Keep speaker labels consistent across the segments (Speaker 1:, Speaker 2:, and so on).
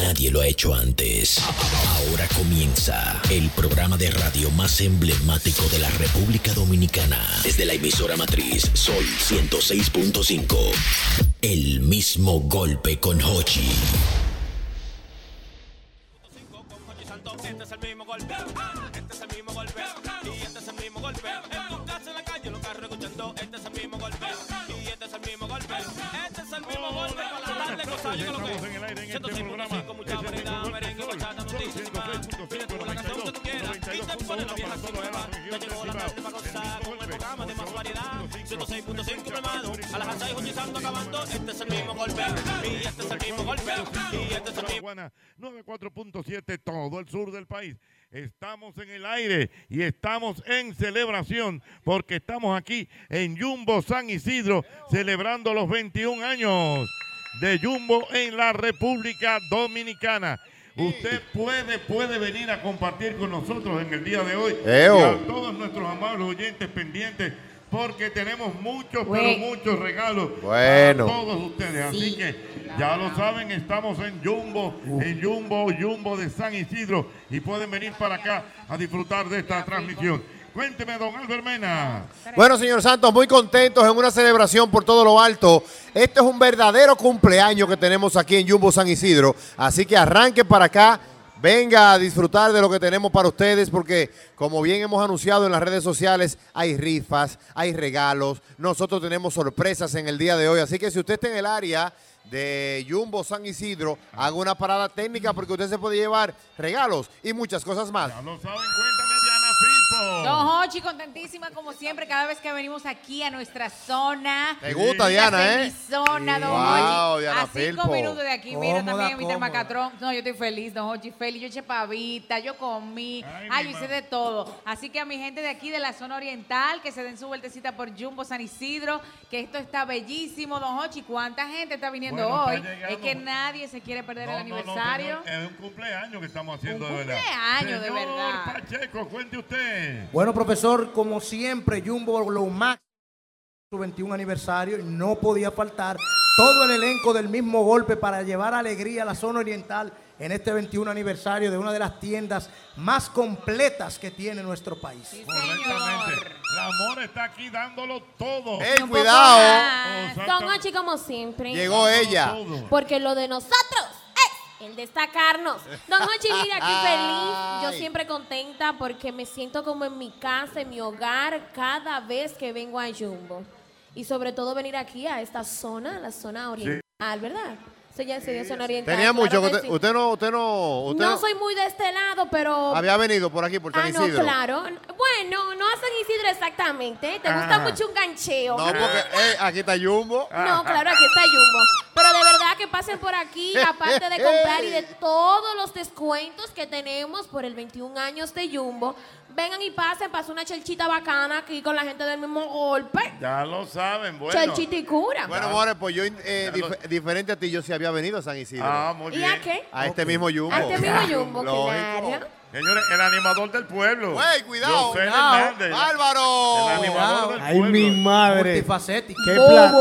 Speaker 1: Nadie lo ha hecho antes. Ahora comienza el programa de radio más emblemático de la República Dominicana. Desde la emisora matriz Sol 106.5. El mismo golpe con Hochi.
Speaker 2: Este es el mismo golpe, este es el mismo golpe, y este es el mismo golpe. En tu casa, en la calle, en los carros escuchando, este es el mismo golpe, y este es el mismo golpe, este es el mismo golpe para la tarde, cosa yo lo que.
Speaker 3: Estamos en el aire en este
Speaker 2: 106.5,
Speaker 3: programa.
Speaker 2: mucha
Speaker 3: Es
Speaker 2: variedad,
Speaker 3: el mismo golpe
Speaker 2: merengue,
Speaker 3: Sol.
Speaker 2: bachata,
Speaker 3: Sol
Speaker 2: notísima.
Speaker 3: 106.5,
Speaker 2: Mira, tú pones la canción que tú quieras, y te pones la vieja sin
Speaker 3: 92.1 para toda la
Speaker 2: problema.
Speaker 3: región
Speaker 2: Te llevo
Speaker 3: del
Speaker 2: la tarde para
Speaker 3: Cibao.
Speaker 2: gozar
Speaker 3: El
Speaker 2: con
Speaker 3: mismo
Speaker 2: el programa de más
Speaker 3: golpe,
Speaker 2: variedad. 106.5
Speaker 3: 106.5
Speaker 2: hermano, a las 6 escuchando acabando, este es el mismo golpe, y este es el mismo golpe, y este es el mismo
Speaker 3: Guana, 94.7, todo el sur del país. Estamos en el aire y estamos en celebración porque estamos aquí en Jumbo San Isidro celebrando los 21 años de Jumbo en la República Dominicana. Usted puede, puede venir a compartir con nosotros en el día de hoy
Speaker 4: Eo.
Speaker 3: y a todos nuestros amables oyentes pendientes porque tenemos muchos, pero
Speaker 5: Güey.
Speaker 3: muchos regalos
Speaker 4: Bueno.
Speaker 3: para todos ustedes. Así
Speaker 5: Sí.
Speaker 3: que ya lo saben, estamos en Jumbo, en Jumbo, Jumbo de San Isidro y pueden venir para acá a disfrutar de esta transmisión. Cuénteme, don Albert Mena.
Speaker 4: Bueno, señor Santos, muy contentos en una celebración por todo lo alto. Este es un verdadero cumpleaños que tenemos aquí en Jumbo San Isidro. Así que arranque para acá, venga a disfrutar de lo que tenemos para ustedes, porque como bien hemos anunciado en las redes sociales, hay rifas, hay regalos. Nosotros tenemos sorpresas en el día de hoy. Así que si usted está en el área de Jumbo San Isidro, haga una parada técnica porque usted se puede llevar regalos y muchas cosas más.
Speaker 3: Ya lo saben, cuéntame, Diana
Speaker 5: Don Hochi, contentísima como siempre cada vez que venimos aquí a nuestra zona.
Speaker 4: Me gusta, Diana, ¿eh?
Speaker 5: Zona, don
Speaker 4: Wow,
Speaker 5: Hochi.
Speaker 4: Diana
Speaker 5: a cinco
Speaker 4: Filpo.
Speaker 5: minutos de aquí, mira
Speaker 6: Cómoda,
Speaker 5: también, Mr.
Speaker 6: cómoda.
Speaker 5: Macatrón. No, yo estoy feliz, don Hochi, feliz. Yo eché pavita, yo comí,
Speaker 3: Ay,
Speaker 5: ay,
Speaker 3: mi
Speaker 5: yo hice
Speaker 3: madre.
Speaker 5: de todo. Así que a mi gente de aquí, de la zona oriental, que se den su vueltecita por Jumbo San Isidro, que esto está bellísimo, don Hochi. ¿Cuánta gente está viniendo
Speaker 3: Bueno, está
Speaker 5: hoy?
Speaker 3: llegando.
Speaker 5: es que nadie se quiere perder el
Speaker 3: Filpo. No, no, no,
Speaker 5: aniversario.
Speaker 3: señor, es un cumpleaños que estamos haciendo
Speaker 5: Un
Speaker 3: de verdad.
Speaker 5: cumpleaños, de
Speaker 3: Señor
Speaker 5: verdad.
Speaker 3: Pacheco, cuente usted.
Speaker 6: Bueno, profesor, como siempre, Jumbo lo máximo, su 21 aniversario, no podía faltar todo el elenco del mismo golpe para llevar alegría a la zona oriental en este 21 aniversario de una de las tiendas más completas que tiene nuestro país.
Speaker 5: Sí,
Speaker 3: Correctamente.
Speaker 5: señor.
Speaker 3: La mora está aquí dándolo todo.
Speaker 4: ¡Ey,
Speaker 7: Un poco
Speaker 4: cuidado!
Speaker 7: más.
Speaker 3: Oh,
Speaker 7: Don
Speaker 3: saca-
Speaker 7: Hochi, como siempre.
Speaker 4: Llegó ella.
Speaker 3: Todo.
Speaker 7: Porque lo de nosotros es el destacarnos. Don Hochi, mira qué feliz. Yo
Speaker 4: Ay.
Speaker 7: siempre contenta porque me siento como en mi casa, en mi hogar, cada vez que vengo a Jumbo. Y sobre todo venir aquí a esta zona, la zona oriental, ¿verdad? Eso ya se dio zona oriental.
Speaker 4: Tenía
Speaker 7: claro
Speaker 4: mucho.
Speaker 7: que
Speaker 4: que Usted,
Speaker 7: sí.
Speaker 4: usted no, usted no, usted
Speaker 7: no
Speaker 4: no-
Speaker 7: soy muy de este lado, pero...
Speaker 4: había venido por aquí por San
Speaker 7: ah, no,
Speaker 4: Isidro.
Speaker 7: claro. Bueno, no a San Isidro exactamente. Te gusta
Speaker 3: Ah.
Speaker 7: mucho un gancheo.
Speaker 4: No, porque eh, aquí está Jumbo.
Speaker 7: Ah. No, claro, aquí está Jumbo. Pero de verdad que pasen por aquí, aparte de comprar y de todos los descuentos que tenemos por el 21 años de Jumbo, vengan y pasen, pasen una chelchita bacana aquí con la gente del mismo golpe.
Speaker 3: Ya lo saben, bueno.
Speaker 7: Chelchita y cura.
Speaker 4: Bueno, More, pues yo, eh,
Speaker 3: Ya lo-
Speaker 4: dif- diferente a ti, yo sí había venido a San Isidro.
Speaker 3: Ah, muy
Speaker 7: ¿Y
Speaker 3: bien.
Speaker 7: a qué?
Speaker 4: a este mismo Jumbo.
Speaker 7: A este mismo Jumbo,
Speaker 4: Lógico.
Speaker 7: claro.
Speaker 3: Señores, el animador del pueblo.
Speaker 4: Güey, cuidado.
Speaker 3: José
Speaker 4: cuidado.
Speaker 3: Hernández. El
Speaker 4: ¡Bárbaro!
Speaker 3: animador del
Speaker 6: Ay,
Speaker 3: pueblo.
Speaker 6: mi
Speaker 8: Madre,
Speaker 6: Multifacético.
Speaker 8: qué, pla-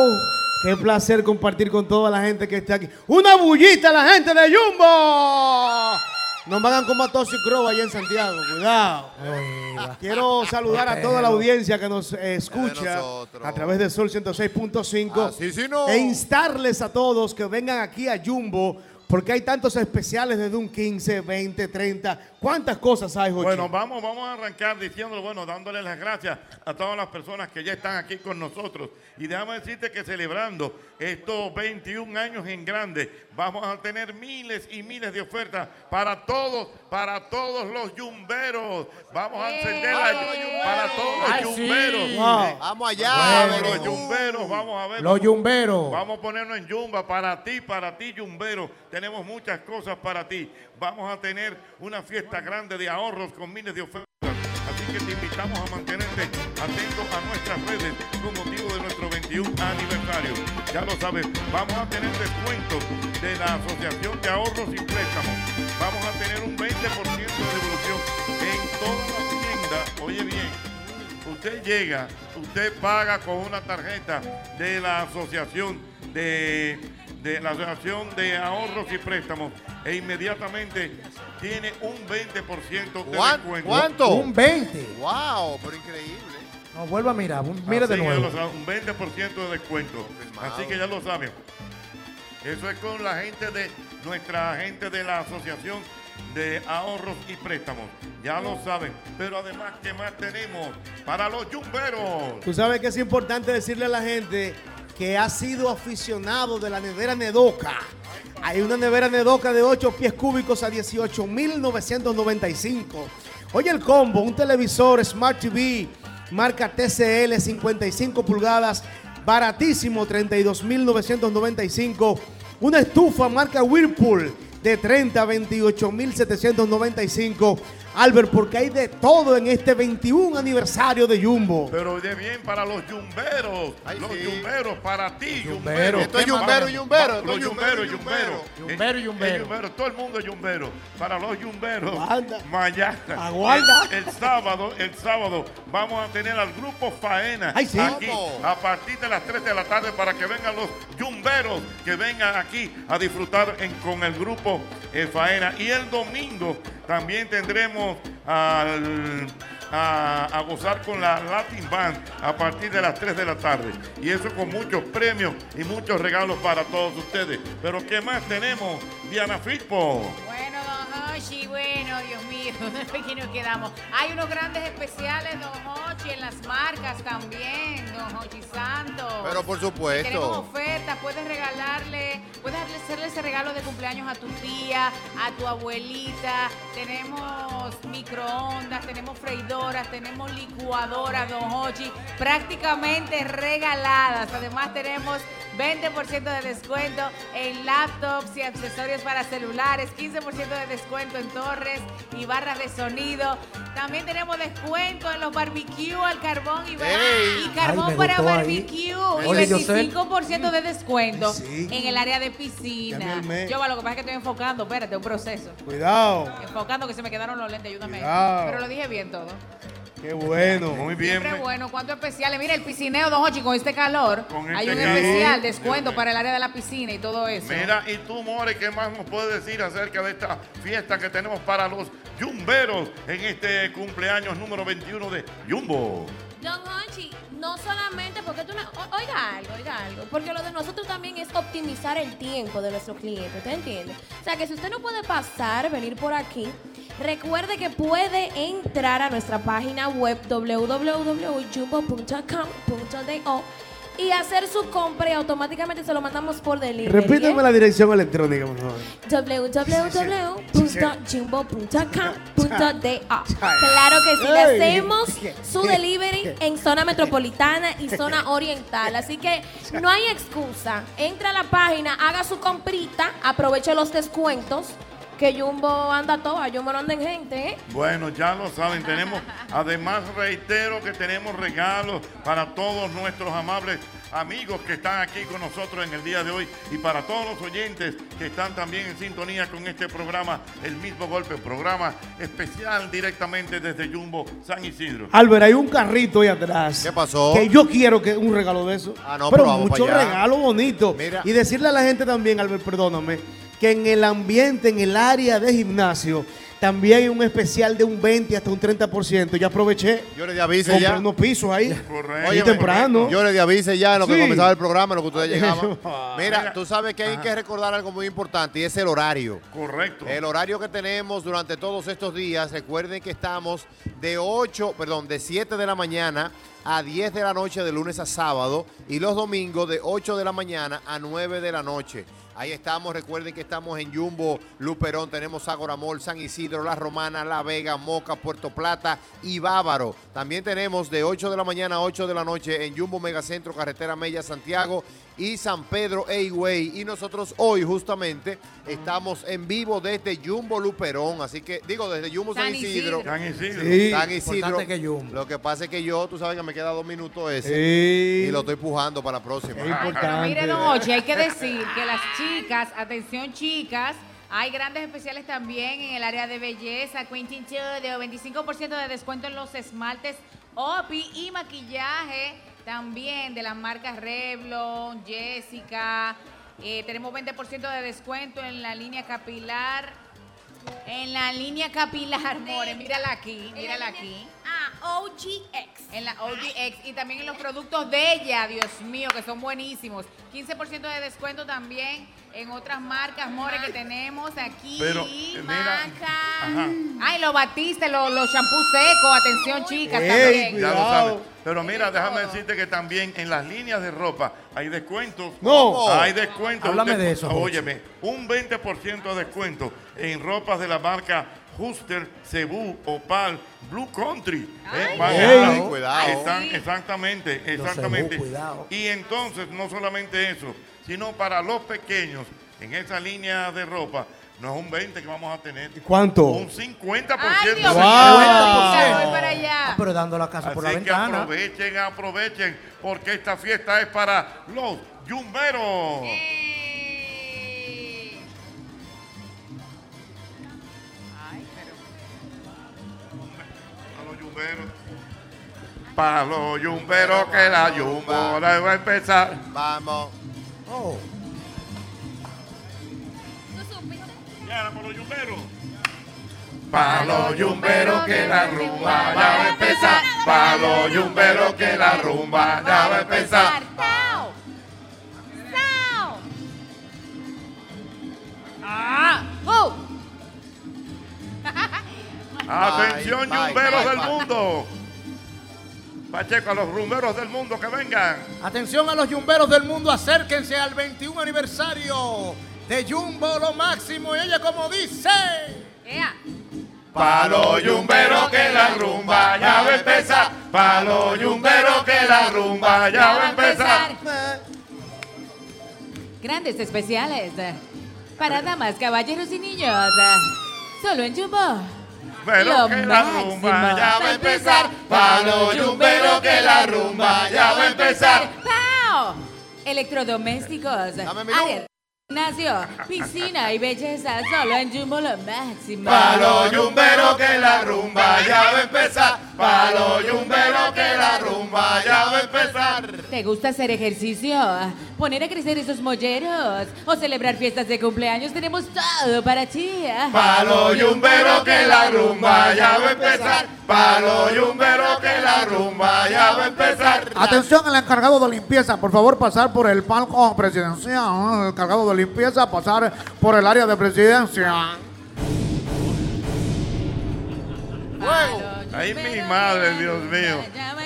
Speaker 8: qué placer compartir con toda la gente que está aquí. ¡Una bullita a la gente de Jumbo! No me hagan como a Tosi Crow allá en Santiago, cuidado.
Speaker 6: Oiga.
Speaker 8: Quiero saludar a toda la audiencia que nos eh, escucha
Speaker 4: nosotros.
Speaker 8: a través de Sol 106.5
Speaker 4: Así sí no.
Speaker 8: e instarles a todos que vengan aquí a Jumbo porque hay tantos especiales desde un 15, 20, 30. ¿Cuántas cosas hay, Jochi?
Speaker 3: Bueno, vamos, vamos a arrancar diciéndole, bueno, dándole las gracias a todas las personas que ya están aquí con nosotros. Y déjame decirte que celebrando estos 21 años en grande, vamos a tener miles y miles de ofertas para todos, para todos los yumberos. Vamos a encender la llum- para todos los yumberos.
Speaker 8: Wow.
Speaker 4: Ah, Vamos allá.
Speaker 3: Para
Speaker 4: Bueno.
Speaker 3: los yumberos, vamos a ver.
Speaker 6: Los yumberos.
Speaker 3: Vamos a ponernos en Yumba para ti, para ti, Yumbero. Tenemos muchas cosas para ti. Vamos a tener una fiesta grande de ahorros con miles de ofertas. Así que te invitamos a mantenerte atento a nuestras redes con motivo de nuestro 21 aniversario. Ya lo sabes, vamos a tener descuentos de la Asociación de Ahorros y Préstamos. Vamos a tener un 20% de devolución en todas las tiendas. Oye bien, Usted llega, usted paga con una tarjeta de la asociación de de la Asociación de Ahorros y Préstamos e inmediatamente tiene un 20% de
Speaker 4: ¿Cuán-
Speaker 3: descuento.
Speaker 4: ¿Cuánto?
Speaker 6: Un 20.
Speaker 4: ¡Wow! Pero increíble.
Speaker 6: No, vuelva a mirar. un- Mira
Speaker 3: Así
Speaker 6: de
Speaker 3: que Ah, ya
Speaker 6: nuevo.
Speaker 3: lo saben, un 20% de descuento.
Speaker 4: Confirmado.
Speaker 3: Así que ya lo saben. Eso es con la gente de nuestra gente de la Asociación de Ahorros y Préstamos. Ya lo saben. Pero además, ¿qué más tenemos para los yumberos?
Speaker 8: Tú sabes que es importante decirle a la gente que ha sido aficionado de la nevera Nedoca. Hay una nevera Nedoca de 8 pies cúbicos a 18.995. Oye el combo, un televisor Smart TV, marca TCL 55 pulgadas, baratísimo 32.995. Una estufa marca Whirlpool de 30 a 28.795. Albert, porque hay de todo en este 21 aniversario de Jumbo.
Speaker 3: Pero de bien para los yumberos.
Speaker 4: Ay,
Speaker 3: los
Speaker 4: sí.
Speaker 3: yumberos, para ti,
Speaker 6: Yumbero.
Speaker 3: yumbero.
Speaker 4: Esto es
Speaker 3: ¿Qué
Speaker 4: yumbero,
Speaker 3: más?
Speaker 4: yumbero, esto
Speaker 3: Pa-
Speaker 4: es
Speaker 3: Los yumberos,
Speaker 4: yumbero,
Speaker 3: yumbero.
Speaker 6: yumbero. Yumbero,
Speaker 3: Eh,
Speaker 6: yumbero.
Speaker 3: eh, yumbero, Todo el mundo es yumbero. Para los yumberos.
Speaker 8: Aguarda.
Speaker 3: Mañana.
Speaker 8: Aguarda.
Speaker 3: El, el sábado, el sábado vamos a tener al grupo Faena.
Speaker 8: Ay, sí.
Speaker 3: Aquí,
Speaker 4: ¿Cómo?
Speaker 3: a partir de las 3 de la tarde para que vengan los yumberos que vengan aquí a disfrutar en- con el grupo eh, Faena. Y el domingo también tendremos al- a, a gozar con la Latin Band a partir de las 3 de la tarde. Y eso con muchos premios y muchos regalos para todos ustedes. Pero ¿qué más tenemos, Diana Filpo?
Speaker 5: Bueno, don Hochi, bueno, Dios mío, aquí nos quedamos. Hay unos grandes especiales, don Hochi, en las marcas también, don Hochi Santos.
Speaker 4: Pero por
Speaker 5: Tenemos
Speaker 4: supuesto.
Speaker 5: ofertas, puedes regalarle, puedes hacerle ese regalo de cumpleaños a tu tía, a tu abuelita. Tenemos microondas, tenemos freidoras, tenemos licuadoras, don Hochi, prácticamente regaladas. Además tenemos 20% de descuento en laptops y accesorios para celulares, 15% de descuento en torres y barras de sonido. También tenemos descuento en los barbecue al carbón y,
Speaker 4: ¡Ey!
Speaker 5: y carbón
Speaker 6: Ay, me
Speaker 5: para
Speaker 6: gustó ahí.
Speaker 5: barbecue y
Speaker 6: Oye, yo sé.
Speaker 5: 25% de descuento
Speaker 8: Sí.
Speaker 5: en el área de
Speaker 8: Ya me
Speaker 5: piscina.
Speaker 8: armé.
Speaker 5: Yo, lo que pasa es que estoy enfocando, espérate, un proceso.
Speaker 8: Cuidado.
Speaker 5: Enfocando que se me quedaron los lentes, ayúdame.
Speaker 8: Cuidado.
Speaker 5: Pero lo dije bien todo.
Speaker 8: Qué bueno.
Speaker 3: Muy bien.
Speaker 5: Siempre bueno, ¿cuántos especiales? Mira, el piscineo, don Hochi, con este calor,
Speaker 3: Con
Speaker 5: hay
Speaker 3: este
Speaker 5: un
Speaker 3: calor.
Speaker 5: especial,
Speaker 3: Dios
Speaker 5: descuento
Speaker 3: mío.
Speaker 5: para el área de la piscina y todo eso.
Speaker 3: Mira, y tú, More, ¿qué más nos puedes decir acerca de esta fiesta que tenemos para los yumberos en este cumpleaños número 21 de Jumbo?
Speaker 7: Don Honchi, no solamente porque tú... no- o- Oiga algo, oiga algo. Porque lo de nosotros también es optimizar el tiempo de nuestro cliente, ¿usted entiende? O sea, que si usted no puede pasar, venir por aquí, recuerde que puede entrar a nuestra página web www.jumbo.com.do y hacer su compra y automáticamente se lo mandamos por delivery. ¿eh?
Speaker 8: Repíteme la dirección electrónica, por favor.
Speaker 7: www.jumbo.com.da
Speaker 8: Ay.
Speaker 7: Claro que sí, le
Speaker 8: Ey.
Speaker 7: hacemos su delivery en zona metropolitana y zona oriental. Así que no hay excusa. Entra a la página, haga su comprita, aproveche los descuentos. Que Jumbo anda toda, Jumbo no anda en gente, ¿eh?
Speaker 3: Bueno, ya lo saben, tenemos, además reitero que tenemos regalos para todos nuestros amables amigos que están aquí con nosotros en el día de hoy y para todos los oyentes que están también en sintonía con este programa, el mismo golpe, programa especial directamente desde Jumbo San Isidro.
Speaker 8: Albert, hay un carrito ahí atrás.
Speaker 4: ¿Qué pasó?
Speaker 8: Que yo quiero que un regalo de eso.
Speaker 4: Ah, no, pero
Speaker 8: pero,
Speaker 4: vamos
Speaker 8: mucho
Speaker 4: para allá.
Speaker 8: regalo bonito.
Speaker 4: Mira.
Speaker 8: Y decirle a la gente también, Albert, perdóname, que en el ambiente, en el área de gimnasio, también hay un especial de un 20 hasta un 30%. Ya aproveché.
Speaker 4: Yo le di aviso
Speaker 8: Compré
Speaker 4: ya.
Speaker 8: unos pisos ahí.
Speaker 3: Correcto.
Speaker 8: Oye, temprano.
Speaker 4: Yo le di aviso ya en lo que
Speaker 8: Sí.
Speaker 4: comenzaba el programa, en lo que ustedes llegaban.
Speaker 8: Ah,
Speaker 4: Mira, tú sabes que hay que recordar algo muy importante y es el horario.
Speaker 3: Correcto.
Speaker 4: El horario que tenemos durante todos estos días, recuerden que estamos de 8, perdón, de 7 de la mañana a 10 de la noche de lunes a sábado y los domingos de 8 de la mañana a 9 de la noche. Ahí estamos, recuerden que estamos en Jumbo, Luperón, tenemos Ágora Mall, San Isidro, La Romana, La Vega, Moca, Puerto Plata y Bávaro. También tenemos de 8 de la mañana a 8 de la noche en Jumbo Megacentro, Carretera Mella, Santiago y San Pedro Eigüey. Y nosotros hoy justamente estamos en vivo desde Jumbo Luperón, así que digo desde Jumbo San,
Speaker 5: San
Speaker 4: Isidro.
Speaker 5: Isidro.
Speaker 3: San Isidro.
Speaker 8: Sí.
Speaker 4: San Isidro.
Speaker 6: Importante que Jumbo.
Speaker 4: Lo que pasa es que yo, tú sabes que me queda dos minutos ese.
Speaker 8: Sí.
Speaker 4: Y lo estoy pujando para la próxima.
Speaker 8: Es importante.
Speaker 5: Pero mire, don Ochi, hay que decir que las chicas, atención chicas, hay grandes especiales también en el área de belleza, Quentin Studio, 25% de descuento en los esmaltes OPI y maquillaje también de las marcas Revlon, Jessica, Eh, tenemos 20% de descuento en la línea capilar. En la línea capilar, More, mírala aquí, mírala aquí.
Speaker 7: Ah, OGX.
Speaker 5: En la OGX y también en los productos de ella, Dios mío, que son buenísimos. 15% de descuento también en otras marcas, More, que tenemos aquí.
Speaker 3: Pero,
Speaker 5: Y-
Speaker 3: mira, ajá.
Speaker 5: Ay, los batiste, los, los shampoos secos, atención chicas,
Speaker 8: Ey,
Speaker 5: también.
Speaker 3: Ya lo
Speaker 8: Cuidado.
Speaker 3: sabes. Pero mira,
Speaker 5: Tiene
Speaker 3: déjame
Speaker 5: todo.
Speaker 3: decirte que también en las líneas de ropa hay descuentos.
Speaker 8: No.
Speaker 3: Hay descuentos.
Speaker 6: Háblame
Speaker 3: Usted-
Speaker 6: de eso, Jorge.
Speaker 3: Óyeme, un 20% de descuento en ropas de la marca Huster, Cebu, Opal, Blue Country. ¿eh? Van
Speaker 4: Ey,
Speaker 3: ganando.
Speaker 4: cuidado.
Speaker 3: Están-
Speaker 5: Sí.
Speaker 3: exactamente, exactamente.
Speaker 6: Cebú, cuidado.
Speaker 3: Y entonces, no solamente eso, sino para los pequeños, en esa línea de ropa, no es un 20 que vamos a tener.
Speaker 8: ¿Cuánto?
Speaker 3: Un 50%.
Speaker 5: Ay, Dios mío,
Speaker 3: de
Speaker 8: Wow.
Speaker 5: ya voy para allá.
Speaker 6: Ah, pero dando la casa por la
Speaker 3: Así que
Speaker 6: ventana.
Speaker 3: aprovechen, aprovechen, porque esta fiesta es para los yumberos.
Speaker 5: Eh. Ay, pero
Speaker 3: Para los yumberos. Para los yumberos que la yumbora va a empezar.
Speaker 4: Vamos.
Speaker 6: Oh,
Speaker 7: ¿Tú supiste?
Speaker 3: Ya, para los yumberos. Para los yumberos que la rumba ya va a empezar. Para los yumberos que la rumba ya va a empezar.
Speaker 7: Tao. Tao.
Speaker 5: Ah,
Speaker 7: Oh.
Speaker 3: Atención,
Speaker 4: Bye, bye,
Speaker 3: yumberos
Speaker 4: bye,
Speaker 3: del
Speaker 4: bye.
Speaker 3: mundo. Pacheco, a los rumberos del mundo que vengan.
Speaker 6: Atención a los yumberos del mundo, acérquense al 21 aniversario de Jumbo lo máximo. Y ella como dice.
Speaker 5: ea.
Speaker 3: Pa' los yumberos que la rumba ya va a empezar. Pa' los yumberos que la rumba ya va a empezar.
Speaker 5: Grandes especiales eh, para damas, caballeros y niños. eh, Solo en Jumbo.
Speaker 3: Pero
Speaker 5: Lo
Speaker 3: que la
Speaker 5: máximo.
Speaker 3: rumba ya va a empezar. Pa' los yumberos que la rumba ya va a empezar.
Speaker 5: ¡Pau! Electrodomésticos.
Speaker 4: Dame menú.
Speaker 5: área de gimnasio, piscina y belleza. Solo en Jumbo lo máximo.
Speaker 3: Pa' los yumberos que la rumba ya va a empezar. Pa' los yumberos que la rumba ya va a empezar.
Speaker 5: ¿Te gusta hacer ejercicio? ¿Poner a crecer esos molleros? ¿O celebrar fiestas de cumpleaños? Tenemos todo para ti.
Speaker 3: Pa' los yumberos que la rumba ya va a empezar. Pa' los yumberos que la rumba ya va a empezar.
Speaker 9: Atención al encargado de limpieza, por favor pasar por el palco presidencial. ¿no? El encargado de limpieza, pasar por el área de presidencia.
Speaker 3: Ay, mi madre, Dios mío.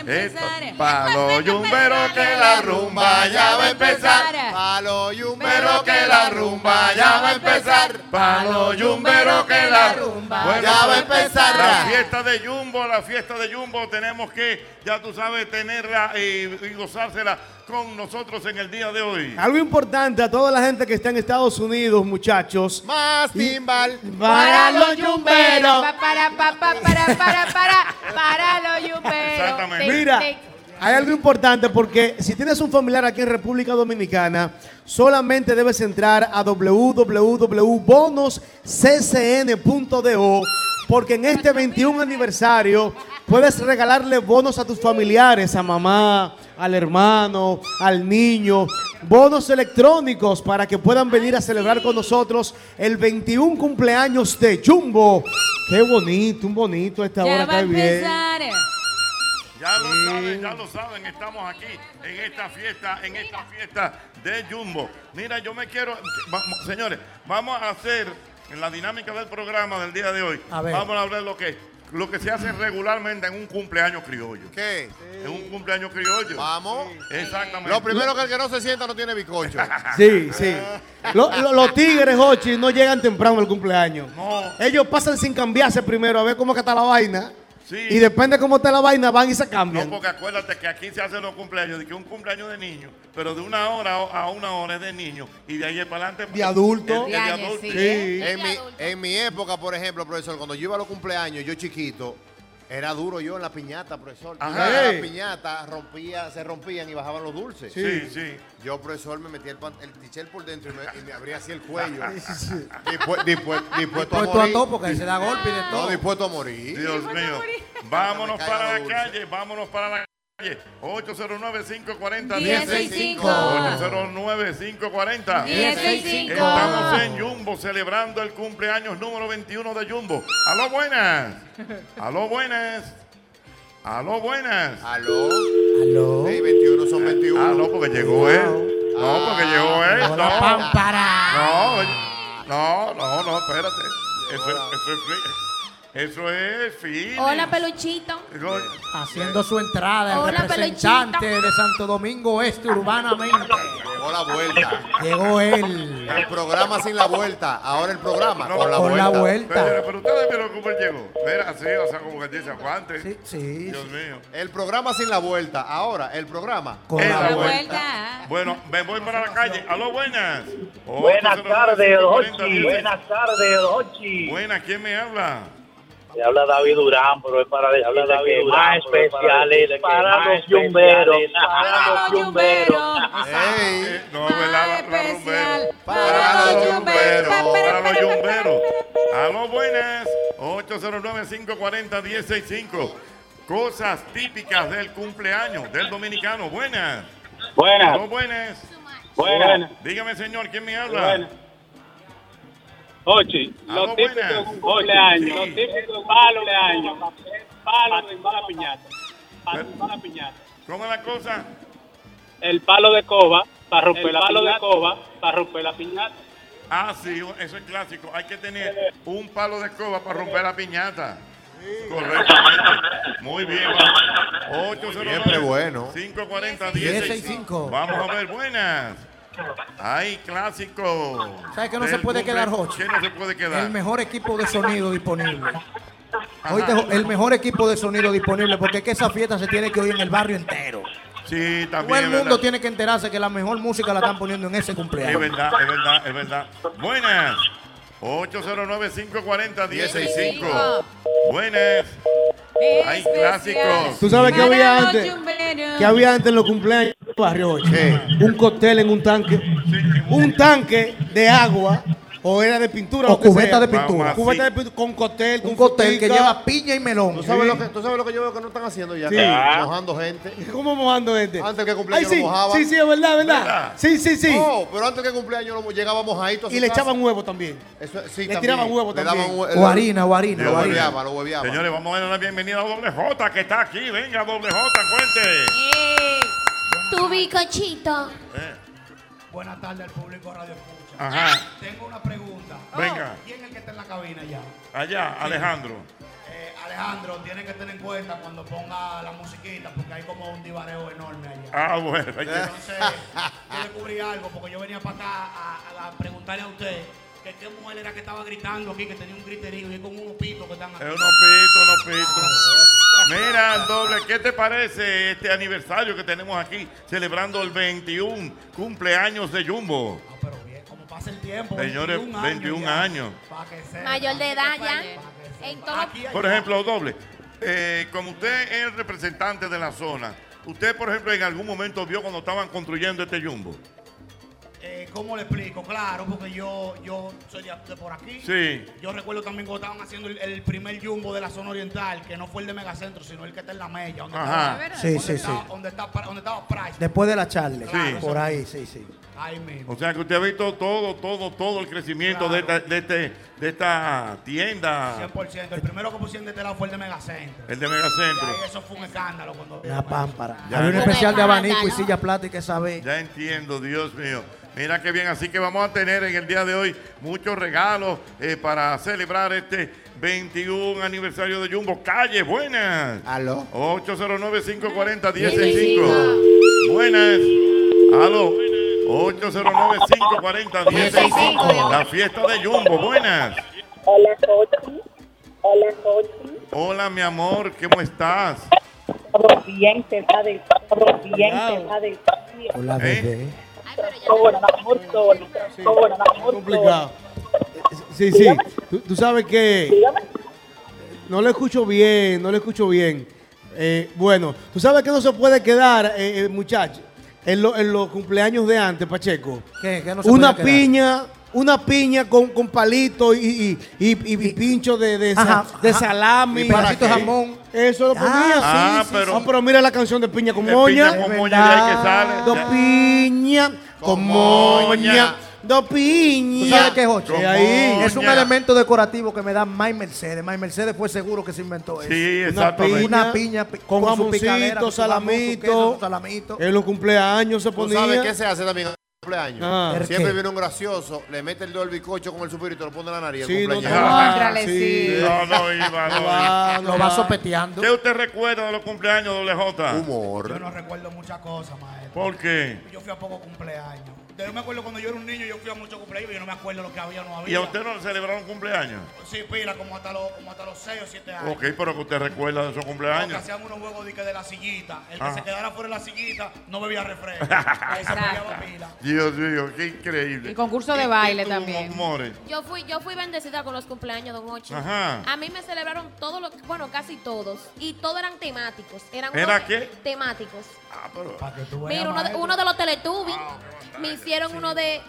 Speaker 3: Esto, pa'
Speaker 5: Para
Speaker 3: los yumberos que la rumba ya va a empezar.
Speaker 4: Palo y un
Speaker 3: Pero que la rumba ya va a empezar. Pa' los yumberos que la rumba
Speaker 4: ya va a empezar.
Speaker 3: La fiesta de Jumbo, la fiesta de Jumbo, tenemos que, ya tú sabes, tenerla y, y gozársela con nosotros en el día de hoy.
Speaker 8: Algo importante a toda la gente que está en Estados Unidos, muchachos.
Speaker 4: Más timbal.
Speaker 5: Para los yumberos. Pa, Para, pa, pa, para, para, para. Para los yumberos.
Speaker 3: Exactamente.
Speaker 5: Tic,
Speaker 8: Mira,
Speaker 5: tic.
Speaker 8: hay algo importante porque si tienes un familiar aquí en República Dominicana, solamente debes entrar a www.bonosccn.do porque en este 21 aniversario puedes regalarle bonos a tus familiares, a mamá, al hermano, al niño, bonos electrónicos para que puedan venir a celebrar con nosotros el 21 cumpleaños de Jumbo. Qué bonito, un bonito esta hora
Speaker 5: Ya va a
Speaker 8: está bien.
Speaker 5: empezar.
Speaker 3: Ya lo saben, ya lo saben, estamos aquí en esta fiesta, en esta fiesta de Jumbo. Mira, yo me quiero, vamos, señores, vamos a hacer en la dinámica del programa del día de hoy.
Speaker 6: A ver.
Speaker 3: Vamos a hablar lo que lo que se hace regularmente en un cumpleaños criollo.
Speaker 4: ¿Qué?
Speaker 3: En un cumpleaños criollo.
Speaker 4: Vamos.
Speaker 3: Exactamente.
Speaker 4: Lo primero que el que no se sienta no tiene bizcocho.
Speaker 8: Sí, sí. Lo- lo- los tigres, Hochi, no llegan temprano al cumpleaños.
Speaker 3: No.
Speaker 8: Ellos pasan sin cambiarse primero a ver cómo que está la vaina.
Speaker 3: Sí.
Speaker 8: Y depende cómo está la vaina, van y se
Speaker 3: No,
Speaker 8: cambian.
Speaker 3: porque acuérdate que aquí se hacen los cumpleaños, de que un cumpleaños de niño, pero de una hora a una hora es de niño y de ahí para adelante.
Speaker 8: De adulto.
Speaker 3: es
Speaker 5: De años,
Speaker 3: adulto.
Speaker 5: sí.
Speaker 8: Sí.
Speaker 4: En mi, en mi época, por ejemplo, profesor, cuando yo iba a los cumpleaños, yo chiquito, era duro yo en la piñata, profesor. Yo
Speaker 3: Ajá.
Speaker 4: iba a la piñata rompía, se rompían y bajaban los dulces.
Speaker 3: Sí, sí.
Speaker 4: Yo, profesor, me metía el, pan- el tichel por dentro y me, y me abría así el cuello. Dispu- dispu- dispuesto a
Speaker 6: Puesto a
Speaker 4: morir.
Speaker 6: todo porque se da golpe y de
Speaker 4: No,
Speaker 6: todo.
Speaker 4: dispuesto a morir.
Speaker 3: Dios mío. Vámonos
Speaker 4: Me
Speaker 3: para la
Speaker 4: caigo dulce.
Speaker 3: calle, vámonos para la calle, 809-540-1065.
Speaker 7: 1065.
Speaker 3: 809-540.
Speaker 7: 1065.
Speaker 3: Estamos en Jumbo celebrando el cumpleaños número 21 de Jumbo. Aló, buenas. Aló, buenas. Aló, buenas.
Speaker 4: ¿Aló?
Speaker 6: Aló.
Speaker 4: Sí, 21 son Ah, 21.
Speaker 3: Ah, no, porque llegó él. No, porque llegó él.
Speaker 6: Hola,
Speaker 3: no.
Speaker 6: pámpara.
Speaker 3: No, oye, no, no, no, espérate. Eso, es- eso es fi- eso es fin.
Speaker 7: Hola, peluchito.
Speaker 6: Haciendo su entrada, el
Speaker 7: Hola,
Speaker 6: representante de Santo Domingo Este urbanamente.
Speaker 4: Llegó la vuelta.
Speaker 6: Llegó él.
Speaker 4: El programa sin la vuelta. Ahora el programa
Speaker 3: No,
Speaker 4: con la
Speaker 6: con la
Speaker 4: vuelta.
Speaker 6: vuelta.
Speaker 3: Pero, pero ustedes vieron cómo él llegó. Espera, así, o sea, como que dice aguante.
Speaker 6: Sí, sí.
Speaker 3: Dios mío.
Speaker 4: El programa sin la vuelta. Ahora el programa.
Speaker 6: Con
Speaker 3: Es
Speaker 6: la
Speaker 3: la
Speaker 5: La
Speaker 6: vuelta.
Speaker 5: vuelta.
Speaker 3: Bueno, me voy para la calle. Aló, buenas. Oh,
Speaker 10: Buenas tardes,
Speaker 3: 809-540-1065.
Speaker 10: Ochi. Buenas tardes, Ochi.
Speaker 3: Buenas, ¿quién me habla?
Speaker 10: Le habla David Durán, pero es para decirle que más especiales para los yumberos.
Speaker 5: Para los yumberos.
Speaker 4: ¡Ey!
Speaker 3: Eh, No, ¿verdad? La, la
Speaker 5: especial.
Speaker 3: rumbero.
Speaker 5: Para los yumberos.
Speaker 3: Para los yumberos. Aló, buenas. 809-540-1065. Cosas típicas del cumpleaños del dominicano. Buenas. Aló,
Speaker 10: Buenas,
Speaker 3: buenas.
Speaker 10: buenas,
Speaker 3: Dígame, señor, ¿quién me habla?
Speaker 10: Ochi,
Speaker 3: Aló,
Speaker 10: los típicos de
Speaker 3: buenas.
Speaker 10: un cumpleaños,
Speaker 3: Sí.
Speaker 10: los típicos de un cumpleaños, palo de mala piñata, palo de mala piñata.
Speaker 3: ¿Cómo es la cosa?
Speaker 10: El palo de coba para romper la piñata. El palo de coba para romper la piñata.
Speaker 3: Ah, sí, eso es clásico. Hay que tener un palo de escoba para romper la piñata. Correctamente. Muy bien. vamos. 809.
Speaker 4: Siempre bueno.
Speaker 3: 540
Speaker 6: 1065.
Speaker 3: 1065. Vamos a ver, buenas. Ay, clásico.
Speaker 6: ¿Sabe que no se
Speaker 3: Del
Speaker 6: puede
Speaker 3: cumple-
Speaker 6: quedar, Jochi?
Speaker 3: ¿Qué no se puede quedar?
Speaker 6: El mejor equipo de sonido disponible.
Speaker 3: Ajá.
Speaker 6: Oíste, jo- el mejor equipo de sonido disponible porque es que esa fiesta se tiene que oír en el barrio entero.
Speaker 3: Sí, también.
Speaker 6: Todo el
Speaker 3: es
Speaker 6: mundo
Speaker 3: verdad.
Speaker 6: tiene que enterarse que la mejor música la están poniendo en ese
Speaker 3: Es
Speaker 6: cumpleaños.
Speaker 3: verdad, es verdad, es verdad. Buenas. 809-540-1065. Buenas. Hay clásicos.
Speaker 8: Tú sabes que
Speaker 5: Para
Speaker 8: había
Speaker 5: los
Speaker 8: antes-
Speaker 5: yumberos.
Speaker 8: ¿Qué había antes en los cumpleaños del barrio Ochi?
Speaker 4: ¿Qué?
Speaker 8: Un cóctel en un tanque. Un tanque de agua o era de pintura.
Speaker 6: O
Speaker 8: lo que
Speaker 6: cubeta
Speaker 8: sea.
Speaker 6: de pintura.
Speaker 8: Cubeta de pintura con cóctel.
Speaker 6: Un
Speaker 8: con
Speaker 6: cóctel que
Speaker 8: frutica.
Speaker 6: lleva piña y melón.
Speaker 4: ¿Tú sabes, lo que, tú sabes lo que yo veo que no están haciendo ya?
Speaker 8: Sí.
Speaker 4: Mojando gente.
Speaker 8: ¿Cómo mojando este?
Speaker 4: Antes que cumpleaños
Speaker 8: Ay, sí.
Speaker 4: lo mojaban.
Speaker 8: Sí, sí, es verdad, verdad.
Speaker 3: ¿Verdad?
Speaker 8: Sí, sí, sí.
Speaker 4: No, pero antes que cumpleaños lo mo- llegaba mojadito. a su
Speaker 8: y le
Speaker 4: casa.
Speaker 8: echaban huevo también.
Speaker 4: Eso- sí,
Speaker 8: le
Speaker 4: también.
Speaker 8: tiraban huevo
Speaker 4: Le
Speaker 8: también.
Speaker 4: daban hue-
Speaker 6: O harina, o harina,
Speaker 4: Lo
Speaker 6: o harina.
Speaker 4: hueveaba, lo hueveaba.
Speaker 3: Señores, vamos a darle la bienvenida a Doble J que está aquí. Venga, Doble J, cuente.
Speaker 5: Ey.
Speaker 7: Tu bicochito.
Speaker 3: Eh,
Speaker 6: Buenas tardes al público Radio Escucha.
Speaker 3: Ajá,
Speaker 6: Ah,
Speaker 3: Ah,
Speaker 6: Tengo una pregunta. Ah,
Speaker 3: venga.
Speaker 6: ¿Quién es el que está en la cabina ya?
Speaker 3: Allá, Alejandro.
Speaker 6: Alejandro, tiene que tener en cuenta cuando ponga la musiquita porque hay como un divareo enorme allá.
Speaker 3: Ah, bueno. hay que-
Speaker 6: Entonces, yo descubrí algo porque yo venía para acá a, a preguntarle a usted que qué mujer era que estaba gritando aquí, que tenía un griterío y con unos pitos que están aquí.
Speaker 3: Es unos pitos, unos pitos. Mira, doble, ¿qué te parece este aniversario que tenemos aquí celebrando el 21 cumpleaños de Jumbo?
Speaker 6: Ah, pero bien, como pasa el tiempo.
Speaker 3: Señores, 21 años.
Speaker 6: Para que sepa.
Speaker 7: Mayor de edad ya. En todo.
Speaker 6: Aquí hay-
Speaker 3: Por ejemplo, doble, eh, como usted es el representante de la zona, usted, por ejemplo, en algún momento vio cuando estaban construyendo este Jumbo.
Speaker 6: Eh, ¿Cómo le explico? Claro, porque yo, yo soy de, de por aquí.
Speaker 3: Sí.
Speaker 6: Yo recuerdo también cuando estaban haciendo el, el primer jumbo de la zona oriental, que no fue el de Megacentro, sino el que está en la Mella. Donde
Speaker 3: Ajá.
Speaker 6: Estaba, sí, sí, sí. Donde estaba, donde estaba Price.
Speaker 11: Después de la charla.
Speaker 3: Sí.
Speaker 11: Por ahí, sí, sí.
Speaker 6: Ahí mismo.
Speaker 3: O sea que usted ha visto todo, todo, todo el crecimiento de, esta, de, este, de esta tienda,
Speaker 6: 100%. El primero que pusieron de este lado fue el de Megacentro.
Speaker 3: el de
Speaker 6: Y ahí
Speaker 3: Megacentro.
Speaker 6: eso fue un escándalo cuando...
Speaker 11: Una pámpara.
Speaker 3: Ya,
Speaker 11: Había un
Speaker 3: ya.
Speaker 11: especial de abanico y
Speaker 7: Escándalo.
Speaker 11: silla plática esa vez.
Speaker 3: Ya entiendo, Dios mío. Mira qué bien, así que vamos a tener en el día de hoy muchos regalos eh, para celebrar este 21 aniversario de Jumbo. Calle, buenas.
Speaker 4: Aló.
Speaker 3: 809-540-165. Buenas. Aló. 809-540-165. La fiesta de Jumbo, buenas.
Speaker 12: Hola, Jochi. Hola, Jochi.
Speaker 3: Hola, mi amor, ¿cómo estás?
Speaker 12: Todo bien, te va del todo bien, te va del
Speaker 11: Hola,
Speaker 3: ¿Eh?
Speaker 11: bebé.
Speaker 7: Ay, pero ya.
Speaker 12: Ahora, vamos solo. Ahora, vamos solo.
Speaker 8: Complicado. Sí, sí. Tú, tú sabes que
Speaker 12: Dígame.
Speaker 8: no lo escucho bien, no lo escucho bien. Eh, bueno, tú sabes que no se puede quedar, eh, eh, muchachos, en, lo- en los cumpleaños de antes, Pacheco.
Speaker 11: ¿Qué? ¿Qué no se
Speaker 8: Una
Speaker 11: podía quedar?
Speaker 8: piña una piña con, con palito y, y- y- y- y pincho de, de, sa-
Speaker 11: Ajá,
Speaker 8: de
Speaker 11: ajá.
Speaker 8: salami.
Speaker 11: Y pedacito de jamón.
Speaker 8: Eso lo ponía,
Speaker 11: Ah,
Speaker 8: sí,
Speaker 11: ah,
Speaker 8: sí,
Speaker 11: pero-
Speaker 8: sí. Ah, pero mira la canción de piña con
Speaker 11: De
Speaker 8: moña.
Speaker 11: piña con moña, de ahí que sale.
Speaker 8: Dos piña con moña. Dos piña.
Speaker 11: ¿Tú sabes qué es ocho?
Speaker 8: Y ahí.
Speaker 11: Es un elemento decorativo que me da Mike Mercedes. Mike Mercedes fue seguro que se inventó eso.
Speaker 8: Sí,
Speaker 11: una
Speaker 8: exactamente.
Speaker 11: piña, una piña pi-
Speaker 8: Con
Speaker 11: su
Speaker 8: jamoncito,
Speaker 11: picadera, con su jamón, su
Speaker 8: salamito.
Speaker 11: queso, su salamito.
Speaker 8: En los cumpleaños se
Speaker 4: ¿Tú
Speaker 8: ponía.
Speaker 4: sabes qué se hace también en el cumpleaños?
Speaker 8: Ah. ¿El
Speaker 4: Siempre
Speaker 8: qué?
Speaker 4: viene un gracioso, le mete el dedo al bizcocho con el suspiro y te lo pone en la nariz.
Speaker 8: Sí,
Speaker 4: el
Speaker 8: no
Speaker 4: cumpleañero.
Speaker 8: te- Ah, Cóntrale,
Speaker 3: sí. No, no, Iba, no, Iba.
Speaker 11: Lo va sopeteando.
Speaker 3: ¿Qué usted recuerda de los cumpleaños, doble J?
Speaker 11: Yo
Speaker 4: Humor.
Speaker 11: no recuerdo muchas cosas, maestro.
Speaker 3: ¿Por qué?
Speaker 11: Yo fui a poco cumpleaños. Yo me acuerdo cuando yo era un niño, yo fui a muchos cumpleaños y yo no me acuerdo lo que había o no
Speaker 3: ¿Y a usted no le celebraron cumpleaños?
Speaker 11: Sí, pila, como hasta los, como hasta los 6 o 7 años.
Speaker 3: Ok, pero que usted recuerda de su
Speaker 11: Que
Speaker 3: cumpleaños. Ah.
Speaker 11: hacían unos juegos de, que de la sillita. El que
Speaker 3: Ajá.
Speaker 11: se quedara fuera de la sillita no bebía refresco. Ahí se peleaba
Speaker 5: Exacto.
Speaker 11: pila.
Speaker 3: Dios mío, qué increíble.
Speaker 5: Y concurso
Speaker 3: ¿Qué-
Speaker 5: de
Speaker 3: qué
Speaker 5: baile
Speaker 3: tuvo
Speaker 5: también.
Speaker 3: Humores.
Speaker 7: Yo fui, yo fui bendecida con los cumpleaños, don Ocho.
Speaker 3: Ajá.
Speaker 7: A mí me celebraron todos los, bueno, casi todos. Y todos eran temáticos. Eran
Speaker 3: ¿Era
Speaker 7: unos
Speaker 3: qué?
Speaker 7: Temáticos.
Speaker 3: Ah, pero.
Speaker 7: Mira, uno de, uno de los Teletubbies
Speaker 3: Ah,
Speaker 7: me hicieron uno de,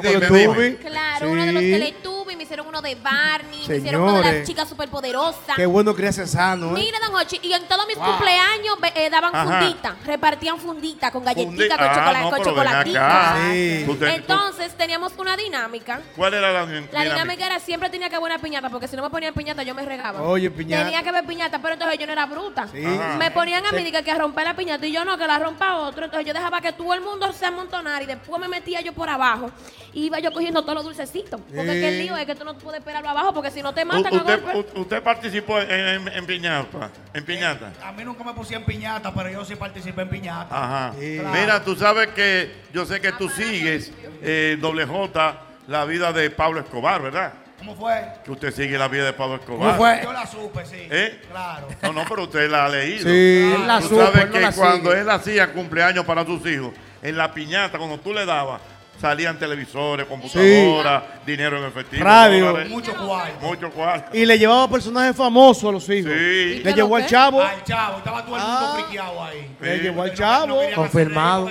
Speaker 7: claro, uno de los
Speaker 8: Sí.
Speaker 7: Teletubbies, me hicieron uno de Barney, me hicieron uno de las
Speaker 8: Señores.
Speaker 7: chicas superpoderosas.
Speaker 8: Qué bueno criarse sano, ¿eh?
Speaker 7: Mira, don Ochi, y en todos mis
Speaker 8: Wow.
Speaker 7: cumpleaños ve- eh, daban
Speaker 8: Ajá.
Speaker 7: fundita, repartían fundita con
Speaker 3: Fundi-
Speaker 7: galletita, con,
Speaker 3: Ah,
Speaker 7: chocolate,
Speaker 3: no,
Speaker 7: con
Speaker 3: pero ven
Speaker 7: chocolatica.
Speaker 3: acá. Sí. Usted-
Speaker 7: Entonces teníamos una dinámica.
Speaker 3: ¿Cuál era la, din-
Speaker 7: La dinámica era siempre tenía que haber una piñata, porque si no me ponían piñata yo me regaba.
Speaker 3: Oye, piñata.
Speaker 7: Tenía que haber piñata, pero entonces yo no era bruta.
Speaker 3: Sí. Ajá.
Speaker 7: Me ponían a mí
Speaker 3: Se-
Speaker 7: dije, que a romper la piñata y yo no, que la rompa otro. Entonces yo dejaba que todo el mundo se amontonara y después me metía yo por abajo. Y iba yo cogiendo todos los dulcecitos. Porque
Speaker 3: Sí.
Speaker 7: es que el lío es que tú no puedes esperarlo abajo, porque si no te
Speaker 3: U-
Speaker 7: matan a
Speaker 3: usted,
Speaker 7: golpe.
Speaker 3: u- usted participó en, en, en piñata. En piñata.
Speaker 11: A mí nunca me pusieron piñata, pero yo sí participé en piñata.
Speaker 3: Ajá.
Speaker 11: Claro.
Speaker 3: Mira, tú sabes que yo sé que tú sigues, eh, doble J, la vida de Pablo Escobar, ¿verdad?
Speaker 11: ¿Cómo fue?
Speaker 3: Que usted sigue la vida de Pablo Escobar.
Speaker 11: Yo la supe, sí.
Speaker 3: ¿Eh?
Speaker 11: Claro.
Speaker 3: No, no, pero usted la ha leído.
Speaker 11: Sí. Él la
Speaker 3: tú
Speaker 11: supo,
Speaker 3: sabes
Speaker 11: él no
Speaker 3: que
Speaker 11: la
Speaker 3: cuando
Speaker 11: sigue.
Speaker 3: él hacía cumpleaños para sus hijos, en la piñata, cuando tú le dabas, salían televisores, computadoras, dinero en efectivo,
Speaker 8: Radio.
Speaker 11: Mucho cuarto.
Speaker 3: Mucho cuarto.
Speaker 8: Y le llevaba personajes famosos a los hijos.
Speaker 3: Sí.
Speaker 8: Le llevó al chavo.
Speaker 11: Al chavo. Estaba todo Ah, el mundo
Speaker 3: Ah.
Speaker 11: friqueado ahí.
Speaker 8: Le llevó al chavo.
Speaker 11: Confirmado.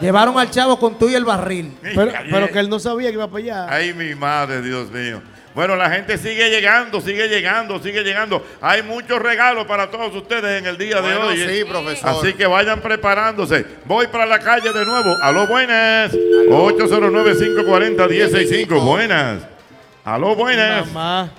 Speaker 6: Llevaron al chavo con tú y el barril.
Speaker 8: Pero, pero que él no sabía que iba para allá.
Speaker 3: Ay, mi madre, Dios mío. Bueno, la gente sigue llegando, sigue llegando, sigue llegando. Hay muchos regalos para todos ustedes en el día
Speaker 4: Bueno,
Speaker 3: de hoy. ¿eh?
Speaker 4: sí, profesor.
Speaker 3: Así que vayan preparándose. Voy para la calle de nuevo. Aló, buenas. 809-540-165. Buenas. Aló, buenas.
Speaker 8: Mamá.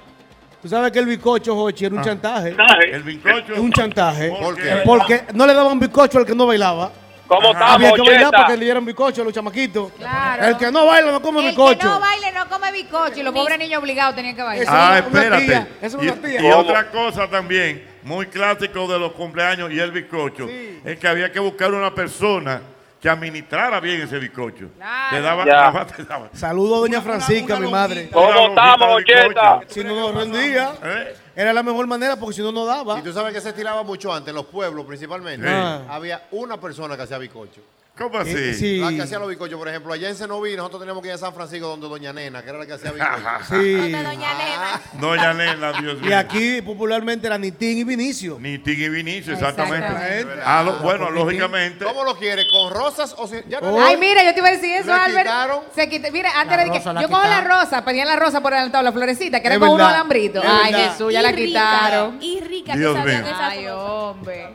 Speaker 8: Tú sabes que el bizcocho, Jochi, era un chantaje.
Speaker 3: El bizcocho.
Speaker 8: Es un chantaje.
Speaker 3: ¿Por
Speaker 4: qué?
Speaker 8: Porque no le daban bizcocho al que no bailaba.
Speaker 3: ¿Cómo
Speaker 8: Ajá. Había que
Speaker 3: estamos,
Speaker 8: bailar
Speaker 3: Cheta?
Speaker 8: para que le dieran bizcocho a los chamaquitos.
Speaker 5: Claro.
Speaker 8: El que no baila no come
Speaker 5: El
Speaker 8: bizcocho.
Speaker 5: que no baile no come bizcocho y los pobres niños obligados tenían que bailar.
Speaker 3: Ah,
Speaker 8: una
Speaker 3: espérate.
Speaker 8: tía, eso es
Speaker 3: Y-
Speaker 8: una tía.
Speaker 3: Y,
Speaker 8: ¿Cómo?
Speaker 3: otra cosa también, muy clásico de los cumpleaños y el bizcocho, es que había que buscar una persona que administrara bien ese bizcocho. Te daba,
Speaker 8: Ya.
Speaker 3: daba- te daba.
Speaker 8: Saludos a doña Francisca, mi madre.
Speaker 3: ¿Cómo estamos, Ocheta?
Speaker 8: Si no nos rendía, era la mejor manera porque si no, no daba.
Speaker 4: ¿Eh? Y tú sabes que se estilaba mucho antes, en los pueblos principalmente.
Speaker 8: Sí.
Speaker 4: Había una persona que hacía bicocho.
Speaker 3: ¿Cómo así? Eh,
Speaker 8: sí.
Speaker 4: La que hacía los bicochos, por ejemplo, allá en Cenoví, nosotros teníamos que ir a San Francisco donde Doña Nena, que era la que hacía Ah. bicocho.
Speaker 8: Sí.
Speaker 3: Doña Nena, Dios mío.
Speaker 8: Y aquí popularmente era Nitín y Vinicio.
Speaker 3: Nitín y Vinicio, exactamente.
Speaker 8: Exactamente.
Speaker 3: Ah, lo- bueno, lógicamente.
Speaker 4: ¿Cómo lo quiere? ¿Con rosas o sin? Ya no-
Speaker 5: Ay, mira, yo te iba a decir eso,
Speaker 4: Le
Speaker 5: Albert.
Speaker 4: quitaron.
Speaker 5: Se quita- mira, antes
Speaker 4: La
Speaker 5: de que
Speaker 4: rosa, la
Speaker 5: yo cojo la
Speaker 4: quitaron.
Speaker 5: rosa, pedían la rosa por adelantado, la florecita, que era
Speaker 4: Es
Speaker 5: con unos
Speaker 4: verdad,
Speaker 5: alambritos.
Speaker 4: es
Speaker 5: Ay,
Speaker 4: verdad.
Speaker 5: Jesús, ya la
Speaker 7: Y rica,
Speaker 5: quitaron.
Speaker 7: Y rica
Speaker 3: Dios
Speaker 7: que sabían
Speaker 3: mío.
Speaker 7: esas
Speaker 5: Ay,
Speaker 7: cosas.
Speaker 5: hombre.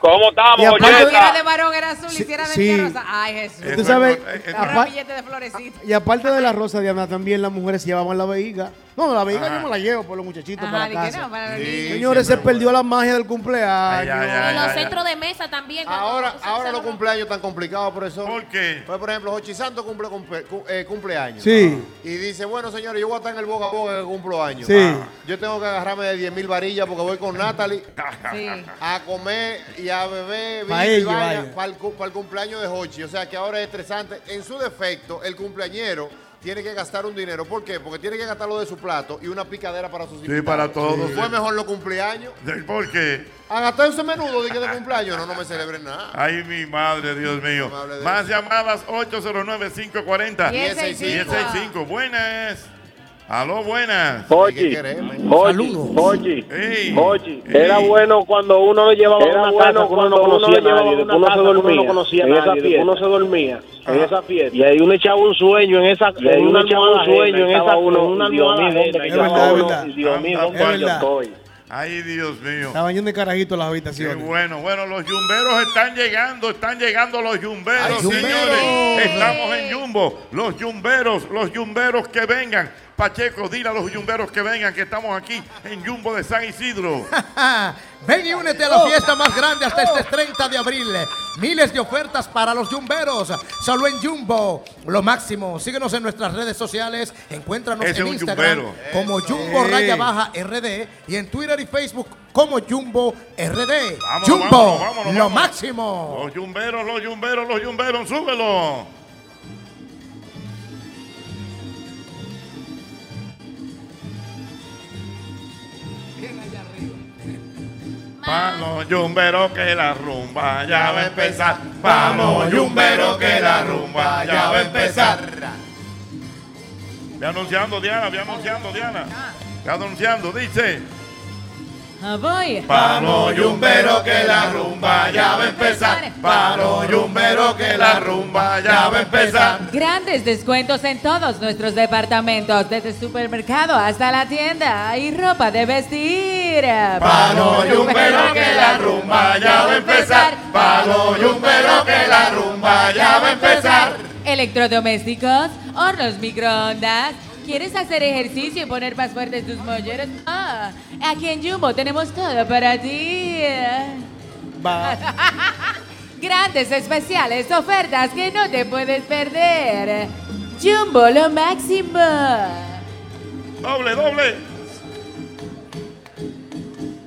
Speaker 10: ¿Cómo
Speaker 8: Y
Speaker 10: estamos,
Speaker 8: aparte-
Speaker 5: Si era
Speaker 10: Ocheta?
Speaker 5: de varón era azul, y si era de
Speaker 8: sí.
Speaker 5: niña rosa. Ay, Jesús.
Speaker 8: Tú sabes,
Speaker 5: Era un
Speaker 8: apa-
Speaker 5: billete de florecita.
Speaker 8: y aparte de la rosa, Diana, también las mujeres se llevaban la vejiga. No, la vejiga
Speaker 3: Ajá.
Speaker 8: yo me la llevo por los muchachitos
Speaker 5: Ajá,
Speaker 8: para
Speaker 5: di
Speaker 8: la
Speaker 5: que
Speaker 8: casa.
Speaker 5: no, para los
Speaker 4: Sí,
Speaker 5: niños.
Speaker 8: Señores, se perdió la magia del cumpleaños.
Speaker 3: Ay, ay, ay,
Speaker 7: Y los
Speaker 3: ay, ay.
Speaker 7: centros de mesa también. cuando
Speaker 4: Ahora,
Speaker 7: nosotros
Speaker 4: ahora los
Speaker 7: hacemos-
Speaker 4: cumpleaños están complicados, profesor.
Speaker 3: ¿Por qué?
Speaker 4: Pues, por ejemplo, Jochi Santo cumple, cumple- cu- eh, cumpleaños.
Speaker 8: Sí.
Speaker 4: Y dice, bueno, señores, yo voy a estar en el boca a boca que cumplo años.
Speaker 8: Sí.
Speaker 4: Yo tengo que agarrarme de 10 mil varillas porque voy con Natalie
Speaker 5: Sí.
Speaker 4: a comer y a beber
Speaker 8: Pa'
Speaker 4: vino y
Speaker 8: ello,
Speaker 4: vaina
Speaker 8: vaya.
Speaker 4: para el, cu- para el cumpleaños de Hochi. O sea que ahora es estresante. En su defecto, el cumpleañero tiene que gastar un dinero. ¿Por qué? Porque tiene que gastarlo de su plato y una picadera para sus invitados.
Speaker 3: para todos,
Speaker 4: Fue
Speaker 3: sí.
Speaker 4: mejor los cumpleaños.
Speaker 3: ¿Por qué?
Speaker 4: A gastar ese menudo de que de cumpleaños no, no me celebren nada.
Speaker 3: Ay, mi madre, Dios mío.
Speaker 4: No me hable de
Speaker 3: Más llamadas 809-540-1065. Buenas. Aló, buenas.
Speaker 10: Oye, oye, oye, oye, era bueno cuando uno lo llevaba
Speaker 3: Era
Speaker 10: a una
Speaker 3: bueno
Speaker 10: casa, que uno no
Speaker 3: cuando uno
Speaker 10: conocía a
Speaker 3: lo llevaba
Speaker 10: nadie,
Speaker 3: a
Speaker 10: después
Speaker 3: una
Speaker 10: uno se
Speaker 3: casa, que uno no
Speaker 10: dormía,
Speaker 3: conocía a
Speaker 10: en esa
Speaker 3: nadie, después
Speaker 10: fiesta,
Speaker 3: uno
Speaker 10: uno se dormía, en
Speaker 3: Ajá.
Speaker 10: esa fiesta,
Speaker 3: Y ahí uno
Speaker 10: echaba un sueño en esa,
Speaker 3: y ahí uno echaba un sueño en esa-
Speaker 10: uno,
Speaker 3: en una
Speaker 10: Dios
Speaker 3: almohada
Speaker 10: mío, ¿dónde
Speaker 3: ajena,
Speaker 10: que
Speaker 3: es
Speaker 10: yo
Speaker 3: verdad,
Speaker 10: estoy?
Speaker 3: es verdad.
Speaker 10: Dios mío,
Speaker 3: Ah,
Speaker 10: ¿dónde que yo
Speaker 3: verdad.
Speaker 10: estoy?
Speaker 3: Ay, Dios mío.
Speaker 8: Estaba lleno de carajitos las habitaciones.
Speaker 3: Qué bueno, bueno, los yumberos están llegando, están llegando los yumberos, señores. Estamos en Yumbo, los yumberos, los yumberos que vengan. Pacheco, dile a los yumberos que vengan que estamos aquí en Yumbo de San Isidro.
Speaker 6: Ven y únete a la
Speaker 3: Oh.
Speaker 6: fiesta más grande hasta este 30 de abril. Miles de ofertas para los jumberos. Solo en Jumbo. Lo máximo. Síguenos en nuestras redes sociales. Encuéntranos
Speaker 3: Ese es
Speaker 6: en
Speaker 3: un
Speaker 6: Instagram
Speaker 3: yumbero.
Speaker 6: como
Speaker 3: Eso.
Speaker 6: Jumbo
Speaker 3: Sí.
Speaker 6: Raya Baja RD y en Twitter y Facebook como Jumbo RD.
Speaker 3: Vámonos,
Speaker 6: Jumbo,
Speaker 3: vámonos, vámonos,
Speaker 6: lo
Speaker 3: vámonos.
Speaker 6: máximo.
Speaker 3: Los yumberos, los yumberos, los yumberos, súbelo. Pa' los yumberos que la rumba ya va a empezar. Pa' los yumberos que la rumba ya va a empezar. Ve anunciando, Diana, ve anunciando, Diana. Ve anunciando, dice. Ah,
Speaker 13: Voy.
Speaker 3: Pa' los yumberos que la rumba ya va a empezar. Pa' los yumberos que la rumba ya va a empezar.
Speaker 13: Grandes descuentos en todos nuestros departamentos, desde el supermercado hasta la tienda y ropa de vestir.
Speaker 3: Pa' los yumberos que la rumba ya va a empezar. Pa' los yumberos que la rumba ya va a empezar.
Speaker 13: Electrodomésticos, hornos microondas. ¿Quieres hacer ejercicio y poner más fuertes tus molleros? Ah, aquí en Jumbo tenemos todo para ti. Grandes especiales, ofertas que no te puedes perder. Jumbo, lo máximo.
Speaker 3: Doble, doble.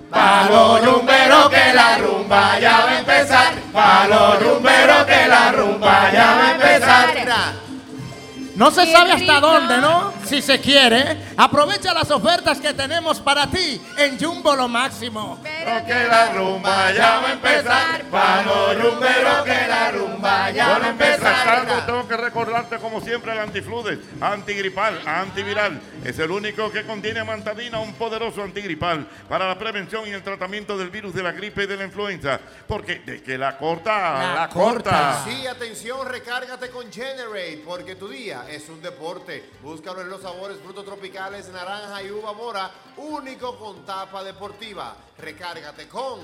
Speaker 14: Pa' los rumberos que la rumba ya va a empezar. Pa' los rumberos que la rumba ya va a empezar.
Speaker 6: No se
Speaker 14: Qué
Speaker 6: sabe
Speaker 14: rico.
Speaker 6: hasta dónde, ¿no? Si se quiere, aprovecha las ofertas que tenemos para ti en Jumbo lo máximo.
Speaker 3: Pero que la rumba ya va a empezar. Pa' los yumberos que la rumba ya va a empezar. tengo que recordarte como siempre el antifludes, antigripal, antiviral. Es el único que contiene mantadina, un poderoso antigripal para la prevención y el tratamiento del virus de la gripe y de la influenza. Porque de que la corta, la, corta.
Speaker 4: Sí, atención, recárgate con Generate, porque tu día es un deporte. Búscalo en los sabores frutos tropicales, naranja y uva mora, único con tapa deportiva. Recárgate con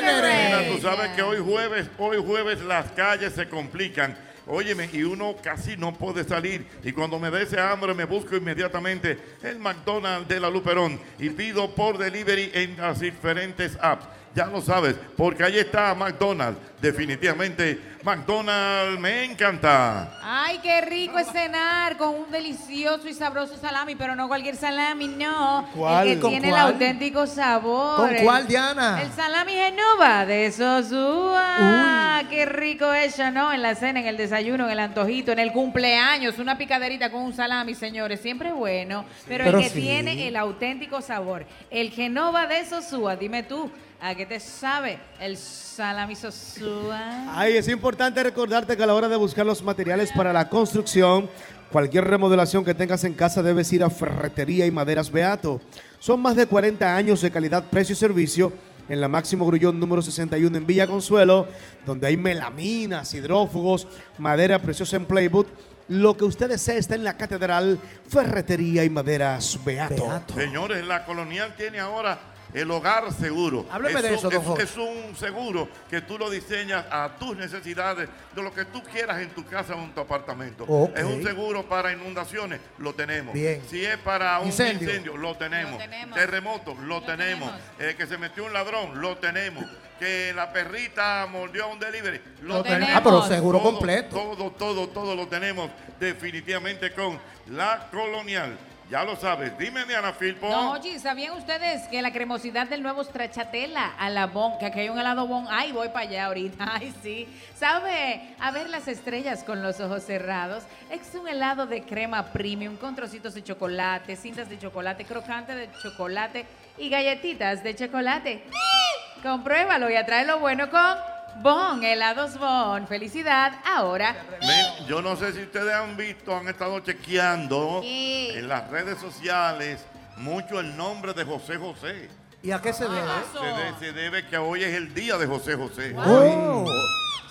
Speaker 3: Mira, tú sabes que hoy jueves, hoy jueves las calles se complican. Óyeme, y uno casi no puede salir. Y cuando me dé ese hambre, me busco inmediatamente el McDonald's de la Luperón y pido por delivery en las diferentes apps. Ya lo sabes, porque ahí está McDonald's. Definitivamente, McDonald's me encanta.
Speaker 5: Ay, qué rico es cenar con un delicioso y sabroso salami, pero no cualquier salami, no.
Speaker 6: ¿Cuál?
Speaker 5: El que
Speaker 6: ¿Con
Speaker 5: tiene
Speaker 6: cuál?
Speaker 5: el auténtico sabor.
Speaker 6: ¿Con
Speaker 5: El-
Speaker 6: cuál, Diana?
Speaker 5: El salami Genova de Sosúa. Qué rico eso, ¿no? En la cena, en el desayuno, en el antojito, en el cumpleaños, una picaderita con un salami, señores, siempre es bueno. Pero,
Speaker 13: Pero
Speaker 5: el que
Speaker 13: sí.
Speaker 5: tiene el auténtico sabor, el Genova de Sosúa, dime tú, ¿a qué te sabe el salami Sosúa?
Speaker 8: Ay, es importante recordarte que a la hora de buscar los materiales para la construcción, cualquier remodelación que tengas en casa debes ir a Ferretería y Maderas Beato. Son más de 40 años de calidad, precio y servicio en la Máximo Grullón número 61 en Villa Consuelo, donde hay melaminas, hidrófugos, madera preciosa en Playbook. Lo que usted desee está en la Catedral Ferretería y Maderas Beato.
Speaker 3: Señores, la colonial tiene ahora el hogar seguro.
Speaker 8: Hábleme
Speaker 3: es
Speaker 8: de
Speaker 3: un-
Speaker 8: eso, don
Speaker 3: es-
Speaker 8: Jorge.
Speaker 3: es un seguro que tú lo diseñas a tus necesidades, de lo que tú quieras en tu casa o en tu apartamento.
Speaker 8: Ok.
Speaker 3: Es un seguro para inundaciones, lo tenemos.
Speaker 8: Bien.
Speaker 3: Si es para un
Speaker 8: Incendio.
Speaker 3: incendio, lo, tenemos. Terremoto, lo, tenemos. Eh, que se metió un ladrón, lo tenemos. Que la perrita mordió a un delivery, lo,
Speaker 6: Lo tenemos. Ah,
Speaker 3: tenemos.
Speaker 6: pero seguro
Speaker 3: Todo,
Speaker 6: completo.
Speaker 3: Todo, todo, todo lo tenemos definitivamente con la colonial. Ya lo sabes. Dime, Diana Filpo.
Speaker 5: No, oye, ¿sabían ustedes que la cremosidad del nuevo strachatela a la bon, que aquí hay un helado bon, ay, voy para allá ahorita, ay, sí, sabe a ver las estrellas con los ojos cerrados, es un helado de crema premium con trocitos de chocolate, cintas de chocolate, crocante de chocolate y galletitas de chocolate. ¡Sí! Compruébalo y atrae lo bueno con Bon, helados Bon. Felicidad. Ahora,
Speaker 3: Me- yo no sé si ustedes han visto, han estado chequeando
Speaker 5: Sí.
Speaker 3: en las redes sociales mucho el nombre de José José.
Speaker 6: ¿Y a qué se debe?
Speaker 3: Se, de- se debe que hoy es el día de José José.
Speaker 6: Wow.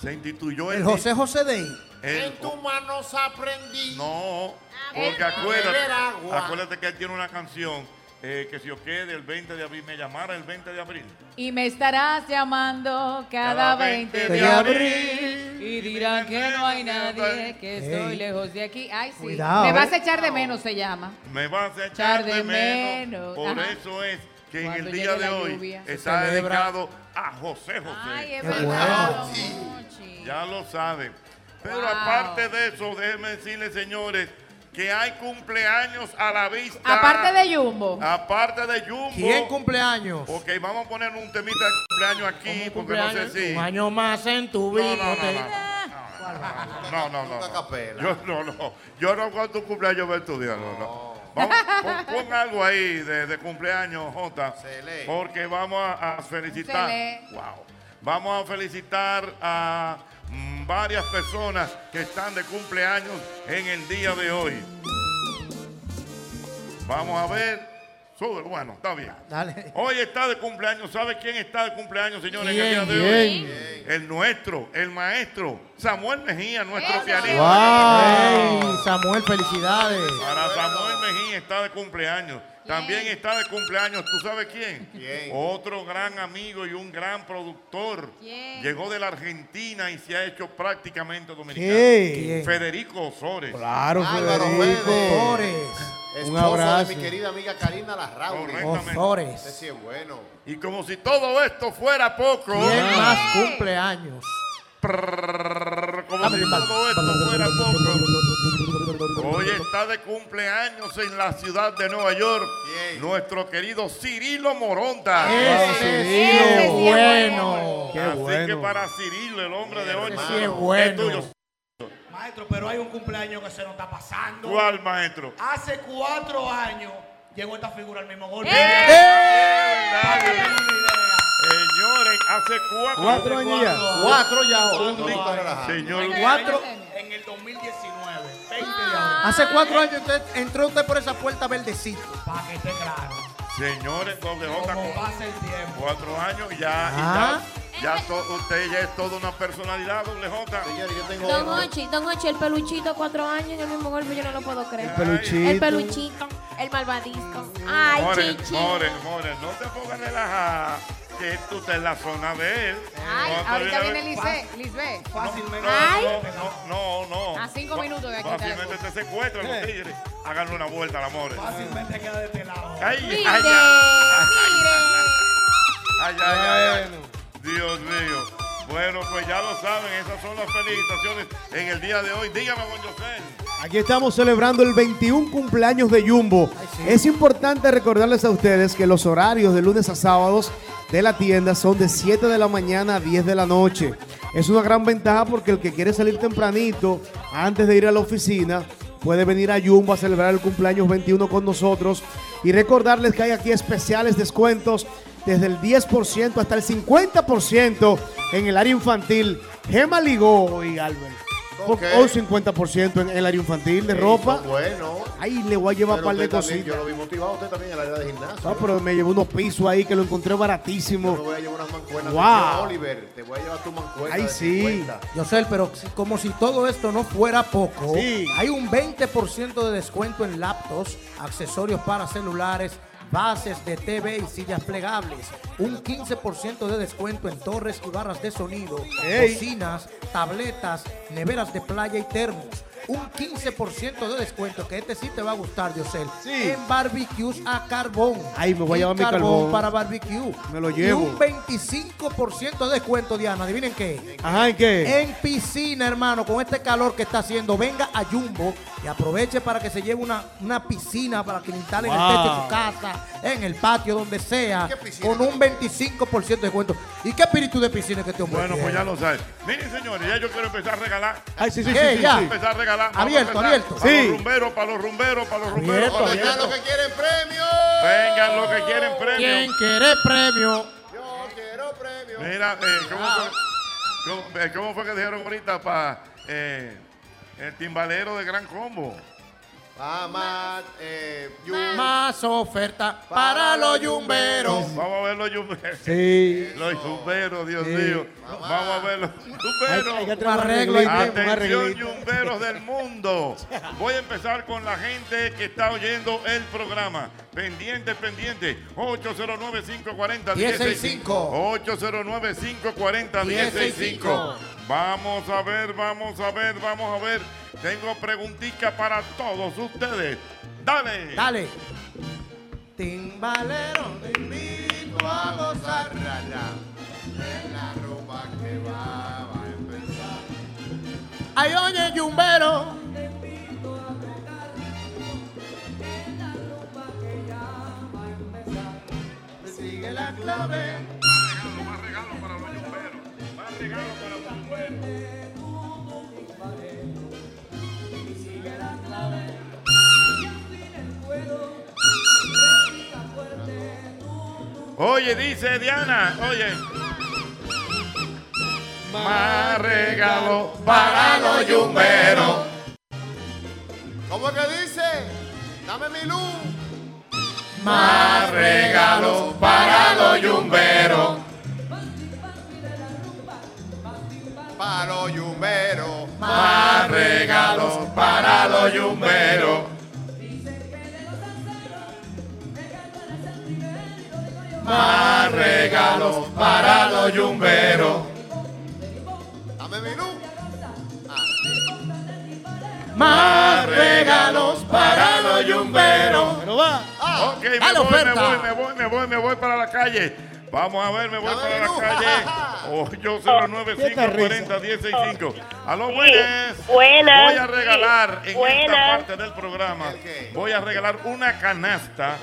Speaker 3: Se instituyó el,
Speaker 6: Oh. El José José de ahí.
Speaker 3: el-
Speaker 14: tu mano aprendí.
Speaker 3: No,
Speaker 14: bueno.
Speaker 3: porque
Speaker 14: Beber
Speaker 3: acuérdate,
Speaker 14: agua.
Speaker 3: acuérdate que él tiene una canción eh, que si yo quede el 20 de abril, me llamara el 20 de abril.
Speaker 13: Y me estarás llamando cada 20 de
Speaker 3: de
Speaker 13: abril. Y dirán que no hay nadie, que estoy
Speaker 3: Ey.
Speaker 13: lejos de aquí. Ay, sí.
Speaker 3: Cuidado,
Speaker 13: me
Speaker 3: eh.
Speaker 13: vas a echar de menos, se llama.
Speaker 3: Me vas a echar
Speaker 13: Echar
Speaker 3: de
Speaker 13: de menos.
Speaker 3: menos. Por
Speaker 13: Ajá.
Speaker 3: eso es que en
Speaker 13: Cuando
Speaker 3: el día
Speaker 13: llegue
Speaker 3: de
Speaker 13: la
Speaker 3: hoy
Speaker 13: lluvia. Se
Speaker 3: está
Speaker 6: celebra.
Speaker 3: dedicado a José José.
Speaker 13: Ay, es
Speaker 3: Qué
Speaker 13: verdad,
Speaker 3: bueno. Ya lo saben. Pero
Speaker 13: Wow.
Speaker 3: aparte de eso, déjenme decirles, señores, que hay cumpleaños a la vista.
Speaker 13: Aparte de Jumbo.
Speaker 3: Aparte de Jumbo.
Speaker 13: ¿Quién
Speaker 6: cumpleaños?
Speaker 3: Ok, vamos a poner un temita de cumpleaños aquí, porque no sé si.
Speaker 14: Un año más en tu
Speaker 3: No, no,
Speaker 14: vida.
Speaker 3: no, No, no, no. no. Yo no, no. Yo no cuando tu cumpleaños voy a estudiar, no, no. Vamos, pon, pon algo ahí de, de cumpleaños, Jota.
Speaker 14: Cele.
Speaker 3: Porque vamos a, a felicitar.
Speaker 14: Cele.
Speaker 3: Wow. Vamos a felicitar a mm, varias personas que están de cumpleaños en el día de hoy. Vamos a ver. Sube, bueno, está bien.
Speaker 6: Dale.
Speaker 3: Hoy está de cumpleaños. ¿Sabe quién está de cumpleaños, señores? en
Speaker 14: ¿Quién?
Speaker 3: el día de
Speaker 14: ¿Quién?
Speaker 3: hoy. El nuestro, el maestro, Samuel Mejía, nuestro pianista.
Speaker 6: Wow. Samuel, felicidades.
Speaker 3: Para Samuel Mejía está de cumpleaños. También está de cumpleaños, ¿tú sabes quién? Otro gran amigo y un gran productor. Llegó de la Argentina y se ha hecho prácticamente dominicano.
Speaker 8: ¿Quién?
Speaker 3: Federico Osores.
Speaker 8: Claro,
Speaker 4: Álvaro
Speaker 8: Federico.
Speaker 4: Vélez.
Speaker 8: Un
Speaker 4: Esposo
Speaker 8: abrazo.
Speaker 4: de mi querida amiga Karina Larrauri.
Speaker 8: Correctamente. Ozores.
Speaker 4: Ese sí es bueno.
Speaker 3: Y como si todo esto fuera poco.
Speaker 6: ¿Quién más cumpleaños?
Speaker 3: Como si todo esto fuera poco. Hoy está de cumpleaños en la ciudad de Nueva York nuestro querido Cirilo Moronta.
Speaker 14: Ese Ese Cirilo, sí es bueno.
Speaker 3: Qué
Speaker 14: Qué
Speaker 3: Así que
Speaker 14: bueno.
Speaker 3: para Cirilo, el hombre de hoy,
Speaker 14: sí es
Speaker 3: hermano,
Speaker 14: bueno.
Speaker 3: tuyo.
Speaker 11: Maestro, pero hay un cumpleaños que se nos está pasando.
Speaker 3: ¿Cuál, maestro?
Speaker 11: Hace cuatro años llegó esta figura al mismo golpe.
Speaker 3: ¡Eh! Señores, hace cuatro,
Speaker 14: Cuatro años ya.
Speaker 6: Cuatro ya.
Speaker 3: Un día- Señor,
Speaker 6: Cuatro. Ah.
Speaker 11: En el 2019, 20 de
Speaker 6: Hace cuatro años usted entró usted por esa puerta verdecita.
Speaker 11: Para que esté claro.
Speaker 3: Señores, doble J
Speaker 11: Como
Speaker 3: con
Speaker 11: pasa el tiempo.
Speaker 3: cuatro años ya, y
Speaker 6: Ah.
Speaker 3: ya, ya to- usted ya es toda una personalidad, doble J. Señores, yo tengo
Speaker 7: Don Hochi, Don Hochi, el peluchito, cuatro años en el mismo golpe, yo no lo puedo creer.
Speaker 3: El peluchito.
Speaker 7: El peluchito, el malvadisco. Ay,
Speaker 3: More,
Speaker 7: chichi.
Speaker 3: more, more, no te pongas relajada, que tú estás en la zona de él.
Speaker 5: ay,
Speaker 3: Cuando
Speaker 5: ahorita
Speaker 3: viene-
Speaker 5: viene Lisbeth. Lisbeth.
Speaker 11: Fácilmente.
Speaker 5: Ay,
Speaker 3: No, no.
Speaker 5: A cinco minutos de aquí,
Speaker 3: Fácilmente te secuestran los tigres. Háganle una vuelta al amor.
Speaker 11: Fácilmente queda de este lado.
Speaker 3: Ay, ay,
Speaker 14: Mire,
Speaker 3: ay, ay, ay, ay, ay. Dios mío. Bueno, pues ya lo saben, esas son las felicitaciones en el día de hoy. Dígame, Juan José.
Speaker 8: Aquí estamos celebrando el 21 cumpleaños de Jumbo. Es importante recordarles a ustedes que los horarios de lunes a sábados de la tienda son de 7 de la mañana a 10 de la noche. Es una gran ventaja porque el que quiere salir tempranito, antes de ir a la oficina, puede venir a Jumbo a celebrar el cumpleaños 21 con nosotros. Y recordarles que hay aquí especiales descuentos desde el 10% hasta el 50% en el área infantil. Gema Ligó y Albert.
Speaker 4: Ok.
Speaker 8: O un 50% en el área infantil de
Speaker 4: Sí,
Speaker 8: ropa.
Speaker 4: son buenos.
Speaker 8: Ahí le voy a llevar
Speaker 4: Pero
Speaker 8: par de
Speaker 4: usted también, Yo lo
Speaker 8: cositas.
Speaker 4: vi motivado usted también en la área de gimnasio.
Speaker 8: Ah, pero me llevó unos pisos ahí que lo encontré
Speaker 4: Yo me
Speaker 8: baratísimo.
Speaker 4: voy a llevar unas mancuernas.
Speaker 8: Wow.
Speaker 4: de Oliver, te voy a llevar tu mancuerna.
Speaker 8: Ay,
Speaker 4: de
Speaker 8: sí.
Speaker 4: 50.
Speaker 6: Yo sé, pero si- como si todo esto no fuera poco,
Speaker 8: Sí.
Speaker 6: hay un 20% de descuento en laptops, accesorios para celulares, bases de TV y sillas plegables, un 15% de descuento en torres y barras de sonido,
Speaker 8: Ey.
Speaker 6: cocinas, tabletas, neveras de playa y termos. Un 15% de descuento, que este sí te va a gustar, Yosel. En barbecues a carbón.
Speaker 8: Ay, me voy a
Speaker 6: Y
Speaker 8: llevar mi carbón.
Speaker 6: para barbecue.
Speaker 8: Me lo
Speaker 6: Y
Speaker 8: llevo.
Speaker 6: un 25% de descuento, Diana. Adivinen qué.
Speaker 8: Ajá, ¿en qué?
Speaker 6: En piscina, hermano, con este calor que está haciendo, venga a Jumbo y aproveche para que se lleve una, una piscina para que le instalen en el
Speaker 8: Wow.
Speaker 6: techo de su casa, en el patio, donde sea, con un 25% de descuento. ¿Y qué espíritu de piscina es que te hombre
Speaker 3: Bueno, pues
Speaker 6: tiene?
Speaker 3: ya lo sabes. Miren, señores, ya yo quiero empezar a regalar.
Speaker 8: Ay, sí, sí,
Speaker 6: ¿Qué? sí, sí, Ya. sí.
Speaker 3: Empezar a regalar. Vamos a
Speaker 6: Abierto,
Speaker 3: empezar.
Speaker 6: abierto.
Speaker 3: Para
Speaker 6: Sí.
Speaker 3: los rumberos, para los rumberos, para los rumberos.
Speaker 6: Abierto,
Speaker 3: Vengan
Speaker 6: abierto.
Speaker 3: los que quieren premio. Vengan los que quieren premio.
Speaker 6: quiere premio?
Speaker 3: Mira, eh, ¿cómo que- ¿Cómo, eh, cómo fue que dijeron ahorita para el timbalero de Gran Combo?
Speaker 4: Ah, más, eh,
Speaker 9: Más oferta para los yumberos.
Speaker 3: Vamos a ver los yumberos.
Speaker 9: Sí.
Speaker 3: Los yumberos, Dios
Speaker 9: Sí.
Speaker 3: mío. Vamos a ver los yumberos.
Speaker 9: Hay- hay que traer un arreglo ahí, un
Speaker 3: Atención,
Speaker 9: arreglito.
Speaker 3: yumberos del mundo. Voy a empezar con la gente que está oyendo el programa. Pendiente, pendiente. 809-540-165. 809-540-165. Vamos a ver, vamos a ver, vamos a ver. Tengo preguntica para todos ustedes. Dale.
Speaker 6: Dale.
Speaker 9: Timbalero, te invito a gozar. Ra, ra.
Speaker 14: En la rumba que va, va a empezar.
Speaker 9: Ay, oye, yumbero.
Speaker 14: Sigue la clave.
Speaker 3: Oye, dice Diana, oye.
Speaker 14: Más regalo para los yumberos.
Speaker 4: ¿Cómo que dice? Dame mi luz.
Speaker 14: Más regalo para los yumberos.
Speaker 4: Para los yumberos.
Speaker 14: Más regalos para los yumberos. Más regalos para los yumberos. Más regalos para los yumberos.
Speaker 3: Ok, me
Speaker 14: a la
Speaker 3: voy, me
Speaker 14: oferta.
Speaker 3: voy, me voy, me voy, me voy para la calle. Vamos a ver, me voy para la calle. Oh, 809 540 165 Aló, buenas.
Speaker 14: buenas.
Speaker 3: Voy a regalar en esta
Speaker 14: Buenas.
Speaker 3: parte del programa. Voy a regalar una canasta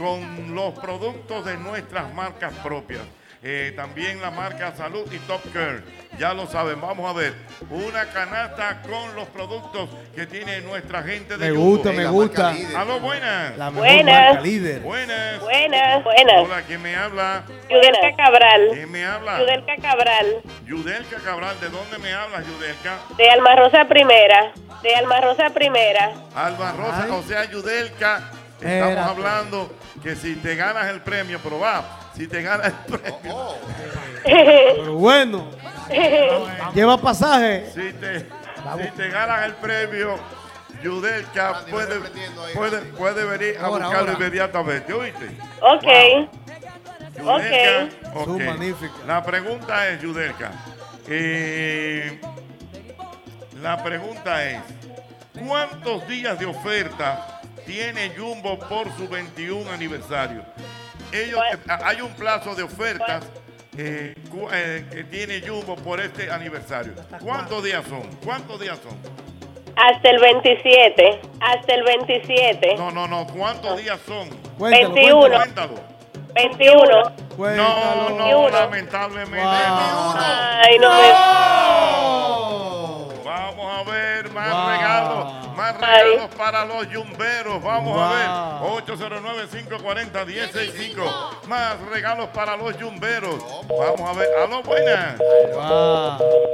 Speaker 3: con los productos de nuestras marcas propias. Eh, también la marca Salud y Top Care. Ya lo saben, vamos a ver. Una canasta con los productos que tiene nuestra gente de
Speaker 8: Me
Speaker 3: Jumbo.
Speaker 8: gusta, me gusta.
Speaker 3: Aló, buenas.
Speaker 8: La mejor Buenas. marca líder.
Speaker 3: Buenas.
Speaker 12: Buenas, buenas.
Speaker 3: Hola, ¿quién me habla?
Speaker 12: Yudelka Cabral.
Speaker 3: ¿Quién me habla?
Speaker 12: Yudelka Cabral,
Speaker 3: Yudelka Cabral, ¿de dónde me hablas, Yudelka?
Speaker 12: de Alma Rosa Primera, de Alma Rosa Primera.
Speaker 3: Alba Rosa, o sea, Yudelka, estamos
Speaker 12: Espérate.
Speaker 3: hablando que si te ganas el premio, pero va, si te ganas el premio.
Speaker 8: Pero bueno, lleva pasaje.
Speaker 3: Si te, si te ganas el premio, Yudelka puede, puede, puede venir a
Speaker 8: Ahora,
Speaker 3: buscarlo
Speaker 8: ahora.
Speaker 3: inmediatamente, ¿oíste?
Speaker 12: Ok.
Speaker 3: Wow. Yudelka,
Speaker 8: Son
Speaker 3: ok.
Speaker 8: magníficas.
Speaker 3: La pregunta es, Yudelka, eh, la pregunta es, ¿cuántos días de oferta tiene Jumbo por su 21 aniversario? Ellos, eh, hay un plazo de ofertas eh, cu- eh, que tiene Jumbo por este aniversario. ¿Cuántos días son? ¿Cuántos días son?
Speaker 12: Hasta el 27, hasta el 27.
Speaker 3: No, no, no, ¿cuántos días son?
Speaker 12: Cuéntalo, 21.
Speaker 3: Cuéntalo.
Speaker 12: 21.
Speaker 3: No, no,
Speaker 12: 21.
Speaker 3: lamentablemente.
Speaker 12: Ay, no
Speaker 3: ¡No! Vamos a ver más regalos, más regalos para los yumberos. Vamos a ver. 809-540-165. Más regalos para los yumberos. Vamos a ver. Aló, buenas.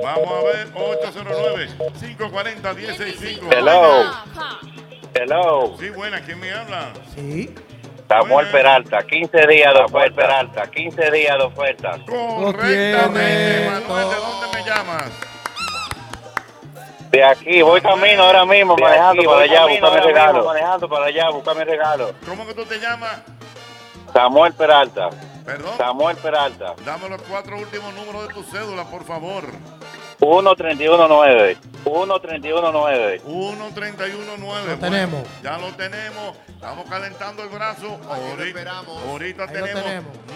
Speaker 3: Vamos a ver. 809-540-165.
Speaker 15: Hello. Hello.
Speaker 3: Sí, buenas. ¿Quién me habla?
Speaker 15: Sí. Samuel Peralta, 15 días de oferta. Peralta, 15 días de oferta.
Speaker 3: Correctamente, Manuel. ¿De dónde me llamas?
Speaker 15: De aquí, voy camino ahora mismo,
Speaker 3: De
Speaker 15: manejando
Speaker 3: aquí,
Speaker 15: para
Speaker 3: voy
Speaker 15: allá, buscar
Speaker 3: camino
Speaker 15: mi
Speaker 3: ahora mismo,
Speaker 15: regalo. Manejando para allá, buscar mi regalo.
Speaker 3: ¿Cómo que tú te llamas?
Speaker 15: Samuel Peralta.
Speaker 3: Perdón.
Speaker 15: Samuel Peralta.
Speaker 3: Dame los cuatro últimos números de tu cédula, por favor.
Speaker 15: 1319. 1319.
Speaker 3: 1319. Lo
Speaker 15: tenemos.
Speaker 3: Ya lo tenemos. Estamos calentando el brazo. Ahorita, ahorita
Speaker 15: lo
Speaker 3: tenemos,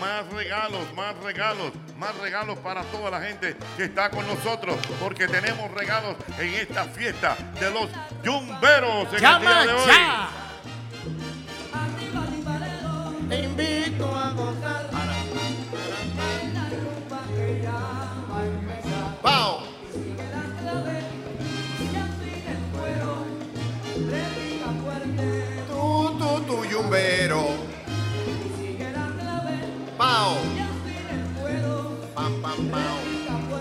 Speaker 3: más regalos, más regalos, más regalos para toda la gente que está con nosotros. Porque tenemos regalos en esta fiesta de los yumberos en el
Speaker 14: Llama
Speaker 3: día de hoy.
Speaker 14: ya. Te invito a gozar.
Speaker 4: ¡Pau! Tú, tú, tú, yumbero. ¡Pau! ¡Pam, pam, pau!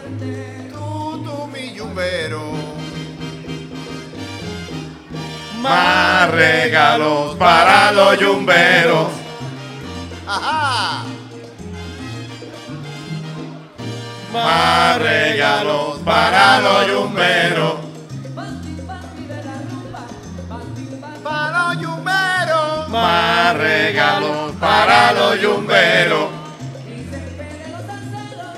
Speaker 4: Tú,
Speaker 9: rumbero.
Speaker 14: Más regalos para los yumberos.
Speaker 4: Ajá.
Speaker 14: Más regalos para los yumberos.
Speaker 9: Para los yumberos.
Speaker 14: Más regalos para los yumberos.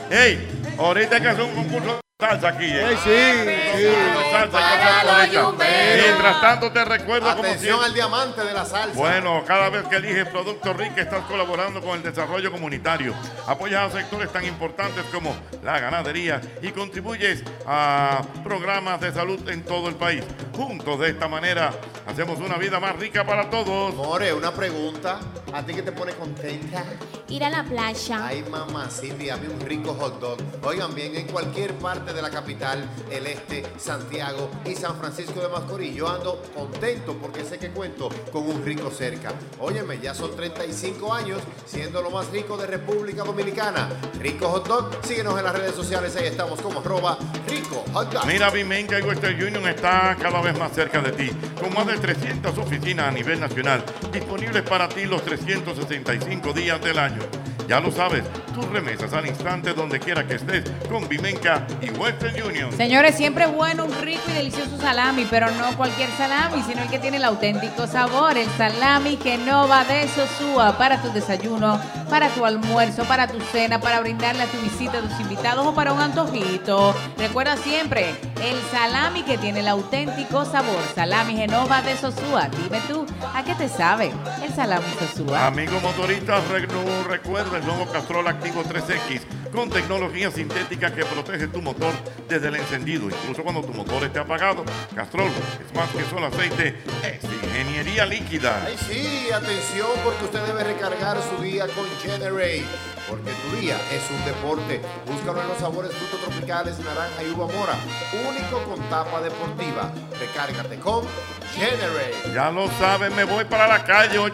Speaker 3: Hey, ahorita hay que hacer un concurso de salsa aquí. ¿eh?
Speaker 14: Ay, sí, sí.
Speaker 3: De salsa, ya
Speaker 14: Para
Speaker 3: está
Speaker 14: los
Speaker 3: por hecha.
Speaker 14: yumberos.
Speaker 3: Mientras tanto, te recuerdo como
Speaker 4: Atención
Speaker 3: siempre-
Speaker 4: al diamante de la salsa.
Speaker 3: Bueno, cada vez que eliges Producto Rica estás colaborando con el desarrollo comunitario. Apoyas a sectores tan importantes como la ganadería y contribuyes a programas de salud en todo el país. Juntos de esta manera hacemos una vida más rica para todos.
Speaker 4: More, una pregunta. ¿A ti que te pone contenta?
Speaker 7: Ir a la playa.
Speaker 4: Ay, mamacita, y a mí un rico hot dog. Oigan bien, en cualquier parte de la capital, el este, Santiago y San Francisco de Macorís, yo ando contento porque sé que cuento con un rico cerca. Óyeme, ya son 35 años siendo lo más rico de República Dominicana. Rico hot dog, síguenos en las redes sociales, ahí estamos como arroba rico hot dog.
Speaker 3: Mira, Vimenca y Western Union está cada vez más cerca de ti, con más de 300 oficinas a nivel nacional, disponibles para ti los 365 días del año. Ya lo sabes, tus remesas al instante donde quiera que estés con Vimenca y Western Union.
Speaker 5: Señores, siempre es bueno un rico y delicioso salami, pero no cualquier salami, sino el que tiene el auténtico sabor, el salami que no va de Sosúa para tu desayuno, para tu almuerzo, para tu cena, para brindarle a tu visita, a tus invitados o para un antojito. Recuerda siempre, el salami que tiene el auténtico sabor, salami Genova de Sosúa. Dime tú, ¿a qué te sabe el salami Sosúa?
Speaker 3: Amigos motoristas, re- no recuerda el nuevo Castrol Activo 3X con tecnología sintética que protege tu motor desde el encendido, incluso cuando tu motor esté apagado. Castrol es más que solo aceite, es ingeniería líquida.
Speaker 4: Ay, sí, atención, porque usted debe recargar su día con Generate. Porque tu día es un deporte. Búscalo en los sabores frutos tropicales, naranja y uva mora. Único con tapa deportiva. Recárgate con Generate.
Speaker 3: Ya lo saben, me voy para la calle 809-540-1065.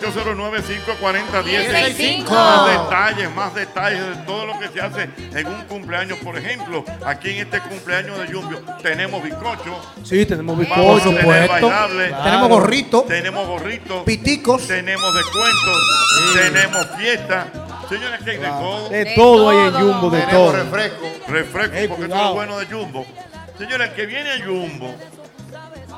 Speaker 4: 1065.
Speaker 3: Más detalles, más detalles de todo lo que se hace en un cumpleaños. Por ejemplo, aquí en este cumpleaños de Yumbio tenemos bizcocho.
Speaker 8: Sí, tenemos
Speaker 3: Vamos a
Speaker 8: bizcocho,
Speaker 3: tener
Speaker 8: puesto.
Speaker 3: bailable.
Speaker 8: Tenemos gorrito.
Speaker 3: Tenemos gorrito. Piticos. Tenemos descuentos. Tenemos fiesta. Señores, que hay de todo.
Speaker 8: De todo hay en Jumbo, de
Speaker 3: Tenemos
Speaker 8: todo. eh,
Speaker 3: refresco. Refresco, porque eso es lo bueno de Jumbo. Señores, el que viene a Jumbo,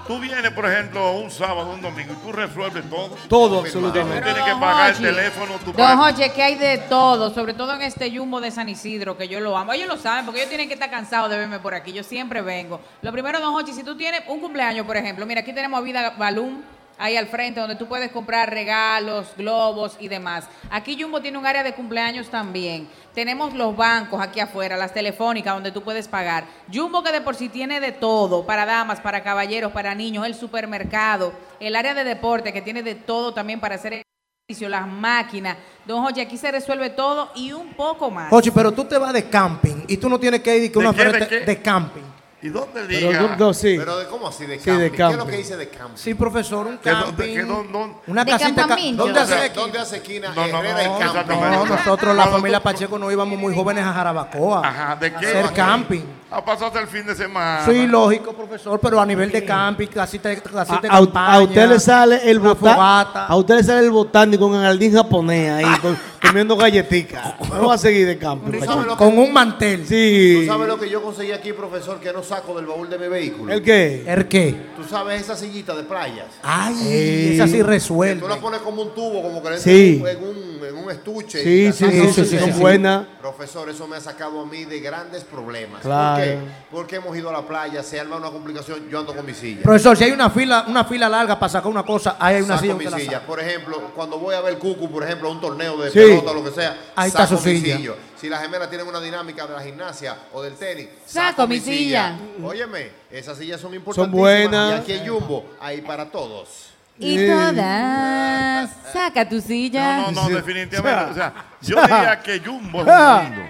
Speaker 3: tú vienes, por ejemplo, un sábado, un domingo, y tú resuelves todo.
Speaker 8: Todo,
Speaker 3: Confirmado.
Speaker 8: absolutamente.
Speaker 3: Tú tienes
Speaker 5: Pero,
Speaker 3: que pagar el
Speaker 5: Jochi,
Speaker 3: teléfono, tú
Speaker 5: Don
Speaker 3: pagas.
Speaker 5: Jorge, que hay de todo, sobre todo en este jumbo de San Isidro, que yo lo amo. Ellos lo saben, porque ellos tienen que estar cansados de verme por aquí. Yo siempre vengo. Lo primero, Don Jorge, si tú tienes un cumpleaños, por ejemplo, mira, aquí tenemos a Vida Balloon, ahí al frente, donde tú puedes comprar regalos, globos y demás. Aquí Jumbo tiene un área de cumpleaños también. Tenemos los bancos aquí afuera, las telefónicas, donde tú puedes pagar. Jumbo que de por sí tiene de todo, para damas, para caballeros, para niños, el supermercado, el área de deporte, que tiene de todo también para hacer ejercicio, las máquinas. Don Jorge, aquí se resuelve todo y un poco más.
Speaker 6: Ochi, pero tú te vas de camping y tú no tienes que ir que una
Speaker 5: qué, de
Speaker 6: oferta
Speaker 5: qué?
Speaker 6: de camping.
Speaker 3: ¿Y dónde
Speaker 6: Pero diga? no, sí.
Speaker 4: Pero de cómo así de
Speaker 6: Sí,
Speaker 4: camping.
Speaker 6: de
Speaker 4: ¿Qué es lo
Speaker 6: camping.
Speaker 4: que dice de camping?
Speaker 6: Sí, profesor, un
Speaker 4: ¿Qué dónde-
Speaker 6: camping.
Speaker 4: qué dónde- dónde?
Speaker 6: Una
Speaker 4: De
Speaker 6: casita. ca-
Speaker 4: campamento.
Speaker 6: ¿Dónde hace
Speaker 4: ¿Dónde-
Speaker 6: esquina?
Speaker 4: dónde hace esquina? Herrera y
Speaker 6: no,
Speaker 4: camping.
Speaker 6: no,
Speaker 4: Exactamente.
Speaker 6: nosotros, la
Speaker 4: Cuando
Speaker 6: familia Pacheco, nos íbamos muy jóvenes a Jarabacoa.
Speaker 3: Ajá, ¿de
Speaker 6: a
Speaker 3: qué?
Speaker 6: Hacer camping.
Speaker 3: A pasarte Ah, el fin de semana.
Speaker 6: Sí, lógico, profesor, pero a nivel de camping, casita, de- casita de
Speaker 8: A,
Speaker 6: campaña.
Speaker 8: a usted le sale el
Speaker 6: una
Speaker 8: botán-
Speaker 6: fogata. Ah.
Speaker 8: a usted le sale el botánico en el jardín japonés ahí con- comiendo galletitas. No va a seguir de campo.
Speaker 4: ¿Tú sabes
Speaker 8: Pacheco.
Speaker 4: lo que- Con un
Speaker 6: mantel.
Speaker 8: Sí.
Speaker 4: ¿Tú sabes lo que yo conseguí aquí, profesor, que no saco del baúl de mi vehículo?
Speaker 8: ¿El qué?
Speaker 6: ¿El qué?
Speaker 4: ¿Tú sabes esa sillita de playas?
Speaker 6: Ay, esa sí resuelve.
Speaker 4: Tú la pones como un tubo, como que le
Speaker 6: Sí.
Speaker 4: en, un, en un estuche.
Speaker 8: Sí,
Speaker 4: y la
Speaker 8: sí,
Speaker 4: sacas.
Speaker 8: sí, sí, sí, sí, sí. Buena.
Speaker 4: Profesor, eso me ha sacado a mí de grandes problemas.
Speaker 8: Claro.
Speaker 4: ¿Por qué? Porque hemos ido a la playa, se arma una complicación, yo ando con mi silla.
Speaker 6: Profesor, si hay una fila, una fila larga para sacar una cosa, ahí hay una
Speaker 4: Saco
Speaker 6: silla.
Speaker 4: mi
Speaker 6: usted la
Speaker 4: silla.
Speaker 3: pues.
Speaker 6: saca.
Speaker 4: Por ejemplo, cuando voy a ver Cucu, por ejemplo, un torneo de
Speaker 6: Sí.
Speaker 4: pelota o lo que sea,
Speaker 6: Ahí está
Speaker 4: saco
Speaker 6: su
Speaker 4: mi
Speaker 6: silla.
Speaker 4: silla. Si las gemelas tienen una dinámica de la gimnasia o del tenis,
Speaker 5: Saco mi silla.
Speaker 4: Óyeme, esas sillas son importantes.
Speaker 8: buenas.
Speaker 4: Y aquí en Jumbo hay para todos.
Speaker 13: Y todas. Saca tu silla.
Speaker 3: No, no, definitivamente. O sea, yo diría que Jumbo es un mundo.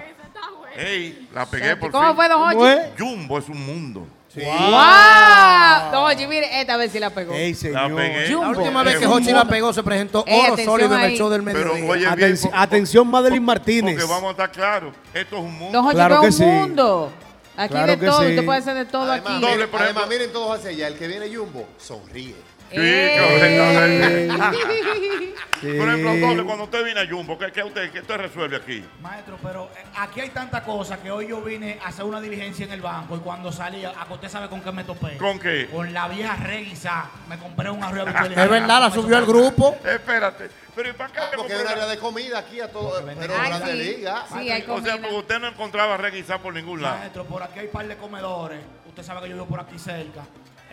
Speaker 3: Ey, la pegué por
Speaker 5: ¿Cómo
Speaker 3: fin.
Speaker 5: fue, don Hochi? ¿Cómo es?
Speaker 3: Jumbo es un mundo.
Speaker 6: Ah.
Speaker 5: ¡Wow! Don Jorge, mire, esta vez sí la pegó.
Speaker 3: La pegué.
Speaker 6: La última vez que Hochi la pegó se presentó
Speaker 5: Eh,
Speaker 6: oro
Speaker 5: atención
Speaker 6: sólido en el
Speaker 5: ahí.
Speaker 6: show del mediodía.
Speaker 3: Pero, oye, bien,
Speaker 8: Atenci- atención, Madeline Martínez.
Speaker 3: Porque vamos a estar claros, esto es un mundo.
Speaker 5: Don Jorge,
Speaker 8: Claro
Speaker 5: no
Speaker 8: que
Speaker 5: es
Speaker 8: sí.
Speaker 5: un mundo. Aquí
Speaker 8: Claro
Speaker 5: de
Speaker 8: que
Speaker 5: todo,
Speaker 8: sí.
Speaker 5: tú puedes hacer de todo
Speaker 4: Además,
Speaker 5: aquí.
Speaker 4: miren, además, miren todos hacia allá. El que viene Jumbo sonríe.
Speaker 3: Sí,
Speaker 5: Eh.
Speaker 3: correctamente.
Speaker 11: Sí.
Speaker 3: Por ejemplo, doble, cuando usted viene a Jumbo, ¿qué, qué usted, qué usted resuelve aquí?
Speaker 11: Maestro, pero eh, aquí hay tanta cosa que hoy yo vine a hacer una diligencia en el banco y cuando salí, a que usted sabe con qué me topé.
Speaker 3: ¿Con qué?
Speaker 11: Con la vieja reguisa. Me compré un arroyo habichuela.
Speaker 6: Es verdad, la subió al grupo.
Speaker 3: Espérate. Pero ¿y para qué
Speaker 4: Porque hay un área de comida aquí a todo. Pero
Speaker 11: Ay,
Speaker 4: grande
Speaker 11: sí.
Speaker 4: liga.
Speaker 11: Sí, hay
Speaker 3: O sea,
Speaker 11: comida.
Speaker 3: porque usted no encontraba reguisar por ningún lado.
Speaker 11: Maestro, por aquí hay par de comedores. Usted sabe que yo vivo por aquí cerca.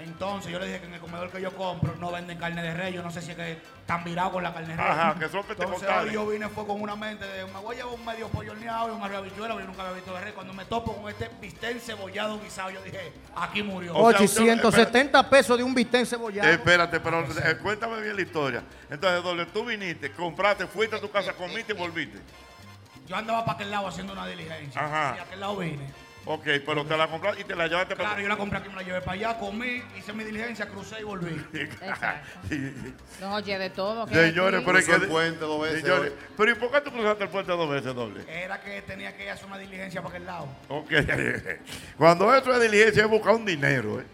Speaker 11: Entonces yo le dije que en el comedor que yo compro no venden carne de rey. Yo no sé si es que están virados con la carne de rey.
Speaker 3: Ajá, que son
Speaker 11: Entonces
Speaker 3: pentecostales.
Speaker 11: hoy yo vine fue con una mente de me voy a llevar un medio pollo horneado y una rabichuela, porque yo nunca había visto de rey. Cuando me topo con este bistec cebollado guisado, yo dije, aquí murió.
Speaker 3: O sea, usted-
Speaker 6: 870 pesos de un bistec cebollado.
Speaker 3: Espérate, pero eh, cuéntame bien la historia. Entonces, doble, tú viniste, compraste, fuiste a tu casa, comiste y volviste.
Speaker 11: Yo andaba para aquel lado haciendo una diligencia.
Speaker 3: Ajá.
Speaker 11: Y a aquel lado vine.
Speaker 3: Ok, pero te la compraste y te la llevaste para
Speaker 11: Claro, yo la compré aquí, me la llevé para allá, comí, hice mi diligencia, crucé y volví.
Speaker 5: No, oye, de todo. que
Speaker 3: Señores,
Speaker 5: aquí-
Speaker 3: pero es que.
Speaker 4: Cruzó el puente dos veces,
Speaker 3: Señores, pero ¿y por qué tú cruzaste el puente dos veces, doble?
Speaker 11: Era que tenía que ir a hacer una diligencia para aquel lado.
Speaker 3: Ok. Cuando eso es diligencia, es buscar un dinero, ¿eh?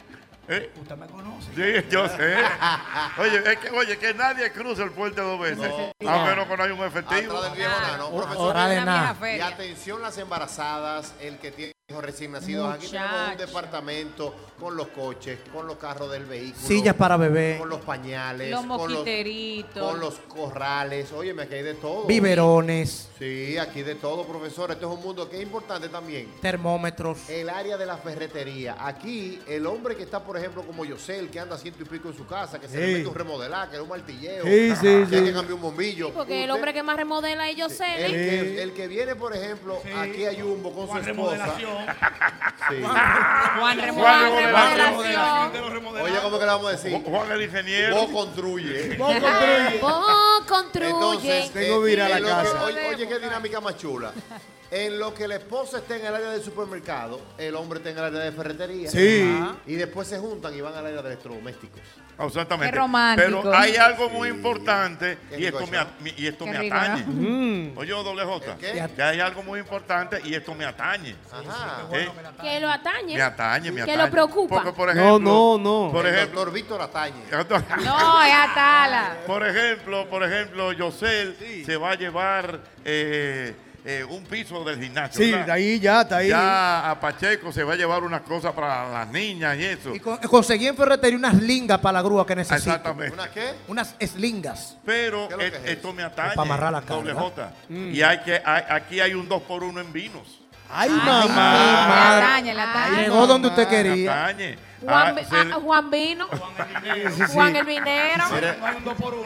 Speaker 3: ¿Eh?
Speaker 11: Usted me conoce. Ah,
Speaker 3: Sí, yo sé. Oye, es que, oye, que nadie cruza el puente dos veces. A menos que no haya un efectivo.
Speaker 4: Atrás del viejo
Speaker 6: Ah,
Speaker 4: nano, profesor.
Speaker 3: hora de nada.
Speaker 4: Y atención las embarazadas, el que tiene hijos recién nacidos. Aquí tenemos un
Speaker 5: Muchacho.
Speaker 4: departamento con los coches, con los carros del vehículo.
Speaker 6: Sillas para bebé.
Speaker 4: Con los pañales.
Speaker 5: Los
Speaker 4: con los,
Speaker 5: mosquiteritos.
Speaker 4: con los corrales. Óyeme, aquí hay de todo.
Speaker 6: Biberones,
Speaker 4: Sí, aquí de todo, profesor. Esto es un mundo que es importante también.
Speaker 6: termómetros.
Speaker 4: El área de la ferretería. Aquí, el hombre que está, por ejemplo, como Yosel, que anda ciento y pico en su casa, que se
Speaker 6: Sí.
Speaker 4: le mete un remodelar, que es un martilleo,
Speaker 6: Sí, sí,
Speaker 4: que hay
Speaker 6: sí.
Speaker 4: que cambiar un bombillo.
Speaker 7: Porque el
Speaker 4: Usted-
Speaker 7: hombre que más remodela es yo sé.
Speaker 4: el, que, el que viene, por ejemplo, aquí a Jumbo con su esposa. Sí.
Speaker 5: Juan Remodelación.
Speaker 4: Oye, ¿cómo que le vamos a decir?
Speaker 3: Juan el ingeniero.
Speaker 4: Vos construye.
Speaker 7: Vos construye. Vos construye.
Speaker 4: Entonces,
Speaker 7: Tengo
Speaker 4: eh,
Speaker 7: que ir a la
Speaker 4: en lo que-
Speaker 7: casa.
Speaker 4: oye, oye, qué dinámica más chula. En lo que la esposa está en el área del supermercado, el hombre está en el área de ferretería.
Speaker 3: Sí.
Speaker 4: Ajá. Y después se juntan y van al área de electrodomésticos.
Speaker 3: Ah, Exactamente.
Speaker 4: Qué romántico.
Speaker 3: Pero hay algo muy importante
Speaker 4: Qué
Speaker 3: y
Speaker 4: rico
Speaker 3: esto
Speaker 4: eso.
Speaker 3: me, a- mi- y esto
Speaker 4: Qué
Speaker 3: me
Speaker 4: rico,
Speaker 3: atañe.
Speaker 4: ¿no? Mm.
Speaker 3: Oye, doble J,
Speaker 4: ¿El qué?
Speaker 3: que hay algo muy importante y esto me atañe. ¿Eh?
Speaker 7: Que lo atañe.
Speaker 3: Me atañe, me atañe.
Speaker 7: Que lo preocupa.
Speaker 3: Porque, por ejemplo,
Speaker 8: no.
Speaker 3: Por
Speaker 4: El
Speaker 3: ejemplo,
Speaker 4: doctor Víctor Atañe.
Speaker 3: Ah,
Speaker 5: No, es Atala.
Speaker 3: por ejemplo, por ejemplo, Yosel se va a llevar eh, eh, un piso del gimnasio.
Speaker 8: Sí,
Speaker 3: ¿verdad?
Speaker 8: de ahí ya, de ahí.
Speaker 3: Ya a Pacheco se va a llevar unas cosas para las niñas y eso.
Speaker 6: Conseguí en ferretería unas lingas para la grúa que necesito.
Speaker 3: Exactamente.
Speaker 4: ¿Una qué?
Speaker 6: Unas eslingas.
Speaker 3: Pero et- esto me atañe.
Speaker 6: Para amarrar la
Speaker 3: doble
Speaker 6: carga.
Speaker 3: J. Y hay que, hay- aquí hay un 2 por 1 en vinos.
Speaker 8: Ay,
Speaker 5: mamá. La atañe, la atañe.
Speaker 6: Llegó donde usted quería.
Speaker 3: Atañe.
Speaker 7: Juan,
Speaker 3: Ah,
Speaker 7: Bi-
Speaker 3: se
Speaker 7: ah,
Speaker 3: le-
Speaker 7: Juan Vino.
Speaker 3: sí, sí.
Speaker 7: Juan el Vinero.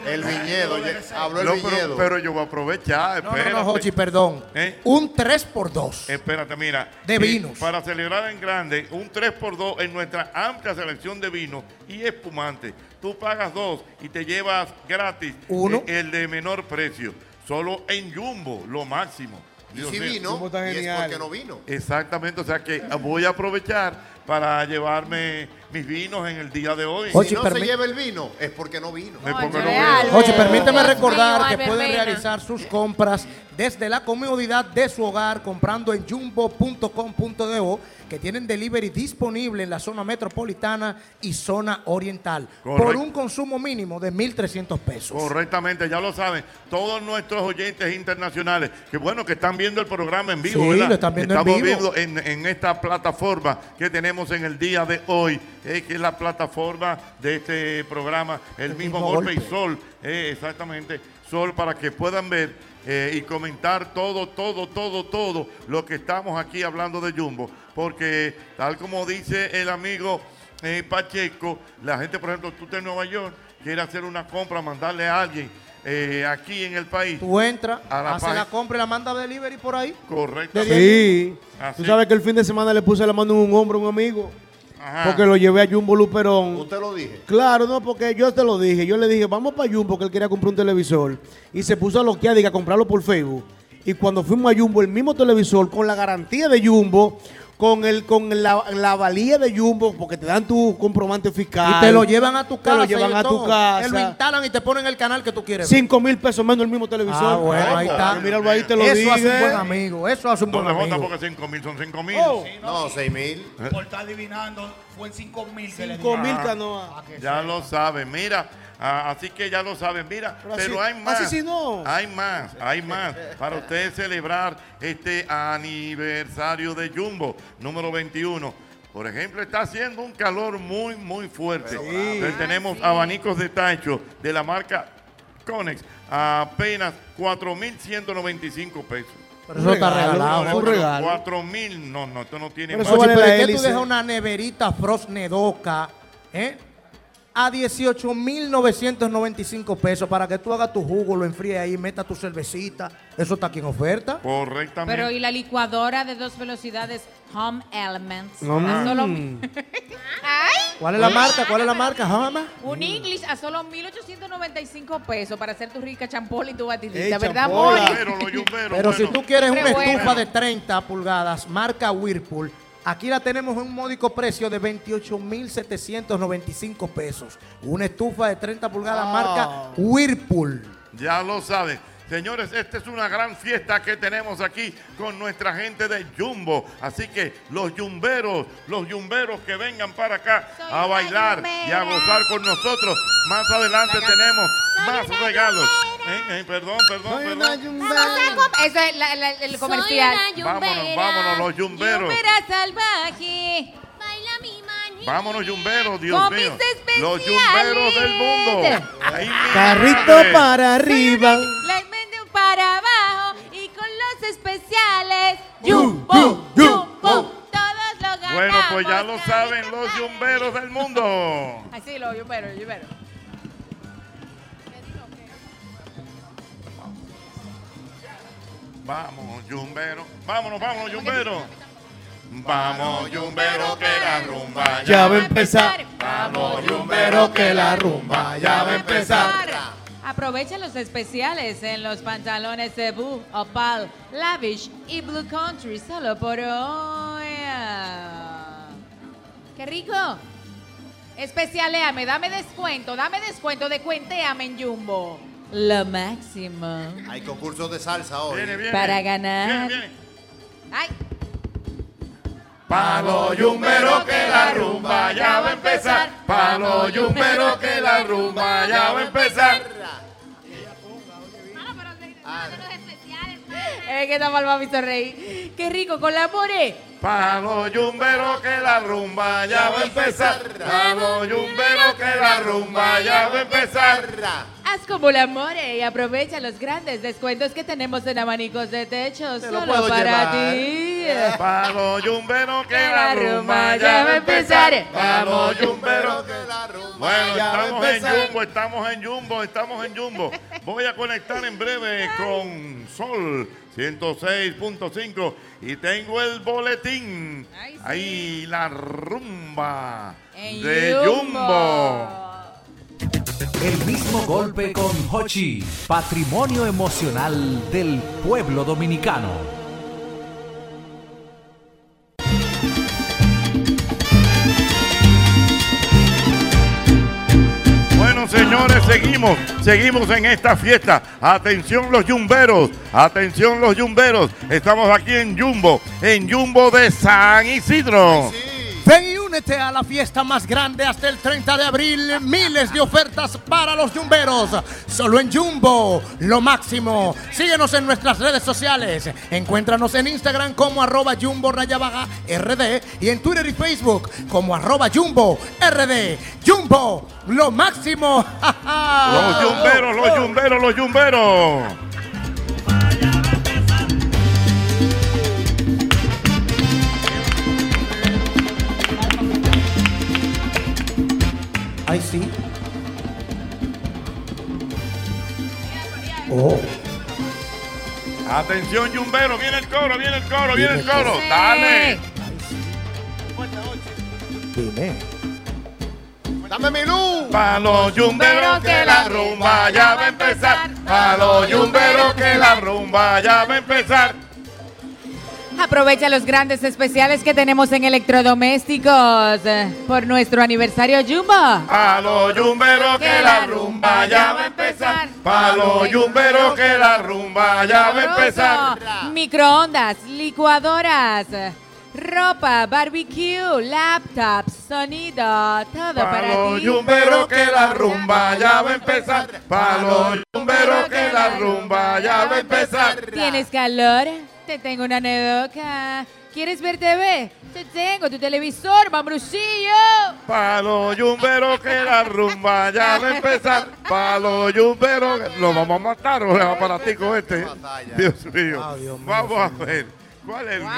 Speaker 4: El viñedo. oye, Habló el
Speaker 3: No, pero-
Speaker 4: viñedo.
Speaker 3: Pero, yo voy a aprovechar.
Speaker 6: No, no,
Speaker 3: espérate.
Speaker 6: no, Jochi, perdón.
Speaker 3: ¿Eh?
Speaker 6: Un 3x2.
Speaker 3: Espérate, mira.
Speaker 6: De
Speaker 3: eh,
Speaker 6: vinos.
Speaker 3: para celebrar en grande, un 3x2 en nuestra amplia selección de vinos y espumante. Tú pagas dos y te llevas gratis
Speaker 6: Uno.
Speaker 3: eh, el de menor precio. Solo en Jumbo, lo máximo.
Speaker 4: Y
Speaker 3: Dios
Speaker 4: si
Speaker 3: mío.
Speaker 4: vino, y es porque no vino.
Speaker 3: Exactamente, o sea que voy a aprovechar para llevarme mis vinos en el día de hoy.
Speaker 4: si no se lleva el vino, es porque no vino.
Speaker 3: Es porque no vino.
Speaker 6: Jochi, permíteme recordar
Speaker 4: Dios mío,
Speaker 6: que pueden
Speaker 4: Albermena.
Speaker 6: realizar sus compras desde la comodidad de su hogar comprando en jumbo.com.do que tienen delivery disponible en la zona metropolitana y zona oriental por
Speaker 3: Correcto.
Speaker 6: un consumo mínimo de 1.300 pesos.
Speaker 3: Correctamente, ya lo saben. Todos nuestros oyentes internacionales, que bueno, que están viendo el programa en vivo,
Speaker 6: Sí,
Speaker 3: ¿verdad?
Speaker 6: lo están viendo en
Speaker 3: Estamos
Speaker 6: vivo.
Speaker 3: viendo en, en esta plataforma que tenemos en el día de hoy, eh, que es la plataforma de este programa, El, mismo,
Speaker 6: mismo
Speaker 3: golpe,
Speaker 6: golpe.
Speaker 3: y sol, eh, exactamente, sol, para que puedan ver eh, y comentar todo, todo, todo, todo lo que estamos aquí hablando de Jumbo. Porque tal como dice el amigo eh, Pacheco, la gente, por ejemplo, tú estás en Nueva York, quiere hacer una compra, mandarle a alguien eh, aquí en el país.
Speaker 6: Tú entras,
Speaker 3: A la
Speaker 6: haces la
Speaker 3: página.
Speaker 6: compra y la manda delivery por ahí.
Speaker 3: Correcto.
Speaker 8: Sí.
Speaker 3: Así.
Speaker 8: Tú sabes que el fin de semana le puse la mano en un hombro a un amigo.
Speaker 6: Ah.
Speaker 3: Ajá.
Speaker 8: Porque lo llevé a Jumbo Luperón.
Speaker 4: Usted lo dije.
Speaker 8: Claro, no, porque yo te lo dije. Yo le dije, vamos para Jumbo, que él quería comprar un televisor. Y se puso a loquear y a comprarlo por Facebook. Y cuando fuimos a Jumbo, el mismo televisor, con la garantía de Jumbo, con el con la, la valía de Jumbo porque te dan tu comprobante fiscal.
Speaker 6: Y te lo llevan a tu casa.
Speaker 8: Te lo llevan
Speaker 6: y
Speaker 8: a tu
Speaker 6: todo. Te lo
Speaker 8: casa.
Speaker 6: instalan y te ponen el canal que tú quieres ver.
Speaker 8: 5 mil pesos menos el mismo televisor.
Speaker 6: Ah, bueno, ahí está.
Speaker 8: Y Míralo ahí, te lo
Speaker 6: Eso
Speaker 8: dije.
Speaker 6: hace un buen amigo. Eso hace un buen
Speaker 3: Doble J
Speaker 6: amigo.
Speaker 3: porque 5 mil son 5 mil. ¿Eh?
Speaker 6: Oh.
Speaker 4: No, 6 mil.
Speaker 11: Por estar adivinando, fue en 5 mil.
Speaker 3: Cinco mil
Speaker 6: Ah,
Speaker 3: canoas. Ah. Ya lo saben, mira. ah, así que ya lo saben, mira, pero,
Speaker 8: Pero así-
Speaker 3: hay más.
Speaker 8: así sí no.
Speaker 3: Hay más, hay más. Para ustedes celebrar este aniversario de Jumbo, número 21. Por ejemplo, está haciendo un calor muy, muy fuerte. Entonces, tenemos abanicos de tacho de la marca Conex a apenas 4.195 pesos.
Speaker 6: Pero eso está Regalo, regalado. es un regalo.
Speaker 3: 4.000, no, no, esto no tiene
Speaker 6: Pero,
Speaker 3: más.
Speaker 6: ¿por qué tú dejas una neverita Frost Nedoca eh, a 18,995 pesos para que tú hagas tu jugo, lo enfríes ahí, metas tu cervecita? Eso está aquí en oferta.
Speaker 3: Correctamente.
Speaker 5: Pero y la licuadora de dos velocidades Home Elements.
Speaker 6: Mm.
Speaker 5: A solo,
Speaker 6: ¿Cuál es la marca? ¿Cuál es la marca? Jama?
Speaker 5: un English a solo 1,895 pesos para hacer tu rica champola y tu batidita,
Speaker 6: Ey,
Speaker 5: ¿verdad,
Speaker 6: champola.
Speaker 5: Mori?
Speaker 6: Pero Pero si tú quieres una
Speaker 5: Pero bueno.
Speaker 6: estufa de 30 pulgadas, marca Whirlpool, aquí la tenemos en un módico precio de 28,795 pesos. Una estufa de 30 pulgadas, marca Whirlpool.
Speaker 3: Ya lo saben. Señores, esta es una gran fiesta que tenemos aquí con nuestra gente de Jumbo. Así que los yumberos, los yumberos que vengan para acá a bailar y a gozar con nosotros. Más adelante tenemos más regalos. Eh, eh, perdón, perdón, perdón.
Speaker 5: Eso es la- la- el comercial.
Speaker 3: Vámonos, vámonos, los yumberos.
Speaker 5: Yumbera salvaje.
Speaker 3: Vámonos, yumberos, Dios
Speaker 5: Con
Speaker 3: mío.
Speaker 5: mis
Speaker 3: Los yumberos del mundo. Ahí mismo.
Speaker 8: Carrito para arriba.
Speaker 5: La menú para abajo y con los especiales. Todos lo ganamos.
Speaker 3: Bueno, pues ya lo saben los yumberos del mundo.
Speaker 5: Así lo yumbero, yumbero.
Speaker 3: Vamos, yumbero. Vámonos, vámonos, yumbero. Vamos, yumbero, que la rumba
Speaker 14: Ya va a empezar.
Speaker 3: Vamos,
Speaker 14: Yumbero que la rumba ya va a empezar.
Speaker 13: Aprovecha los especiales en los pantalones de Boo, Opal, Lavish y Blue Country solo por hoy.
Speaker 5: Qué rico. Especialéame, dame descuento, dame descuento de cuenteame en Jumbo.
Speaker 13: Lo máximo.
Speaker 4: Hay concursos de salsa hoy.
Speaker 13: Para ganar.
Speaker 5: Ay.
Speaker 14: Pa' los yumberos que la rumba ya va a empezar. Pa' los yumberos que la rumba ya va a em- empezar.
Speaker 5: Eh, ¿Qué tal, Balba Visto Rey? Qué rico, con la more.
Speaker 3: Para los yumberos que la rumba ya va a empezar. Para los yumberos que la rumba ya va a empezar.
Speaker 13: Haz como la
Speaker 5: eh,
Speaker 13: more y aprovecha los grandes descuentos que tenemos en abanicos de techo
Speaker 3: lo
Speaker 13: solo
Speaker 3: puedo
Speaker 13: para
Speaker 3: llevar.
Speaker 13: ti.
Speaker 3: Para los yumberos Eh. que la rumba ya va a empezar. Para los yumberos que la rumba Bueno,
Speaker 14: ya va a
Speaker 3: estamos en
Speaker 14: empezar.
Speaker 3: Jumbo, estamos en Jumbo, estamos en Jumbo. Voy a conectar en breve con Sol 106.5 y tengo el boletín. Ahí la rumba
Speaker 14: En
Speaker 3: de
Speaker 14: Jumbo.
Speaker 3: Jumbo.
Speaker 16: El mismo golpe con Hochi, patrimonio emocional del pueblo dominicano.
Speaker 3: Bueno, señores, seguimos, seguimos en esta fiesta. Atención los yumberos, atención los yumberos. Estamos aquí en Jumbo, en Jumbo de San Isidro.
Speaker 6: Ven y únete a la fiesta más grande hasta el 30 de abril. Miles de ofertas para los yumberos. Solo en Jumbo, lo máximo. Síguenos en nuestras redes sociales. Encuéntranos en Instagram como arroba jumbo raya baja RD y en Twitter y Facebook como arroba jumbo RD. Jumbo, lo máximo.
Speaker 3: Los yumberos, los yumberos, los yumberos.
Speaker 6: Ay, sí. Oh.
Speaker 3: Atención yumbero, viene el coro, viene el coro, viene el coro. Dale.
Speaker 6: Dime.
Speaker 4: Dame mi luz.
Speaker 3: Para los yumberos que la rumba ya va a empezar. Para los yumberos que la rumba ya va a empezar.
Speaker 5: Aprovecha los grandes especiales que tenemos en electrodomésticos eh, por nuestro aniversario Jumbo.
Speaker 14: A los yumberos que la rumba ya va a empezar. Pa' los yumberos que la rumba ya va a empezar.
Speaker 5: Sabroso. Microondas, licuadoras, ropa, barbecue, laptop, sonido, todo para
Speaker 14: Los
Speaker 5: ti.
Speaker 14: yumberos que la rumba ya va a empezar. Pa' los yumberos que la rumba ya va a empezar.
Speaker 5: ¿Tienes calor? Te tengo una anedoca. ¿Quieres ver TV? Te tengo tu televisor, mambrusillo.
Speaker 3: Pa' los yumberos que la rumba ya va a empezar. Pa' los yumberos. que- Lo vamos a matar, o sea, para ti con este. ¿eh? Dios mío. Vamos a ver. ¿Cuál es el mío?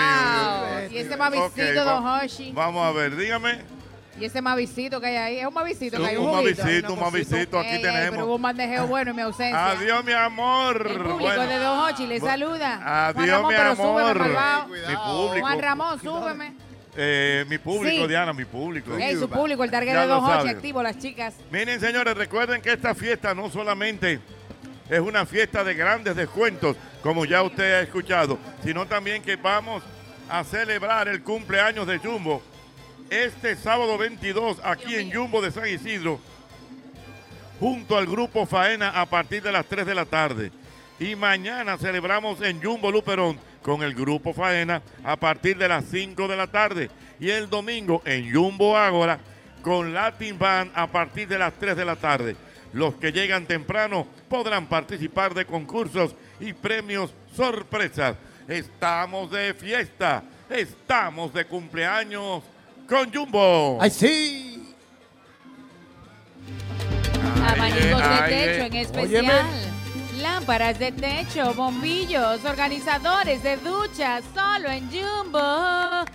Speaker 5: Y ese mavicito,
Speaker 3: Ok, va-
Speaker 5: don Hoshi.
Speaker 3: Vamos a ver, dígame.
Speaker 5: Y ese mavicito que hay ahí. Es un mavicito que hay.
Speaker 3: Un
Speaker 5: juguito.
Speaker 3: mavicito, un mavicito. Aquí
Speaker 5: Ey, ey, eh, Pero hubo
Speaker 3: tenemos.
Speaker 5: un bandejeo bueno en mi ausencia.
Speaker 3: Adiós, mi amor.
Speaker 5: El público
Speaker 3: Bueno,
Speaker 5: de Don Hochi le
Speaker 3: Bueno.
Speaker 5: saluda. Juan
Speaker 3: Adiós,
Speaker 5: Ramón,
Speaker 3: mi
Speaker 5: pero
Speaker 3: amor.
Speaker 5: súbeme, malvado.
Speaker 3: Mi público.
Speaker 5: Juan Ramón, súbeme.
Speaker 3: Eh, mi público,
Speaker 5: Sí.
Speaker 3: Diana, mi público.
Speaker 5: Ey, su público, el target
Speaker 3: Ya
Speaker 5: de
Speaker 3: lo
Speaker 5: Don Hochi,
Speaker 3: saben.
Speaker 5: activo, las chicas.
Speaker 3: Miren, señores, recuerden que esta fiesta no solamente es una fiesta de grandes descuentos, como ya usted ha escuchado, sino también que vamos a celebrar el cumpleaños de Jumbo este sábado 22 aquí en Jumbo de San Isidro, junto al grupo Faena a partir de las 3 de la tarde. Y mañana celebramos en Jumbo Luperón con el grupo Faena a partir de las 5 de la tarde. Y el domingo en Jumbo Ágora con Latin Band a partir de las 3 de la tarde. Los que llegan temprano podrán participar de concursos y premios sorpresas. Estamos de fiesta, estamos de cumpleaños con Jumbo.
Speaker 6: ¡Ay, sí!
Speaker 5: Abanicos de
Speaker 3: ay,
Speaker 5: techo
Speaker 3: eh.
Speaker 5: en especial. Lámparas de techo, bombillos, organizadores de ducha, solo en Jumbo.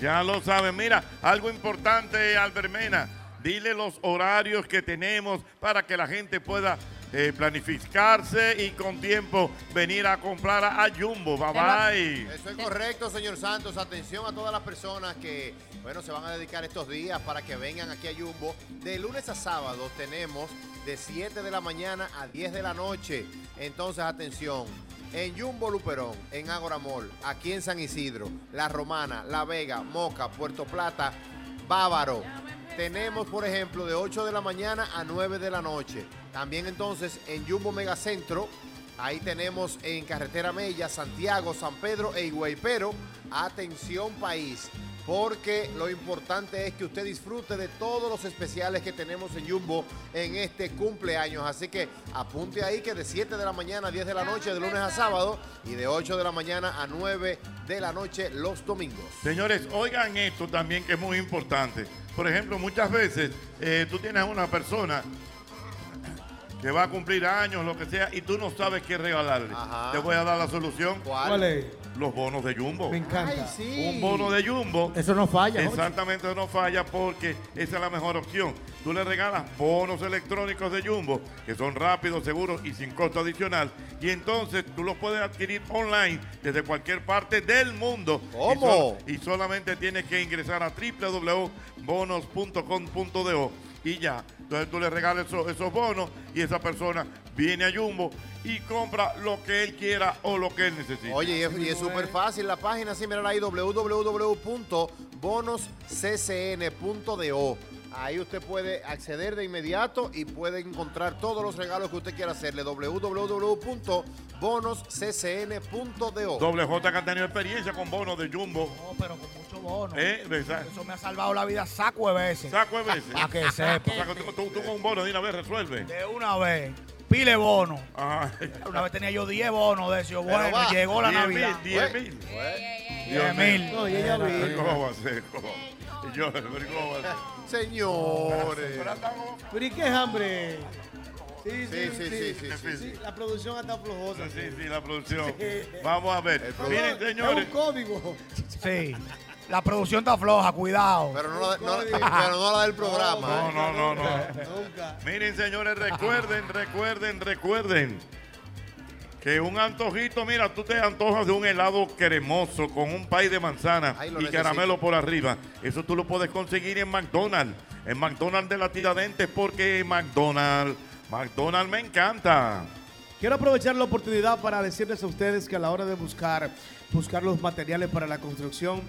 Speaker 3: Ya lo saben, mira, algo importante, Albermena. Dile los horarios que tenemos para que la gente pueda eh, planificarse y con tiempo venir a comprar a, a Jumbo. Bye bye.
Speaker 4: Eso es correcto, señor Santos. Atención a todas las personas que, bueno, se van a dedicar estos días para que vengan aquí a Jumbo. De lunes a sábado tenemos de 7 de la mañana a 10 de la noche. Entonces, atención. En Jumbo Luperón, en Agora Mall, aquí en San Isidro, La Romana, La Vega, Moca, Puerto Plata, Bávaro. Tenemos, por ejemplo, de 8 de la mañana a 9 de la noche. También entonces en Jumbo Megacentro, Ahí tenemos en Carretera Mella, Santiago, San Pedro e Higüey. Pero atención país, porque lo importante es que usted disfrute de todos los especiales que tenemos en Jumbo en este cumpleaños. Así que apunte ahí que de 7 de la mañana a 10 de la noche, de lunes a sábado, y de 8 de la mañana a 9 de la noche los domingos.
Speaker 3: Señores, oigan esto también que es muy importante. Por ejemplo, muchas veces eh, tú tienes a una persona que va a cumplir años, lo que sea, y tú no sabes qué regalarle. Te voy a dar la solución.
Speaker 4: ¿Cuál?
Speaker 6: ¿Cuál es?
Speaker 3: Los bonos de Jumbo.
Speaker 6: Me encanta. Ay, sí.
Speaker 3: Un bono de Jumbo.
Speaker 6: Eso no falla, Jorge.
Speaker 3: Exactamente, eso no falla porque esa es la mejor opción. Tú le regalas bonos electrónicos de Jumbo, que son rápidos, seguros y sin costo adicional. Y entonces tú los puedes adquirir online desde cualquier parte del mundo. Y,
Speaker 4: ¿Cómo?
Speaker 3: sol- y solamente tienes que ingresar a www.bonos.com.do y ya. Entonces tú le regalas esos, esos bonos y esa persona viene a Jumbo y compra lo que él quiera o lo que él necesite.
Speaker 4: Oye, y es- y es súper fácil la página, sí, mirar ahí www.bonosccn.do. Ahí usted puede acceder de inmediato y puede encontrar todos los regalos que usted quiera hacerle. www.bonosccn.do.
Speaker 3: Doble J que ha tenido experiencia con bonos de Jumbo.
Speaker 11: No, pero con mucho bono.
Speaker 3: ¿Eh? ¿Verdad?
Speaker 11: Eso me ha salvado la vida saco de veces.
Speaker 3: Saco de veces.
Speaker 11: Para que sepa.
Speaker 3: O sea, que tú, tú- tú con un bono de una vez resuelve.
Speaker 11: De una vez, pile bono. Una vez tenía yo 10 bonos de eso. Bueno,
Speaker 3: va.
Speaker 11: llegó la
Speaker 3: 10 mil,
Speaker 11: Navidad.
Speaker 3: 10 mil.
Speaker 11: Diez mil.
Speaker 3: No,
Speaker 11: No, y ella vino.
Speaker 3: ¿Cómo va a ser? ¿Cómo? Yo, pero ¿cómo va a ser?
Speaker 4: Señores.
Speaker 8: Pero ¿y qué es hambre? Sí,
Speaker 4: Sí, sí, sí, sí, sí, sí.
Speaker 8: La producción está flojosa.
Speaker 3: Sí, sí, la producción. Vamos a ver. Miren,
Speaker 8: Es
Speaker 3: señores.
Speaker 8: un código.
Speaker 11: Sí. La producción está floja, cuidado.
Speaker 4: Pero no la- no la- pero no la del programa,
Speaker 3: No,
Speaker 4: ¿eh?
Speaker 3: no, no, no. Miren, señores, recuerden, recuerden, recuerden. Que un antojito, mira, tú te antojas de un helado cremoso con un pay de manzana y
Speaker 4: Ay, lo necesito.
Speaker 3: caramelo por arriba. Eso tú lo puedes conseguir en McDonald's. En McDonald's de la Tiradentes porque McDonald's, McDonald's me encanta.
Speaker 8: Quiero aprovechar la oportunidad para decirles a ustedes que a la hora de buscar, buscar los materiales para la construcción,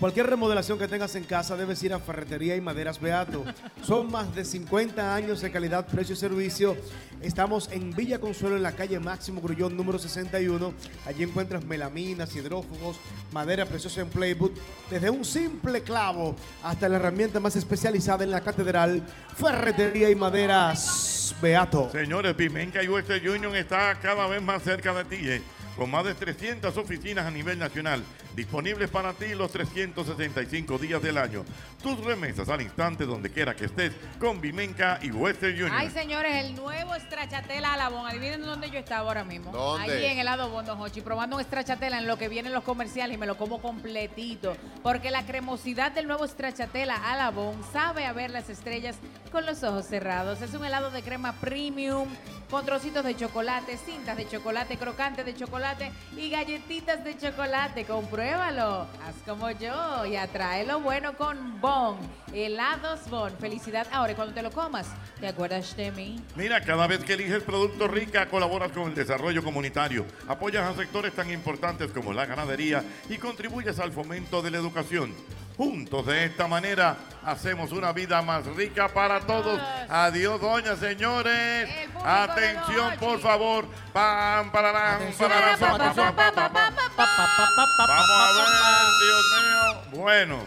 Speaker 8: Cualquier remodelación que tengas en casa debes ir a Ferretería y Maderas Beato. Son más de 50 años de calidad, precio y servicio. Estamos en Villa Consuelo, en la calle Máximo Grullón, número 61. Allí encuentras melaminas, hidrófugos, madera preciosa en Playbook. Desde un simple clavo hasta la herramienta más especializada en la catedral, Ferretería y Maderas Beato.
Speaker 3: Señores, Pimenca US Union está cada vez más cerca de ti, eh, con más de 300 oficinas a nivel nacional, disponibles para ti los 365 días del año. Tus remesas al instante, donde quiera que estés, con Pimenca y Western Union.
Speaker 5: Ay, señores, el nuevo Estrachatela Alabón. Adivinen dónde yo estaba ahora mismo.
Speaker 3: ¿Dónde?
Speaker 5: Ahí en el Adobón, Don Hochi, probando un Estrachatela en lo que vienen los comerciales y me lo como completito. Porque la cremosidad del nuevo Estrachatela Alabón sabe a ver las estrellas con los ojos cerrados. Es un helado de crema premium con trocitos de chocolate, cintas de chocolate, crocantes de chocolate y galletitas de chocolate. Compruébalo. Haz como yo y atrae lo bueno con Bon. Helados Bon. Felicidad ahora. Y cuando te lo comas, ¿te acuerdas de mí?
Speaker 3: Mira, cada vez que eliges Producto Rica, colaboras con el desarrollo comunitario, apoyas a sectores tan importantes como la ganadería y contribuyes al fomento de la educación. Juntos de esta manera hacemos una vida más rica para todos. Adiós, doña, señores. Atención, por favor. Pam, pararán, pararán, pam, pam, pam, pam, pam, pam. Vamos a ver, Dios mío. Bueno,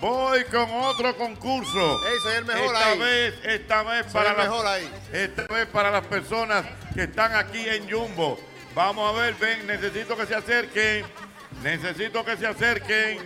Speaker 3: voy con otro concurso.
Speaker 4: Ey, soy el mejor
Speaker 3: esta
Speaker 4: ahí.
Speaker 3: Vez, esta vez
Speaker 4: Soy
Speaker 3: para
Speaker 4: el
Speaker 3: las-
Speaker 4: mejor ahí.
Speaker 3: Esta vez para las personas que están aquí en Jumbo. Vamos a ver, ven, necesito que se acerquen. Necesito que se acerquen.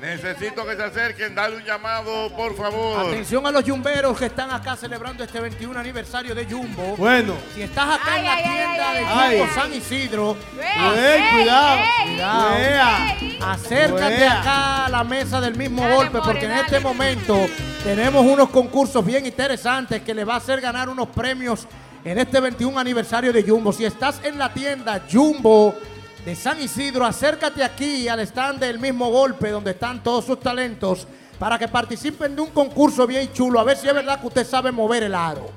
Speaker 3: Necesito que se acerquen. Dale un llamado, por favor.
Speaker 6: Atención a los yumberos que están acá celebrando este 21 aniversario de Jumbo.
Speaker 3: Bueno.
Speaker 6: Si estás acá en la
Speaker 14: Ay, ay,
Speaker 6: tienda
Speaker 14: ay,
Speaker 6: de
Speaker 14: ay,
Speaker 6: Jumbo
Speaker 14: ay.
Speaker 6: San Isidro,
Speaker 14: Vea, Ey, ey, cuidado, ey,
Speaker 6: cuidado.
Speaker 14: vea.
Speaker 6: Acércate
Speaker 14: Vea.
Speaker 6: acá a la mesa del mismo golpe, porque en este momento tenemos unos concursos bien interesantes que le va a hacer ganar unos premios en este 21 aniversario de Jumbo. Si estás en la tienda Jumbo de San Isidro, acércate aquí al stand del mismo golpe, donde están todos sus talentos, para que participen de un concurso bien chulo. A ver si es verdad que usted sabe mover el aro.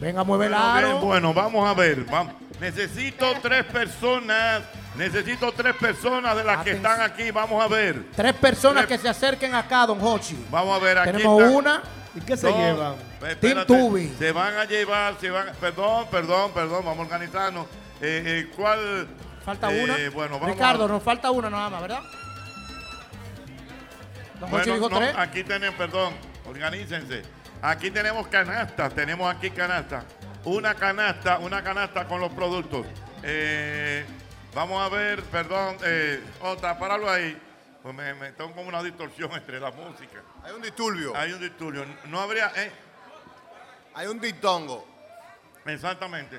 Speaker 6: Venga, mueve el
Speaker 3: Bueno, bien,
Speaker 6: aro.
Speaker 3: bueno, vamos a ver. vamos. Necesito tres personas. Necesito tres personas de las que están aquí. Vamos a ver.
Speaker 6: Tres personas que se acerquen acá, don Hochi.
Speaker 3: Vamos a ver aquí.
Speaker 6: Tenemos
Speaker 3: están.
Speaker 6: una.
Speaker 8: ¿Y
Speaker 6: qué
Speaker 3: Dos. Eh, espérate. Se van a llevar, se van. Perdón, perdón, perdón. Vamos a organizarnos. Eh, eh, ¿Cuál?
Speaker 6: Falta
Speaker 3: Eh,
Speaker 6: una.
Speaker 3: Bueno, vamos.
Speaker 6: Ricardo,
Speaker 3: a-
Speaker 6: nos falta una nada más, ¿verdad? Don Jorge
Speaker 3: Bueno,
Speaker 6: dijo
Speaker 3: no,
Speaker 6: tres.
Speaker 3: aquí tenemos, perdón, organícense. Aquí tenemos canastas, tenemos aquí canastas. Una canasta, una canasta con los productos. Eh, vamos a ver, perdón, eh, Ota, páralo ahí. Pues me, me tengo como una distorsión entre la música. Hay un disturbio. Hay un disturbio. No habría. eh. Hay un dictongo. Exactamente.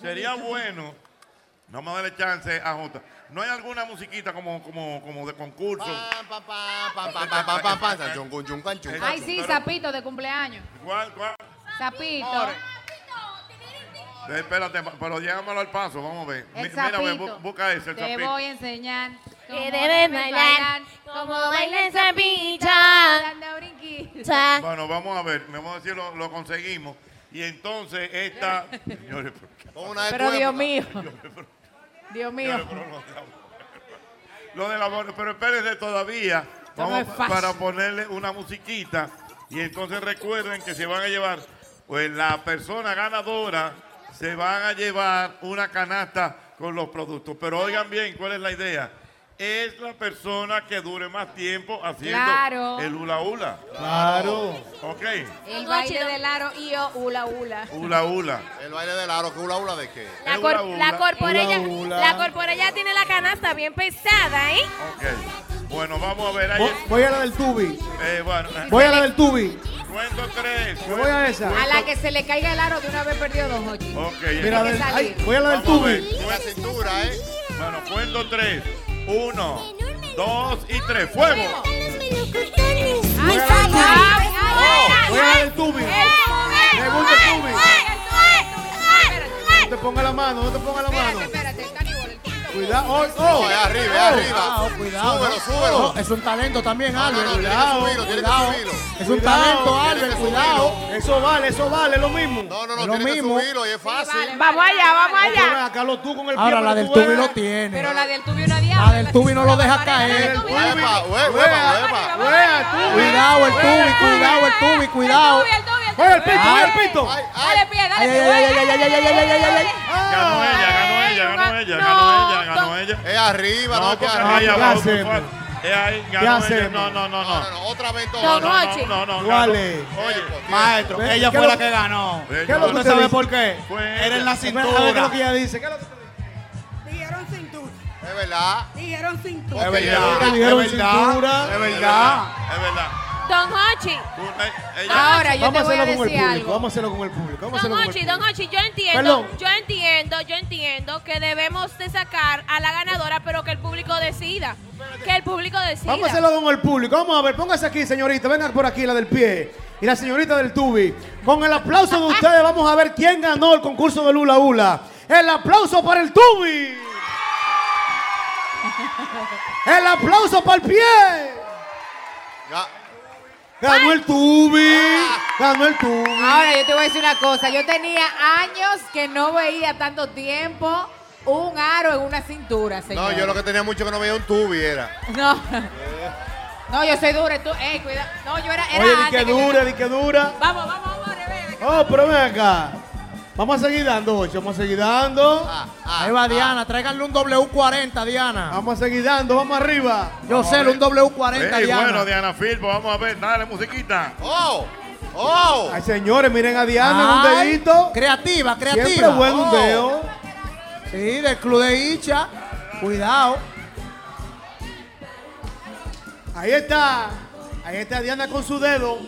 Speaker 3: Sería bueno. No me darle chance a Jota. ¿No hay alguna musiquita como, como, como de concurso?
Speaker 5: Ay, sí,
Speaker 3: Pero-
Speaker 5: sapito de cumpleaños.
Speaker 3: ¿Cuál, cuál?
Speaker 5: Sapito.
Speaker 3: Eh, Espérate, pa- pero llévamelo al paso, vamos a ver. Mi-
Speaker 5: El
Speaker 3: Mira, ve,
Speaker 5: sapito.
Speaker 3: bu- busca ese, el
Speaker 5: Te
Speaker 3: sapito.
Speaker 5: voy a enseñar cómo
Speaker 7: Que debes bailar, como baila el sapita.
Speaker 5: Anda, brinqui.
Speaker 3: Bueno, vamos a ver, me vamos a decir, lo, lo conseguimos. Y entonces esta... Señores, por-
Speaker 5: Pero Dios mío. Dios mío.
Speaker 3: lo de la bono- pero espérense todavía.
Speaker 5: no
Speaker 3: Vamos
Speaker 5: es
Speaker 3: pa-
Speaker 5: fácil.
Speaker 3: para ponerle una musiquita. Y entonces recuerden que se van a llevar, pues la persona ganadora se van a llevar una canasta con los productos. Pero oigan bien, ¿cuál es la idea? Es la persona que dure más tiempo haciendo
Speaker 5: Claro.
Speaker 3: el hula hula.
Speaker 8: Claro.
Speaker 3: Ok,
Speaker 5: El baile del aro y yo, hula hula.
Speaker 3: hula hula.
Speaker 4: El baile del aro, ¿qué hula hula de qué?
Speaker 7: La, cor- la corporella, la corporella tiene la canasta bien pesada, ¿eh?
Speaker 3: Ok. Bueno, vamos a ver ahí.
Speaker 8: Voy a la del tubi.
Speaker 3: Eh, bueno, eh,
Speaker 8: Voy a la del tubi.
Speaker 3: Cuento tres.
Speaker 8: Me voy a esa.
Speaker 5: A la que se le caiga el aro de una vez perdió Don Hochi.
Speaker 3: Ok,
Speaker 8: Mira, a
Speaker 3: entonces-
Speaker 8: ver, ay, voy a la del
Speaker 3: Vamos a
Speaker 8: tubi.
Speaker 3: ver, buena cintura, ¿eh? Bueno, cuento tres. Uno, dos y tres. ¡Fuego!
Speaker 14: Voy a la del tubi. Voy a la del tubi. Me gusta el tubi.
Speaker 8: No te ponga la mano, no te ponga la mano.
Speaker 5: Espérate, Tani Bol, el quinto
Speaker 8: Cuidado. Oh,
Speaker 4: Oh, es arriba, es arriba. Súbelo, súbelo.
Speaker 6: Ah, oh, No, Oh, es un talento también, Albert.
Speaker 4: no, tiene que
Speaker 6: cuidado,
Speaker 4: subirlo, tiene que
Speaker 6: cuidado.
Speaker 4: subirlo.
Speaker 6: Es un
Speaker 4: Cuidado,
Speaker 6: talento,
Speaker 4: tiene
Speaker 6: Albert,
Speaker 4: que
Speaker 6: cuidado.
Speaker 8: Eso vale, eso vale, lo mismo. No,
Speaker 4: no, no,
Speaker 6: Lo
Speaker 4: tiene
Speaker 6: mismo.
Speaker 4: que subirlo y es fácil.
Speaker 5: Vamos allá, vamos
Speaker 8: Pero ven
Speaker 5: allá.
Speaker 8: acá, lo tú con el pie
Speaker 6: Ahora la
Speaker 8: para
Speaker 6: del
Speaker 8: tú ver.
Speaker 6: tubi lo tiene.
Speaker 5: Pero la del tubi una diabla.
Speaker 6: La del tubi no lo deja caer.
Speaker 4: Huepa, hue-
Speaker 8: Hueva,
Speaker 4: huepa,
Speaker 8: hueva,
Speaker 4: huepa.
Speaker 8: tubi.
Speaker 6: Cuidado el tubi, cuidado el tubi, cuidado.
Speaker 8: Oye, el pito, oye, el pito.
Speaker 5: Dale pie, dale
Speaker 6: Ay,
Speaker 5: pie.
Speaker 6: ay, ay, ay, ay, ay, ay, ay, ay, ay, ay.
Speaker 3: Ganó ella, ganó ella, ganó ella, ganó ella, ganó ella.
Speaker 4: Es
Speaker 14: Eh,
Speaker 4: arriba, no, que
Speaker 3: porque
Speaker 4: arriba.
Speaker 3: ahí
Speaker 4: ¿Qué
Speaker 3: abajo,
Speaker 4: hacemos?
Speaker 3: por favor. Es eh, ahí, ganó
Speaker 4: ¿Qué
Speaker 3: ella.
Speaker 4: hacemos?
Speaker 3: No, no, no, no.
Speaker 4: Otra vez
Speaker 3: No,
Speaker 4: entonces.
Speaker 3: no, no, no, no,
Speaker 8: Vale.
Speaker 3: ganó. Oye,
Speaker 11: Maestro,
Speaker 8: Ve,
Speaker 11: ella
Speaker 8: ¿qué
Speaker 11: fue
Speaker 8: lo-
Speaker 11: la que ganó.
Speaker 8: ¿Qué es
Speaker 11: ¿Usted
Speaker 8: lo que usted
Speaker 11: sabe
Speaker 8: dice?
Speaker 11: por qué?
Speaker 8: Fue
Speaker 11: Era en la
Speaker 8: ella. A ver, ¿qué es
Speaker 11: cintura.
Speaker 8: lo que ella dice? ¿Qué es lo que-
Speaker 17: Dijeron cintura.
Speaker 4: Es verdad.
Speaker 17: Dijeron cintura.
Speaker 4: Es
Speaker 8: verdad,
Speaker 4: verdad,
Speaker 8: dijeron
Speaker 4: es verdad,
Speaker 8: cintura.
Speaker 4: es verdad.
Speaker 3: Es verdad.
Speaker 7: Don Hochi,
Speaker 5: Ahora, yo
Speaker 8: vamos
Speaker 5: te voy
Speaker 8: a
Speaker 5: a
Speaker 8: hacerlo con
Speaker 5: decir
Speaker 8: el público.
Speaker 5: algo.
Speaker 8: Vamos a hacerlo con el público. Vamos a
Speaker 7: Don
Speaker 8: hacerlo con el
Speaker 7: Hochi,
Speaker 8: público.
Speaker 7: Don Hochi, yo entiendo,
Speaker 8: Perdón.
Speaker 7: yo entiendo, yo entiendo que debemos de sacar a la ganadora, pero que el público decida. Que el público decida.
Speaker 8: Vamos a hacerlo con el público. Vamos a ver, póngase aquí, señorita. Venga por aquí, la del pie. Y la señorita del tubi. Con el aplauso de ustedes, vamos a ver quién ganó el concurso de Lula Ula. El aplauso para el tubi. El aplauso para el pie.
Speaker 4: Ga-
Speaker 8: Ganó el tubi.
Speaker 3: Ah.
Speaker 8: Ganó el tubi.
Speaker 5: Ahora, yo te voy a decir una cosa. Yo tenía años que no veía tanto tiempo un aro en una cintura,
Speaker 4: No,
Speaker 5: señor.
Speaker 4: yo lo que tenía mucho que no veía un tubi era.
Speaker 5: No. No, yo soy dura. Tú, ey, cuidado. No, yo era, era
Speaker 8: Oye, di
Speaker 5: antes
Speaker 8: que
Speaker 5: que yo-
Speaker 8: dura, di que dura.
Speaker 5: Vamos, vamos, vamos.
Speaker 8: Oh, pero ven acá. Vamos a seguir dando, ocho. Vamos a seguir dando.
Speaker 3: Ah,
Speaker 6: Ahí va Diana, tráiganle un W40, Diana.
Speaker 8: Vamos a seguir dando, vamos arriba.
Speaker 6: Yo sé, un W40,
Speaker 3: Ey, bueno,
Speaker 6: Diana.
Speaker 3: Diana Filpo, vamos a ver, dale musiquita.
Speaker 4: ¡Oh! ¡Oh!
Speaker 8: Ay, señores, miren a Diana, un
Speaker 6: Ay,
Speaker 8: dedito.
Speaker 6: Creativa, creativa.
Speaker 8: Siempre bueno un
Speaker 6: Oh.
Speaker 8: dedo.
Speaker 6: Sí, del club de Icha. Cuidado.
Speaker 8: Ahí está. Ahí está Diana con su dedo.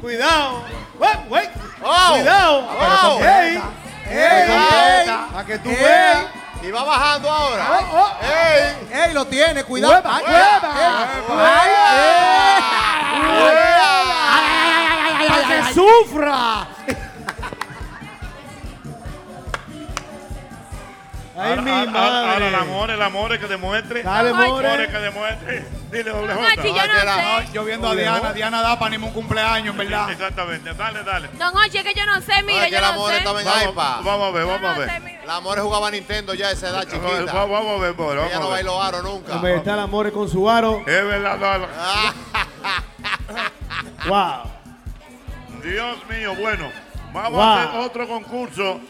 Speaker 8: Cuidado. Güey, güey.
Speaker 4: ¡Oh!
Speaker 8: Cuidado.
Speaker 4: ¡Oh!
Speaker 8: ¡Ey! ¡Ey!
Speaker 4: completa.
Speaker 8: Para que tú
Speaker 6: Ey.
Speaker 8: veas.
Speaker 4: Y va bajando ahora.
Speaker 8: Oh, oh.
Speaker 4: ¡Ey!
Speaker 6: Ey, lo tiene, cuidado.
Speaker 8: Hueva,
Speaker 6: Ay,
Speaker 8: hueva.
Speaker 6: ey,
Speaker 8: Hueva.
Speaker 6: ay, ey.
Speaker 8: ¡Para que sufra! Ay,
Speaker 3: Ahora-
Speaker 8: mi
Speaker 3: ahora- ahora- Ahora el
Speaker 8: madre.
Speaker 3: amor, el amor es que demuestre.
Speaker 8: Dale,
Speaker 3: El amor
Speaker 8: more.
Speaker 3: es que demuestre. Dile, doble
Speaker 7: Don
Speaker 3: J.
Speaker 7: Hochi,
Speaker 11: Ah,
Speaker 7: yo no sé.
Speaker 11: Yo viendo a Diana, Diana da para ningún cumpleaños, en
Speaker 3: Sí,
Speaker 11: ¿verdad?
Speaker 3: Exactamente, dale, dale.
Speaker 7: Don Hochi, es que yo no sé, mire,
Speaker 4: Ay, Ah, que
Speaker 7: yo
Speaker 4: el
Speaker 7: no
Speaker 4: amor
Speaker 7: sé.
Speaker 4: estaba en iPad.
Speaker 3: Vamos, vamos a ver, vamos a
Speaker 7: No sé,
Speaker 3: ver.
Speaker 7: mire.
Speaker 4: La amor jugaba a Nintendo ya a esa edad
Speaker 3: Vamos,
Speaker 4: chiquita.
Speaker 3: vamos a ver, more,
Speaker 4: Ella no
Speaker 3: vamos a ver.
Speaker 4: bailó aro nunca.
Speaker 8: Ahí está el amor con su aro.
Speaker 3: Es verdad, no, no.
Speaker 8: Wow.
Speaker 3: Dios mío, bueno. Vamos
Speaker 8: Wow.
Speaker 3: a hacer otro concurso.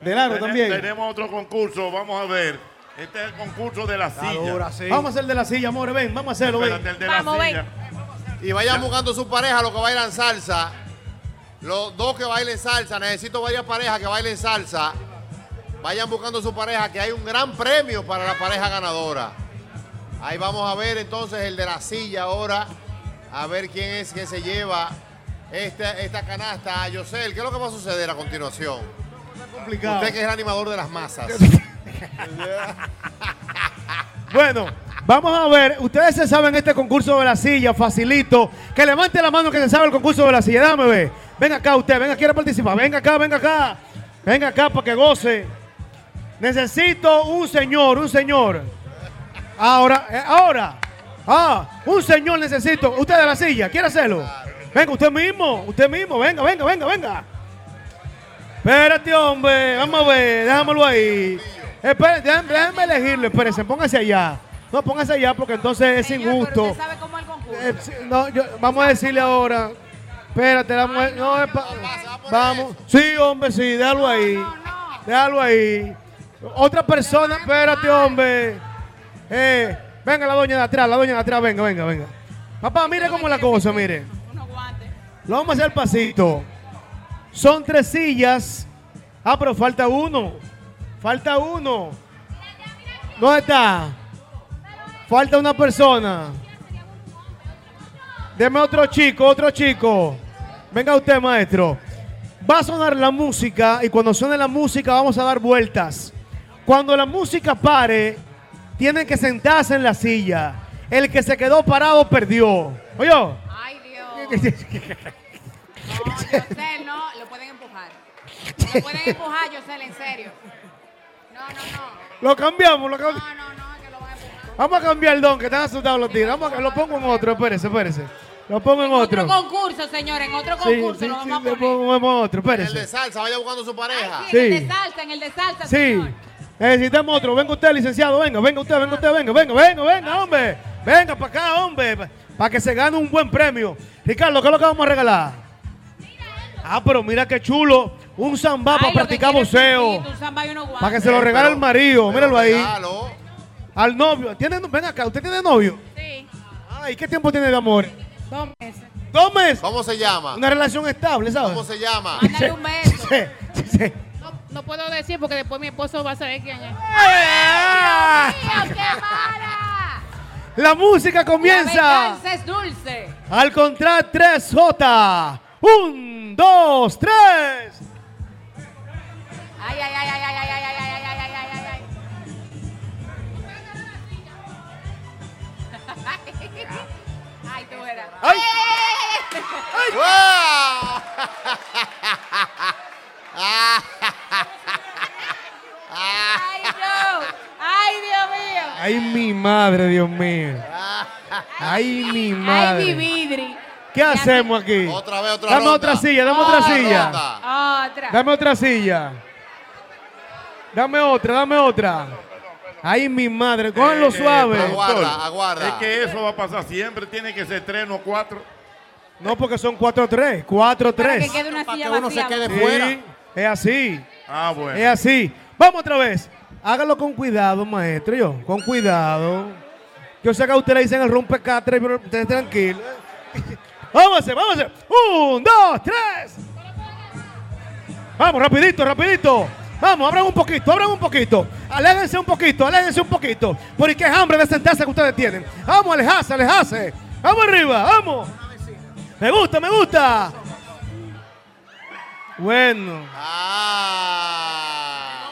Speaker 8: Del aro
Speaker 3: Tene-
Speaker 8: también.
Speaker 3: Tenemos otro concurso, vamos a ver. Este es el concurso de la silla.
Speaker 11: Ahora sí.
Speaker 8: Vamos a hacer de la silla, amor. Ven, vamos a hacerlo. Ven.
Speaker 3: Espérate, el de
Speaker 7: Vamos,
Speaker 3: la
Speaker 7: ven.
Speaker 3: silla.
Speaker 4: Y vayan buscando su pareja, los que bailan salsa. Los dos que bailen salsa. Necesito varias parejas que bailen salsa. Vayan buscando su pareja, que hay un gran premio para la pareja ganadora. Ahí vamos a ver entonces el de la silla ahora. A ver quién es que se lleva esta, esta canasta. A Yosel, ¿qué es lo que va a suceder a continuación?
Speaker 8: Complicado.
Speaker 4: Usted que es el animador de las masas.
Speaker 8: Bueno, vamos a ver. Ustedes se saben este concurso de la silla, facilito. Que levante la mano que se sabe el concurso de la silla. Dame ver. Venga acá usted, venga, quiere participar. Venga acá, venga acá. Venga acá para que goce. Necesito un señor, un señor. Ahora, eh, ahora. Ah, un señor necesito. Usted de la silla, ¿quiere hacerlo? Venga, usted mismo, usted mismo. Venga, venga, venga, venga. Espérate, hombre. Vamos a ver, déjamelo ahí. Espérate, déjame, déjame elegirlo. Espérense, póngase allá. No, póngase allá porque entonces es
Speaker 5: Señor, pero
Speaker 8: injusto.
Speaker 5: usted sabe cómo es el concurso.
Speaker 8: Eh, sí, no, yo- vamos a decirle ahora. Espérate, la mujer. No, es pa- vamos. Sí, hombre, sí, déjalo ahí. Déjalo ahí. Otra persona, espérate, hombre. Eh, venga, la doña de atrás, la doña de atrás, venga, venga, venga. Papá, mire cómo es la cosa, mire. Lo vamos a hacer pasito. Son tres sillas. Ah, pero falta uno. Falta uno. ¿Dónde está? Falta una persona. Deme otro chico, otro chico. Venga usted, maestro. Va a sonar la música y cuando suene la música vamos a dar vueltas. Cuando la música pare, tienen que sentarse en la silla. El que se quedó parado perdió. Oye.
Speaker 5: Ay, Dios. No, Yosel, no, lo pueden empujar. Lo pueden empujar, Yosel, en serio.
Speaker 8: Lo cambiamos, lo cambiamos. Vamos a cambiar el don, que están asustados los tigres. Vamos a, lo pongo en otro, espérese, espérese. Lo pongo en otro.
Speaker 13: Otro concurso, señor, en otro
Speaker 8: Sí,
Speaker 13: concurso
Speaker 8: sí,
Speaker 13: lo
Speaker 8: sí,
Speaker 13: vamos
Speaker 8: lo pongo en otro,
Speaker 4: El de
Speaker 8: espérese.
Speaker 4: salsa, vaya buscando su pareja.
Speaker 13: a...
Speaker 8: sí.
Speaker 13: En el de salsa, en el de salsa,
Speaker 8: Sí.
Speaker 13: señor.
Speaker 8: Necesitamos otro. Venga usted, licenciado. Venga, venga usted, venga usted, venga, venga, venga, venga, hombre. Venga para acá, hombre. Para que se gane un buen premio. Ricardo, ¿qué es lo que vamos a regalar? Ah, pero mira qué chulo. Un samba para practicar boxeo.
Speaker 13: Y tu samba y unos guantes.
Speaker 8: Para que se lo regale al marido. Míralo ahí. Al novio. ¿Tiene, no- ven acá, ¿usted tiene novio?
Speaker 13: Sí.
Speaker 8: Ay, ¿qué tiempo tiene de amor?
Speaker 13: Dos meses.
Speaker 8: ¿Dos meses?
Speaker 4: ¿Cómo se llama?
Speaker 8: Una relación estable, ¿sabes?
Speaker 4: ¿Cómo se llama?
Speaker 18: Mándale un beso.
Speaker 8: Sí, sí, sí.
Speaker 18: No, no puedo decir porque después mi esposo va a saber quién es.
Speaker 8: ¡Ah!
Speaker 18: ¡Dios mío, qué mala!
Speaker 8: La música
Speaker 13: La
Speaker 8: comienza.
Speaker 13: venganza es dulce.
Speaker 8: Al contra 3J. Un, dos, tres.
Speaker 5: Ay, ay, ay, ay, ay, ay, ay, ay, ay, ay, ay, ay, ay, ay. Ay, tú verás.
Speaker 8: ¡Ay!
Speaker 4: ¡Wow!
Speaker 13: Ay, no. Ay, Dios mío.
Speaker 8: Ay, mi madre, Dios mío. Ay, mi madre.
Speaker 13: Ay, mi vidri.
Speaker 8: ¿Qué hacemos aquí?
Speaker 4: Otra vez, otra
Speaker 8: Dame
Speaker 4: ronda.
Speaker 8: otra silla, dame otra silla.
Speaker 13: Otra.
Speaker 8: Dame otra silla. Dame otra, dame otra. Ay, mi madre,
Speaker 4: Eh,
Speaker 8: cójanlo suave.
Speaker 3: Eh, Es que eso va a pasar siempre, tiene que ser tres, no cuatro.
Speaker 8: No, porque son 4-3. 4-3.
Speaker 13: quede una
Speaker 3: Para
Speaker 13: silla
Speaker 3: que uno
Speaker 13: vacía.
Speaker 3: se quede
Speaker 8: Sí, Eh,
Speaker 3: fuera.
Speaker 8: Es así.
Speaker 3: Ah, bueno.
Speaker 8: Es así. Vamos otra vez. Hágalo con cuidado, maestro. Yo, con cuidado. Yo sé que a usted le dicen el rompecatre, pero usted es tranquilo. vamos a hacer, vamos a hacer. Un, dos, tres. Vamos, rapidito, rapidito. Vamos, abran un poquito, abran un poquito. Aléjense un poquito, aléjense un poquito. Porque es hambre de sentarse que ustedes tienen. Vamos, alejarse, alejarse. Vamos arriba, vamos. Me gusta, me gusta. Bueno.
Speaker 3: Ah.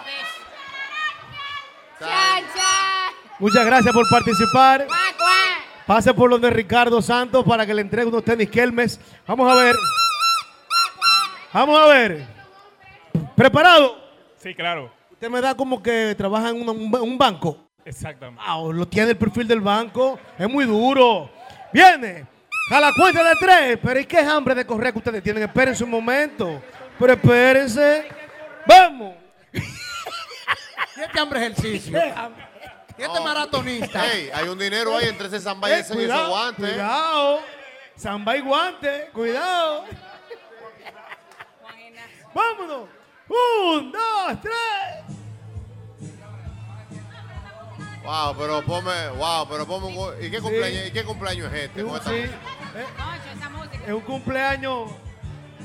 Speaker 18: ¡Chan, chan!
Speaker 8: Muchas gracias por participar.
Speaker 18: ¡Cuá, cuá!
Speaker 8: Pase por donde Ricardo Santos para que le entregue unos tenis Kelmes. Vamos a ver. Vamos a ver. ¿Preparado?
Speaker 19: Sí, claro.
Speaker 8: Usted me da como que trabaja en una- un, ba- un banco.
Speaker 19: Exactamente.
Speaker 8: Wow, lo tiene el perfil del banco. Es muy duro. Viene. A la cuenta de tres. Pero ¿y qué hambre de correr que ustedes tienen? Espérense un momento. Pero espérense. ¡Vamos!
Speaker 9: Y este hambre ejercicio. Y este maratonista.
Speaker 4: Ey, hay un dinero ahí entre ese samba y
Speaker 8: Eh,
Speaker 4: ese y esos guantes.
Speaker 8: Cuidado. Samba y guante. Cuidado. Vámonos. Un, dos, tres.
Speaker 4: Wow, pero ponme, wow, pero ponme un gu- ¿Y qué cumpleaños, ¿y qué cumpleaños es este? con esta
Speaker 8: Sí.
Speaker 4: música?
Speaker 5: Eh.
Speaker 8: Es un cumpleaños.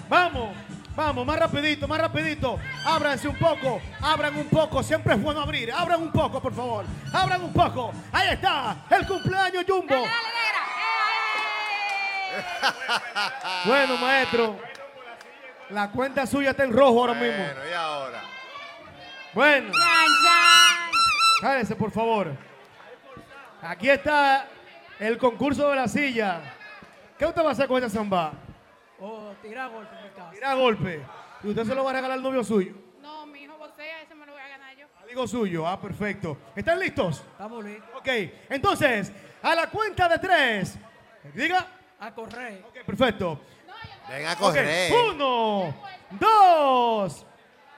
Speaker 8: Vamos. Vamos, más rapidito, más rapidito. Ábranse un poco, abran un poco. Siempre es bueno abrir. Abran un poco, por favor. Abran un poco. Ahí está, el cumpleaños Jumbo. Bueno, maestro. La cuenta suya está en rojo ahora mismo.
Speaker 4: Bueno, y ahora.
Speaker 8: Bueno. Cállese, por favor. Aquí está el concurso de la silla. ¿Qué usted va a hacer con esta zamba?
Speaker 17: Oh, tira golpe en mi casa.
Speaker 8: Tira golpe. Y usted se lo va a regalar al novio suyo.
Speaker 18: No, mi hijo boxea, ese me lo voy a ganar yo.
Speaker 8: Amigo suyo. Ah, perfecto. ¿Están listos? Estamos listos. Ok. Entonces, a la cuenta de tres. Diga.
Speaker 17: A correr.
Speaker 8: Perfecto.
Speaker 4: Ven a eh.
Speaker 17: correr.
Speaker 8: Ok, Uno, dos.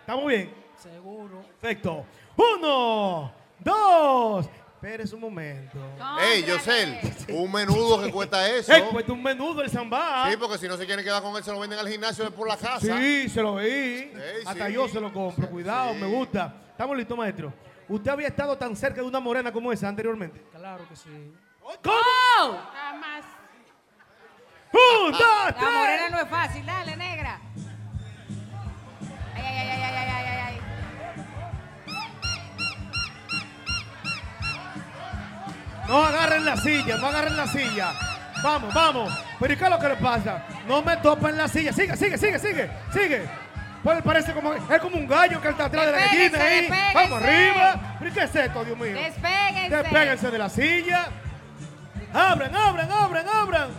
Speaker 8: ¿Estamos bien?
Speaker 17: Seguro.
Speaker 8: Perfecto. Uno, dos. Espérese un momento.
Speaker 4: Ey, Yosel, un menudo que cuesta eso.
Speaker 8: Ey, Eh, cuesta un menudo el samba.
Speaker 4: Sí, porque si no se quieren quedar con él, se lo venden al gimnasio de por la casa.
Speaker 8: Sí, se lo vi.
Speaker 4: Ey,
Speaker 8: Hasta
Speaker 4: sí.
Speaker 8: yo se lo compro. Cuidado, me gusta. ¿Estamos listos, maestro? ¿Usted había estado tan cerca de una morena como esa anteriormente?
Speaker 17: Claro que sí.
Speaker 8: ¿Cómo?
Speaker 5: Nada más.
Speaker 8: ¡Un,
Speaker 5: Ah, La
Speaker 8: dos,
Speaker 5: morena
Speaker 8: tres!
Speaker 5: no es fácil, dale, negra. Ay, ay, ay, ay, ay, ay, ay, ay.
Speaker 8: No agarren la silla, no agarren la silla. Vamos, vamos. Pero ¿y qué es lo que le pasa? No me topen la silla. Sigue, sigue, sigue, sigue, sigue. Pues él parece como, es como un gallo que él está atrás de la
Speaker 5: Despéguense,
Speaker 8: esquina ahí. Vamos
Speaker 5: despéguense.
Speaker 8: arriba. ¿Pero y qué es esto, Dios mío?
Speaker 5: Despéguense.
Speaker 8: Despéguense de la silla. Abran, abran, abran, abran.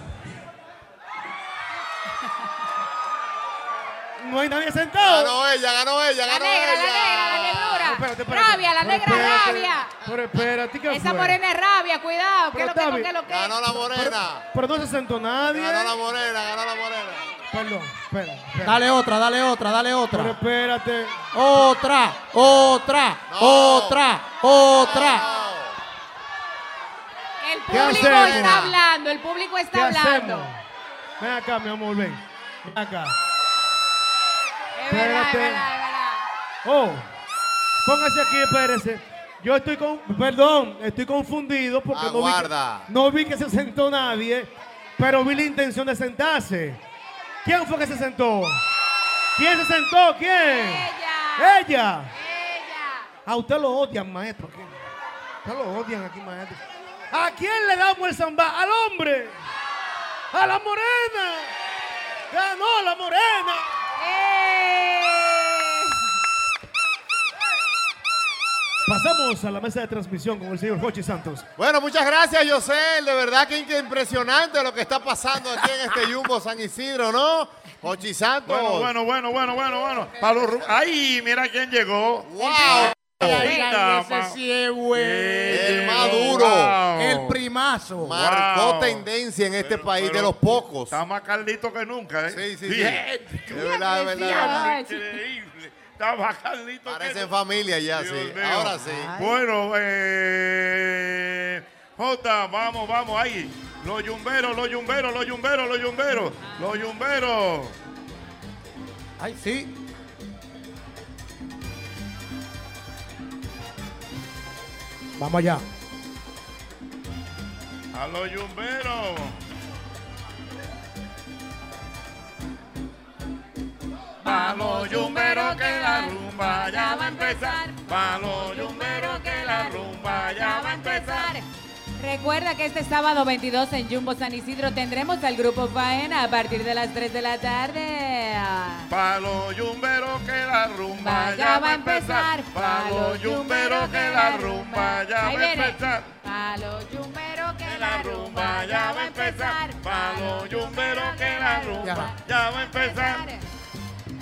Speaker 8: No hay nadie sentado.
Speaker 4: Ganó ella, ganó ella, ganó ella.
Speaker 5: La negra, la negra, la negrura.
Speaker 8: espérate, espérate.
Speaker 5: Rabia, la
Speaker 8: Pero
Speaker 5: negra
Speaker 8: espérate,
Speaker 5: rabia.
Speaker 8: Pero espérate, ¿qué
Speaker 5: Esa
Speaker 8: fue?
Speaker 5: morena es rabia, cuidado. ¿Qué es lo que,
Speaker 8: Pero
Speaker 5: qué es lo que?
Speaker 8: está bien. Pero, pero no se sentó nadie.
Speaker 4: Ganó la morena, ganó la morena.
Speaker 8: Perdón, espera. espera.
Speaker 6: Dale otra, dale otra, dale otra.
Speaker 8: Pero espérate.
Speaker 6: Otra, otra, otra, otra.
Speaker 5: El
Speaker 8: ¿Qué
Speaker 5: público
Speaker 8: hacemos?
Speaker 5: está hablando, el público
Speaker 8: ¿Qué
Speaker 5: está hablando.
Speaker 8: hacemos? Ven acá, mi amor, ven. Ven acá.
Speaker 5: Es verdad, es
Speaker 8: Espérate.
Speaker 5: verdad, es verdad.
Speaker 8: Oh, póngase aquí, espérese. Yo estoy con, perdón, estoy confundido porque no vi,
Speaker 4: Aguarda.
Speaker 8: que, no vi que se sentó nadie, pero vi la intención de sentarse. ¿Quién fue que se sentó? ¿Quién se sentó? ¿Quién? Ella. Ella. A usted lo odian, maestro. aquí. A usted lo odian aquí, maestro. ¿A quién le damos el zamba? Al hombre. A la morena. Ganó la morena.
Speaker 3: ¡Eh!
Speaker 8: Pasamos a la mesa de transmisión con el señor Jochi Santos.
Speaker 4: Bueno, muchas gracias, José. De verdad que que impresionante lo que está pasando aquí en este Jumbo San Isidro, ¿no? Ochi Santos.
Speaker 3: Bueno, bueno, bueno, bueno, bueno, bueno. Para los ru- ¡Ay! Mira quién llegó.
Speaker 4: ¡Wow!
Speaker 3: Dama.
Speaker 4: El más duro.
Speaker 6: El primazo.
Speaker 4: Marcó tendencia en este país de los pocos. Está
Speaker 3: más caldito que nunca, ¿eh?
Speaker 4: Sí, sí, sí.
Speaker 3: Bien.
Speaker 4: De verdad, de verdad.
Speaker 3: Increíble. Está más caldito que
Speaker 4: Parecen
Speaker 3: nunca.
Speaker 4: familia ya,
Speaker 3: Dios
Speaker 4: sí.
Speaker 3: mío.
Speaker 4: Ahora sí.
Speaker 3: Bueno, eh, Jota, vamos, vamos ahí. Los yumberos, los yumberos, los yumberos, los yumberos, los yumberos.
Speaker 6: Ay, sí. Vamos allá.
Speaker 3: A los yumberos. A los yumberos que la rumba ya va a empezar. A los yumberos que la rumba ya va a empezar.
Speaker 13: Recuerda que este sábado 22 en Jumbo San Isidro tendremos al grupo Faena a partir de las 3 de la tarde.
Speaker 8: Ah,
Speaker 3: Pa' los yumberos que la rumba
Speaker 13: Va,
Speaker 3: ya va a empezar. Pa' los yumberos que la rumba ya
Speaker 13: Ahí
Speaker 3: va a
Speaker 13: viene.
Speaker 3: empezar.
Speaker 13: A los
Speaker 5: Yumbero que
Speaker 3: La rumba ya va a empezar. Pa' los yumberos que la rumba ya va a empezar.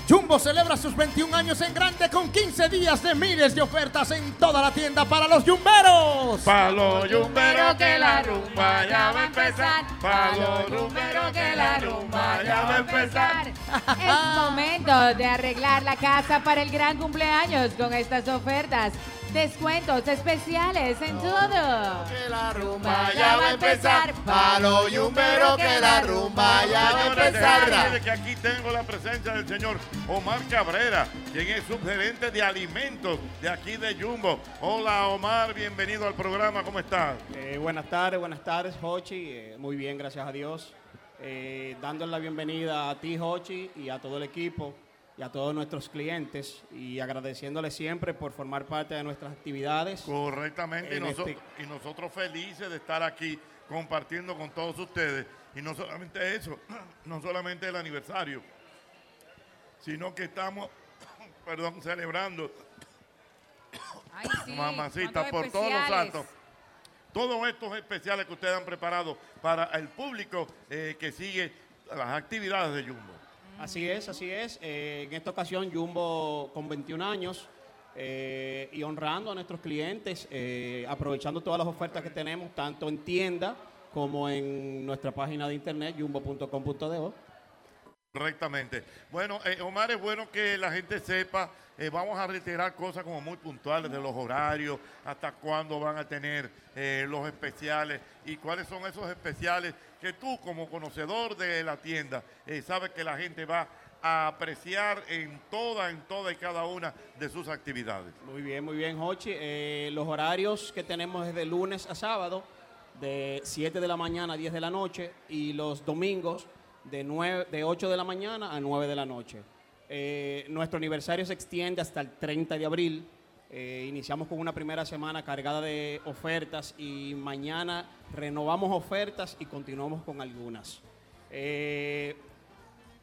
Speaker 6: Jumbo celebra sus 21 años en grande con 15 días de miles de ofertas en toda la tienda para los yumberos.
Speaker 3: Para los yumberos que la rumba ya va a empezar. Pa' los yumberos que la rumba ya va a empezar.
Speaker 13: Es momento de arreglar la casa para el gran cumpleaños con estas ofertas. Descuentos especiales en todo.
Speaker 4: la
Speaker 13: rumba
Speaker 4: ya va a empezar. Pa' los yumberos que la rumba ya va a
Speaker 3: Señores,
Speaker 4: empezar.
Speaker 3: déjenme decirles que aquí tengo la presencia del señor Omar Cabrera, quien es subgerente de alimentos de aquí de Jumbo. Hola Ah, Omar, bienvenido al programa, ¿cómo estás?
Speaker 19: Eh, buenas tardes, buenas tardes, Hochi. Eh, muy bien, gracias a Dios. Eh, dándole la bienvenida a ti, Hochi, y a todo el equipo y a todos nuestros clientes y agradeciéndole siempre por formar parte de nuestras actividades.
Speaker 3: Correctamente, y,
Speaker 19: En
Speaker 3: noso-
Speaker 19: este-
Speaker 3: y nosotros felices de estar aquí compartiendo con todos ustedes. Y no solamente eso, no solamente el aniversario, sino que estamos, perdón, celebrando Mamacita,
Speaker 14: ¿cuántos
Speaker 3: por todos los
Speaker 14: especiales?
Speaker 3: santos. Todos estos especiales que ustedes han preparado para el público eh, que sigue las actividades de Jumbo.
Speaker 19: Así es, así es. Eh, en esta ocasión, Jumbo con 21 años eh, y honrando a nuestros clientes, eh, aprovechando todas las ofertas que tenemos, tanto en tienda como en nuestra página de internet, jumbo.com.do.
Speaker 3: Correctamente. Bueno, eh, Omar, es bueno que la gente sepa, eh, vamos a reiterar cosas como muy puntuales de los horarios, hasta cuándo van a tener eh, los especiales y cuáles son esos especiales que tú como conocedor de la tienda eh, sabes que la gente va a apreciar en toda, en toda y cada una de sus actividades.
Speaker 19: Muy bien, muy bien, Hochi. Eh, los horarios que tenemos es de lunes a sábado, de 7 de la mañana a 10 de la noche, y los domingos de, 9, de 8 de la mañana a 9 de la noche. Eh, nuestro aniversario se extiende hasta el 30 de abril. Eh, iniciamos con una primera semana cargada de ofertas y mañana renovamos ofertas y continuamos con algunas. Eh,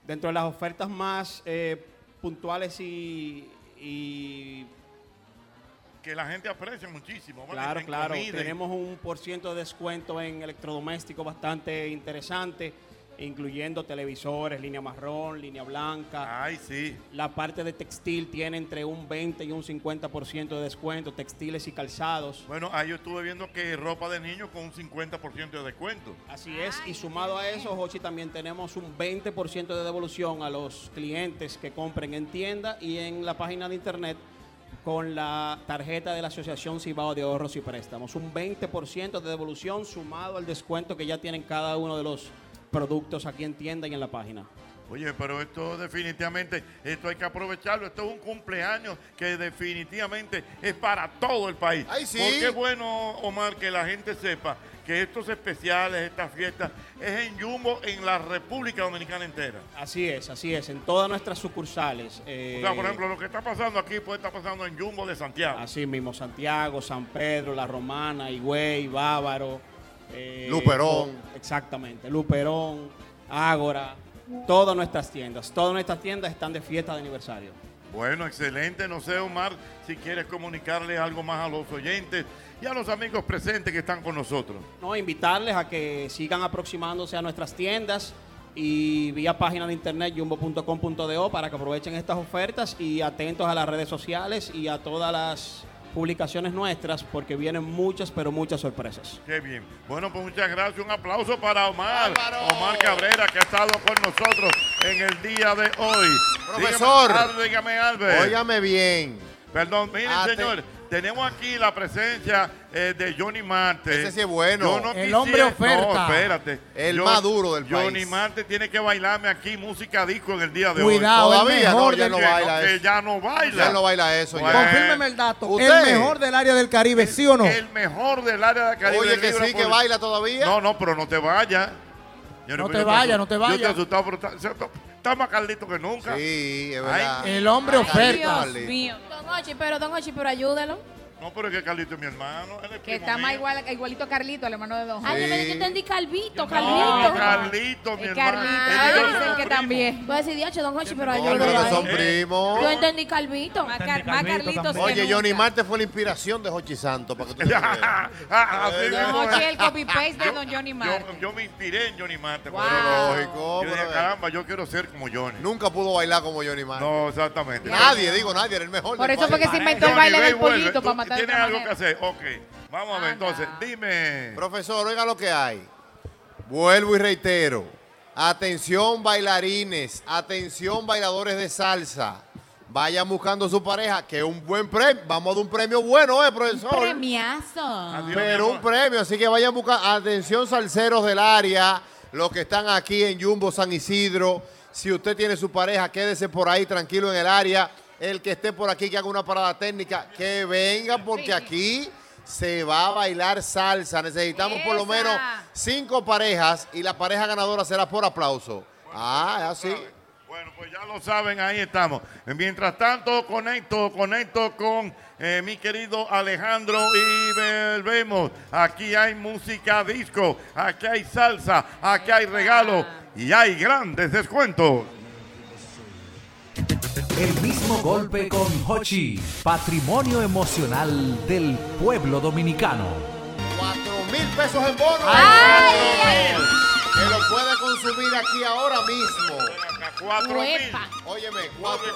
Speaker 19: dentro de las ofertas más eh, puntuales y- y
Speaker 3: Que la gente aprecia muchísimo. Omar,
Speaker 19: Claro,
Speaker 3: en
Speaker 19: claro.
Speaker 3: comida, en
Speaker 19: Tenemos un por ciento de descuento en electrodoméstico bastante interesante. incluyendo televisores, línea marrón, línea blanca.
Speaker 3: Ay, sí.
Speaker 19: La parte de textil tiene entre un 20 y un 50% de descuento, textiles y calzados.
Speaker 3: Bueno, ahí yo estuve viendo que ropa de niño con un 50% de descuento.
Speaker 19: Así es, y sumado a eso, Jochi, también tenemos un 20% de devolución a los clientes que compren en tienda y en la página de internet con la tarjeta de la Asociación Cibao de Ahorros y Préstamos. Un 20% de devolución sumado al descuento que ya tienen cada uno de los productos aquí en tienda y en la página.
Speaker 3: Oye, pero esto definitivamente, esto hay que aprovecharlo. Esto es un cumpleaños que definitivamente es para todo el país.
Speaker 4: Ay, sí.
Speaker 3: Porque es bueno, Omar, que la gente sepa que estos especiales, estas fiestas, es en Jumbo, en la República Dominicana entera.
Speaker 19: Así es, así es, en todas nuestras sucursales. eh,
Speaker 3: O sea, por ejemplo, lo que está pasando aquí puede estar pasando en Jumbo de Santiago.
Speaker 19: Así mismo, Santiago, San Pedro, La Romana, Higüey, Bávaro. eh,
Speaker 4: Luperón.
Speaker 19: con- exactamente, Luperón, Ágora. Todas nuestras tiendas, todas nuestras tiendas están de fiesta de aniversario.
Speaker 3: Bueno, excelente. No sé, Omar, si quieres comunicarle algo más a los oyentes y a los amigos presentes que están con nosotros.
Speaker 19: No, invitarles a que sigan aproximándose a nuestras tiendas y vía página de internet jumbo.com.do para que aprovechen estas ofertas y atentos a las redes sociales y a todas las publicaciones nuestras porque vienen muchas, pero muchas sorpresas.
Speaker 3: Qué bien. Bueno, pues muchas gracias. Un aplauso para Omar. Omar Cabrera, que ha estado con nosotros en el día de hoy.
Speaker 4: Profesor.
Speaker 3: Dígame, Albert, dígame, Albert.
Speaker 4: Óigame bien.
Speaker 3: Perdón, miren,
Speaker 4: Ate-
Speaker 3: señor. Tenemos aquí la presencia eh, de Johnny Marte.
Speaker 4: Ese sí es bueno.
Speaker 3: Yo no
Speaker 4: El
Speaker 3: quisiera-
Speaker 4: hombre oferta.
Speaker 3: No, espérate.
Speaker 4: El más duro del
Speaker 3: Johnny Johnny
Speaker 4: país.
Speaker 3: Marte tiene que bailarme aquí música disco en el día de
Speaker 6: Cuidado,
Speaker 3: hoy.
Speaker 6: el Todavía, mejor no,
Speaker 3: que
Speaker 6: ya del- no baila
Speaker 3: que
Speaker 6: eso.
Speaker 3: ya no baila.
Speaker 4: Ya no baila eso, ya.
Speaker 3: Bueno,
Speaker 6: Confírmeme el dato. El mejor del área del Caribe, ¿sí o no?
Speaker 3: el mejor del área de Caribe.
Speaker 4: Oye, que
Speaker 3: libre
Speaker 4: sí, que
Speaker 3: por-
Speaker 4: baila todavía.
Speaker 3: No, no, pero no te vayas. Yo
Speaker 6: No
Speaker 3: yo
Speaker 6: te vayas,
Speaker 3: asu-
Speaker 6: no te
Speaker 3: Yo te
Speaker 6: vayas.
Speaker 3: asustado, pero está, se- está- está más caldito que nunca.
Speaker 4: Sí, es
Speaker 3: verdad.
Speaker 6: El hombre oferta.
Speaker 7: Don Hochi, pero Don Hochi, pero ayúdalo.
Speaker 3: No, pero es que Carlito es mi hermano. él es
Speaker 5: Que
Speaker 3: primo
Speaker 5: está más
Speaker 3: mío.
Speaker 5: igual, igualito a Carlito, el hermano de Don
Speaker 7: Ay, yo me
Speaker 3: Sí.
Speaker 7: yo entendí Calvito,
Speaker 3: No,
Speaker 7: Calvito.
Speaker 3: Carlito, mi
Speaker 7: Es
Speaker 3: hermano.
Speaker 7: Carlito.
Speaker 4: Ah.
Speaker 3: Ellos son
Speaker 7: que también. Voy a decir, "Diache, Don Hochi, pero
Speaker 4: No, pero que
Speaker 7: ayúdalo.
Speaker 4: son
Speaker 7: ahí".
Speaker 4: primos.
Speaker 7: Yo entendí Calvito. Más,
Speaker 4: Oye, Johnny Marte fue la inspiración de Jochi Santos para que tú te
Speaker 3: Ah,
Speaker 4: supieras.
Speaker 3: así
Speaker 4: Eh,
Speaker 3: mismo
Speaker 5: Hochi, el copy paste de Don Johnny Marte.
Speaker 3: Ah, Yo, yo me inspiré en Johnny Marte.
Speaker 5: Wow.
Speaker 3: pero
Speaker 4: Lógico,
Speaker 3: Yo dije,
Speaker 4: pero-
Speaker 3: caramba, yo quiero ser como Johnny.
Speaker 4: Nunca pudo bailar como Johnny Marte.
Speaker 3: No, exactamente.
Speaker 4: Nadie, digo, nadie era el mejor.
Speaker 5: Por
Speaker 4: del
Speaker 5: eso fue
Speaker 4: país.
Speaker 5: que se inventó el baile del pollito para matar
Speaker 3: Tienes
Speaker 5: de otra
Speaker 3: algo que
Speaker 5: manera.
Speaker 3: hacer. Ok, vamos a ver entonces. Dime.
Speaker 4: Profesor, oiga lo que hay. Vuelvo y reitero. Atención bailarines, atención bailadores de salsa. Vayan buscando su pareja, que un buen premio. Vamos a dar un premio bueno, ¿eh, profesor?
Speaker 13: Premiazo.
Speaker 4: Pero un premio, así que vayan buscando. Atención, salseros del área, los que están aquí en Jumbo San Isidro. Si usted tiene su pareja, quédese por ahí tranquilo en el área. El que esté por aquí, que haga una parada técnica, que venga, porque aquí se va a bailar salsa. Necesitamos por lo
Speaker 5: Esa.
Speaker 4: menos cinco parejas y la pareja ganadora será por aplauso. Ah, es así.
Speaker 3: pues Ya lo saben, ahí estamos. Mientras tanto, conecto, conecto con eh, mi querido Alejandro y volvemos. Aquí hay música disco, aquí hay salsa, aquí hay regalo y hay grandes descuentos.
Speaker 16: El mismo golpe con Hochi, patrimonio emocional del pueblo dominicano.
Speaker 4: Cuatro mil pesos en bono. Que lo puede consumir aquí ahora mismo.
Speaker 3: Cuatro mil.
Speaker 4: Óyeme, cuatro.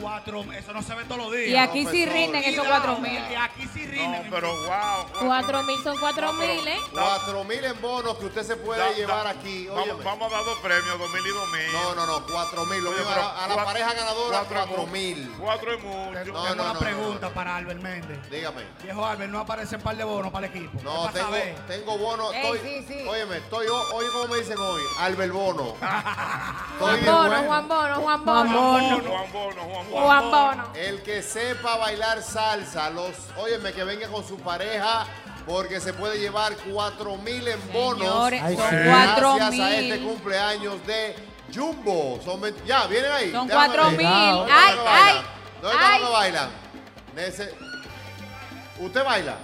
Speaker 11: Cuatro, eso no se ve todos los días.
Speaker 5: Y aquí sí
Speaker 11: Profesor.
Speaker 5: rinden esos
Speaker 11: Cuidado,
Speaker 5: cuatro mil.
Speaker 11: Y aquí sí rinden.
Speaker 3: pero wow.
Speaker 7: Cuatro mil son cuatro mil, ¿eh?
Speaker 4: Cuatro mil en bonos que usted se puede
Speaker 3: Da- da-
Speaker 4: llevar aquí.
Speaker 3: vamos-
Speaker 4: óyeme.
Speaker 3: Vamos a dar dos premios, dos mil y dos mil.
Speaker 4: No, no, no, cuatro mil. Lo
Speaker 3: Oye,
Speaker 4: mismo a
Speaker 3: pero
Speaker 4: la, a la
Speaker 3: cuatro-
Speaker 4: pareja ganadora,
Speaker 3: cuatro es
Speaker 4: cuatro
Speaker 3: mucho.
Speaker 4: mil.
Speaker 3: Cuatro es mucho.
Speaker 11: Tengo una pregunta para Albert Méndez.
Speaker 4: Dígame.
Speaker 11: Viejo Albert, no aparecen par de bonos para el equipo.
Speaker 4: No,
Speaker 11: ¿Qué pasa,
Speaker 4: tengo,
Speaker 11: ve?
Speaker 4: tengo bono.
Speaker 11: Ey,
Speaker 4: Estoy, Óyeme, estoy ho- hoy, como me dicen hoy, Albert Bono. Estoy
Speaker 7: Juan
Speaker 4: de
Speaker 7: Bono,
Speaker 4: bueno.
Speaker 7: Juan Bono, Juan Bono.
Speaker 3: Juan Bono, Juan
Speaker 7: Bono. Juan Bono.
Speaker 4: El que sepa bailar salsa, los, óyeme, que venga con su pareja, porque se puede llevar cuatro mil en bonos.
Speaker 5: Señores, Ay, son sí.
Speaker 4: Gracias
Speaker 5: cuatro
Speaker 4: a
Speaker 5: mil.
Speaker 4: este cumpleaños de Jumbo. Son ve- ya, vienen ahí.
Speaker 5: Son
Speaker 4: Déjame
Speaker 5: cuatro
Speaker 4: ver.
Speaker 5: mil.
Speaker 4: ¿Dónde
Speaker 5: Ay,
Speaker 4: que bailan?
Speaker 5: ay,
Speaker 4: ¿Dónde están los
Speaker 5: ay.
Speaker 4: que bailan? Nece- ¿Usted baila?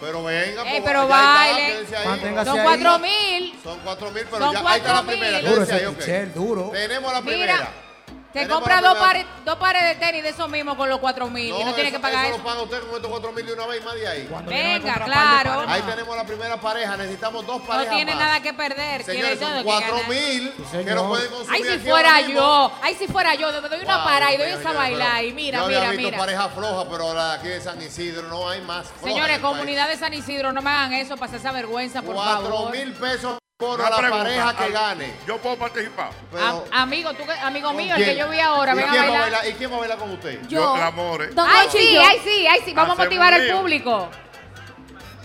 Speaker 4: Pero venga,
Speaker 5: Ey,
Speaker 4: pues,
Speaker 5: Eh, pero
Speaker 4: ya está,
Speaker 5: baile.
Speaker 4: quédense ahí.
Speaker 5: Son cuatro mil.
Speaker 4: Son cuatro mil, pero
Speaker 5: Son
Speaker 4: ya ahí está la
Speaker 5: cuatro mil.
Speaker 4: primera.
Speaker 5: Duro
Speaker 4: quédense
Speaker 5: ese
Speaker 4: ahí, ok.
Speaker 6: Michel, duro.
Speaker 4: Tenemos la
Speaker 5: Mira.
Speaker 4: primera.
Speaker 5: Te
Speaker 4: Tenemos
Speaker 5: compra
Speaker 4: la
Speaker 5: dos
Speaker 4: primera-
Speaker 5: pares, dos pares de tenis de esos mismos con los cuatro mil y no tiene
Speaker 4: eso-
Speaker 5: que pagar
Speaker 4: eso
Speaker 5: eso.
Speaker 4: lo paga usted con estos 4 mil de una vez y más de ahí.
Speaker 5: viene a Venga, comprar par de claro. parejas.
Speaker 4: Ahí tenemos la primera pareja. Necesitamos dos
Speaker 5: No
Speaker 4: parejas.
Speaker 5: tiene
Speaker 4: más.
Speaker 5: nada que perder.
Speaker 4: Señores,
Speaker 5: tiene
Speaker 4: son
Speaker 5: todo
Speaker 4: 4
Speaker 5: que ganar.
Speaker 4: mil que no pueden consumir.
Speaker 5: Ay, si
Speaker 4: aquí
Speaker 5: fuera
Speaker 4: ahora mismo.
Speaker 5: yo. Ay, si fuera yo. Me doy una
Speaker 4: Wow,
Speaker 5: parada y doy
Speaker 4: señores,
Speaker 5: esa
Speaker 4: pero
Speaker 5: bailada. Y mira,
Speaker 4: yo
Speaker 5: mira,
Speaker 4: había visto
Speaker 5: mira.
Speaker 4: pareja floja, pero la de aquí de San Isidro no hay más. floja en
Speaker 5: Señores,
Speaker 4: el país.
Speaker 5: comunidad de San Isidro, no me hagan eso, pasar esa vergüenza, por
Speaker 4: Cuatro
Speaker 5: favor.
Speaker 4: mil pesos por
Speaker 3: Una
Speaker 4: la
Speaker 3: pregunta,
Speaker 4: pareja que
Speaker 3: al-
Speaker 4: gane.
Speaker 3: Yo puedo participar.
Speaker 4: Pero,
Speaker 5: Am- amigo, tú, que- amigo Ah, mío, el
Speaker 4: ¿quién?
Speaker 5: que yo vi ahora,
Speaker 4: ¿Y
Speaker 5: venga a
Speaker 4: quién va
Speaker 5: bailar.
Speaker 4: ¿Y quién va a bailar con usted?
Speaker 5: Yo.
Speaker 3: el amor. eh.
Speaker 5: Ay,
Speaker 4: Ocho y
Speaker 5: sí,
Speaker 4: yo.
Speaker 5: ay, sí, ay, sí. Vamos a
Speaker 4: Hacemos
Speaker 5: motivar al
Speaker 4: lío.
Speaker 5: público.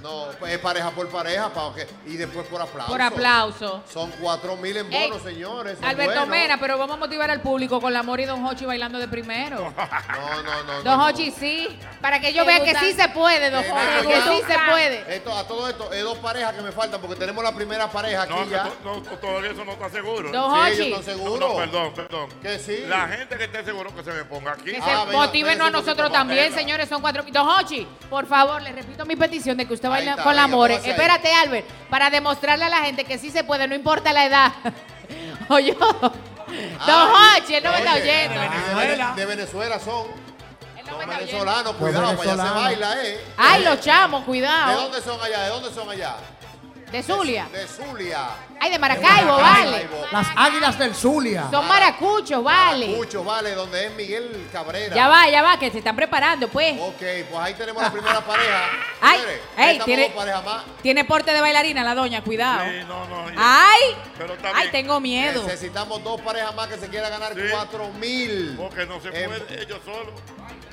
Speaker 4: No, pues, es pareja por pareja pa' que- y después por aplauso.
Speaker 5: Por aplauso.
Speaker 4: Son cuatro mil en
Speaker 5: Ey,
Speaker 4: bonos, señores. son
Speaker 5: Alberto
Speaker 4: buenos.
Speaker 5: Mena, pero vamos a motivar al público con la Mori y Don Hochi bailando de primero.
Speaker 4: No, no, no.
Speaker 5: Don
Speaker 4: no,
Speaker 5: Hochi sí, para que yo
Speaker 4: Me
Speaker 5: vea que
Speaker 4: gusta.
Speaker 5: sí se puede, Don
Speaker 4: Eh,
Speaker 5: Hochi,
Speaker 4: no,
Speaker 5: que
Speaker 4: ya.
Speaker 5: sí se puede.
Speaker 4: Esto, a todo esto, es dos parejas que me faltan porque tenemos la primera pareja aquí
Speaker 3: No, que
Speaker 4: ya.
Speaker 3: to- no, to- todavía eso no está seguro.
Speaker 4: Don Sí, Hochi. yo estoy seguro.
Speaker 3: No, no, perdón, perdón.
Speaker 4: Que sí. Ah,
Speaker 3: La gente que esté seguro que se me ponga aquí.
Speaker 5: Que se motívenos a nosotros también, señores. Son cuatro. Don Hochi, por favor, le repito mi petición de que usted baile
Speaker 4: está,
Speaker 5: con la
Speaker 4: venga,
Speaker 5: More.
Speaker 4: póngase ahí.
Speaker 5: Espérate, Albert, para demostrarle a la gente que sí se puede, no importa la edad. Oye, Don Hochi, él no me está
Speaker 4: Ah, Oye,
Speaker 5: oyendo.
Speaker 4: De Venezuela, de Venezuela son. Son venezolanos,
Speaker 6: Los
Speaker 4: cuidado, para allá se
Speaker 6: venezolanos.
Speaker 4: baila, ¿eh?
Speaker 5: Ay, los chamos,
Speaker 4: ¿De
Speaker 5: cuidado.
Speaker 4: dónde son allá? ¿De dónde son allá?
Speaker 5: De Zulia.
Speaker 4: De Zulia.
Speaker 5: Ay, de Maracaibo, vale.
Speaker 6: Las águilas del Zulia.
Speaker 5: Son maracuchos, vale.
Speaker 4: Mucho vale, donde es Miguel Cabrera.
Speaker 5: Ya va, ya va, que se están preparando, pues.
Speaker 4: Ok, pues ahí tenemos la primera pareja.
Speaker 5: Ay,
Speaker 4: Señores,
Speaker 5: ey,
Speaker 4: estamos
Speaker 5: tiene-
Speaker 4: dos parejas más.
Speaker 5: Tiene porte de bailarina la doña, cuidado.
Speaker 3: no, no.
Speaker 5: Ay,
Speaker 3: Pero
Speaker 5: ay, tengo miedo.
Speaker 4: Necesitamos dos parejas más que se quieran ganar cuatro mil. Porque no se puede
Speaker 3: ellos solos.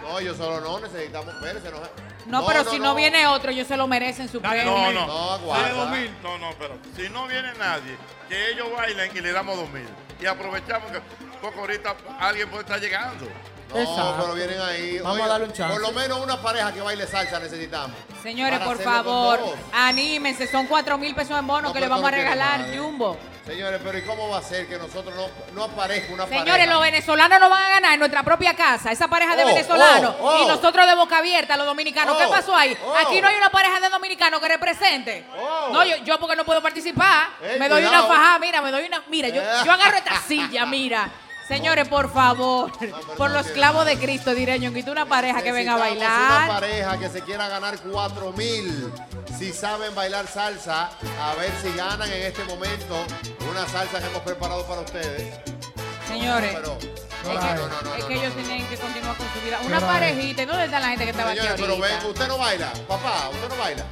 Speaker 4: No, ellos solo no, necesitamos, espérense, no.
Speaker 5: No, pero si no, viene otro, ellos se lo merecen su premio.
Speaker 3: No, no.
Speaker 4: No, aguanta.
Speaker 3: Dale dos mil. No, no, pero si no viene nadie, que ellos bailen y le damos dos mil. Y aprovechamos que poco ahorita alguien puede estar llegando.
Speaker 4: No, pero vienen ahí.
Speaker 3: Vamos
Speaker 4: Oiga,
Speaker 3: a darle un chance.
Speaker 4: Por lo menos una pareja que baile salsa necesitamos.
Speaker 5: Señores,
Speaker 4: Para
Speaker 5: por
Speaker 4: hacerlo con
Speaker 5: favor,
Speaker 4: dos.
Speaker 5: anímense. Son cuatro mil pesos en
Speaker 4: No,
Speaker 5: bono que
Speaker 4: pero
Speaker 5: le vamos a
Speaker 4: esto no tiene
Speaker 5: regalar,
Speaker 4: madre.
Speaker 5: Jumbo.
Speaker 4: Señores, pero ¿y cómo va a ser que nosotros no, no aparezca una pareja?
Speaker 5: Señores, los venezolanos lo van a ganar en nuestra propia casa. Esa pareja de
Speaker 4: Oh,
Speaker 5: venezolanos
Speaker 4: oh, oh.
Speaker 5: y nosotros de boca abierta, los dominicanos. ¿Qué
Speaker 4: Oh,
Speaker 5: pasó ahí?
Speaker 4: oh.
Speaker 5: Aquí no hay una pareja de dominicanos que represente. No, yo, yo porque no puedo participar.
Speaker 4: Ey,
Speaker 5: me doy
Speaker 4: Eh, cuidado.
Speaker 5: una fajada, mira, me doy una. Mira, yo, yo agarro esta silla, mira. Señores, por favor,
Speaker 4: Ah,
Speaker 5: por los clavos de Cristo, diré yo, quito una pareja que venga a
Speaker 4: Necesitamos
Speaker 5: bailar.
Speaker 4: Una pareja que se quiera ganar 4 mil. Si saben bailar salsa, a ver si ganan en este momento una salsa que hemos preparado para ustedes.
Speaker 5: Señores,
Speaker 4: No, pero-
Speaker 5: es
Speaker 4: no,
Speaker 5: que-
Speaker 4: no, no, no,
Speaker 5: es
Speaker 4: no,
Speaker 5: que
Speaker 4: no.
Speaker 5: ellos tienen que continuar con su vida.
Speaker 4: Qué
Speaker 5: Una
Speaker 4: raro.
Speaker 5: parejita, ¿y dónde está la gente que estaba aquí
Speaker 4: Señores, pero
Speaker 5: ahorita?
Speaker 4: ven, usted no baila, papá, usted no baila.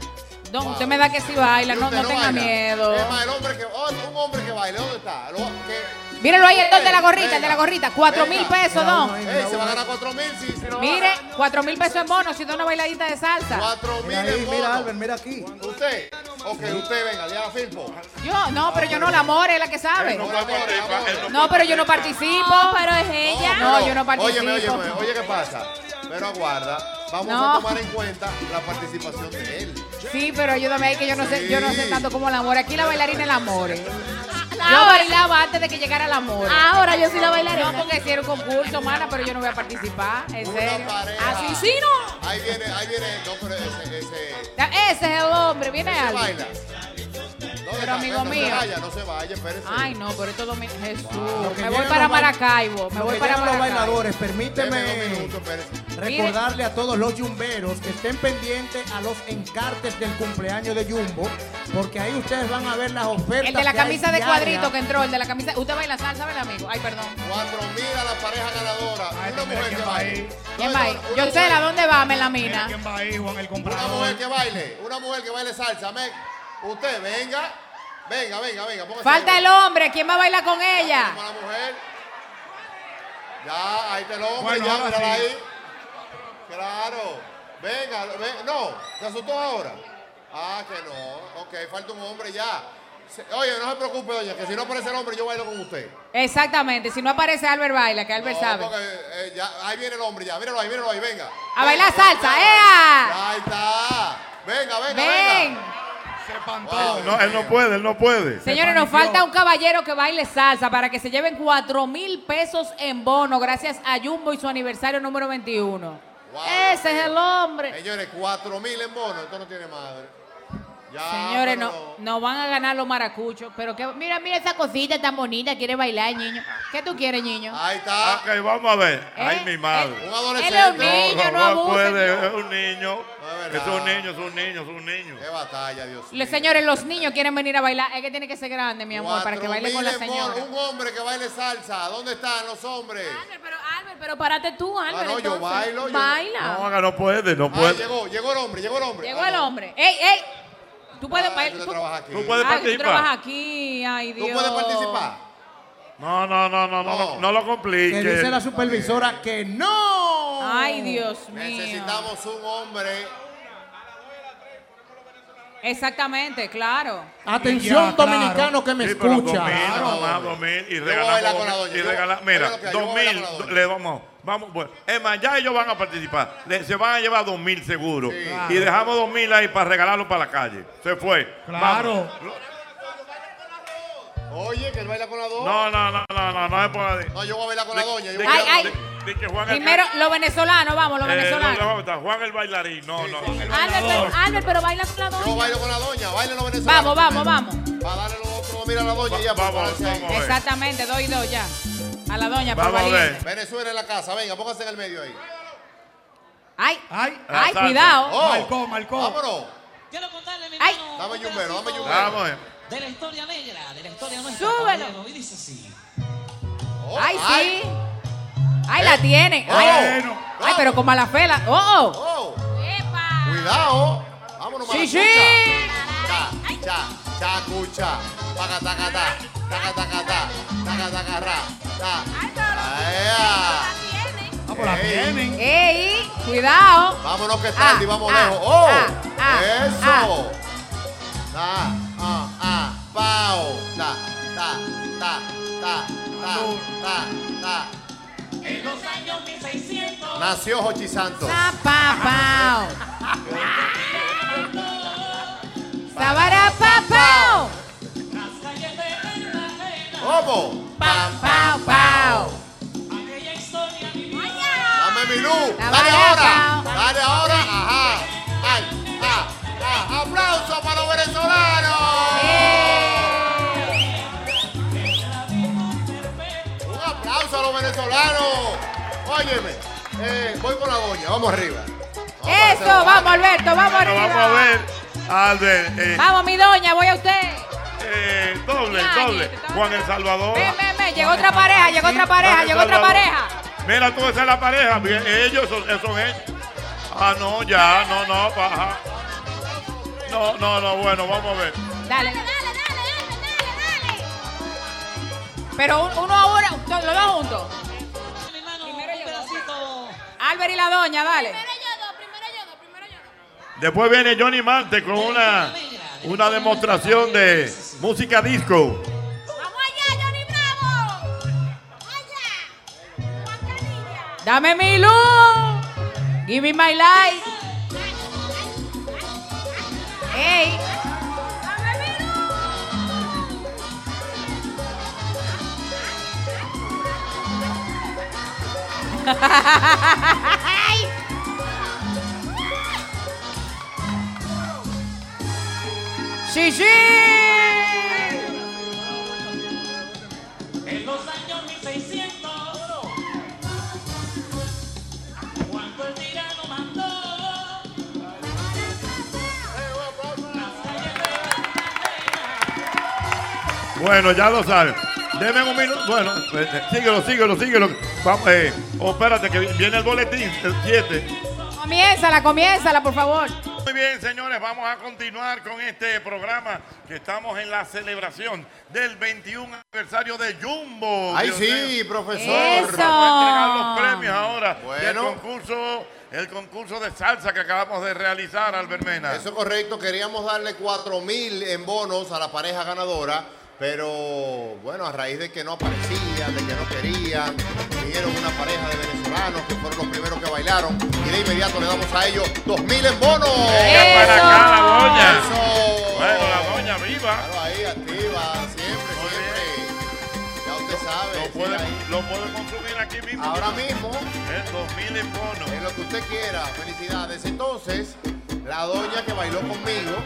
Speaker 5: Don, usted me da que si baila,
Speaker 4: Y
Speaker 5: no,
Speaker 4: usted
Speaker 5: no tenga
Speaker 4: baila.
Speaker 5: miedo.
Speaker 4: Es más, el hombre que, oh, un hombre que baile, ¿dónde está? Lo- que-
Speaker 5: Míralo ahí, el don de la
Speaker 4: Venga,
Speaker 5: gorrita, el de la gorrita. Cuatro
Speaker 4: venga.
Speaker 5: mil pesos, don.
Speaker 4: Ey, se va a ganar 4 mil si se lo va a
Speaker 5: Mire,
Speaker 4: ganar.
Speaker 5: cuatro mil pesos en bono, si da una bailadita de salsa.
Speaker 4: Cuatro mil
Speaker 6: Mira ahí,
Speaker 4: en bono.
Speaker 6: mira, Albert, mira aquí.
Speaker 4: Usted, ok, usted venga, Diana Filpo.
Speaker 5: Yo, no, pero yo no, la amor es la que sabe. No, pero yo no participo. pero es ella. No, yo no participo.
Speaker 4: Óyeme, óyeme, oye, ¿qué pasa? Pero aguarda, vamos
Speaker 5: No.
Speaker 4: a tomar en cuenta la participación de él.
Speaker 5: Sí, pero ayúdame ahí que yo no sé, yo no sé tanto como el amor. Aquí la bailarina es el amor. eh. Yo
Speaker 7: Ahora-
Speaker 5: bailaba antes de que llegara el amor.
Speaker 7: Ahora yo soy la bailarina.
Speaker 5: No, porque hicieron concurso, mana, pero yo no voy a participar. En serio. Así sí no.
Speaker 4: Ahí viene, ahí viene, no, pero ese, ese,
Speaker 5: Ah, Ese es el hombre, viene
Speaker 4: ese
Speaker 5: algo.
Speaker 4: baila. No,
Speaker 5: Pero amigo
Speaker 4: no
Speaker 5: mío.
Speaker 4: se vaya, no se vaya, espérese.
Speaker 5: Ay, no, pero esto domingo. Jesús.
Speaker 6: Lo que
Speaker 5: Me voy
Speaker 6: llegan
Speaker 5: para
Speaker 6: los bail-
Speaker 5: Maracaibo. Me
Speaker 6: lo
Speaker 5: voy
Speaker 6: que
Speaker 5: para
Speaker 6: llegan los
Speaker 5: Maracaibo.
Speaker 6: bailadores, permíteme recordarle a todos los yumberos que estén pendientes a los encartes del cumpleaños de Jumbo, porque ahí ustedes van a ver las ofertas.
Speaker 5: El de la
Speaker 6: que hay
Speaker 5: camisa de
Speaker 6: diarias.
Speaker 5: cuadrito que entró, el de la camisa. Usted baila salsa, ¿verdad, amigo? Ay, perdón.
Speaker 4: Cuatro mil a la pareja ganadora. una mujer que baile.
Speaker 5: ¿Quién va ahí? Yo sé la dónde va, me la mina.
Speaker 4: Una mujer que baile, una mujer que baile salsa. men. Usted, venga, venga, venga, venga. póngase
Speaker 5: Falta
Speaker 4: ahí.
Speaker 5: el hombre, ¿quién va a bailar con ella?
Speaker 4: Para la mujer. Ya, ahí te lo hombre,
Speaker 5: Bueno,
Speaker 4: ya,
Speaker 5: ahora
Speaker 4: mírala
Speaker 5: sí.
Speaker 4: ahí. Claro. Venga, ve- no, se asustó ahora. Ah, que no. Ok, falta un hombre ya. Se- Oye, no se preocupe, doña, que si no aparece el hombre, yo bailo con usted.
Speaker 5: Exactamente, si no aparece Albert baila, que Albert
Speaker 4: No,
Speaker 5: sabe.
Speaker 4: porque, eh, ya, ahí viene el hombre ya, míralo ahí, míralo ahí, venga.
Speaker 5: A bailar
Speaker 4: Venga,
Speaker 5: salsa,
Speaker 4: venga.
Speaker 5: ¡ea!
Speaker 4: Ahí está. Venga, venga,
Speaker 5: Ven.
Speaker 4: venga.
Speaker 3: Él no, él no puede, él no puede.
Speaker 5: Señores, nos falta un caballero que baile salsa para que se lleven 4 mil pesos en bono gracias a Jumbo y su aniversario número 21. Ese es el hombre.
Speaker 4: Señores, cuatro mil en bono, esto no tiene madre.
Speaker 5: Señores, no, no van a ganar los maracuchos, pero que mira, mira esa cosita tan bonita, quiere bailar, niño. ¿Qué tú quieres, niño?
Speaker 4: Ahí está.
Speaker 3: Ok, vamos a ver. Ay, mi madre.
Speaker 5: Un adolescente. ¿Eh? él es un niño, no abusen,
Speaker 3: puede,
Speaker 5: no.
Speaker 3: Es un niño. Es un niño, es un niño, es un niño. Qué
Speaker 4: batalla, Dios
Speaker 5: Los señores, los niños quieren venir a bailar, es que tiene que ser grande, mi amor, para que baile con la
Speaker 4: 4.000
Speaker 5: señora.
Speaker 4: Un hombre que baile salsa. ¿Dónde están los hombres? Ah,
Speaker 7: Pero párate tú, Álvaro.
Speaker 4: no, yo
Speaker 7: entonces.
Speaker 4: bailo, yo-
Speaker 7: Baila.
Speaker 3: No, haga, no puede, no
Speaker 4: Ah,
Speaker 3: puede.
Speaker 4: llegó, llegó el hombre, llegó el hombre. Ah,
Speaker 5: Llegó el hombre. ¡Ey, ey! Tú puedes bailar. Tú,
Speaker 3: Tú puedes
Speaker 5: Ah, que tú trabajas
Speaker 3: participar.
Speaker 5: aquí, ay Dios.
Speaker 4: puedes participar?
Speaker 3: No, no, no, no, no, no, no lo complique.
Speaker 6: Que dice la supervisora que no.
Speaker 5: Ay, Dios mío.
Speaker 4: Necesitamos un hombre.
Speaker 5: Exactamente, claro.
Speaker 6: Atención,
Speaker 3: Ya, claro.
Speaker 6: dominicano que me
Speaker 3: Sí, pero
Speaker 6: escucha.
Speaker 3: dos mil,
Speaker 6: Claro.
Speaker 3: mamá, dos mil, y
Speaker 6: Yo voy a
Speaker 3: regalamos
Speaker 6: bailar con la
Speaker 3: dos mil,
Speaker 6: doña,
Speaker 3: y
Speaker 6: yo-
Speaker 3: regala-
Speaker 6: yo
Speaker 3: mira,
Speaker 6: voy a bailar
Speaker 3: dos
Speaker 6: con la
Speaker 3: mil, le vamos, vamos, bueno. Es más, ya ellos van a participar, Le- se van a llevar dos mil seguro, y
Speaker 11: Claro.
Speaker 3: dejamos dos mil ahí para regalarlo para la calle, se fue.
Speaker 11: Claro.
Speaker 3: Vamos.
Speaker 4: Oye, que él baila con la dos.
Speaker 3: No, no, no, no, no, no es por ahí.
Speaker 4: No, yo voy a bailar con la doña. Yo
Speaker 5: Ay,
Speaker 4: voy a-
Speaker 5: ay.
Speaker 3: De que Juan el-
Speaker 5: Primero, los venezolanos, vamos, los
Speaker 3: Eh,
Speaker 5: venezolanos. Ah,
Speaker 3: no, no, está Juan el bailarín, no, no.
Speaker 7: Albert, pero, Albert, pero baila con la doña.
Speaker 4: Yo bailo con la doña, bailo los
Speaker 5: Vamos,
Speaker 4: venezolanos.
Speaker 5: vamos, vamos.
Speaker 4: Para darle los otros, mira a la doña y ya. pues,
Speaker 3: Vamos,
Speaker 4: para pararse ahí.
Speaker 3: vamos a ver.
Speaker 5: Exactamente, dos y dos ya. A la doña, por
Speaker 4: Vamos a
Speaker 5: valiente.
Speaker 4: ver. Venezuela en la casa, venga, pónganse en el medio ahí.
Speaker 5: Ay,
Speaker 11: ay,
Speaker 4: Ah,
Speaker 5: ay, cuidado.
Speaker 4: Malcó, Malcó. Oh, Vámonos.
Speaker 20: Quiero contarle, mi
Speaker 5: Ay.
Speaker 20: hermano,
Speaker 4: Dame
Speaker 20: un
Speaker 4: yumbero, dame
Speaker 20: pedacito
Speaker 4: yumbero. Vamos, eh.
Speaker 20: De la historia negra, de la historia nuestra.
Speaker 5: Súbelo.
Speaker 20: caballero, Y dice así.
Speaker 4: Oh,
Speaker 5: Ay, sí. Ay, la tienen. Ay,
Speaker 20: Bueno.
Speaker 5: ay, pero con mala fe la- Oh, oh.
Speaker 4: Oh. Cuidado. Vámonos,
Speaker 5: Sí,
Speaker 4: maracucha.
Speaker 5: sí.
Speaker 4: Cha, cha, cha, cucha. Paca, taca, ta. Taca, taca, ta. Taca, taca, ra. Ta. Ah, pues la tienen.
Speaker 5: Ey, cuidado.
Speaker 4: Vámonos que es tarde y vamos
Speaker 5: ah,
Speaker 4: lejos. ¡Oh!
Speaker 5: ah,
Speaker 4: ¡Eso! Ta, ah, ah, pao. Ta, ta, ta, ta, ta, ta, ta.
Speaker 20: En los años 1600.
Speaker 4: Nació Jochi Santos.
Speaker 5: Pa, pa, pao. Sabara, pa, pao.
Speaker 4: ¿Cómo?
Speaker 5: Pa, pao, pao.
Speaker 4: Dame mi luz.
Speaker 5: La
Speaker 4: Dale
Speaker 5: vara,
Speaker 4: ahora.
Speaker 5: pao.
Speaker 4: Dale ahora. Ajá. Ay, ah, ah. Aplauso para los venezolanos. Un aplauso a los venezolanos. Óyeme. eh, voy con la doña. Vamos arriba.
Speaker 5: Eso, vamos, Alberto, vamos
Speaker 3: Bueno,
Speaker 5: arriba.
Speaker 3: vamos a ver, Albert, eh,
Speaker 5: Vamos, mi doña, voy a usted.
Speaker 3: eh, doble,
Speaker 5: Ya,
Speaker 3: doble, Juan el Salvador.
Speaker 5: Ven, ven, ven. Llegó otra pareja, llegó otra pareja,
Speaker 3: Juan el
Speaker 5: llegó otra
Speaker 3: Salvador.
Speaker 5: pareja.
Speaker 3: Mira tú, esa es la pareja. Bien, Ellos son, eh, son ellos. Ah, no, ya, no, no, baja. No, no, no, bueno, vamos a ver.
Speaker 5: Dale. Dale, dale, dale, dale. Pero un- uno ahora, to- los dos juntos. Primero yo. Albert y la doña, dale.
Speaker 3: Después viene Johnny Mante con una, una demostración de música disco.
Speaker 5: Dame mi luz. Give me my light. Ey. Sí, sí.
Speaker 20: En los años 1600. Cuando el tirano mandó.
Speaker 3: Bueno, ya lo saben. Deme un minuto. Bueno, eh, eh, síguelo, síguelo, síguelo. Vamos, eh, oh, espérate, que viene el boletín, el 7.
Speaker 5: Comiénzala, comiénzala, por favor.
Speaker 3: Muy bien, señores, vamos a continuar con este programa que estamos en la celebración del 21 aniversario de Jumbo.
Speaker 4: Ay,
Speaker 3: Dios
Speaker 4: sí,
Speaker 3: mío.
Speaker 4: profesor.
Speaker 3: Vamos a entregar los premios ahora del
Speaker 4: Bueno.
Speaker 3: concurso, el concurso de salsa que acabamos de realizar, Albert Mena.
Speaker 4: Eso es correcto. Queríamos darle 4 mil en bonos a la pareja ganadora, pero bueno, a raíz de que no aparecían, de que no querían, vinieron una pareja de venezolanos que fueron los primeros que bailaron y de inmediato le damos a ellos 2 mil en bonos.
Speaker 3: Venga para acá la doña.
Speaker 4: Eso.
Speaker 3: Bueno, la doña viva.
Speaker 4: Claro, ahí activa, siempre, siempre. Ya usted sabe.
Speaker 3: Lo puede, lo puede consumir aquí mismo.
Speaker 4: Ahora mismo.
Speaker 3: En 2000 en bonos.
Speaker 4: En lo que usted quiera. Felicidades. Entonces, la doña que bailó conmigo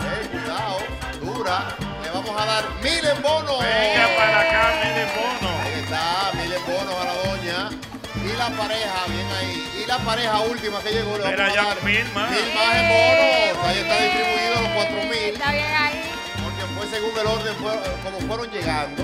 Speaker 4: Eh, cuidado, dura. Le vamos a dar mil en bonos.
Speaker 3: Venga para acá, mil en bonos.
Speaker 4: Ahí está, mil en bonos a la doña. Y la pareja, bien ahí. Y la pareja última que llegó. Le
Speaker 3: Mira,
Speaker 4: vamos
Speaker 3: ya
Speaker 4: a dar
Speaker 3: mil más.
Speaker 4: mil más en bonos. Ahí está distribuido los cuatro mil.
Speaker 5: Está bien ahí.
Speaker 4: Porque fue según el orden, fue, eh, como fueron llegando.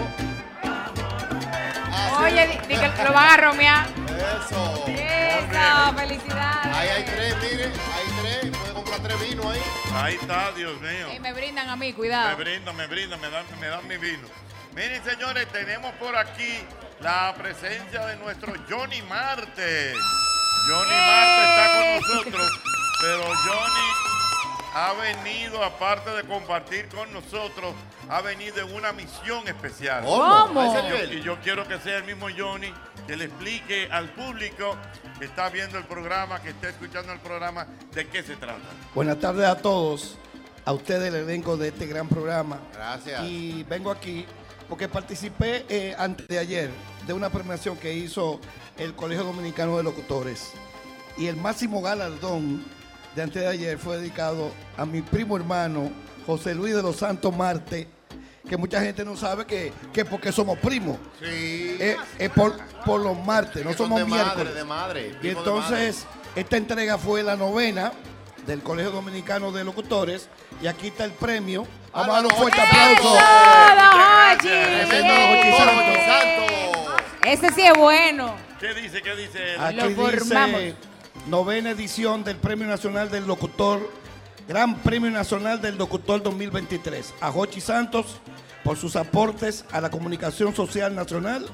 Speaker 4: Así-
Speaker 5: Oye, di, di que lo van a romear.
Speaker 4: Eso.
Speaker 5: Eso, felicidades.
Speaker 4: Ahí hay tres, mire. Hay tres. Puede comprar tres vinos ahí.
Speaker 3: Ahí está, Dios mío.
Speaker 5: Y me brindan a mí,
Speaker 3: Me
Speaker 5: cuidado.
Speaker 3: brindo, me brindo, me dan, me dan mi vino. Miren, señores, tenemos por aquí la presencia de nuestro Johnny Marte. Johnny Marte está con nosotros, pero Johnny ha venido, aparte de compartir con nosotros, ha venido en una misión especial.
Speaker 4: ¿Cómo? ¿A ese
Speaker 3: Y
Speaker 4: nivel?
Speaker 3: yo- y yo quiero que sea el mismo Johnny que le explique al público que está viendo el programa, que está escuchando el programa, de qué se trata.
Speaker 15: Buenas tardes a todos, a ustedes el elenco de este gran programa.
Speaker 4: Gracias.
Speaker 15: Y vengo aquí porque participé eh, antes de ayer de una premiación que hizo el Colegio Dominicano de Locutores. Y el máximo galardón de antes de ayer fue dedicado a mi primo hermano José Luis de los Santos Marte, que mucha gente no sabe que, que porque somos primos.
Speaker 4: Sí.
Speaker 15: Eh, eh, por, por los martes, no
Speaker 4: Que son
Speaker 15: somos
Speaker 4: de
Speaker 15: miércoles.
Speaker 4: madre, de madre,
Speaker 15: Y
Speaker 4: tipo de
Speaker 15: entonces, esta entrega fue la novena del Colegio Dominicano de Locutores. Y aquí está el premio. Vamos a dar un fuerte aplauso. Tremendo, Jochi Santos.
Speaker 5: Ese sí es bueno.
Speaker 3: ¿Qué dice? ¿Qué dice?
Speaker 15: Aquí dice novena edición del Premio Nacional del Locutor, Gran Premio Nacional del Locutor 2023, a Jochi Santos por sus aportes a la comunicación social nacional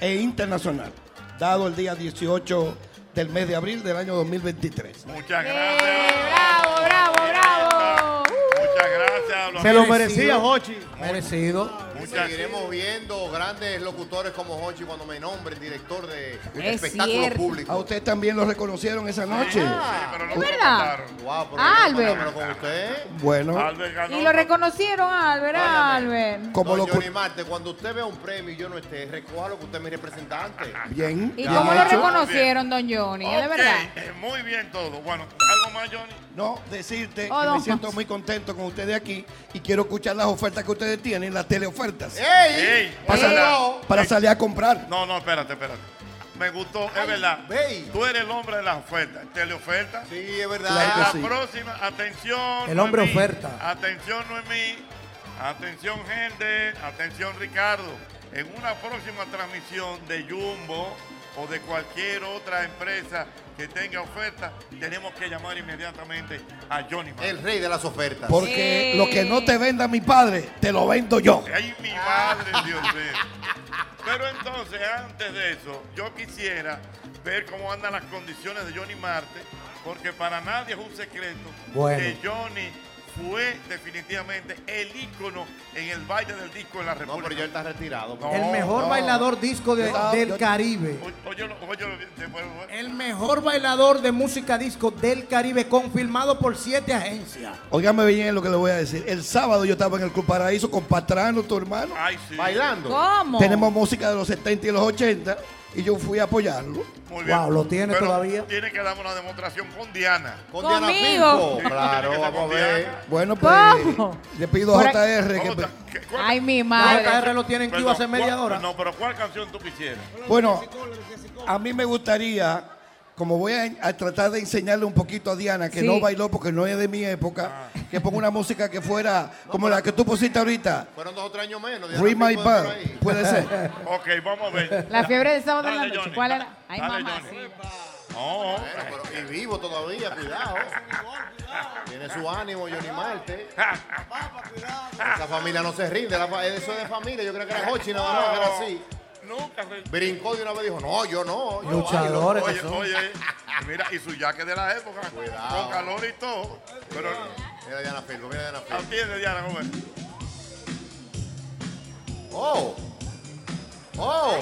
Speaker 15: e internacional, dado el día 18 del mes de abril del año 2023.
Speaker 3: Muchas gracias.
Speaker 5: Eh, Bravo, bravo, bravo.
Speaker 3: Muchas gracias.
Speaker 15: Se lo merecía, Jochi.
Speaker 6: Merecido.
Speaker 4: Seguiremos viendo grandes locutores como Hochi cuando me nombren director de
Speaker 15: Es
Speaker 4: espectáculos
Speaker 15: cierto.
Speaker 4: públicos.
Speaker 15: A usted también lo reconocieron esa noche.
Speaker 5: ¿Es verdad?
Speaker 4: Guau, pero
Speaker 5: Ah,
Speaker 4: no, no,
Speaker 5: Albert.
Speaker 4: pero con usted.
Speaker 15: Bueno,
Speaker 5: Y lo reconocieron, Albert, Albert.
Speaker 4: Como
Speaker 15: Como
Speaker 4: no,
Speaker 15: lo-
Speaker 4: Johnny Marte, cuando usted vea un premio y yo no esté, recójalo que usted es mi representante.
Speaker 15: bien.
Speaker 5: ¿Y
Speaker 15: bien
Speaker 5: cómo lo
Speaker 15: hecho.
Speaker 5: reconocieron, don Johnny? ¿Es de
Speaker 3: Ok,
Speaker 5: verdad?
Speaker 3: eh, Muy bien todo. Bueno, algo más, Johnny.
Speaker 15: No, decirte
Speaker 5: Oh,
Speaker 15: que
Speaker 5: no.
Speaker 15: me siento muy contento con ustedes aquí y quiero escuchar las ofertas que ustedes tienen, las teleofertas.
Speaker 3: Ey,
Speaker 15: Para,
Speaker 3: es verdad.
Speaker 15: sal- para salir a comprar.
Speaker 3: No, no, espérate, espérate. Me gustó, es verdad. Tú eres el hombre de las ofertas. Teleoferta.
Speaker 4: Sí, es
Speaker 15: verdad. Claro que
Speaker 3: la
Speaker 15: sí.
Speaker 3: próxima, atención.
Speaker 15: El hombre
Speaker 3: Noemí.
Speaker 15: oferta.
Speaker 3: Atención, Noemí. Atención, gente. Atención, Ricardo. En una próxima transmisión de Jumbo o de cualquier otra empresa que tenga oferta, tenemos que llamar inmediatamente a Johnny. Mara.
Speaker 4: El rey de las ofertas.
Speaker 15: Porque lo que no te venda mi padre, te lo vendo yo.
Speaker 3: Ay, mi madre, Dios mío. Pero entonces, antes de eso, yo quisiera ver cómo andan las condiciones de Johnny Marte, porque para nadie es un secreto
Speaker 6: Bueno.
Speaker 3: que Johnny fue definitivamente el ícono en el baile del disco en la República. No, pero ya
Speaker 4: está retirado.
Speaker 6: El mejor bailador disco de- del Caribe. El mejor bailador de música disco del Caribe, confirmado por siete agencias.
Speaker 15: Óigame bien lo que le voy a decir. El sábado yo estaba en el Club Paraíso con Patrano, tu hermano.
Speaker 4: Bailando.
Speaker 5: ¿Cómo?
Speaker 15: Tenemos música de los 70 y los 80 y yo fui a apoyarlo.
Speaker 3: Muy
Speaker 15: Wow, lo
Speaker 3: Pero Tiene que darme una demostración con Diana.
Speaker 4: Con
Speaker 15: Diana Conmigo. Pinto. Claro,
Speaker 4: vamos a ver.
Speaker 15: Bueno, pues
Speaker 3: ¿Cómo?
Speaker 15: le pido a
Speaker 3: Por
Speaker 15: JR que...
Speaker 5: Ay, mi
Speaker 15: madre.
Speaker 6: JR lo tienen que
Speaker 3: Perdón,
Speaker 6: iba hace media
Speaker 3: ¿cuál-
Speaker 15: hora.
Speaker 3: No, pero ¿cuál canción tú quisieras?
Speaker 15: Bueno, a mí me gustaría, como voy a, a tratar de enseñarle un poquito a Diana, que
Speaker 5: Sí.
Speaker 15: no bailó porque no es de mi época,
Speaker 4: Ah.
Speaker 15: que ponga una música que fuera como la que tú pusiste ahorita.
Speaker 4: Fueron dos o tres años menos. Diana
Speaker 15: Read My
Speaker 4: Pinto entró
Speaker 15: Bird,
Speaker 4: ahí.
Speaker 15: puede ser.
Speaker 3: Ok, vamos a ver.
Speaker 5: La fiebre del sábado en la
Speaker 3: Dale,
Speaker 5: noche.
Speaker 3: Johnny,
Speaker 5: ¿Cuál era? Ay,
Speaker 3: dale,
Speaker 5: mamá.
Speaker 3: Johnny. No,
Speaker 4: Bueno, pero y vivo todavía, cuidado. Tiene su ánimo, Johnny Marte. Esa familia no se rinde, la fa- eso es de familia. Yo creo que era Hochi nada más, que era así.
Speaker 3: Nunca se-
Speaker 4: Brincó de una vez y dijo, no, yo no. yo
Speaker 6: Luchadores
Speaker 4: bailo".
Speaker 3: Oye, oye, mira, y su jaque de la época,
Speaker 4: Pues,
Speaker 3: con calor y todo. Pero
Speaker 4: Mira Diana Filbo, mira Diana Filbo.
Speaker 3: atiende, Diana, ¿cómo es?
Speaker 4: Oh. Oh.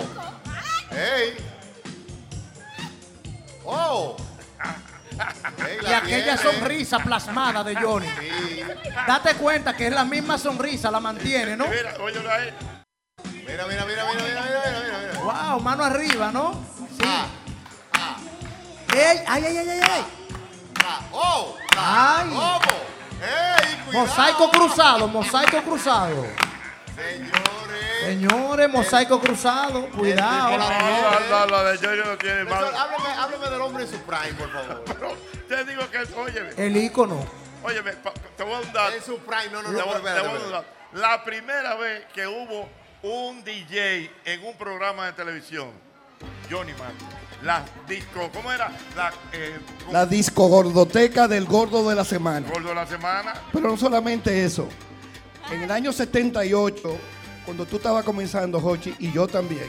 Speaker 4: Hey. Oh. Ey, la
Speaker 6: Y aquella
Speaker 4: tiene.
Speaker 6: sonrisa plasmada de Johnny. Date cuenta que es la misma sonrisa, la mantiene, ¿no?
Speaker 3: Mira, oye, ahí.
Speaker 4: Mira, mira, mira, mira, mira, mira, mira, mira, mira.
Speaker 6: Wow, mano arriba, ¿no? Sí.
Speaker 4: Ah,
Speaker 6: ¡Ey! ¡Ay, ay, ay, ay! ay.
Speaker 4: Ah, ¡Oh!
Speaker 6: ¡Ay!
Speaker 4: ¿Cómo?
Speaker 6: Mosaico cruzado, mosaico cruzado. Señores. Señores, mosaico cruzado. Cuidado.
Speaker 4: Este,
Speaker 3: No, no, no, la de Yoyo no tiene más.
Speaker 4: Profesor, hábleme, hábleme del hombre en su prime, por favor.
Speaker 3: Te digo que, óyeme.
Speaker 4: este.
Speaker 6: El ícono.
Speaker 3: Óyeme, pa- te voy a dar
Speaker 4: En su prime, no, no, no,
Speaker 3: Te voy-
Speaker 4: espérate,
Speaker 3: te voy a
Speaker 4: espérate.
Speaker 3: dar La primera vez que hubo un DJ en un programa de televisión, Johnny Marco, la disco, ¿cómo era? La, eh,
Speaker 15: La disco gordoteca del gordo de la semana.
Speaker 3: Gordo de la semana.
Speaker 15: Pero no solamente eso. En el año 78, cuando tú estabas comenzando, Hochi, y yo también,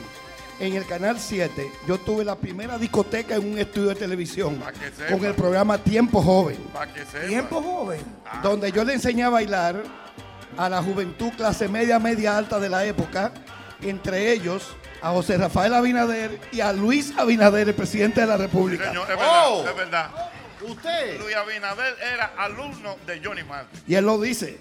Speaker 15: en el Canal 7, yo tuve la primera discoteca en un estudio de televisión
Speaker 3: que sepa.
Speaker 15: con el programa Tiempo Joven,
Speaker 3: Para que sepa. Ah.
Speaker 6: Tiempo joven.
Speaker 15: donde yo le enseñé a bailar a la juventud clase media, media alta de la época, entre ellos a José Rafael Abinader y a Luis Abinader, el presidente de la República.
Speaker 3: Señor, es verdad,
Speaker 4: Oh.
Speaker 3: es verdad. Usted. Luis Abinader era alumno de Johnny Marco.
Speaker 15: Y él lo dice.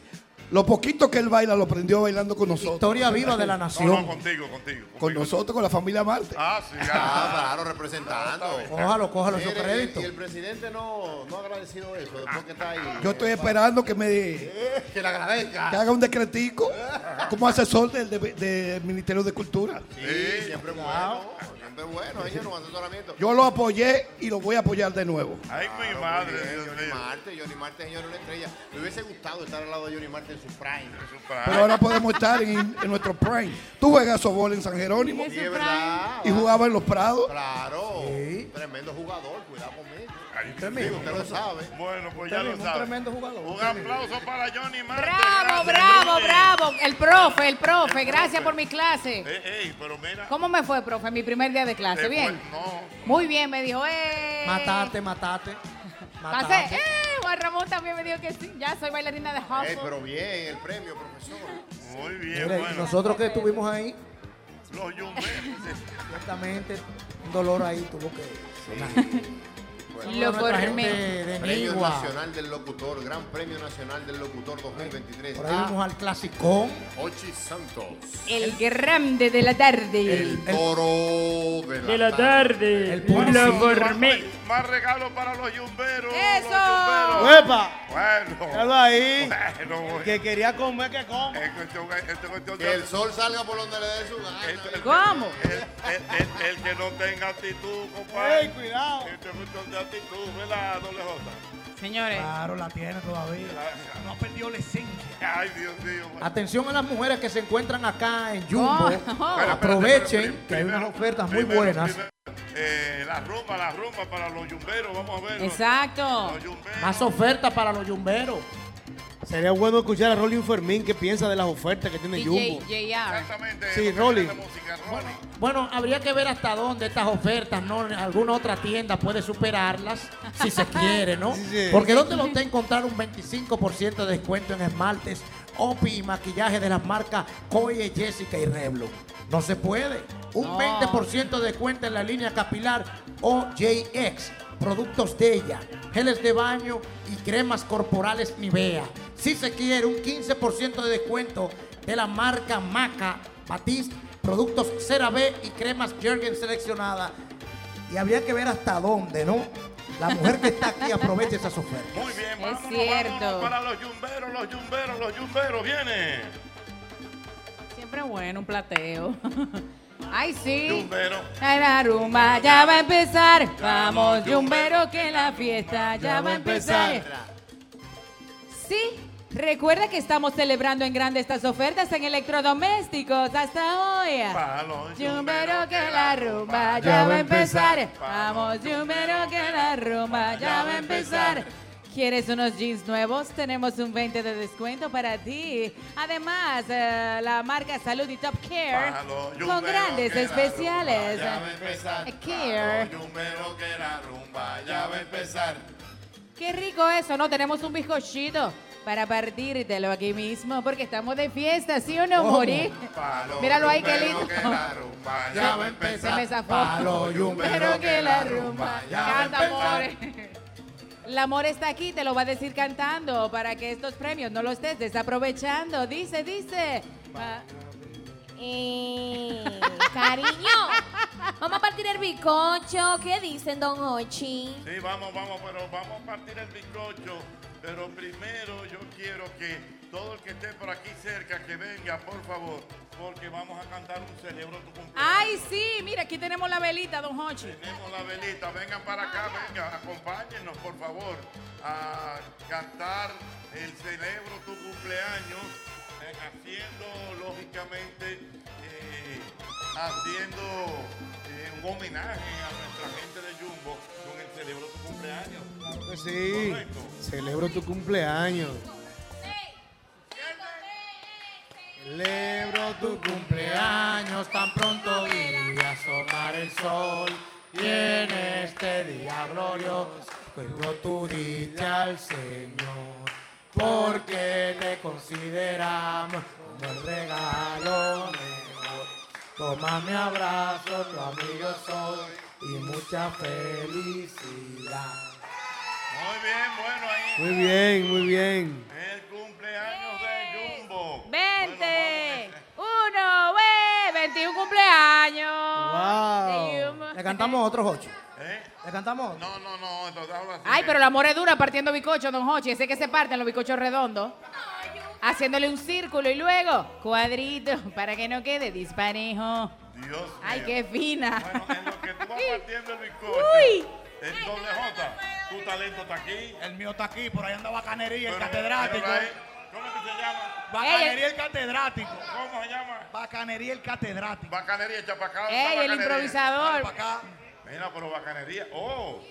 Speaker 15: Lo poquito que él baila lo aprendió bailando con nosotros.
Speaker 6: Historia viva de la
Speaker 3: No, no, contigo, contigo.
Speaker 15: Con nosotros, con la familia Marte.
Speaker 3: Ah, sí,
Speaker 4: Ah, claro, representando.
Speaker 15: Cójalo, cójalo, esos
Speaker 4: Mire,
Speaker 15: créditos.
Speaker 4: Y el presidente no, no ha agradecido eso, después que está ahí.
Speaker 15: Yo estoy esperando que me
Speaker 4: Que le agradezca.
Speaker 15: que haga un decretico como asesor del, de- del Ministerio de Cultura.
Speaker 4: Sí, siempre bueno. Siempre bueno, ellos no asesoramiento.
Speaker 15: Yo lo apoyé y lo voy a apoyar de nuevo.
Speaker 3: Ay, mi
Speaker 4: madre. pues, Johnny Marte, Johnny Marte, señor, una estrella. Me hubiese gustado estar al lado de Johnny Marte en su prime.
Speaker 15: Pero ahora podemos estar en, en nuestro prime. Tú juegas softball en San Jerónimo
Speaker 4: Sí, es verdad.
Speaker 15: y jugabas en Los Prados.
Speaker 4: Claro. Tremendo jugador, cuidado conmigo.
Speaker 15: usted mismo.
Speaker 4: Usted lo sabe.
Speaker 3: Bueno, pues
Speaker 4: ya
Speaker 3: lo mismo, un sabe.
Speaker 4: tremendo
Speaker 6: jugador.
Speaker 3: Un aplauso para Johnny Marco.
Speaker 5: Bravo, bravo, bravo. El profe, el profe. Gracias por mi clase.
Speaker 3: Ey, ey, pero mira.
Speaker 5: ¿Cómo me fue, profe? Mi primer día de clase.
Speaker 3: después-
Speaker 5: Bien.
Speaker 3: No,
Speaker 5: Muy bien, me dijo, ¡eh!
Speaker 6: Matate, matate.
Speaker 5: Pasé.
Speaker 6: Matate.
Speaker 5: ¡Eh! Juan Ramón también me dijo que sí. Ya soy bailarina de
Speaker 4: Eh,
Speaker 5: hustle.
Speaker 4: pero bien, el premio, profesor.
Speaker 3: Muy bien,
Speaker 6: Mire, y nosotros que estuvimos ahí,
Speaker 3: los yumberos.
Speaker 6: ciertamente, un dolor ahí tuvo que.
Speaker 4: Lo
Speaker 6: Lo correme. de
Speaker 4: Premio
Speaker 6: Nigua.
Speaker 4: Nacional del Locutor, Gran Premio Nacional del Locutor 2023.
Speaker 6: Por ahí vamos al clasicón.
Speaker 4: Ah. Ochi Santos.
Speaker 5: El grande de la tarde.
Speaker 4: El toro de la,
Speaker 5: tarde.
Speaker 6: El
Speaker 3: Más, más regalo para los yumberos.
Speaker 5: ¡Eso!
Speaker 3: ¡Huepa! Bueno.
Speaker 8: Déjalo ahí.
Speaker 3: Bueno, bueno.
Speaker 8: Que quería comer, que coma.
Speaker 3: Es cuestión- es cuestión de-
Speaker 4: Que el sol salga por donde le dé su gana.
Speaker 5: ¿Cómo?
Speaker 3: El, el- el- el que no tenga actitud, compadre.
Speaker 8: Ey, cuidado.
Speaker 3: Este es cuestión de actitud, ¿verdad, doble J?
Speaker 5: Señores.
Speaker 6: Claro, la tiene todavía.
Speaker 3: No perdió la esencia. Ay, Dios mío.
Speaker 6: Atención a las mujeres que se encuentran acá en Jumbo.
Speaker 3: Oh.
Speaker 6: Aprovechen que hay unas ofertas muy
Speaker 3: primero,
Speaker 6: buenas.
Speaker 3: primero, eh, la rumba, la rumba para los yumberos, vamos a ver.
Speaker 5: Exacto.
Speaker 6: Más ofertas para los yumberos.
Speaker 8: Sería bueno escuchar a Rolling Fermín qué piensa de las ofertas que tiene Jumbo.
Speaker 3: Exactamente.
Speaker 8: Sí, Rolly.
Speaker 21: Bueno, habría que ver hasta dónde estas ofertas, ¿no? Alguna otra tienda puede superarlas si se quiere, ¿no?
Speaker 6: Porque ¿dónde va usted a encontrar un 25% de descuento en esmaltes, OPI y maquillaje de las marcas Coye, Jessica y Revlon? No se puede. Un
Speaker 21: No.
Speaker 6: 20% de descuento en la línea capilar OJX, productos de ella, geles de baño y cremas corporales Nivea. Si se quiere, un 15% de descuento de la marca Maca, Batiste, productos CeraVe y cremas Jergen seleccionada. Y habría que ver hasta dónde, ¿no? La mujer que está aquí aprovecha esas ofertas.
Speaker 3: Muy bien, vámonos,
Speaker 5: cierto.
Speaker 3: vámonos para los yumberos, los yumberos, los yumberos, viene.
Speaker 5: Siempre bueno, un plateo. Ay, sí.
Speaker 3: Yumbero.
Speaker 5: La rumba ya va a empezar. Vamos, Jumbero, que la fiesta ya va a empezar. Sí, recuerda que estamos celebrando en grande estas ofertas en electrodomésticos hasta hoy. Jumbero, que la rumba ya va a empezar. Vamos, Jumbero, que la rumba ya va a empezar. ¿Quieres unos jeans nuevos? Tenemos un 20 de descuento para ti. Además, eh, la marca Salud y Top Care
Speaker 3: Bájalo, Jumbero,
Speaker 5: con grandes
Speaker 3: que la rumba
Speaker 5: especiales. Eh,
Speaker 3: ya va a empezar.
Speaker 5: Care.
Speaker 3: Vamos, Yumbero, que la rumba ya va a empezar.
Speaker 5: Qué rico eso, ¿no? Tenemos un bizcochito para partírtelo aquí mismo porque estamos de fiesta, ¿sí o no,
Speaker 14: ¿Cómo?
Speaker 5: Mori? Míralo ahí, qué
Speaker 14: Yumbero,
Speaker 5: lindo.
Speaker 14: que la rumba ya
Speaker 5: Se
Speaker 14: va a
Speaker 5: me
Speaker 14: empezar.
Speaker 5: zafó.
Speaker 14: Palo yumbero que la rumba ya va a
Speaker 5: Canta,
Speaker 14: empezar.
Speaker 5: amores. El amor está aquí, te lo va a decir cantando para que estos premios no los estés desaprovechando. Dice, dice. Va-
Speaker 7: Eh, cariño, vamos a partir el bizcocho. ¿Qué dicen, don Hochi?
Speaker 3: Sí, vamos, vamos, pero vamos a partir el bizcocho. Pero primero yo quiero que todo el que esté por aquí cerca, que venga, por favor, porque vamos a cantar un cerebro tu cumpleaños.
Speaker 5: Ay, sí, mira, aquí tenemos la velita, don Hochi.
Speaker 3: Tenemos la velita, vengan para acá, venga, acompáñenos, por favor, a cantar el celebro tu cumpleaños, eh, haciendo, lógicamente, eh, haciendo eh, un homenaje a nuestra gente de Jumbo con el celebro tu cumpleaños.
Speaker 8: Pues sí, celebro tu cumpleaños.
Speaker 14: Celebro tu cumpleaños, tan pronto vi asomar el sol. Y en este día glorioso, cuelgo tu dicha al Señor, porque te consideramos como el regalo mejor. Toma mi abrazo, tu amigo soy, y mucha felicidad.
Speaker 3: Muy bien, bueno, ahí
Speaker 8: Muy bien, muy bien.
Speaker 3: el cumpleaños de Jumbo.
Speaker 5: 20, 1, 21 eh, cumpleaños.
Speaker 6: Wow. Le cantamos otros ocho.
Speaker 3: ¿Eh?
Speaker 6: Le cantamos otro.
Speaker 3: No, no, no, entonces ahora sí.
Speaker 5: Ay, pero el amor es dura partiendo bizcocho, don Hochi. Ese que se parten los bizcochos redondos. Haciéndole un círculo y luego cuadrito para que no quede disparejo.
Speaker 3: Dios
Speaker 5: Ay,
Speaker 3: mío.
Speaker 5: qué fina.
Speaker 3: Tú vas partiendo el bizcocho.
Speaker 5: Uy.
Speaker 3: El doble J. Tu talento está aquí.
Speaker 11: El mío está aquí, por ahí anda Bacanería, el catedrático.
Speaker 3: pero ahí, ¿Cómo es que se llama?
Speaker 11: Bacanería, el catedrático.
Speaker 3: ¿Cómo se llama?
Speaker 11: Bacanería, el catedrático.
Speaker 3: Bacanería, chapacá.
Speaker 5: Ey, el improvisador.
Speaker 3: Mira, pero bacanería. Oh.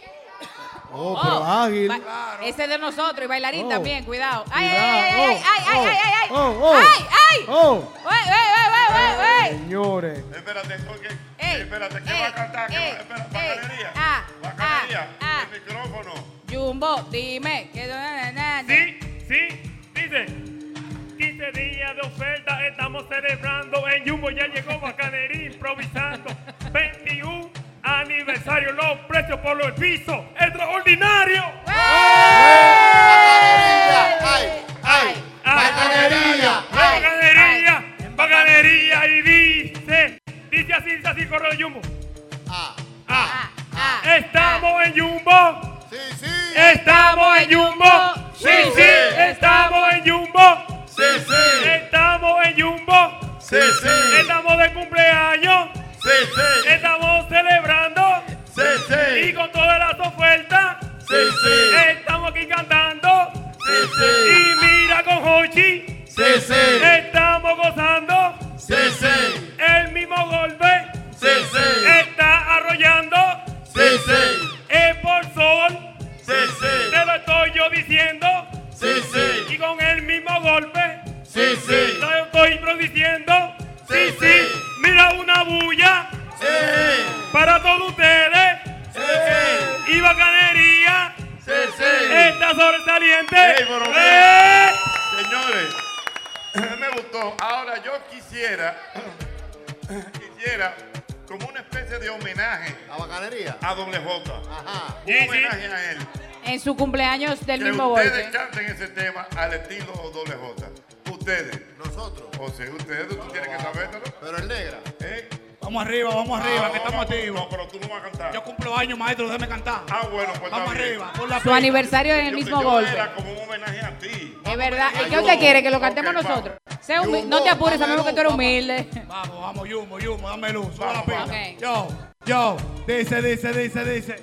Speaker 8: Oh,
Speaker 5: Oh,
Speaker 8: pero ágil.
Speaker 5: ba- Ese es de nosotros y bailarín
Speaker 8: Oh.
Speaker 5: también, cuidado. Ay,
Speaker 8: Cuidado.
Speaker 5: ay, ay, ay,
Speaker 8: Oh,
Speaker 5: ay, ay, ay, ay.
Speaker 8: oh, oh.
Speaker 5: Ay, ay.
Speaker 8: Oh.
Speaker 5: Uey, uey, uey, uey, uey, uey.
Speaker 8: Señores.
Speaker 3: Espérate, porque.
Speaker 5: Ey,
Speaker 3: espérate, ¿qué
Speaker 5: ey,
Speaker 3: va a cantar? ¿Qué
Speaker 5: ey,
Speaker 3: va- espera,
Speaker 5: ey,
Speaker 3: bacanería.
Speaker 5: ah,
Speaker 3: bacanería.
Speaker 5: ah,
Speaker 3: El micrófono.
Speaker 5: Jumbo, dime. Que...
Speaker 2: Sí, sí, dice. 15 días de oferta estamos celebrando. En Jumbo ya llegó Bacanería improvisando. 21 aniversario. Los precios por los pisos. ¡Extraordinario!
Speaker 14: ¡Ay! ¡Ay!
Speaker 2: ¡Bacanería! ¡Bacanería! ¡Bacanería! Y dice, dice así, dice así, correo de Jumbo. Ah, estamos en Jumbo. Sí, sí. Estamos en Jumbo. Sí, sí. Estamos en Jumbo. Sí, sí. Estamos en Jumbo. Sí, sí. Estamos de cumpleaños. Sí, sí. Estamos celebrando. Sí, sí. Y con todas las ofertas. Sí, sí. Estamos aquí cantando. Sí, sí. Y mira con Hochi. Sí, sí. Estamos gozando. Sí, sí. El mismo golpe. Sí, sí. Está arrollando. Sí, sí. Es por sol. Sí, sí. Te lo estoy yo diciendo. Sí, sí. Y con el mismo golpe. Sí, sí. Te lo estoy produciendo. Sí, sí. Mira una bulla. Sí. Para todos ustedes. Sí, sí. Y bacanería. Sí, sí. Está sobresaliente.
Speaker 3: Ey, pero
Speaker 2: ¡Eh!
Speaker 3: Señores, me gustó. Ahora yo quisiera, quisiera como una especie de homenaje. ¿A Bacanería? A Doble J. Ajá. Un homenaje a él.
Speaker 5: En su cumpleaños del
Speaker 3: que
Speaker 5: mismo
Speaker 3: ustedes
Speaker 5: golpe.
Speaker 3: canten ese tema al estilo Doble J. Ustedes. Nosotros. O sea, ustedes, tú tienes que saberlo. Pero el negra. ¿Eh?
Speaker 11: Vamos arriba, vamos arriba, que estamos
Speaker 3: activos. No, Ah, pero tú no vas a cantar.
Speaker 11: Yo cumplo años, maestro, déjeme cantar.
Speaker 3: Ah, bueno, pues
Speaker 11: Vamos
Speaker 3: está bien.
Speaker 11: arriba, por la
Speaker 5: Su aniversario es el
Speaker 3: Yo-
Speaker 5: mismo
Speaker 3: yo
Speaker 5: golpe.
Speaker 3: Era como un homenaje a ti.
Speaker 5: Es verdad. ¿Y
Speaker 3: homenaje
Speaker 5: qué
Speaker 3: a
Speaker 5: usted
Speaker 3: Jumbo.
Speaker 5: quiere? Que lo cantemos
Speaker 3: Ok, vamos.
Speaker 5: nosotros. Sea humil- No te apures, sabemos que tú eres humilde.
Speaker 11: Vamos, vamos, Yumbo, Yumbo, dame luz, sube la pista. Yo, yo, dice, dice, dice, dice.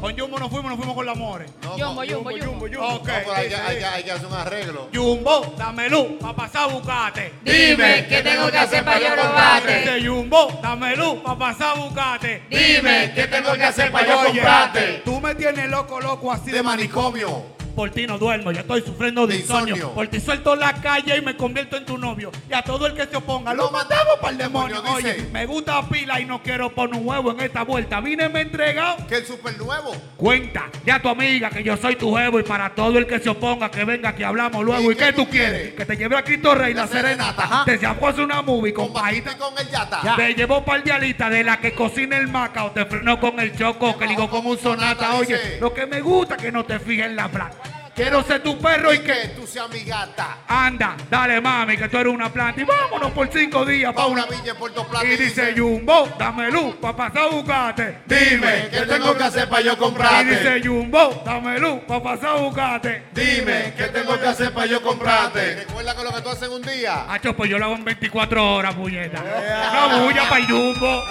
Speaker 11: Con Yumbo nos fuimos, nos fuimos con los amores.
Speaker 5: Yumbo, Yumbo, Yumbo.
Speaker 11: Ok,
Speaker 4: No, pero hay, que-
Speaker 11: dice,
Speaker 4: hay que-
Speaker 11: dice.
Speaker 4: hay que hacer un arreglo.
Speaker 11: Yumbo, dame luz, pa' pasar a buscarte.
Speaker 4: Dime, ¿qué tengo que hacer pa' yo robarte?
Speaker 11: Dice Yumbo, dame luz, pa' pasar a buscarte.
Speaker 14: Dime, ¿qué tengo que hacer pa' yo
Speaker 11: Oye,
Speaker 14: comprarte?
Speaker 11: Tú me tienes loco, loco, así de, manicomio. Por ti no duermo, yo estoy sufriendo de insomnio. Por ti suelto la calle y me convierto en tu novio. Y a todo el que se oponga, lo matamos para el demonio. Oye, me gusta pila y no quiero poner un huevo en esta vuelta. Vine, me he entregado. Que el super nuevo. Cuenta, ya tu amiga, que yo soy tu huevo. Y para todo el que se oponga, que venga, que hablamos luego. ¿Y, qué tú quieres? Que te lleve a Cristo Rey la, serenata. Te llamó a hacer una movie con pajita
Speaker 4: Con el yata.
Speaker 11: te llevó par de alitas de la que cocina el maca o te frenó con el choco que ligó con un sonata. Oye, lo que me gusta es que no te fijes en la placa. Quiero ser tu perro y que
Speaker 4: tú seas mi gata.
Speaker 11: Anda, dale mami, que tú eres una planta. Y vámonos por cinco días pa' una
Speaker 4: villa en Puerto
Speaker 11: Plata. Y dice Jumbo, dame luz pa' pasar a buscarte.
Speaker 4: Dime, ¿qué tengo que hacer pa' yo comprarte?
Speaker 11: Y dice Jumbo, dame luz pa' pasar a buscarte.
Speaker 4: Dime, ¿qué tengo que hacer para yo comprarte? Recuerda que lo que tú haces en un día.
Speaker 11: Acho, pues yo lo hago en 24 horas, puñeta. Una bulla para Jumbo.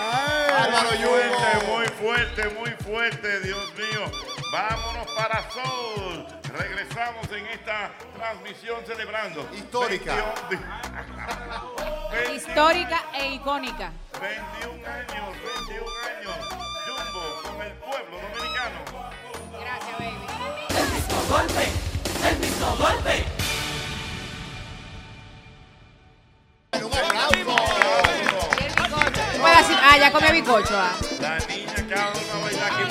Speaker 4: Álvaro
Speaker 3: Fuerte, muy fuerte, muy fuerte, Dios mío. Vámonos para Sol. Regresamos en esta transmisión celebrando.
Speaker 4: Histórica.
Speaker 3: 21
Speaker 5: Histórica e icónica.
Speaker 3: 21 años, 21 años. Jumbo con el pueblo dominicano.
Speaker 5: Gracias, baby.
Speaker 20: golpe, el mismo golpe.
Speaker 5: Puedo decir, ah, ya comí bicocho. ah.
Speaker 3: La niña que ahora va a bailar aquí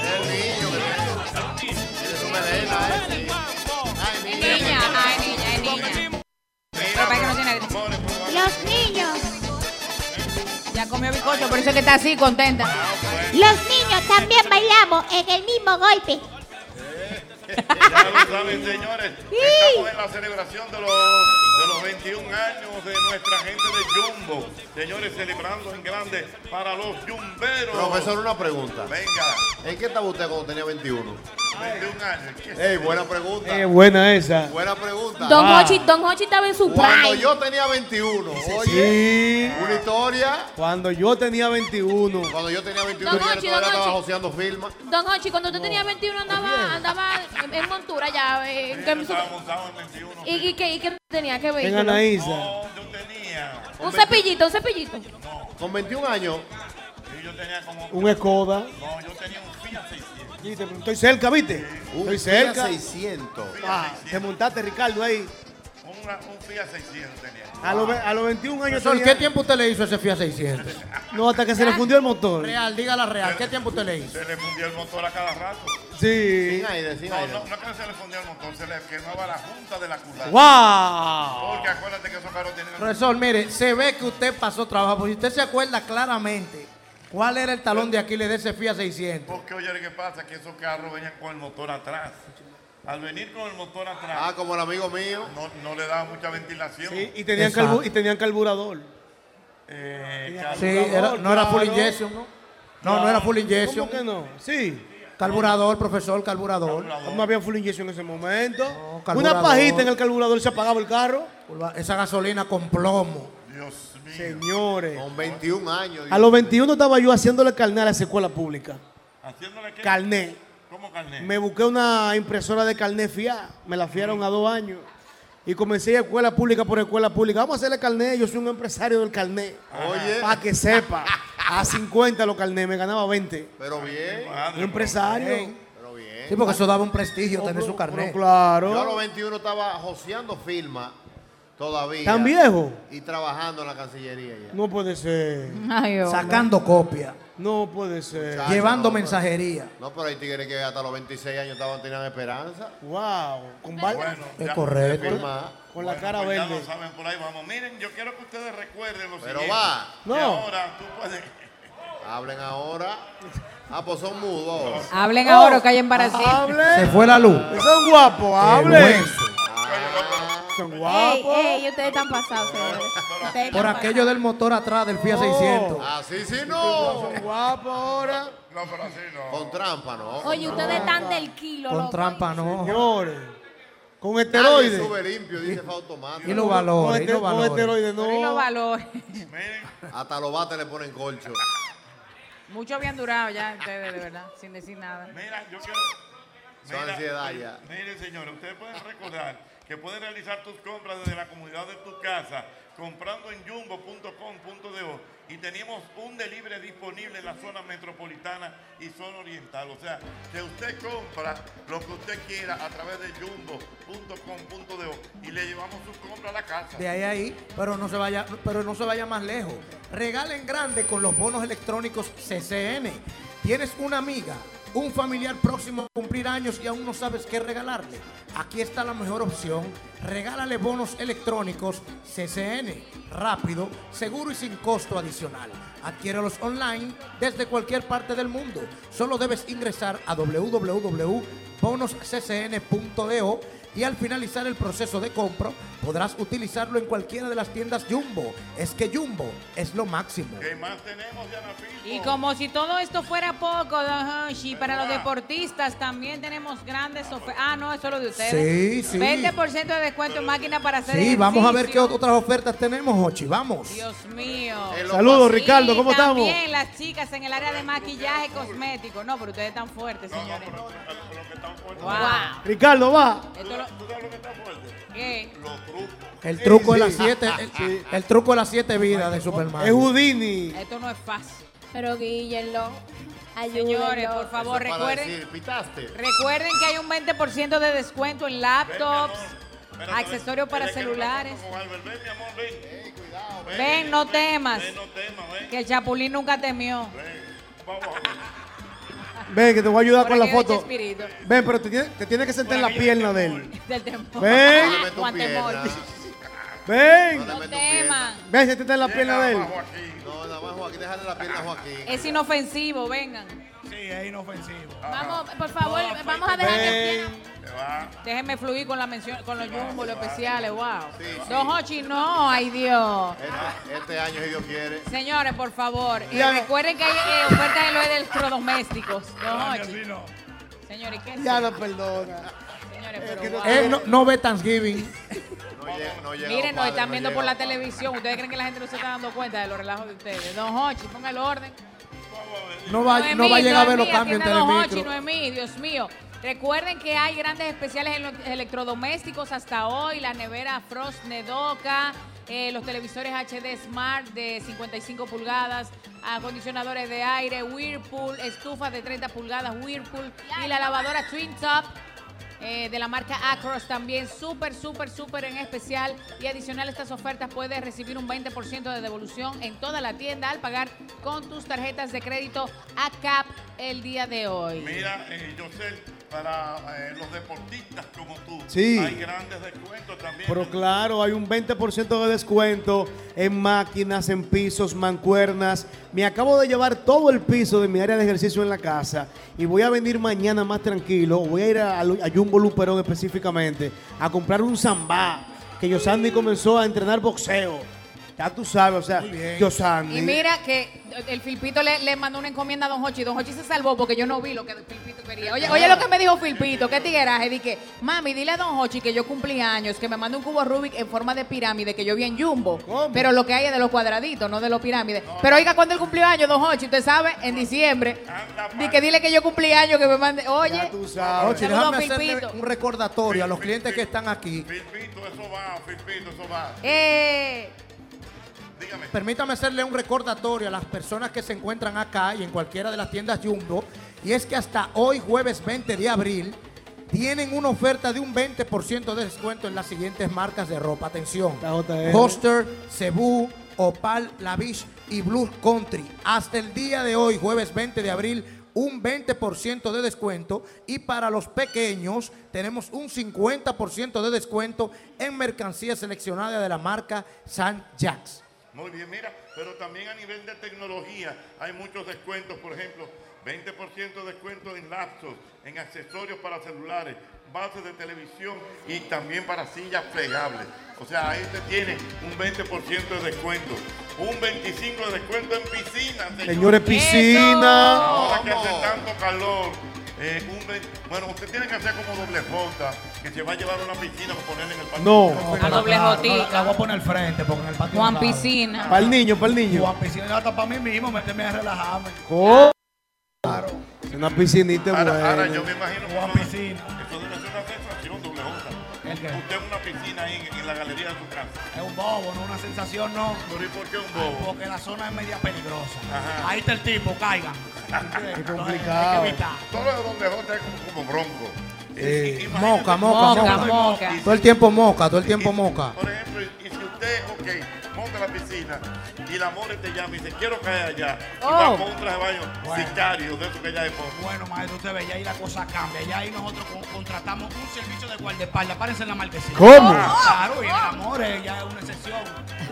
Speaker 3: por el
Speaker 5: Es niña, ay, niña, es niña. Pero para que no tiene gripe.
Speaker 10: Los niños,
Speaker 5: Ya comió bicocho, por eso es que está así, contenta.
Speaker 10: los niños también bailamos en el mismo golpe.
Speaker 3: Ya lo saben, señores. Estamos en la celebración de los, de los 21 años de nuestra gente de Jumbo. Señores, celebrando en grande para los jumberos.
Speaker 4: Profesor, una pregunta.
Speaker 3: Venga,
Speaker 4: ¿En qué estaba usted cuando tenía 21?
Speaker 3: 21 años.
Speaker 4: Ey, buena pregunta.
Speaker 8: Qué buena esa.
Speaker 4: Buena pregunta.
Speaker 7: Don
Speaker 8: Ah.
Speaker 7: Hochi, Don Hochi estaba en su
Speaker 4: Cuando
Speaker 7: prime.
Speaker 4: yo tenía 21,
Speaker 8: Sí.
Speaker 4: oye, una historia.
Speaker 8: Cuando yo tenía 21.
Speaker 4: Cuando yo tenía 21,
Speaker 7: Don
Speaker 4: yo
Speaker 7: Hochi,
Speaker 4: todavía
Speaker 7: Don
Speaker 4: estaba
Speaker 7: Hochi.
Speaker 4: joseando firma.
Speaker 7: Don Hochi, cuando usted tenía 21 andaba, andaba en, en montura ya. eh, en que- ¿Y, y, qué- y qué tenía que ver?
Speaker 8: En Anaísa.
Speaker 7: Un cepillito, un cepillito.
Speaker 4: Con 21 años.
Speaker 8: Un Escoda. Viste, pero Estoy cerca, ¿viste? Estoy cerca.
Speaker 4: 600.
Speaker 8: Ah, te montaste, Ricardo, ahí.
Speaker 3: Una- un Fiat 600 tenía.
Speaker 4: Ah.
Speaker 8: A, los ve- a los 21 años.
Speaker 6: Profesor,
Speaker 8: tenía-
Speaker 6: ¿qué tiempo usted le hizo a ese Fiat 600?
Speaker 8: No, hasta que se le fundió el motor.
Speaker 6: Real, dígala real. ¿Qué tiempo usted le hizo?
Speaker 3: Se le fundía el motor a cada rato.
Speaker 8: Sí.
Speaker 3: no, no, no es que se le fundía el motor, se le quemaba la junta de la culata.
Speaker 6: ¡Guau!
Speaker 3: Porque acuérdate que esos carros tienen...
Speaker 6: Profesor, mire, se ve que usted pasó trabajo. porque usted se acuerda claramente cuál era el talón de Aquiles de ese Fiat 600.
Speaker 3: Porque oye, ¿qué pasa? Que esos carros venían con el motor atrás. Al venir con el motor atrás...
Speaker 4: Ah, como el amigo mío.
Speaker 3: No, no le daba mucha ventilación.
Speaker 8: Sí, y tenían,
Speaker 6: Exacto.
Speaker 8: carbu- y tenían carburador.
Speaker 3: Eh,
Speaker 6: Sí,
Speaker 3: carburador,
Speaker 6: era- no era full
Speaker 8: claro.
Speaker 6: injection, ¿no? No, no era full injection.
Speaker 8: ¿Cómo que no? Sí.
Speaker 6: Carburador, profesor, carburador.
Speaker 8: No había full injection en ese momento. Una
Speaker 6: carburador.
Speaker 8: pajita en el carburador se apagaba el carro.
Speaker 6: Esa gasolina con plomo.
Speaker 3: Dios mío.
Speaker 8: Señores.
Speaker 4: Con 21 años.
Speaker 8: A los 21 estaba yo haciéndole carnet a esa escuela pública.
Speaker 3: ¿Haciéndole qué?
Speaker 8: Carnet.
Speaker 3: ¿Cómo carnet?
Speaker 8: Me busqué una impresora de carnet fiá. Me la fiaron a dos años. Y comencé a escuela pública por escuela pública. Vamos a hacerle carnet. Yo soy un empresario del carnet.
Speaker 4: Oye.
Speaker 8: Para que sepa. A 50 los carnet. Me ganaba 20.
Speaker 4: Pero bien.
Speaker 8: Un empresario.
Speaker 4: Pero bien.
Speaker 6: Sí, porque eso daba un prestigio tener su carnet.
Speaker 8: Pero claro.
Speaker 4: Yo a los 21 estaba joseando firma todavía.
Speaker 8: ¿Tan viejo?
Speaker 4: Y trabajando en la Cancillería ya.
Speaker 8: No puede ser.
Speaker 6: Sacando copia,
Speaker 8: No puede ser.
Speaker 4: Chacho,
Speaker 6: llevando
Speaker 4: no,
Speaker 6: mensajería.
Speaker 4: No, pero hay tigres que hasta los 26 años estaban teniendo esperanza.
Speaker 8: Wow. Con val-
Speaker 6: Es correcto.
Speaker 4: Firma.
Speaker 8: Con la cara
Speaker 3: pues ya
Speaker 8: verde.
Speaker 3: lo saben por ahí, vamos. Miren, yo quiero que ustedes recuerden lo
Speaker 4: Pero
Speaker 3: siguiente.
Speaker 4: va.
Speaker 3: Que
Speaker 8: No.
Speaker 3: ahora tú puedes...
Speaker 4: Hablen ahora. Ah, pues son mudos. ahora.
Speaker 8: Oh,
Speaker 5: Hablen ahora que hay
Speaker 6: Se
Speaker 8: Hable.
Speaker 6: fue la luz.
Speaker 8: Son guapos. Hable.
Speaker 6: Vergüenza.
Speaker 8: Son
Speaker 3: Ah,
Speaker 7: Ey,
Speaker 3: pues.
Speaker 8: guapos.
Speaker 7: ey, ustedes están pasados, señores. Ustedes
Speaker 6: Por
Speaker 7: están
Speaker 6: aquello del motor atrás del Fiat 600.
Speaker 4: Así sí no.
Speaker 8: Son guapos ahora.
Speaker 3: No, pero así no.
Speaker 4: Con trampa, ¿no?
Speaker 7: pasados. Oye, ustedes están del kilo,
Speaker 6: Con
Speaker 7: loco.
Speaker 6: trampa no.
Speaker 8: Señores. Con
Speaker 4: Nadie
Speaker 8: esteroides.
Speaker 4: sube limpio, dice Fautomato.
Speaker 6: Y los
Speaker 8: Con,
Speaker 6: valores, y
Speaker 8: este-
Speaker 6: los
Speaker 8: con
Speaker 6: valores.
Speaker 8: esteroides no.
Speaker 5: Pero y los valores.
Speaker 4: Hasta los bates le ponen colcho.
Speaker 5: Muchos habían durado ya ustedes, de verdad, sin decir nada.
Speaker 3: Mira, yo quiero...
Speaker 4: Son ansiedad ya.
Speaker 3: Miren, señores, ustedes pueden recordar que pueden realizar tus compras desde la comunidad de tu casa comprando en jumbo.com.do y tenemos un delivery disponible en la zona metropolitana y zona oriental. O sea, que usted compra lo que usted quiera a través de jumbo.com.do y le llevamos su compra a la casa.
Speaker 6: De ahí a ahí, pero no se vaya, pero no se vaya más lejos. Regalen grande con los bonos electrónicos CCN. Tienes una amiga, un familiar próximo a cumplir años y aún no sabes qué regalarle. Aquí está la mejor opción. Regálale bonos electrónicos CCN. Rápido, seguro y sin costo adicional. Adquiéralos online desde cualquier parte del mundo. Solo debes ingresar a www bonosccn.do y al finalizar el proceso de compra podrás utilizarlo en cualquiera de las tiendas Jumbo. Es que Jumbo es lo máximo.
Speaker 5: Y como si todo esto fuera poco, don Hoshi, para los deportistas también tenemos grandes ofertas. Ah, no, eso es lo de ustedes.
Speaker 6: Sí, sí.
Speaker 5: 20% de descuento en máquina para hacer
Speaker 6: Sí, vamos a ver qué
Speaker 5: ejercicio.
Speaker 6: otras ofertas tenemos, Hochi. Vamos.
Speaker 5: Dios mío.
Speaker 6: Saludos,
Speaker 5: Y
Speaker 6: Ricardo, ¿cómo estamos?
Speaker 5: También las chicas en el área de maquillaje cosmético. No, pero ustedes están fuertes, señores. Wow.
Speaker 8: Ricardo, va.
Speaker 5: Esto lo- ¿Qué?
Speaker 6: El
Speaker 8: Sí,
Speaker 6: truco de
Speaker 8: sí.
Speaker 6: las siete, el, el truco de las siete vidas de Superman.
Speaker 8: Es Houdini.
Speaker 5: Esto no es fácil.
Speaker 7: Pero guíllenlo.
Speaker 5: Señores, por favor,
Speaker 4: Eso para
Speaker 5: recuerden.
Speaker 4: decir, pitaste.
Speaker 5: Recuerden que hay un 20% de descuento en laptops, accesorios para celulares. Ven, no temas. Que el Chapulín nunca temió.
Speaker 8: Ven, que te voy a ayudar
Speaker 5: Por
Speaker 8: con la
Speaker 5: aquí de
Speaker 8: foto.
Speaker 5: Chespirito.
Speaker 8: Ven, pero te tienes te tienes que sentar en la pierna de él.
Speaker 5: Del temor.
Speaker 8: Ven.
Speaker 5: Juan Temor.
Speaker 8: Ven.
Speaker 5: No teman.
Speaker 8: Ven, siéntate en la pierna de él.
Speaker 4: No, nada más Joaquín, déjale la pierna a Joaquín.
Speaker 5: Es inofensivo, vengan.
Speaker 11: Sí, es inofensivo.
Speaker 5: Ah,
Speaker 7: Vamos, por favor,
Speaker 5: No, pues,
Speaker 7: vamos a dejar que
Speaker 5: Déjenme fluir con la mención, con los jumbos, los especiales, wow. Don Hochi, no, ay Dios.
Speaker 4: Este, este año, si Dios quiere.
Speaker 5: Señores, por favor, y
Speaker 4: Ya.
Speaker 5: recuerden que hay eh, ofertas en los electrodomésticos. Don Hochi. Señores, ¿qué es
Speaker 8: Ya
Speaker 5: eso?
Speaker 8: no perdona.
Speaker 5: Señores, pero wow.
Speaker 6: Él no, no ve Thanksgiving.
Speaker 5: Miren, nos están viendo por la televisión. Ustedes creen que la gente no se está dando cuenta de los relajos de ustedes. Don Hochi, ponga el orden.
Speaker 6: No va,
Speaker 5: Noemí,
Speaker 6: no va a llegar a ver los
Speaker 5: Noemí,
Speaker 6: cambios en
Speaker 5: atienda a Don Hochi,
Speaker 6: Telemicro.
Speaker 5: Noemí, Dios mío. Recuerden que hay grandes especiales en los electrodomésticos hasta hoy. La nevera Frost Nedoca, eh, los televisores HD Smart de 55 pulgadas, acondicionadores de aire, Whirlpool, estufas de 30 pulgadas, Whirlpool y la lavadora Twin Top. eh, de la marca Acros también, súper, súper, súper en especial. Y adicional a estas ofertas puedes recibir un 20% de devolución en toda la tienda al pagar con tus tarjetas de crédito ACAP el día de hoy.
Speaker 3: Mira, eh, Yosel, para eh, los deportistas como tú,
Speaker 8: Sí.
Speaker 3: hay grandes descuentos también.
Speaker 8: Pero claro, hay un 20% de descuento en máquinas, en pisos, mancuernas. Me acabo de llevar todo el piso de mi área de ejercicio en la casa y voy a venir mañana más tranquilo. Voy a ir a, a Jumbo Luperón específicamente a comprar un zambá que Yosandi comenzó a entrenar boxeo. Ya tú sabes, o sea, Yosandi.
Speaker 5: Y mira que el Filpito le, le mandó una encomienda a Don Hochi. Don Hochi se salvó porque yo no vi lo que el Filpito quería. Oye, oye lo que me dijo Filpito, qué tigueraje. Dije, mami, dile a Don Hochi que yo cumplí años, que me mande un cubo Rubik en forma de pirámide, que yo vi en Jumbo. Pero lo que hay es de los cuadraditos, no de los pirámides. Pero oiga, cuando él cumplió años, Don Hochi, usted sabe, en diciembre. Di que dile que yo cumplí años, que me mande. Oye,
Speaker 6: Hochi,
Speaker 5: saludos,
Speaker 6: déjame hacerle
Speaker 5: Filpito.
Speaker 6: un recordatorio a los clientes que están aquí.
Speaker 5: Eh,
Speaker 6: Permítame hacerle un recordatorio a las personas que se encuentran acá y en cualquiera de las tiendas Jumbo. Y es que hasta hoy, jueves 20 de abril, tienen una oferta de un 20% de descuento en las siguientes marcas de ropa. Atención. Hoster, Cebu, Opal, Lavish y Blue Country. Hasta el día de hoy, jueves 20 de abril, un 20% de descuento. Y para los pequeños, tenemos un 50% de descuento en mercancía seleccionada de la marca San Jacks.
Speaker 3: Muy bien, mira, pero también a nivel de tecnología hay muchos descuentos, por ejemplo, 20% de descuento en laptops, en accesorios para celulares, bases de televisión y también para sillas plegables. O sea, ahí te tiene un 20% de descuento, un 25% de descuento en piscina.
Speaker 8: Señores, piscina.
Speaker 3: Ahora que hace tanto calor. eh, un 20 bueno, usted tiene que hacer como doble jota, que se va a llevar a una piscina para ponerle en el patio.
Speaker 8: No.
Speaker 11: Pero
Speaker 5: doble
Speaker 11: claro,
Speaker 5: gotica.
Speaker 11: no, la- La voy a poner al frente porque en el patio.
Speaker 5: Juan
Speaker 11: no cabe.
Speaker 5: Piscina.
Speaker 8: Para el niño, para el niño.
Speaker 11: Juan Piscina, hasta para mí mismo, meterme a relajarme.
Speaker 8: Oh. Una piscinita buena.
Speaker 3: Ahora yo me imagino Juan piscina. Eso debe ser una sensación doble jota. Usted en una piscina ahí en, en la galería de su casa.
Speaker 11: Es un bobo, no una sensación, no.
Speaker 3: ¿Pero y por qué un
Speaker 11: bobo? porque la zona es media peligrosa. Ahí está el tipo, caiga. Qué
Speaker 3: complicado. Todo lo de doble jota es como, como bronco.
Speaker 6: Eh, Moca, moca, moca,
Speaker 3: moca.
Speaker 6: Todo el tiempo moca, todo el tiempo moca.
Speaker 3: Por ejemplo, y, y si usted, ok, monta la piscina. oficina y la More te llama y dice, quiero caer allá. Y
Speaker 11: Oh.
Speaker 3: va con un traje de baño
Speaker 11: Bueno.
Speaker 3: sicario, de eso que ya es poco.
Speaker 11: Bueno, maestro, usted ve, ya ahí la cosa cambia. Ya ahí nosotros con- contratamos un servicio de guardaespaldas. Párense en la marquesina.
Speaker 9: ¿Cómo?
Speaker 11: Claro, y el amor eh, ya es una excepción.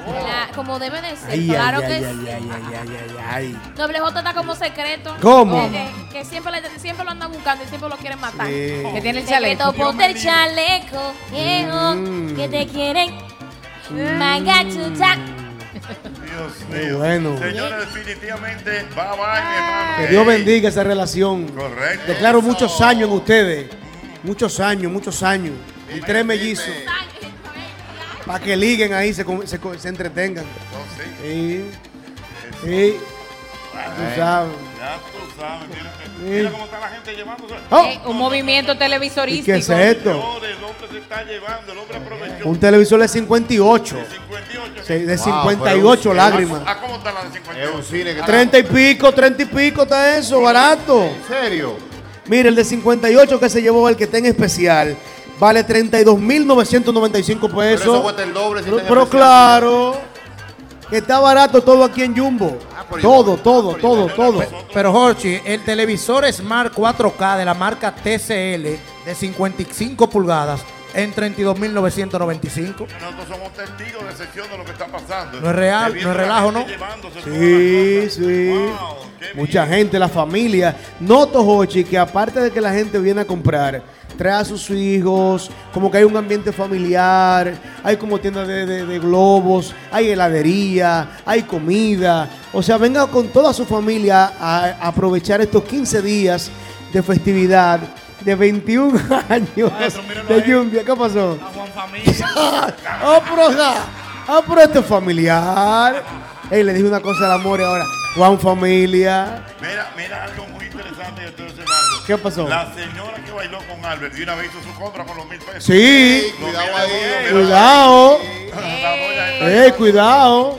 Speaker 7: La- como debe de ser,
Speaker 9: Ay,
Speaker 7: claro
Speaker 9: ay,
Speaker 7: que
Speaker 9: ay,
Speaker 7: sí.
Speaker 9: ay, ay, ay, ay, ay, ay.
Speaker 7: Doble J está como secreto.
Speaker 9: ¿Cómo?
Speaker 7: Que, que- que siempre, le- siempre lo andan buscando y siempre lo quieren matar.
Speaker 9: Sí.
Speaker 7: Que
Speaker 5: tiene el
Speaker 7: Secreto,
Speaker 5: chaleco.
Speaker 7: ponte el chaleco, viejo,
Speaker 9: Mm.
Speaker 7: que te quieren. Magachuta.
Speaker 3: Dios
Speaker 9: Qué
Speaker 3: mío.
Speaker 9: bueno.
Speaker 3: Señores, definitivamente, bye bye, mi hermano.
Speaker 8: Que Dios bendiga esa relación.
Speaker 3: Correcto.
Speaker 8: Declaro muchos años en ustedes. Muchos años, muchos años. Y tres mellizos. Para que liguen ahí, se, con- se, con- se entretengan.
Speaker 3: Oh,
Speaker 8: Sí. Sí. Tú sabes.
Speaker 3: Ya tú sabes, mira,
Speaker 8: Sí.
Speaker 3: mira cómo está la gente llevándose.
Speaker 8: Oh.
Speaker 13: Eh, un movimiento televisorístico.
Speaker 8: ¿Y qué es esto?
Speaker 3: Señores, el hombre se está llevando, el hombre aprovechó.
Speaker 8: Un televisor de 58. Sí, De
Speaker 4: Wow,
Speaker 8: 58
Speaker 4: pero-
Speaker 8: lágrimas.
Speaker 5: Ah,
Speaker 3: ¿A cómo está la de 58?
Speaker 4: Es un cine que
Speaker 8: 30 y pico, 30 y pico está eso, barato.
Speaker 4: ¿En serio?
Speaker 8: Mire, el de 58 que se llevó el que está en especial vale 32.995
Speaker 4: Pero
Speaker 8: pesos.
Speaker 4: eso cuesta el doble si
Speaker 8: Pero,
Speaker 4: está en
Speaker 8: pero
Speaker 4: especial.
Speaker 8: claro, que está barato todo aquí en Jumbo.
Speaker 4: Ah,
Speaker 8: todo, todo, todo, todo.
Speaker 4: pues,
Speaker 6: Pero Jorge, el televisor Smart 4K de la marca TCL de 55 pulgadas en 32.995.
Speaker 3: Nosotros somos testigos de excepción de lo que está pasando.
Speaker 6: No es real,
Speaker 3: Que
Speaker 6: no es
Speaker 3: viene la
Speaker 6: relajo,
Speaker 3: gente
Speaker 6: ¿no?
Speaker 3: llevándose toda
Speaker 8: Sí, sí. Mucha gente, la familia. Noto, Hochi, que aparte de que la gente viene a comprar, trae a sus hijos, como que hay un ambiente familiar, hay como tienda de, de- de globos, hay heladería, hay comida. O sea, venga con toda su familia a, a aprovechar estos 15 días de festividad de 21 años de lluvia. ¿Qué pasó? ¡Oh, pero, ah, pero esto es familiar! Ey, le dije una cosa al amor y ahora. Juan Familia.
Speaker 3: Mira, mira algo muy interesante que estoy observando.
Speaker 8: ¿Qué pasó?
Speaker 3: La señora que bailó con Albert y una vez hizo su compra con los mil pesos.
Speaker 8: Sí.
Speaker 3: Los mil euros, mira.
Speaker 8: Cuidado.
Speaker 3: La doña está-
Speaker 8: Ey, cuidado.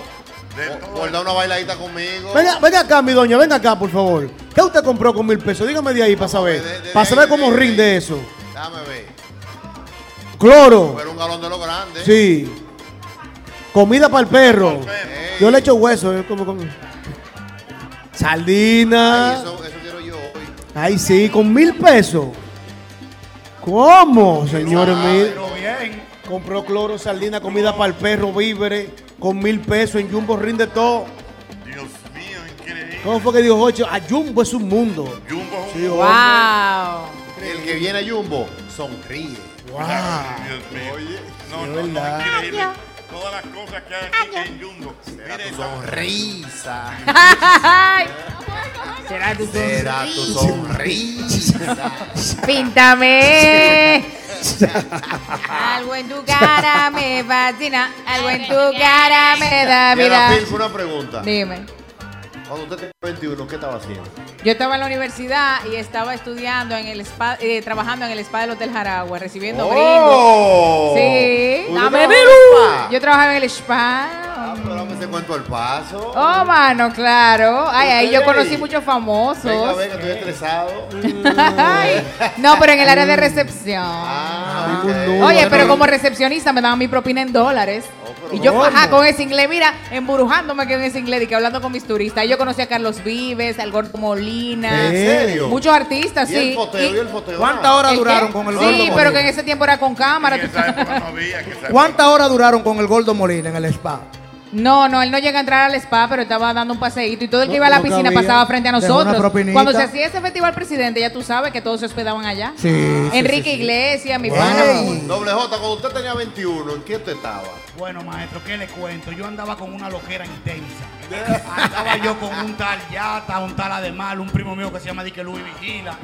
Speaker 4: Guarda una bailadita conmigo.
Speaker 8: Venga, venga acá, mi doña, venga acá, por favor. ¿Qué usted compró con mil pesos? Dígame de ahí para saber. Para saber cómo rinde eso.
Speaker 4: Dame ver.
Speaker 8: Cloro.
Speaker 4: Pero un galón de lo grande.
Speaker 8: Sí. Comida para el perro. Yo le echo hueso. eh, como- como- Sardina. Ay, sí, con mil pesos. ¿Cómo, señores? mil- Compró cloro, sardina, comida para el perro, víveres, con mil pesos. En Jumbo rinde todo.
Speaker 3: Dios mío, increíble.
Speaker 8: ¿Cómo fue que dijo Jocho? A Jumbo es un mundo.
Speaker 3: Jumbo
Speaker 8: Sí,
Speaker 4: Wow.
Speaker 8: hombre.
Speaker 4: Y el que viene a Jumbo sonríe.
Speaker 8: Wow.
Speaker 3: Dios mío.
Speaker 4: sí,
Speaker 3: No,
Speaker 4: es
Speaker 3: no, no,
Speaker 4: verdad.
Speaker 3: increíble. Todas las cosas que hay aquí en Jumbo. Mira esa
Speaker 4: sonrisa.
Speaker 5: Será tu
Speaker 4: Será tu sonrisa.
Speaker 5: Píntame. Algo en tu cara me fascina. Algo en tu cara me da vida.
Speaker 4: Mira, Phil, una pregunta.
Speaker 5: Dime.
Speaker 4: Cuando usted tenía 21, ¿qué estaba haciendo?
Speaker 5: Yo estaba en la universidad y estaba estudiando en el spa, eh, trabajando en el spa del Hotel Jaragua, recibiendo
Speaker 4: ¡Oh!
Speaker 5: gringos. Sí.
Speaker 4: Uy, ¿tú trabajabas en el spa?
Speaker 5: Yo trabajaba en el spa.
Speaker 4: Dame ese cuento al paso.
Speaker 5: Oh, mano, claro. Ay, ahí yo conocí
Speaker 4: Venga,
Speaker 5: muchos famosos.
Speaker 4: venga, estoy estresado.
Speaker 5: Ay, no, pero en el área de recepción.
Speaker 6: Ah,
Speaker 5: Oye, pero como recepcionista me daban mi propina en dólares.
Speaker 6: Oh,
Speaker 5: y yo
Speaker 13: ¿cómo?
Speaker 5: ajá, con ese inglés, mira, emburujándome que en ese inglés y que hablando con mis turistas. Y Yo conocí a Carlos Vives, al Gordo Molina.
Speaker 6: ¿En serio?
Speaker 5: Muchos artistas,
Speaker 6: ¿Y
Speaker 5: sí.
Speaker 6: el foteo, y el
Speaker 4: foteo?
Speaker 6: ¿Cuántas horas
Speaker 5: ¿El qué?
Speaker 6: duraron con el Gordo
Speaker 5: Sí, pero
Speaker 6: Molina?
Speaker 5: que en ese tiempo era con cámara.
Speaker 6: ¿Cuántas horas duraron con el Gordo Molina en el spa?
Speaker 5: No, no, él no llega a entrar al spa, pero estaba dando un paseíto y todo el que
Speaker 6: No,
Speaker 5: iba a la
Speaker 6: no
Speaker 5: piscina
Speaker 6: cabía.
Speaker 5: pasaba frente a
Speaker 6: Dejó
Speaker 5: nosotros.
Speaker 6: una propinita.
Speaker 5: Cuando se hacía ese festival presidente, ya tú sabes que todos se hospedaban allá.
Speaker 4: Sí, sí,
Speaker 5: Enrique
Speaker 4: sí, sí.
Speaker 5: Iglesias, mi
Speaker 4: Wow.
Speaker 5: pana.
Speaker 4: Doble J, cuando usted tenía 21, ¿en qué usted estaba?
Speaker 11: Bueno, maestro, ¿qué le cuento? Yo andaba con una loquera intensa. Andaba yo con un tal Yata, un tal Ademal, un primo mío que se llama Dique Luis Vigila.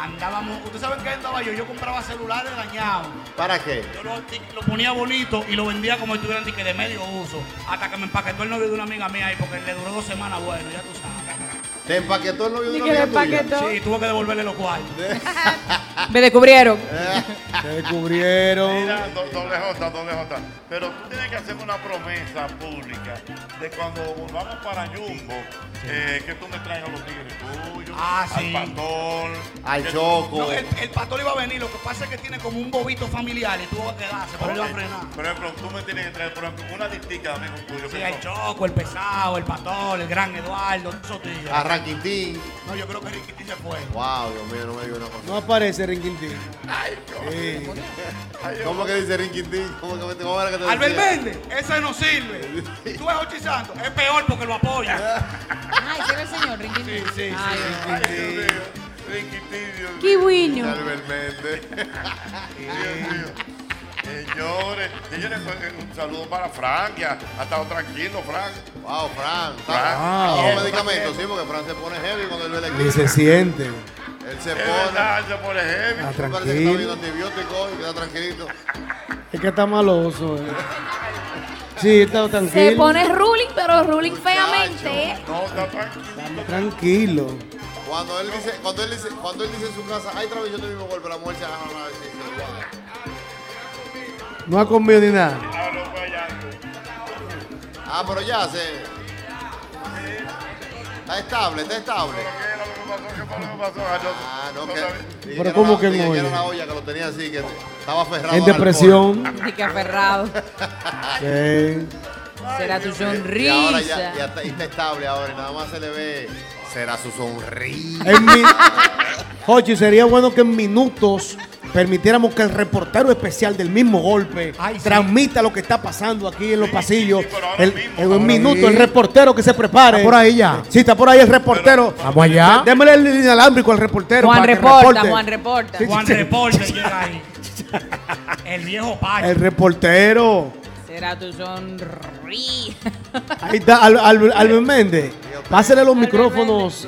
Speaker 11: Andábamos, ¿ustedes saben qué andaba yo? Yo compraba celulares dañados.
Speaker 4: ¿Para qué?
Speaker 11: Yo lo, lo ponía bonito y lo vendía como si tuvieran de medio uso. Hasta que me empaquetó el novio de una amiga mía ahí porque le duró dos semanas bueno, ya tú sabes.
Speaker 4: ¿Te empaquetó el novio de
Speaker 11: Sí,
Speaker 4: una amiga tuya?
Speaker 11: tuvo que devolverle los cuartos.
Speaker 14: Me descubrieron.
Speaker 8: Te descubrieron.
Speaker 3: Mira, do- doble J, doble J. Pero tú tienes que hacer una promesa pública de cuando volvamos para Jumbo, eh, que tú me traigas los tigres tuyos,
Speaker 11: sí.
Speaker 3: al patón,
Speaker 4: Al
Speaker 3: que-
Speaker 4: Choco.
Speaker 11: No, el, el pastor iba a venir, lo que pasa es que tiene como un bobito familiar y tú vas a quedarse, pero él va a
Speaker 3: Ok.
Speaker 11: frenar.
Speaker 3: Por ejemplo, tú me tienes que traer, por ejemplo, una listica de amigos tuyos.
Speaker 11: Sí,
Speaker 3: que
Speaker 11: el
Speaker 3: son-
Speaker 11: Choco, el Pesado, el Pastor, el Gran Eduardo, esos tigres.
Speaker 4: A Ranquitín.
Speaker 11: No, yo creo que Riquitín se fue.
Speaker 4: Wow, Dios mío, no me digas una cosa.
Speaker 8: No aparece Rinquintín.
Speaker 11: Ay,
Speaker 8: Sí.
Speaker 4: ¿Cómo que dice Rinquintín? ¿Cómo que me cómo era que te
Speaker 11: Albert
Speaker 4: decía?
Speaker 11: Méndez, ese no sirve. Tú ves Ochi Santos, es peor porque lo apoya.
Speaker 14: Ay, ¿sí era el señor Rinquín? Sí, sí,
Speaker 3: Ay, Dios mío. Riquitín, Dios mío.
Speaker 14: Kiwiño.
Speaker 3: Albert Méndez. Dios mío. Señores, señores, pues, un saludo para Frank, ya ha estado tranquilo, Frank.
Speaker 4: Wow, Frank.
Speaker 8: Ah,
Speaker 3: Frank.
Speaker 4: Toma medicamentos, sí, porque Fran se pone heavy cuando él ve la
Speaker 8: Ni se
Speaker 4: clínica.
Speaker 8: siente.
Speaker 4: Él se
Speaker 3: Es
Speaker 4: pone.
Speaker 3: verdad, se pone heavy.
Speaker 8: Ah,
Speaker 4: Parece que está viendo
Speaker 8: tranquilo.
Speaker 4: antibiótico y queda tranquilito.
Speaker 8: Es que está maloso. eh. Sí, está tranquilo.
Speaker 7: Se pone ruling, pero ruling feamente. ¿eh?
Speaker 3: No, está tranquilo.
Speaker 8: Tranquilo.
Speaker 4: Cuando él dice, cuando él dice, cuando él dice en su casa, ay, Travis, yo te mismo golpe la muerte, ah, no, no, sí, sí, guau.
Speaker 8: No ha comido ni nada.
Speaker 4: Ah, pero ya se. Está estable, está estable. Ah, no, que. dije
Speaker 8: Pero
Speaker 4: era
Speaker 8: ¿cómo
Speaker 4: una-
Speaker 8: que
Speaker 4: dije
Speaker 8: no
Speaker 4: Era
Speaker 8: oye?
Speaker 4: una olla que lo tenía así, que estaba aferrado.
Speaker 8: En
Speaker 4: al
Speaker 8: depresión.
Speaker 4: alcohol.
Speaker 14: Y que aferrado.
Speaker 8: Sí.
Speaker 14: Será tu
Speaker 4: Y ahora ya,
Speaker 14: sonrisa.
Speaker 4: ya está, está estable ahora, y nada más se le ve. Será su sonrisa.
Speaker 8: En mi- Jochi, sería bueno que en minutos permitiéramos que el reportero especial del mismo golpe transmita lo que está pasando aquí en los pasillos. El- en un minuto, el reportero que se prepare.
Speaker 22: Está por ahí ya.
Speaker 8: Sí, está por ahí el reportero.
Speaker 22: Vamos allá.
Speaker 8: Dé- Démele el inalámbrico al reportero.
Speaker 14: Juan
Speaker 8: para que
Speaker 14: reporta,
Speaker 8: reporte.
Speaker 14: Juan reporta.
Speaker 8: Sí, sí,
Speaker 23: Juan
Speaker 8: sí.
Speaker 23: Reporte llega ahí. El viejo Pacho.
Speaker 8: El reportero.
Speaker 14: Será tu sonrisa.
Speaker 8: Ahí está Al- Al- Albert Méndez. Pásale los micrófonos,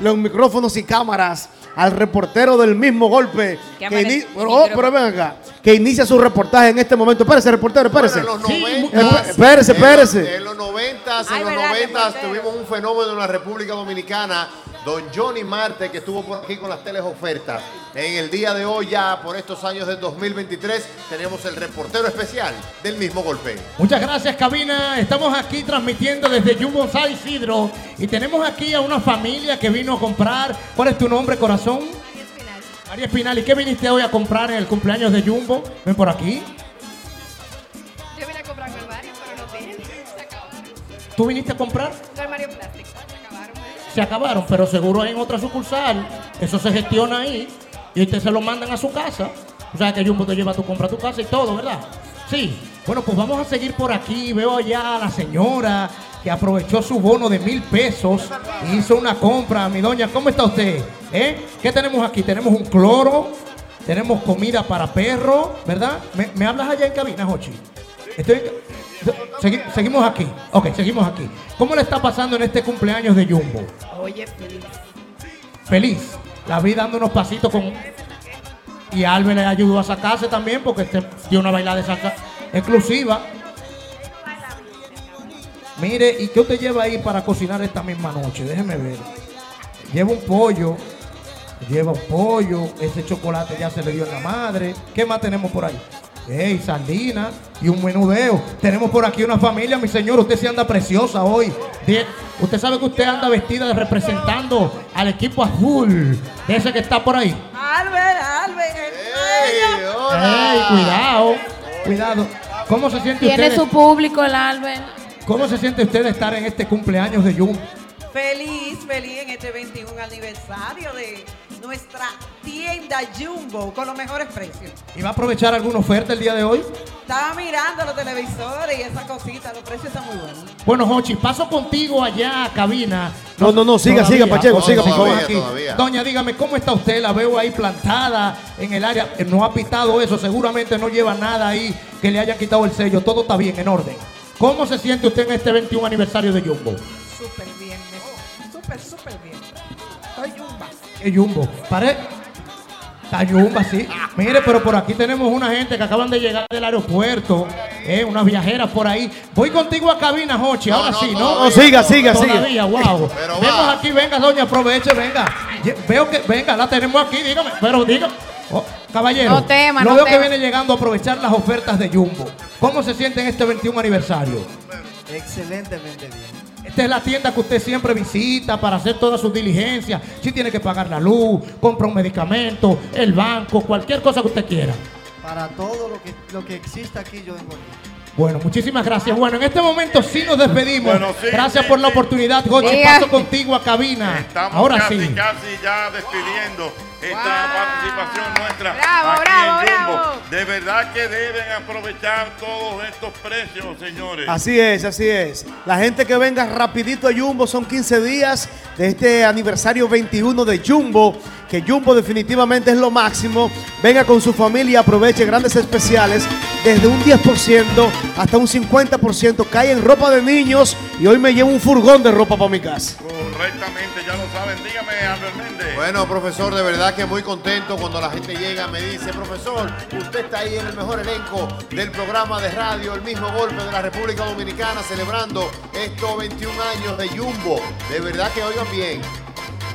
Speaker 8: los micrófonos y cámaras al reportero del mismo golpe. Que,
Speaker 14: Que amanece-
Speaker 8: ini- pero, oh, pero ven acá, que inicia su reportaje en este momento. Espérese, reportero, espérese.
Speaker 4: Bueno, en los
Speaker 8: Sí,
Speaker 4: 90,
Speaker 8: esp- Eh, espérese,
Speaker 4: en los-
Speaker 8: espérese.
Speaker 4: En los 90,
Speaker 14: Ay,
Speaker 4: en los
Speaker 14: verdad,
Speaker 4: 90
Speaker 14: reportero.
Speaker 4: tuvimos un fenómeno en la República Dominicana. Don Johnny Marte, que estuvo por aquí con las teleofertas. En el día de hoy, ya por estos años del 2023, tenemos el reportero especial del mismo golpe.
Speaker 6: Muchas gracias, cabina. Estamos aquí transmitiendo desde Jumbo San Isidro y tenemos aquí a una familia que vino a comprar. ¿Cuál es tu nombre, corazón? María Espinal. ¿Y qué viniste hoy a comprar en el cumpleaños de Jumbo? Ven por aquí.
Speaker 1: Yo vine a comprar mi armario, pero no tienen. Se acabaron.
Speaker 6: ¿Tú viniste a comprar?
Speaker 1: Un armario plástico. Se acabaron.
Speaker 6: Se acabaron, pero seguro en otra sucursal. Eso se gestiona ahí y usted se lo mandan a su casa. O sea que Jumbo te lleva tu compra a tu casa y todo, ¿verdad? Sí. Bueno, pues vamos a seguir por aquí. Veo allá a la señora que aprovechó su bono de mil pesos e hizo una compra. Mi doña, ¿cómo está usted? ¿Eh? ¿Qué tenemos aquí? Tenemos un cloro, tenemos comida para perro, ¿verdad? ¿Me, me hablas allá en cabina, Jochi? Estoy en ca- Segui- seguimos aquí. Ok, seguimos aquí. ¿Cómo le está pasando en este cumpleaños de Jumbo?
Speaker 1: Oye, feliz.
Speaker 6: feliz. La vi dando unos pasitos con. Y Albert le ayudó a sacarse también porque este dio una bailada de salsa exclusiva. Mire, ¿y qué usted lleva ahí para cocinar esta misma noche? Déjeme ver. Lleva un pollo, lleva un pollo, ese chocolate ya se le dio a la madre. ¿Qué más tenemos por ahí? Ey, sardina y un menudeo. Tenemos por aquí una familia, mi señor. Usted se anda preciosa hoy. Die- Usted sabe que usted anda vestida de representando al equipo azul. De ese que está por ahí.
Speaker 2: Albert, Albert,
Speaker 6: Ey, cuidado, cuidado. ¿Cómo se siente
Speaker 7: Tiene
Speaker 6: usted?
Speaker 7: su público el Albert.
Speaker 6: ¿Cómo se siente usted de estar en este cumpleaños de Jun?
Speaker 5: Feliz, feliz en este 21 aniversario de nuestra tienda Jumbo con los mejores precios.
Speaker 6: ¿Y va a aprovechar alguna oferta el día de hoy?
Speaker 5: Estaba mirando los televisores y esas cositas, los precios están muy buenos.
Speaker 6: Bueno, Jochi, paso contigo allá a cabina.
Speaker 8: No, no, no, siga,
Speaker 6: Todavía.
Speaker 8: siga, Pacheco, siga, por
Speaker 6: Todavía,
Speaker 8: favor.
Speaker 6: aquí. Doña, dígame, ¿cómo está usted? La veo ahí plantada en el área. Eh, No ha pitado eso, seguramente no lleva nada ahí que le hayan quitado el sello. Todo está bien, en orden. ¿Cómo se siente usted en este 21 aniversario de Jumbo?
Speaker 5: Súper bien, me- súper, súper bien. Estoy Jumba.
Speaker 6: ¿Qué Jumbo? Pare. Está Jumba, sí. Mire, pero por aquí tenemos una gente que acaban de llegar del aeropuerto. Eh, unas viajeras por ahí. Voy contigo a cabina, Jochi. Ahora sí, ¿no?
Speaker 8: No, siga, siga, siga.
Speaker 6: Todavía, wow. Vemos aquí, venga, doña, aproveche, venga. Ye- Veo que, venga, la tenemos aquí, dígame. Pero dígame, Oh, caballero,
Speaker 5: No tema,
Speaker 6: lo
Speaker 5: no
Speaker 6: veo que
Speaker 5: tema.
Speaker 6: viene llegando a aprovechar las ofertas de Jumbo. ¿Cómo se siente en este 21 aniversario?
Speaker 11: Excelentemente bien.
Speaker 6: Esta es la tienda que usted siempre visita para hacer todas sus diligencias. Si tiene que pagar la luz, compra un medicamento, el banco, cualquier cosa que usted quiera.
Speaker 11: Para todo lo que, lo que exista aquí, yo vengo aquí.
Speaker 6: Bueno, muchísimas gracias. Bueno, en este momento sí nos despedimos.
Speaker 3: Bueno, sí,
Speaker 6: gracias
Speaker 3: sí,
Speaker 6: por la
Speaker 3: sí.
Speaker 6: oportunidad, Gochi.
Speaker 3: Diga.
Speaker 6: Paso contigo a cabina.
Speaker 3: Estamos
Speaker 6: Ahora
Speaker 3: casi,
Speaker 6: sí.
Speaker 3: casi ya despidiendo esta participación nuestra
Speaker 5: Bravo,
Speaker 3: aquí
Speaker 5: bravo,
Speaker 3: en Jumbo.
Speaker 5: bravo.
Speaker 3: De verdad que deben aprovechar todos estos precios, señores.
Speaker 8: Así es, así es. La gente que venga rapidito a Jumbo son 15 días de este aniversario 21 de Jumbo, que Jumbo definitivamente es lo máximo. Venga con su familia y aproveche grandes especiales desde un 10% hasta un 50%. Cae en ropa de niños y hoy me llevo un furgón de ropa para mi casa.
Speaker 3: Correctamente, ya lo saben. Dígame, Albert Méndez.
Speaker 4: Bueno, profesor, de verdad que muy contento cuando la gente llega, me dice, profesor, usted está ahí en el mejor elenco del programa de radio, el mismo golpe de la República Dominicana, celebrando estos 21 años de Jumbo. De verdad que oigan bien,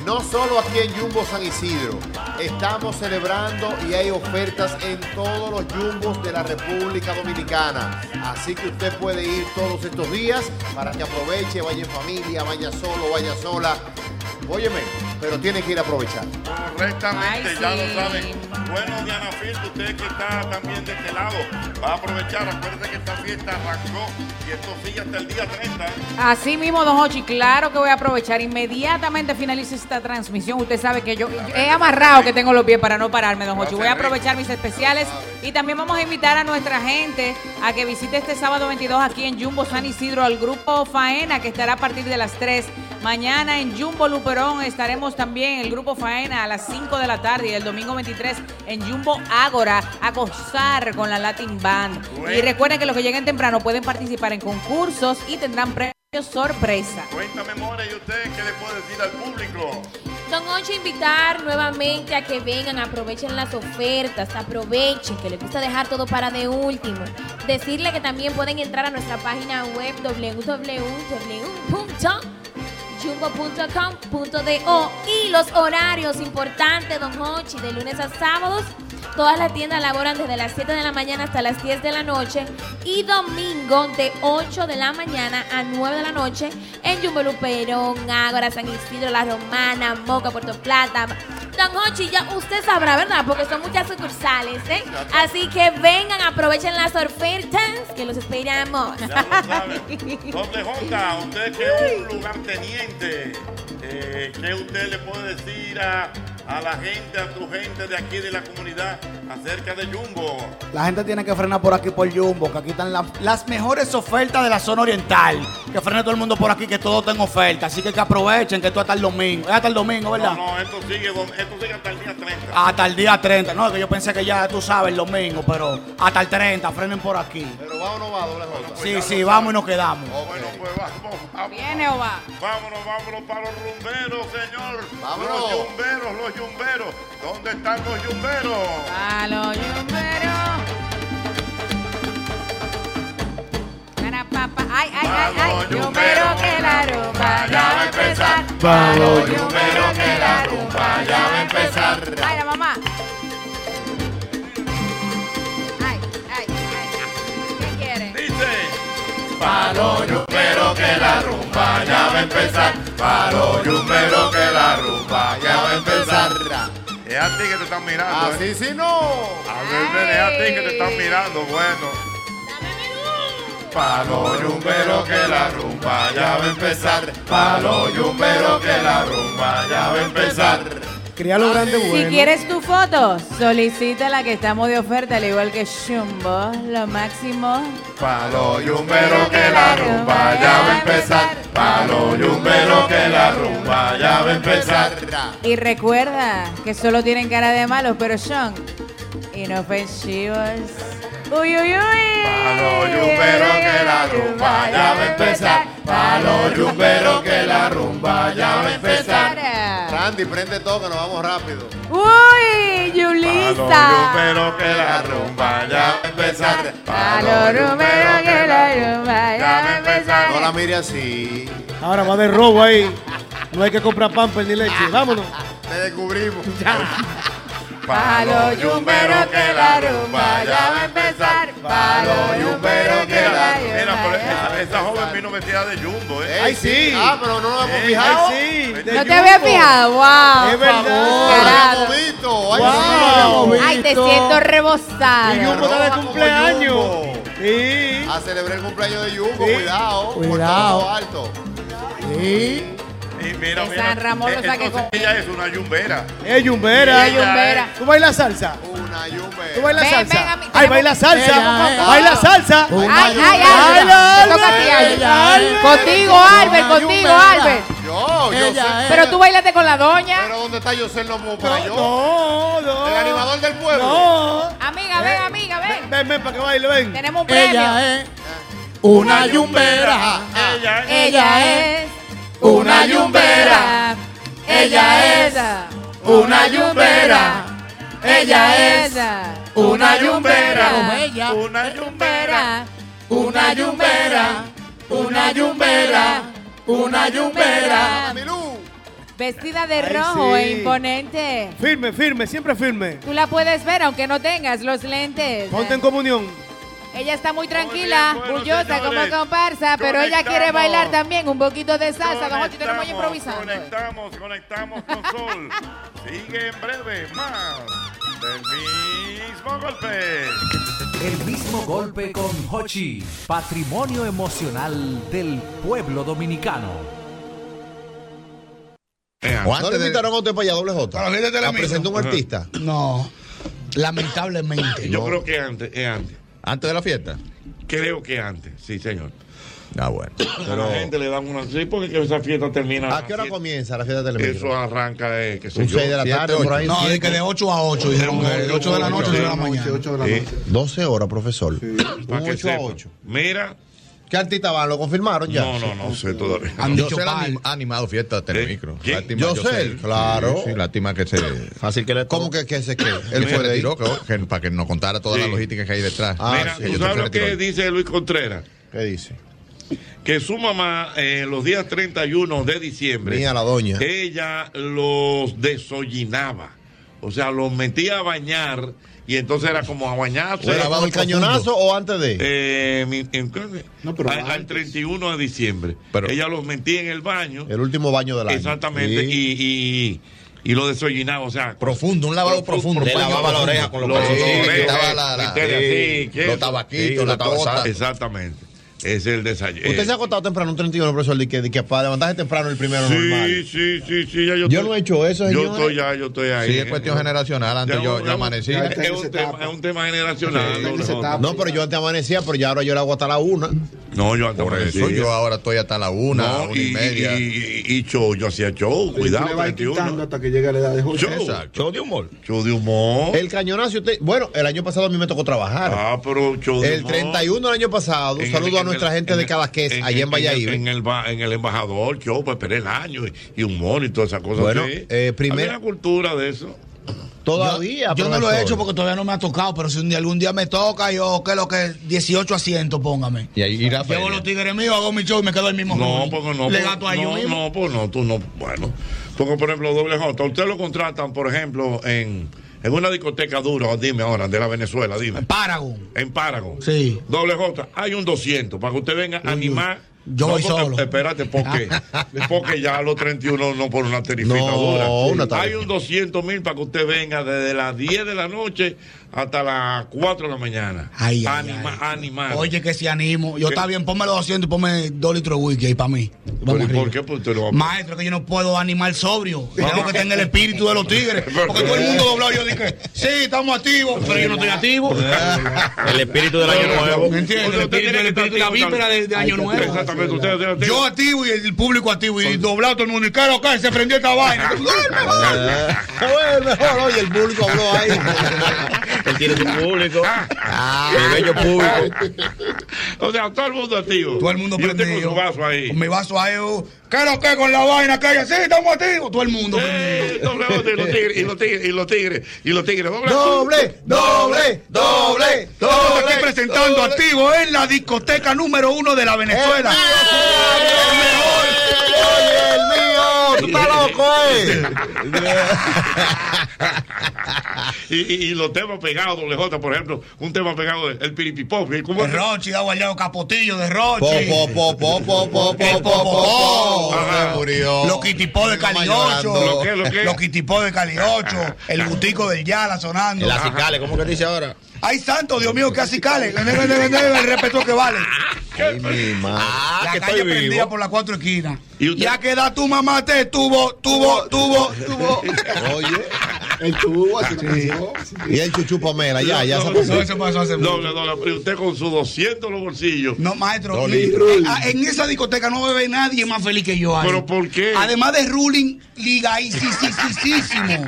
Speaker 4: no solo aquí en Jumbo San Isidro, estamos celebrando y hay ofertas en todos los Jumbos de la República Dominicana. Así que usted puede ir todos estos días para que aproveche, vaya en familia, vaya solo, vaya sola. Óyeme, pero tiene que ir a aprovechar.
Speaker 3: Correctamente,
Speaker 4: Ay,
Speaker 3: ya
Speaker 4: sí.
Speaker 3: lo saben. Bueno, Diana Field, usted que está también de este lado, va a aprovechar. Acuérdense que esta fiesta arrancó y esto sigue hasta el día ¿eh? 30.
Speaker 5: Así mismo, don Hochi, claro que voy a aprovechar. Inmediatamente finalice esta transmisión. Usted sabe que yo he amarrado que tengo los pies para no pararme, don Hochi. Voy a aprovechar mis especiales y también vamos a invitar a nuestra gente a que visite este sábado 22 aquí en Jumbo San Isidro al grupo Faena que estará a partir de las 3. Mañana en Jumbo Luperón estaremos también el grupo Faena a las 5 de la tarde y el domingo 23 en Jumbo Ágora a gozar con la Latin Band. Y recuerden que los que lleguen temprano pueden participar en concursos y tendrán premios sorpresa.
Speaker 3: Cuéntame, More, ¿y usted qué le puede decir al público?
Speaker 7: Don Ocho, invitar nuevamente a que vengan, aprovechen las ofertas, aprovechen, que les gusta dejar todo para de último. Decirle que también pueden entrar a nuestra página web www.jumbo.com.do y los horarios importantes, Don Hochi, de lunes a sábados. Todas las tiendas laboran desde las 7 de la mañana hasta las 10 de la noche y domingo de 8 de la mañana a 9 de la noche en Jumbo Luperón, Ágora, San Isidro, La Romana, Moca, Puerto Plata. Don Hochi, ya usted sabrá, ¿verdad? Porque son muchas sucursales, ¿eh? Así que vengan, aprovechen las ofertas que los esperamos.
Speaker 3: Doble J, usted que es un lugar teniente, eh, ¿qué usted le puede decir a, a la gente, a tu gente de aquí de la comunidad acerca de Jumbo?
Speaker 11: La gente tiene que frenar por aquí por Jumbo, que aquí están la- las mejores ofertas de la zona oriental. Que frene todo el mundo por aquí, que todo tenga oferta. Así que que aprovechen, que esto hasta el domingo. Es hasta el domingo, ¿verdad?
Speaker 3: No, no, esto sigue, don- esto sigue hasta el día 30.
Speaker 11: Hasta el día 30. No, es que yo pensé que ya tú sabes el domingo, pero hasta el 30, frenen por aquí.
Speaker 4: Pero va o no va, doble J.
Speaker 11: Sí, sí, vamos y nos quedamos.
Speaker 3: Bueno, pues vamos, vamos.
Speaker 5: ¿Viene o va?
Speaker 3: Vámonos, vámonos para los rumberos, señor.
Speaker 4: Vámonos.
Speaker 3: Los yumberos, los yumberos. ¿Dónde están los yumberos?
Speaker 5: A los yumberos. Para papá. Ay, ay, ay, ay. Yumbero que la rumba ya va a empezar.
Speaker 14: Para los
Speaker 5: yumberos que la rumba ya va a empezar. Ay, la mamá. Ay, ay, ay. ¿Qué quiere?
Speaker 14: Para los yumberos que la rumba ya va a empezar. Para los yumberos que la rumba ya va a empezar.
Speaker 3: Es a ti que te están mirando.
Speaker 14: Así
Speaker 3: ¿eh?
Speaker 4: sí no.
Speaker 3: A ver, es a ti que te están mirando, bueno.
Speaker 14: Para los yumberos que la rumba ya va a empezar. Para los yumberos que la rumba ya va a empezar.
Speaker 8: Crialo grande
Speaker 24: Si
Speaker 8: bueno.
Speaker 24: quieres tu foto, solicita la que estamos de oferta, al igual que Shumbo, lo máximo.
Speaker 14: Para los yumberos que la rumba ya va a empezar. Para los yumberos que la rumba ya va a empezar.
Speaker 24: Y recuerda que solo tienen cara de malos, pero son inofensivos. Uy, uy,
Speaker 14: Para los yumberos que la rumba ya va a empezar. Para los yumberos que la rumba ya va a empezar.
Speaker 4: Randy, prende todo que nos vamos rápido.
Speaker 24: uy, Yulisa.
Speaker 14: Pero que la rumba ya va a empezar.
Speaker 24: A los rumberos que la rumba ya va a empezar.
Speaker 4: No la mire así.
Speaker 8: Ahora va de robo pues, ahí. No hay que comprar pamper ni leche. Vámonos.
Speaker 4: Te descubrimos.
Speaker 25: Palo yumbero que la rumba ya va a empezar. Palo yumbero que la rumba.
Speaker 3: Mira, pero esa, esa joven vino vestida de jumbo, ¿eh?
Speaker 4: Ay, sí. Ah, pero no nos hemos
Speaker 3: Ey,
Speaker 4: fijado.
Speaker 3: ay, sí.
Speaker 5: No te había fijado, wow.
Speaker 4: Es verdad.
Speaker 5: Tarado.
Speaker 4: Lo habíamos visto. Ay, sí, lo
Speaker 5: Wow.
Speaker 4: habíamos
Speaker 5: Ay, te
Speaker 4: visto.
Speaker 5: siento rebosado.
Speaker 4: Y Jumbo está de pues, cumpleaños.
Speaker 8: Sí.
Speaker 4: A celebrar el cumpleaños de Jumbo,
Speaker 8: Sí.
Speaker 4: cuidado.
Speaker 26: Cuidado.
Speaker 4: Por todo lo alto.
Speaker 26: Sí.
Speaker 3: Y mira,
Speaker 4: Que
Speaker 3: mira.
Speaker 4: San Ramón lo
Speaker 3: eh,
Speaker 4: saque
Speaker 3: entonces Ella es una yumbera.
Speaker 8: Es yumbera.
Speaker 3: Ella es yumbera.
Speaker 8: ¿Tú bailas salsa?
Speaker 4: Una yumbera.
Speaker 8: ¿Tú bailas
Speaker 3: Ven,
Speaker 8: salsa?
Speaker 3: ven a mí,
Speaker 8: ¡Ay,
Speaker 3: tenemos-
Speaker 8: baila salsa!
Speaker 3: Ella es-
Speaker 8: ¡Baila salsa!
Speaker 3: Una
Speaker 8: ¡Ay,
Speaker 3: yumbera.
Speaker 8: ay, ay!
Speaker 5: Te
Speaker 8: ¡Baila,
Speaker 5: toca a ti, Albert.
Speaker 8: Albert!
Speaker 5: Contigo, Albert, contigo, Albert.
Speaker 4: Yo, yo sé.
Speaker 5: Pero tú bailaste con la doña.
Speaker 4: Pero ¿dónde está José Lomo para yo?
Speaker 8: No, no.
Speaker 4: El animador del pueblo.
Speaker 8: No.
Speaker 5: Amiga, ven, amiga, ven.
Speaker 8: Ven, ven, para que baile, ven.
Speaker 5: Tenemos un premio.
Speaker 14: es una
Speaker 5: yumbera.
Speaker 4: Ah.
Speaker 3: Ella
Speaker 5: Ella es
Speaker 14: una yumbera.
Speaker 5: Ella es
Speaker 14: Una yumbera.
Speaker 5: Ella es
Speaker 14: Una yumbera.
Speaker 3: Una yumbera.
Speaker 14: Eh, Una yumbera. Una yumbera. Una yumbera.
Speaker 5: Vestida de
Speaker 8: Ay,
Speaker 5: rojo
Speaker 8: sí.
Speaker 5: e imponente.
Speaker 8: Firme, firme, siempre firme.
Speaker 5: Tú la puedes ver aunque no tengas los lentes.
Speaker 8: Ponte en comunión.
Speaker 5: Ella está muy tranquila,
Speaker 8: bueno,
Speaker 5: orgullosa como
Speaker 8: señores.
Speaker 5: comparsa, pero ella quiere
Speaker 3: Conectamos.
Speaker 5: bailar también un poquito de salsa. Don Hochi, tenemos
Speaker 3: Conectamos,
Speaker 5: que improvisar.
Speaker 3: Conectamos, conectamos con Sol. Sigue en breve más del mismo golpe.
Speaker 16: El mismo golpe con Hochi, patrimonio emocional del pueblo dominicano.
Speaker 4: ¿No le invitaron a usted para allá, doble J? ¿A
Speaker 16: misma.
Speaker 4: presentar un
Speaker 3: Ajá.
Speaker 4: artista?
Speaker 11: No, lamentablemente.
Speaker 3: Eh, Yo creo que antes, es antes. ¿Antes de la fiesta? Creo que antes, sí, señor.
Speaker 4: Ah, bueno.
Speaker 3: A la gente le dan una. Sí, porque que esa fiesta termina.
Speaker 4: ¿A qué hora comienza la fiesta
Speaker 3: siete.
Speaker 4: del
Speaker 3: Eso arranca de. Que sé
Speaker 4: Un
Speaker 3: yo,
Speaker 4: 6 de la
Speaker 3: siete,
Speaker 4: tarde,
Speaker 3: ocho.
Speaker 4: por ahí.
Speaker 11: No, de que de 8 a 8 dijeron que de 8 de la noche a 8 de la mañana.
Speaker 4: 12 horas, profesor.
Speaker 3: Para
Speaker 4: Un
Speaker 3: que
Speaker 4: 8 a
Speaker 3: sepa.
Speaker 4: 8.
Speaker 3: Mira.
Speaker 4: ¿Qué artista van? ¿Lo confirmaron ya?
Speaker 3: No, no, no sé todavía.
Speaker 11: Han
Speaker 27: Yo
Speaker 11: dicho
Speaker 27: sé,
Speaker 11: pal.
Speaker 27: ha animado fiesta
Speaker 4: Este
Speaker 14: ¿Eh?
Speaker 27: de Telemicro. Lástima,
Speaker 4: Yo sé,
Speaker 27: Yosel.
Speaker 4: claro.
Speaker 27: Sí, sí, lástima que se.
Speaker 4: Fácil que le ¿Cómo que, que se quede?
Speaker 27: Él
Speaker 4: Mira,
Speaker 27: fue de tiró, creo, que- para que nos contara toda la logística que hay detrás.
Speaker 4: Ah,
Speaker 3: Mira,
Speaker 27: Que yo
Speaker 3: ¿tú
Speaker 27: sé
Speaker 3: sabes
Speaker 27: que
Speaker 3: lo que
Speaker 27: retiró.
Speaker 3: dice Luis Contreras?
Speaker 4: ¿Qué dice?
Speaker 3: Que su mamá, eh, los días 31 de diciembre,
Speaker 4: Mía, la doña.
Speaker 3: ella los desollinaba. O sea, los metía a bañar y entonces era como a bañarse.
Speaker 4: ¿Fue grabado el cañonazo o antes de?
Speaker 3: Eh, mi- en- al, al 31 de diciembre. ella los metía en el baño.
Speaker 4: El último baño del año.
Speaker 3: Exactamente.
Speaker 4: Sí.
Speaker 3: Y, y, y lo desollinaba. O sea,
Speaker 27: Profundo, un lavado profundo. Le lavaba la oreja con los calzoncillos, le quitaba la- la- sí, los tabaquitos, la tota. tabota.
Speaker 3: Exactamente. Es el eh. desayuno.
Speaker 4: Usted se ha acostado temprano, un 31, profesor, de que, de que para levantarse temprano el primero
Speaker 3: Sí,
Speaker 4: normal.
Speaker 3: sí, sí, sí, ya yo,
Speaker 4: Yo
Speaker 3: estoy-
Speaker 4: no he hecho eso,
Speaker 3: Yo
Speaker 4: señores.
Speaker 3: estoy ya, yo estoy ahí. eh.
Speaker 27: Sí, es cuestión generacional. Antes
Speaker 3: Ya,
Speaker 27: yo-
Speaker 3: ya,
Speaker 27: yo amanecí.
Speaker 3: Es, un tema, es un tema generacional. doble J.
Speaker 4: No, pero yo antes amanecía, pero ya ahora yo la hago hasta la una.
Speaker 3: No, yo antes
Speaker 27: Por eso
Speaker 3: amanecí. eh.
Speaker 27: yo ahora estoy hasta la una,
Speaker 3: No,
Speaker 27: una
Speaker 3: y,
Speaker 27: y, media.
Speaker 3: Y, y- y show, yo hacía show, cuidado.
Speaker 27: le vas
Speaker 3: 31.
Speaker 27: hasta que llegue a la edad de
Speaker 3: Yo.
Speaker 27: Show de humor.
Speaker 3: Show de humor.
Speaker 4: El cañonazo, usted, bueno, el año pasado a mí me tocó trabajar.
Speaker 3: Ah, pero show de
Speaker 4: El
Speaker 3: humor.
Speaker 4: 31 del año pasado, un
Speaker 3: En
Speaker 4: saludo
Speaker 3: el-
Speaker 4: a
Speaker 3: en
Speaker 4: nuestra
Speaker 3: el-
Speaker 4: gente de
Speaker 3: el-
Speaker 4: Cadaqués, allá en
Speaker 3: el-
Speaker 4: Valladolid.
Speaker 3: En el, ba- en el embajador, show, para esperar el año y, y humor y todas esas cosas.
Speaker 4: Bueno,
Speaker 3: sí.
Speaker 4: eh, primer-
Speaker 3: Había una cultura de eso.
Speaker 4: Todavía,
Speaker 11: Yo, yo no lo he
Speaker 4: profesor.
Speaker 11: hecho porque todavía no me ha tocado, pero si un día, algún día me toca, yo, que lo que? 18 asientos, póngame.
Speaker 27: Y ahí irá
Speaker 11: Llevo los tigres míos, hago mi show y me quedo el mismo.
Speaker 3: No,
Speaker 11: reunión.
Speaker 3: porque no.
Speaker 11: Le
Speaker 3: porque-
Speaker 11: gato a yo
Speaker 3: no,
Speaker 11: mismo.
Speaker 3: no, pues no, tú no. Bueno, porque por ejemplo, doble J, usted lo contratan, por ejemplo, en, en una discoteca dura, dime ahora, de la Venezuela, dime. En
Speaker 11: Paragon.
Speaker 3: En Paragon.
Speaker 11: Sí.
Speaker 3: Doble J, hay un 200 para que usted venga a animar.
Speaker 11: Yo voy
Speaker 3: porque-
Speaker 11: solo.
Speaker 3: Espérate, porque, porque ya a los 31 no por una tarifita
Speaker 4: No,
Speaker 3: dura.
Speaker 4: una tarifa.
Speaker 3: Hay un 200 mil para que usted venga desde las 10 de la noche hasta las 4 de la mañana.
Speaker 11: Ay, ay,
Speaker 3: Anima- Animar.
Speaker 11: Oye, que si animo. Yo,
Speaker 3: Ah. ¿Qué?
Speaker 11: está bien, ponme los 200 y ponme 2 litros de whisky ahí para mí.
Speaker 3: Pero, ¿y
Speaker 11: Vamos
Speaker 3: ¿Por
Speaker 11: arriba.
Speaker 3: qué? Pues usted lo va a-
Speaker 11: Maestro, que yo no puedo animar sobrio. Tengo que tener el espíritu de los tigres. Porque todo el mundo doblado. Yo dije, sí, estamos activos, pero yo no estoy activo.
Speaker 28: El espíritu del año nuevo.
Speaker 11: ¿Me entiendes? El espíritu, el espíritu, la víspera de, de Año Nuevo.
Speaker 3: Exactamente, ustedes tienen-
Speaker 11: Yo activo y el público activo. Y doblado todo el mundo. Y claro, acá se prendió esta vaina.
Speaker 4: el mejor, oye, el público habló ahí.
Speaker 28: Él tiene su público.
Speaker 14: Ah,
Speaker 28: El bello público.
Speaker 3: O sea, todo el mundo activo. Todo el mundo prendido. Con su vaso ahí.
Speaker 11: Con mi vaso ahí. yo, ¿Qué es lo que con la vaina? Que ella, sí, estamos activos. Todo el mundo.
Speaker 3: Eh, doble J, y los tigres, y los tigres, y los tigres, y los tigres. Doble,
Speaker 11: Doble, doble, doble, doble. Estoy presentando activo en la discoteca número uno de la Venezuela.
Speaker 4: ¡Oye, el mío! ¡Tú estás loco!
Speaker 11: eh.
Speaker 3: y, y, y los temas pegados, doble J, por ejemplo, un tema pegado de el piripipop. ¿cómo
Speaker 11: De
Speaker 3: es?
Speaker 11: Rochi, da guayado capotillo de Rochi.
Speaker 3: Po, po, po, po, po, po,
Speaker 11: El
Speaker 3: po, po.
Speaker 11: Ajá.
Speaker 3: Se murió.
Speaker 11: Los quitipó de Cali
Speaker 3: Estamos
Speaker 11: 8.
Speaker 3: llorando. ¿Lo qué, lo qué?
Speaker 11: Los quitipó de Cali 8. El butico del Yala sonando.
Speaker 14: El
Speaker 11: Ajá.
Speaker 14: acicale, ¿cómo que dice ahora?
Speaker 11: Ay, santo, Dios mío, que acicale. Le debe, debe, debe el respeto que vale.
Speaker 14: Ah,
Speaker 11: la
Speaker 14: que
Speaker 11: calle
Speaker 14: estoy
Speaker 11: prendida
Speaker 14: vivo.
Speaker 11: por las cuatro esquinas. Ya que da tu mamá te tuvo, tuvo, tuvo, tuvo.
Speaker 4: Oye, el tubo así comenzó. Y el chuchupamela, ya, ya se
Speaker 3: Doble,
Speaker 4: pasó.
Speaker 3: Doble, doble. pero usted con sus 200 en los bolsillos.
Speaker 11: No, maestro.
Speaker 3: Dos
Speaker 11: mire,
Speaker 3: litros.
Speaker 11: ah, en esa discoteca no bebe nadie más feliz que yo. Ale.
Speaker 3: ¿Pero por qué?
Speaker 11: Además de ruling, liga ahí, sí, sí, sí, sí, sí, no.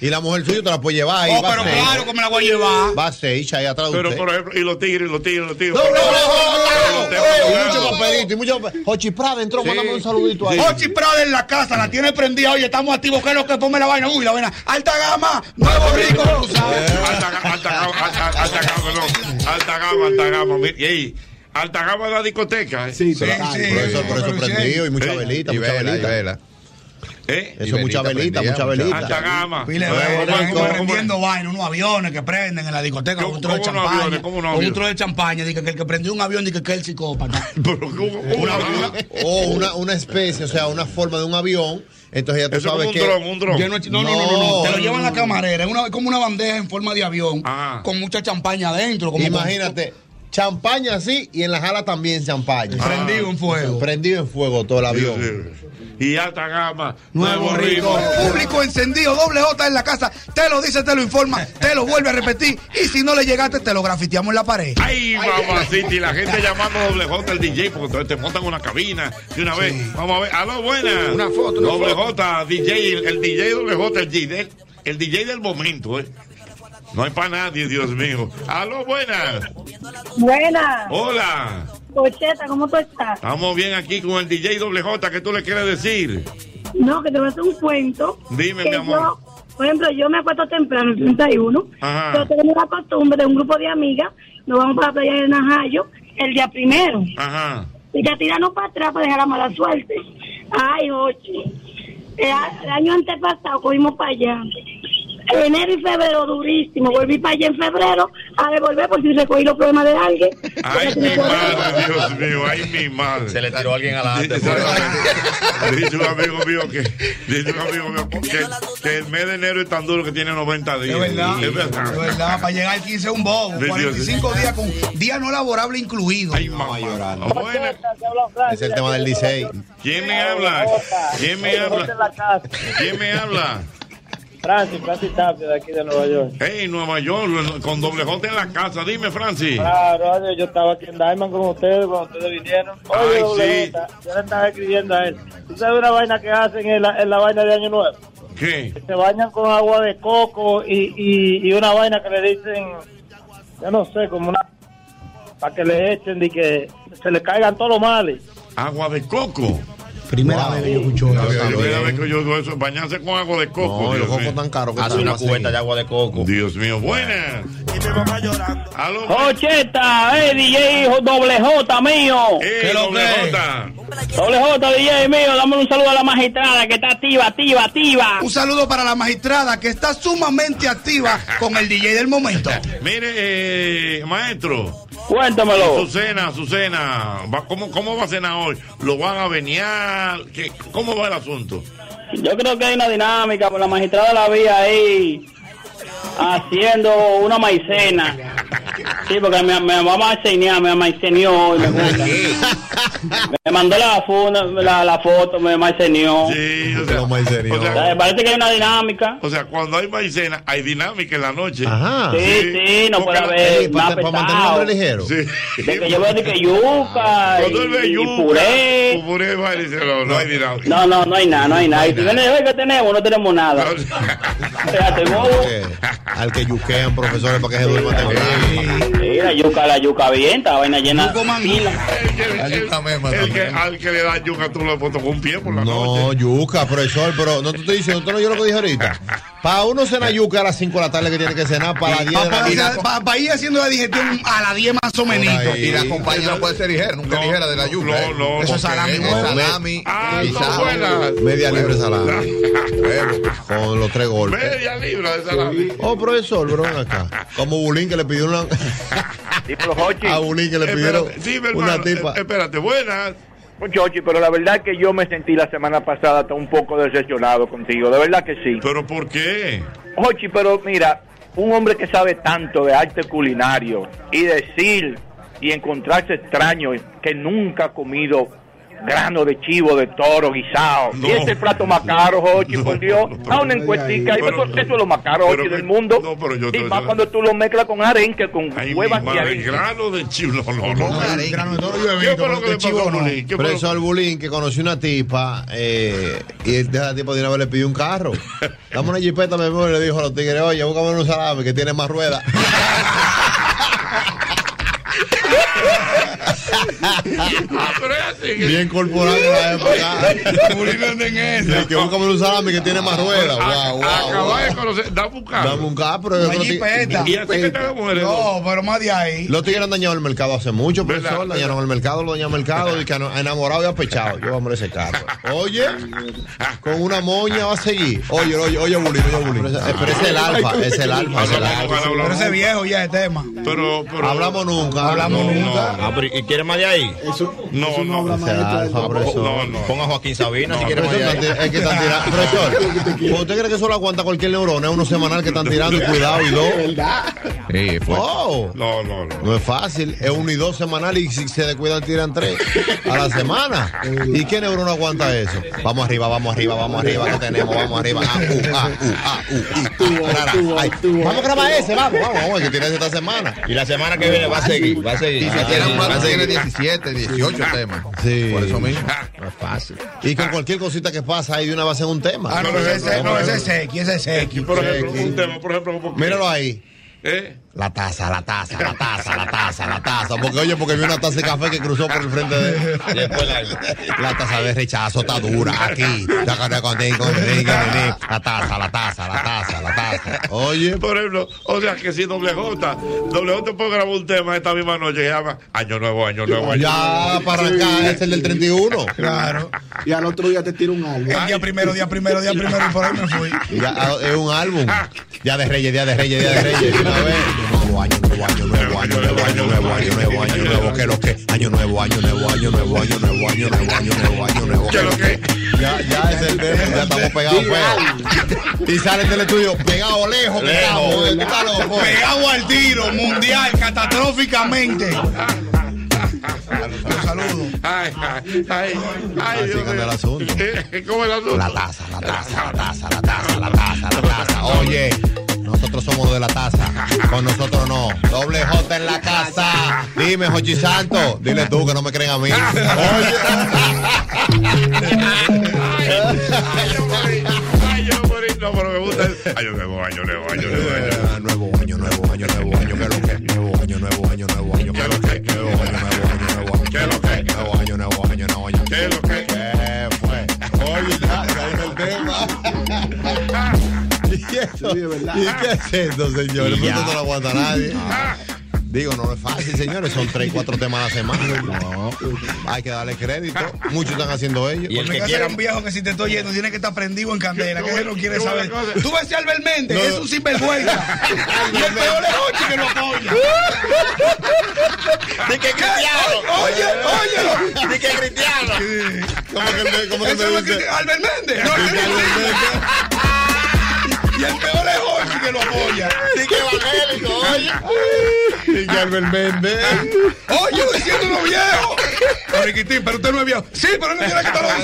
Speaker 4: Y la mujer suya te la puede llevar ahí.
Speaker 11: Oh, pero claro que me la voy a llevar.
Speaker 4: Va a ser hecha ahí atrás de
Speaker 3: Pero,
Speaker 4: usted.
Speaker 3: por ejemplo, y los tigres, y los tigres, y los tigres.
Speaker 4: No, no, no, no, no,
Speaker 3: Los
Speaker 4: no,
Speaker 3: temas
Speaker 4: no. Y
Speaker 3: pegados.
Speaker 4: mucho papelito, y mucho papelito. Jochi Prada entró,
Speaker 11: Sí,
Speaker 4: mándame un saludito ahí.
Speaker 11: Ochi Prada en la casa, la tiene prendida. Oye, estamos activos. ¿Qué es lo que ponme la vaina? Uy, la vaina. Alta gama, nuevo rico, tú sabes.
Speaker 3: Alta gama, alta gama, alta, alta gama, no. Alta gama, alta gama. mire, Y ahí, alta gama de la discoteca. ¿eh?
Speaker 4: Sí, Profesor, por eso prendido y mucha velita,
Speaker 29: Y
Speaker 4: mucha
Speaker 29: vela, y
Speaker 4: velita.
Speaker 29: vela.
Speaker 3: ¿Eh?
Speaker 4: Eso es mucha
Speaker 29: velita
Speaker 4: velita, mucha
Speaker 29: prendida,
Speaker 4: velita.
Speaker 29: mucha- Alta
Speaker 3: gama.
Speaker 11: Pile,
Speaker 4: Nuevo
Speaker 11: veo,
Speaker 4: rico.
Speaker 11: están prendiendo vaina, unos aviones que prenden en la discoteca con un trozo de
Speaker 3: cómo unos
Speaker 11: champaña.
Speaker 3: aviones? ¿Cómo unos
Speaker 11: Con un
Speaker 3: aviones?
Speaker 11: trozo de champaña. Dice que el que prendió un avión, dice que es el psicópata.
Speaker 4: Una- O Oh, una, una especie, o sea, una forma de un avión. Entonces ya tú
Speaker 11: Eso es
Speaker 4: sabes
Speaker 11: como un
Speaker 4: que.
Speaker 11: dron, un dron.
Speaker 4: Yo
Speaker 11: No, no, no, no, no. Te lo llevan la camarera. Es una- como una bandeja en forma de avión
Speaker 3: Ah.
Speaker 11: con mucha champaña adentro. Como
Speaker 4: Imagínate, champaña así y en la jala también champaña.
Speaker 11: Ah. Prendido en fuego.
Speaker 4: Prendido en fuego todo el avión.
Speaker 3: Y alta gama.
Speaker 11: Nuevo rico. Público encendido, doble J en la casa. Te lo dice, te lo informa, te lo vuelve a repetir. Y si no le llegaste, te lo grafiteamos en la pared.
Speaker 3: Ay, mamacita, y la gente llamando doble J el DJ, porque entonces te montan una cabina de una vez. Vamos a ver, aló, buena.
Speaker 11: Una foto, una
Speaker 3: Doble
Speaker 11: foto.
Speaker 3: J, DJ, el, el DJ doble J, el DJ, el DJ del momento, ¿eh? No hay para nadie, Dios mío. Aló, buena.
Speaker 1: Buena,
Speaker 3: Hola.
Speaker 1: Pocheta, ¿cómo tú estás?
Speaker 3: Estamos bien aquí con el DJ doble J, ¿qué tú le quieres decir?
Speaker 1: No, que te voy a hacer un cuento.
Speaker 3: Dime,
Speaker 1: que
Speaker 3: mi amor.
Speaker 1: yo, por ejemplo, yo me acuesto temprano, el 31.
Speaker 3: Ajá.
Speaker 1: Yo tengo la costumbre de un grupo de amigas, nos vamos para la playa de Najayo el día primero.
Speaker 3: Ajá.
Speaker 1: Y ya tirarnos para atrás para dejar la mala suerte. Ay, ocho. El, a- el año antepasado cogimos para allá. Enero y febrero, durísimo. Volví para allá en febrero a devolver por si recogí los problemas de alguien.
Speaker 3: Ay, mi madre, Dios mío, ay, mi madre. Se le tiró alguien adelante. Dice un amigo mío que, dice un amigo mío que, que el mes de enero es tan duro que tiene 90 días.
Speaker 11: Es verdad.
Speaker 3: Es verdad.
Speaker 11: Es verdad, para llegar al 15 es un bobo.
Speaker 3: Dios,
Speaker 11: 45 días con día no laborable incluido. Ay, mamá llorando.
Speaker 4: Es el tema del diseño.
Speaker 3: ¿Quién me habla? ¿Quién me habla? ¿Quién me habla?
Speaker 12: Francis, Francis Tapia, de aquí de Nueva York.
Speaker 3: Hey, Nueva York, con doble J en la casa. Dime, Francis.
Speaker 12: Claro, oye, Ah, yo estaba aquí en Diamond con ustedes cuando ustedes vinieron. Oye,
Speaker 3: Ay,
Speaker 12: doble
Speaker 3: sí.
Speaker 12: J, yo le estaba escribiendo a él. ¿Tú sabes una vaina que hacen en la, en la vaina de Año Nuevo?
Speaker 3: ¿Qué?
Speaker 12: Se bañan con agua de coco y, y, y una vaina que le dicen, yo no sé, como una... Para que le echen y que se le caigan todos los males.
Speaker 3: Agua de coco.
Speaker 14: Ah,
Speaker 11: Primera
Speaker 12: Ah,
Speaker 11: vez que yo escucho
Speaker 3: La
Speaker 11: eso.
Speaker 3: primera vez que yo oigo eso, bañarse con agua de coco.
Speaker 4: No, y
Speaker 3: Dios
Speaker 4: los cocos
Speaker 3: mío.
Speaker 4: tan caros que
Speaker 14: Hace
Speaker 4: están
Speaker 14: una
Speaker 4: así.
Speaker 14: cubeta de agua de coco.
Speaker 3: Dios mío, buena. Aló,
Speaker 12: Ocheta, eh, DJ doble J mío.
Speaker 3: eh, doble J.
Speaker 12: Doble J, DJ mío, dame un saludo a la magistrada que está activa, activa, activa.
Speaker 11: Un saludo para la magistrada que está sumamente activa con el DJ del momento.
Speaker 3: Mire, eh, maestro.
Speaker 12: Cuéntamelo.
Speaker 3: Su cena, su cena. Va- ¿Cómo, ¿Cómo va a cenar hoy? ¿Lo van a veniar? ¿Qué- ¿Cómo va el asunto?
Speaker 12: Yo creo que hay una dinámica, pues la magistrada la vi ahí haciendo una maicena. Sí, porque me, me va a maicenear, me maiceneó hoy, me gusta. Me mandó la, funa- la, la foto, me maiceneó.
Speaker 3: Sí, o sea, o sea,
Speaker 12: Eh, Parece que hay una dinámica.
Speaker 3: o sea, cuando hay maicena, hay dinámica en la noche.
Speaker 4: Ajá. Eh,
Speaker 12: Sí, sí, no
Speaker 3: porque
Speaker 12: puede
Speaker 3: la-
Speaker 12: haber más
Speaker 4: Para mantener el
Speaker 12: pesado.
Speaker 4: hombre ligero.
Speaker 3: Sí.
Speaker 12: De que yo veo de que yuca
Speaker 3: Cuando él ve
Speaker 12: y, y
Speaker 3: yuca,
Speaker 12: puré.
Speaker 3: tu puré va y dice, no, no hay dinámica.
Speaker 12: No, no, no hay nada, no hay nada. Y tú vienes, "Oye, ¿qué tenemos? No tenemos nada. Fíjate, bobo.
Speaker 4: Al que yuquean, profesores, para que se duerman temprano.
Speaker 12: Mira, yuca, la yuca bien, está vaina llena. pila.
Speaker 3: El, el que, al que le da yuca, tú lo pones con un pie por la noche.
Speaker 4: No, yuca, profesor, pero no te estoy diciendo, ¿tú no yo lo que dije ahorita. Para uno cena yuca a las 5 de la tarde que tiene que cenar, para las 10 de la
Speaker 14: Para
Speaker 4: mañana.
Speaker 14: ir haciendo la digestión a las 10 más o menos.
Speaker 4: ahí. Y la compañía
Speaker 14: no puede ser ligera, nunca ligera de la yuca. eh. Eso es salami.
Speaker 4: salami.
Speaker 3: Ah,
Speaker 4: y sal.
Speaker 14: buena.
Speaker 4: Media libre de salami. Huevo, Con los tres golpes.
Speaker 3: Media libra de salami.
Speaker 4: Oh, profesor, bro, ven acá. Como Bulín que le pidió una. A Bulín que le pidieron
Speaker 3: Espérate, dime,
Speaker 4: una
Speaker 3: hermano,
Speaker 4: tipa.
Speaker 3: eh, Espérate, buenas.
Speaker 28: Muchacho, pero la verdad es que yo me sentí la semana pasada hasta un poco decepcionado contigo, de verdad que sí.
Speaker 3: ¿Pero por qué?
Speaker 28: Ochi, pero mira, un hombre que sabe tanto de arte culinario y decir y encontrarse extraño que nunca ha comido grano de chivo, de toro, guisado. Y ese plato más caro, Ochi, por Dios, a una encuestica, y eso, eso es lo más caro, Ochi, del mundo. y más cuando tú lo mezclas con arenque, con huevas y
Speaker 3: Madre,
Speaker 28: arenque.
Speaker 3: grano de chivo. No, no, no.
Speaker 4: grano de toro
Speaker 3: yo he visto, pero de chivo no. ¿Qué fue lo-
Speaker 4: Preso al bulín que conoció una tipa eh, y el- esa tipa de una vez le pidió un carro. Dame una jipeta, mi amor, y le dijo a los tigres, oye, búscame un salame que tiene más ruedas.
Speaker 3: Ah,
Speaker 4: Bien corporal en la época. Bulín en eso. Que búscame un salame que tiene más ruedas. Wow, wow, wow.
Speaker 3: Acabas de conocer. Dame un carro.
Speaker 4: Dame un carro, pero yo
Speaker 3: Una
Speaker 4: creo que-
Speaker 3: jipeta. ¿Y así que te hagan mujeres?
Speaker 4: No,
Speaker 14: pero más de ahí.
Speaker 4: Los tigres han dañado el mercado hace mucho,
Speaker 3: ¿Verdad?
Speaker 4: profesor. Dañaron el mercado, lo dañaron el mercado. Y que han enamorado y apechado. Yo, hombre, ese carro. Oye, con una moña va a seguir. Oye, oye, oye, bulín, oye, bulín. Ah. Pero, ese- pero ese es el alfa, ese es el alfa, ese es el alfa.
Speaker 14: Pero ese viejo ya es tema.
Speaker 3: Pero,
Speaker 4: Hablamos nunca.
Speaker 14: Hablamos
Speaker 4: No,
Speaker 14: nunca.
Speaker 4: no.
Speaker 14: Ah, pero ¿Y quieres más de ahí?
Speaker 3: no, no.
Speaker 4: Ese es el alfa, profesor.
Speaker 14: Ponga a Joaquín Sabina si quieres más de
Speaker 4: Profesor,
Speaker 14: ahí.
Speaker 4: Es que están tirando. Profesor, ¿usted cree que eso lo aguanta cualquier neurona? Es uno semanal que están tirando y cuidado y dos.
Speaker 14: Sí, pues.
Speaker 4: Oh.
Speaker 3: No, no, no.
Speaker 4: No es fácil, es uno y dos semanal y si se descuidan tiran tres a la semana. ¿Y qué neurona aguanta eso? Vamos arriba, vamos arriba, vamos arriba, que tenemos, vamos arriba. Ah, uh, ah, uh, ah, uh, uh, ah, rara. Ay, Vamos a grabar ese, vamos, vamos, vamos, el que tiene esta semana.
Speaker 14: Y la semana que viene va a seguir, va a seguir.
Speaker 4: Y se
Speaker 14: Va a
Speaker 4: tiran
Speaker 14: seguir,
Speaker 4: más,
Speaker 14: va a
Speaker 4: tiene
Speaker 14: seguir.
Speaker 4: 17, 18 temas. Sí. Por eso mismo. No es fácil. Y con cualquier cosita que pasa ahí de una va a ser un tema.
Speaker 14: Ah, no, ese es X, no, ese es X, ese es X.
Speaker 4: Por ejemplo,
Speaker 14: X.
Speaker 4: un tema,
Speaker 3: por ejemplo.
Speaker 4: Míralo ahí.
Speaker 3: ¿Eh?
Speaker 4: La taza, la taza, la taza, la taza, la taza. Porque oye, porque vi una taza de café que cruzó por el frente de la taza de rechazo está dura aquí. La taza, la taza, la taza, la taza. Oye.
Speaker 3: Por ejemplo, o sea que si doble J, doble J puede grabar un tema esta misma noche que se llama Año Nuevo, Año Nuevo. Año
Speaker 4: Ya
Speaker 3: Nuevo.
Speaker 4: para acá es el del 31.
Speaker 11: Claro. Y al otro día te tiro un álbum.
Speaker 14: El día primero, día primero, día primero, y por ahí me fui.
Speaker 4: Ya, ah, es un álbum. Ya de Reyes, ya de Reyes, ya de Reyes. de Una vez. Nuevo año, nuevo año, nuevo año, nuevo año, nuevo año, nuevo año, nuevo, que lo que. Año nuevo, año nuevo, año nuevo, año nuevo, año nuevo, año nuevo, año nuevo. que lo que. Ya, ya es el tema, ya estamos pegados, pues. Y sale el telestudio, pegado lejos, pegado. eh, tú estás loco.
Speaker 14: Pegado al tiro, mundial, catastróficamente.
Speaker 3: Ay, ay, ay, ay, Dios mío. Eh, ¿Cómo es el asunto?
Speaker 4: La taza, la taza, la taza, la taza, la taza, la taza. Oye, nosotros somos de la taza. Con nosotros no. Doble J en la casa. Dime, Jochi Santo. Dile tú que no me creen a mí. Oye.
Speaker 3: Ay, yo morí. No, pero me gusta el Año Nuevo, Año Nuevo, Año Nuevo.
Speaker 4: Eh, ¿Y eso? ¿Y qué es esto, señores?
Speaker 30: Y
Speaker 4: Pero
Speaker 30: ya.
Speaker 4: Esto no lo aguanta nadie.
Speaker 3: Ah.
Speaker 4: Digo, no es fácil, señores. Son tres, cuatro temas a la semana. Hay que darle crédito. Muchos están haciendo ellos.
Speaker 14: Y el que quiera un viejo que si te estoy yendo tiene que estar prendido en candela, que ese no quiere
Speaker 4: qué buena
Speaker 14: saber. Tú ves a Albert Méndez,
Speaker 4: No.
Speaker 14: es un sinvergüenza. y el peor es Ochi que lo apoya.
Speaker 4: Ni que
Speaker 14: cristiano. Oye, óyelo.
Speaker 4: Ni que cristiano. ¿Cómo que me, cómo que me dice?
Speaker 14: Albert Méndez. No, ese no existe. Y el peor es Ochi que lo apoya.
Speaker 4: Ni que evangélico, oye. Ni que Albert Méndez.
Speaker 14: Oye, diciéndolo viejo. Pero, Riquitín, pero usted no es viejo. Sí, pero no quiere que te lo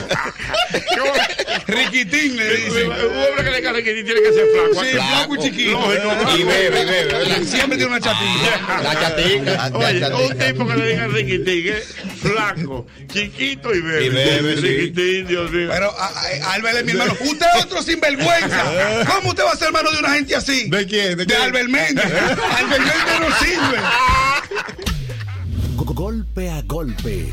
Speaker 14: diciendo. Riquitín le dice.
Speaker 3: Un hombre que le cae que tiene que ser flaco.
Speaker 14: Sí,
Speaker 3: ¿eh?
Speaker 14: flaco y chiquito. ¿eh?
Speaker 3: Lógico,
Speaker 14: Y bebe,
Speaker 3: flaco.
Speaker 14: bebe, ¿verdad? Siempre tiene una chatilla. La chatica.
Speaker 3: Oye,
Speaker 14: La
Speaker 3: un tipo que le diga Riquitín es flaco, chiquito y bebé.
Speaker 14: Y bebe, sí.
Speaker 3: Riquitín, Dios mío.
Speaker 14: Pero ah, eh, a- a- Albert es mi hermano. Usted es otro sinvergüenza. ¿Cómo usted va a ser hermano de una gente así? ¿De
Speaker 4: quién? De,
Speaker 14: Albert Méndez. Albert Méndez no sirve.
Speaker 16: Golpe a golpe.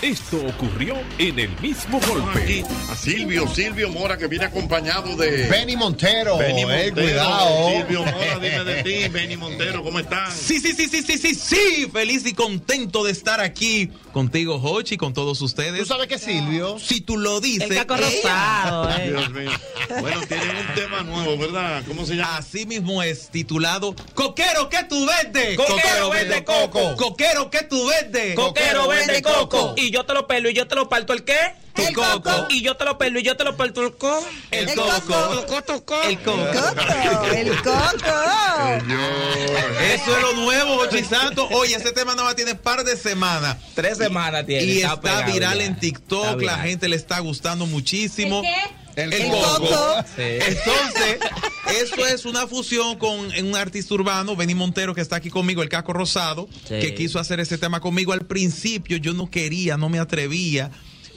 Speaker 9: Esto ocurrió en el mismo golpe.
Speaker 11: A Silvio, Silvio Mora, que viene acompañado de.
Speaker 4: Benny Montero,
Speaker 11: Benny
Speaker 4: eh,
Speaker 11: Montero,
Speaker 4: cuidado.
Speaker 11: Silvio Mora, dime de ti, Benny Montero, ¿cómo están?
Speaker 28: Sí, sí, sí, sí, sí, sí, sí. Feliz y contento de estar aquí contigo, Hochi, con todos ustedes. ¿Tú sabes
Speaker 4: que Silvio?
Speaker 28: Si tú lo dices.
Speaker 11: El caco rosado, eh. Dios mío.
Speaker 28: Bueno, tienen un tema nuevo, ¿verdad? ¿Cómo se llama? Así mismo es titulado Coquero, ¿qué tú vendes?
Speaker 31: Coquero vende coco.
Speaker 28: Coquero, ¿qué tú vendes?
Speaker 31: Coquero vende coco. Y yo te lo pelo y yo te lo parto el qué? El coco. Y yo te lo pelo y yo te lo parto el coco.
Speaker 28: El coco.
Speaker 31: El coco.
Speaker 28: El coco. Eso es lo nuevo, Jochi Santos. Oye, ese tema nada más tiene par de semanas. Tres semanas
Speaker 31: tiene,
Speaker 28: Y
Speaker 31: está
Speaker 28: está,
Speaker 31: pegado
Speaker 28: viral
Speaker 31: ya.
Speaker 28: en
Speaker 31: Está
Speaker 28: TikTok. La
Speaker 31: viral.
Speaker 28: gente le está gustando muchísimo.
Speaker 31: ¿El qué?
Speaker 28: El,
Speaker 31: El
Speaker 28: coco.
Speaker 31: coco. Sí.
Speaker 28: Entonces, eso es una fusión con un artista urbano, Benny Montero, que está aquí conmigo, el Caco Rosado,
Speaker 31: Sí.
Speaker 28: que quiso hacer ese tema conmigo. Al principio yo no quería, no me atrevía,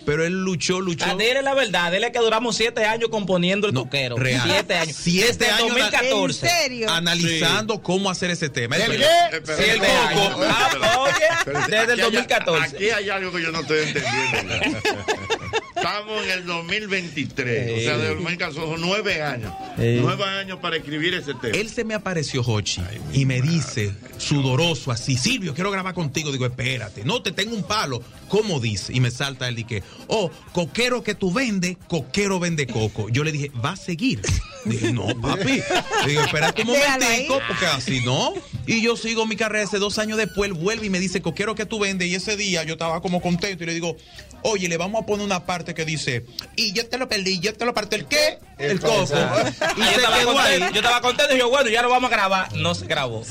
Speaker 28: pero él luchó, luchó.
Speaker 31: Ah, Dile la verdad, dile que duramos siete años componiendo el coquero.
Speaker 28: Real.
Speaker 31: Siete años.
Speaker 28: Siete
Speaker 31: Desde
Speaker 28: años.
Speaker 31: 2014.
Speaker 28: Analizando cómo hacer ese tema.
Speaker 31: ¿El
Speaker 28: Espera,
Speaker 31: qué?
Speaker 28: espera,
Speaker 31: Sí, el
Speaker 28: espera,
Speaker 31: coco.
Speaker 28: espera,
Speaker 31: Ah,
Speaker 28: espera.
Speaker 31: oye, desde el
Speaker 11: Aquí hay-
Speaker 31: 2014.
Speaker 11: Aquí hay algo que yo no estoy entendiendo. Estamos en el 2023, o sea,
Speaker 28: Sí.
Speaker 11: de 2014, son nueve años.
Speaker 28: Sí.
Speaker 11: Nueve años para escribir ese tema.
Speaker 28: Él se me apareció, Hochi, y me dice, sudoroso, así, Silvio, quiero grabar contigo. Digo, espérate, no te tengo un palo. ¿Cómo dice? Y me salta él y que, oh, coquero que tú vendes, coquero vende coco. Yo le dije, va a seguir. Dije, no, papi. Digo, espérate un
Speaker 31: Déjalo ahí.
Speaker 28: momentico, porque así no. Y yo sigo mi carrera hace dos años después, él vuelve y me dice, coquero que tú vendes. Y ese día yo estaba como contento y le digo, oye, le vamos a poner una parte que dice, y yo te lo perdí, yo te lo parto, ¿el qué? El coco.
Speaker 31: Ah, yo, estaba contento, yo estaba contento y yo, bueno, ya lo vamos a grabar. No se grabó.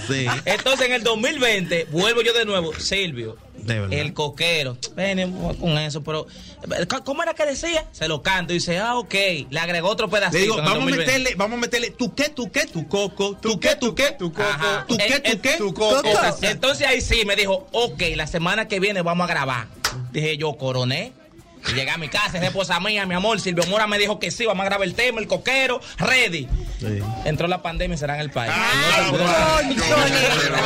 Speaker 31: Entonces en el 2020, vuelvo yo de nuevo, Silvio. El coquero, venimos eh, con eso, pero eh, ¿cómo era que decía? Se lo canto y dice, ah, ok, le agregó otro pedacito.
Speaker 28: Le digo,
Speaker 31: en el
Speaker 28: vamos a
Speaker 31: 2020.
Speaker 28: meterle, vamos a meterle tu qué, tu qué, tu coco, tu qué, tu qué, tu coco,
Speaker 31: Ajá.
Speaker 28: tu qué,
Speaker 31: Eh, eh,
Speaker 28: tu qué, tu
Speaker 31: Entonces, entonces ahí sí me dijo, ok, la semana que viene vamos a grabar. Dije yo, coroné. Y Llegué a mi casa, es esposa mía, mi amor. Silvio Mora me dijo que sí, vamos a grabar el tema, el coquero, ready. Entró la pandemia y será en el país. No se pudo grabar.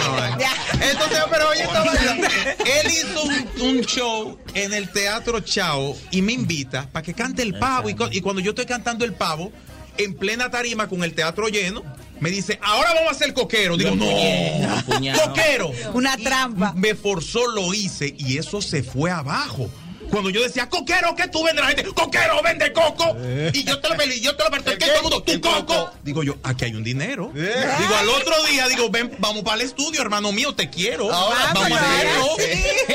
Speaker 28: Entonces, pero oye, esto va- él hizo un, un show en el Teatro Chao y me invita para que cante el pavo. Y, cu- y cuando yo estoy cantando el pavo, en plena tarima con el teatro lleno, me dice, ahora vamos a hacer coquero. Digo, no, coquero. Una trampa. Me forzó, lo hice y eso se fue abajo. Cuando yo decía, coquero, que tú vendes la gente, coquero, vende coco. Y yo te lo pedí, yo te lo partí, que todo el mundo, tu coco. Digo yo, aquí hay un dinero. Digo, al otro día, digo, ven, vamos para el estudio, hermano mío, te quiero.
Speaker 31: Ahora,
Speaker 28: vamos
Speaker 4: pues,
Speaker 31: vamos,
Speaker 28: a
Speaker 31: ahora
Speaker 28: hacerlo.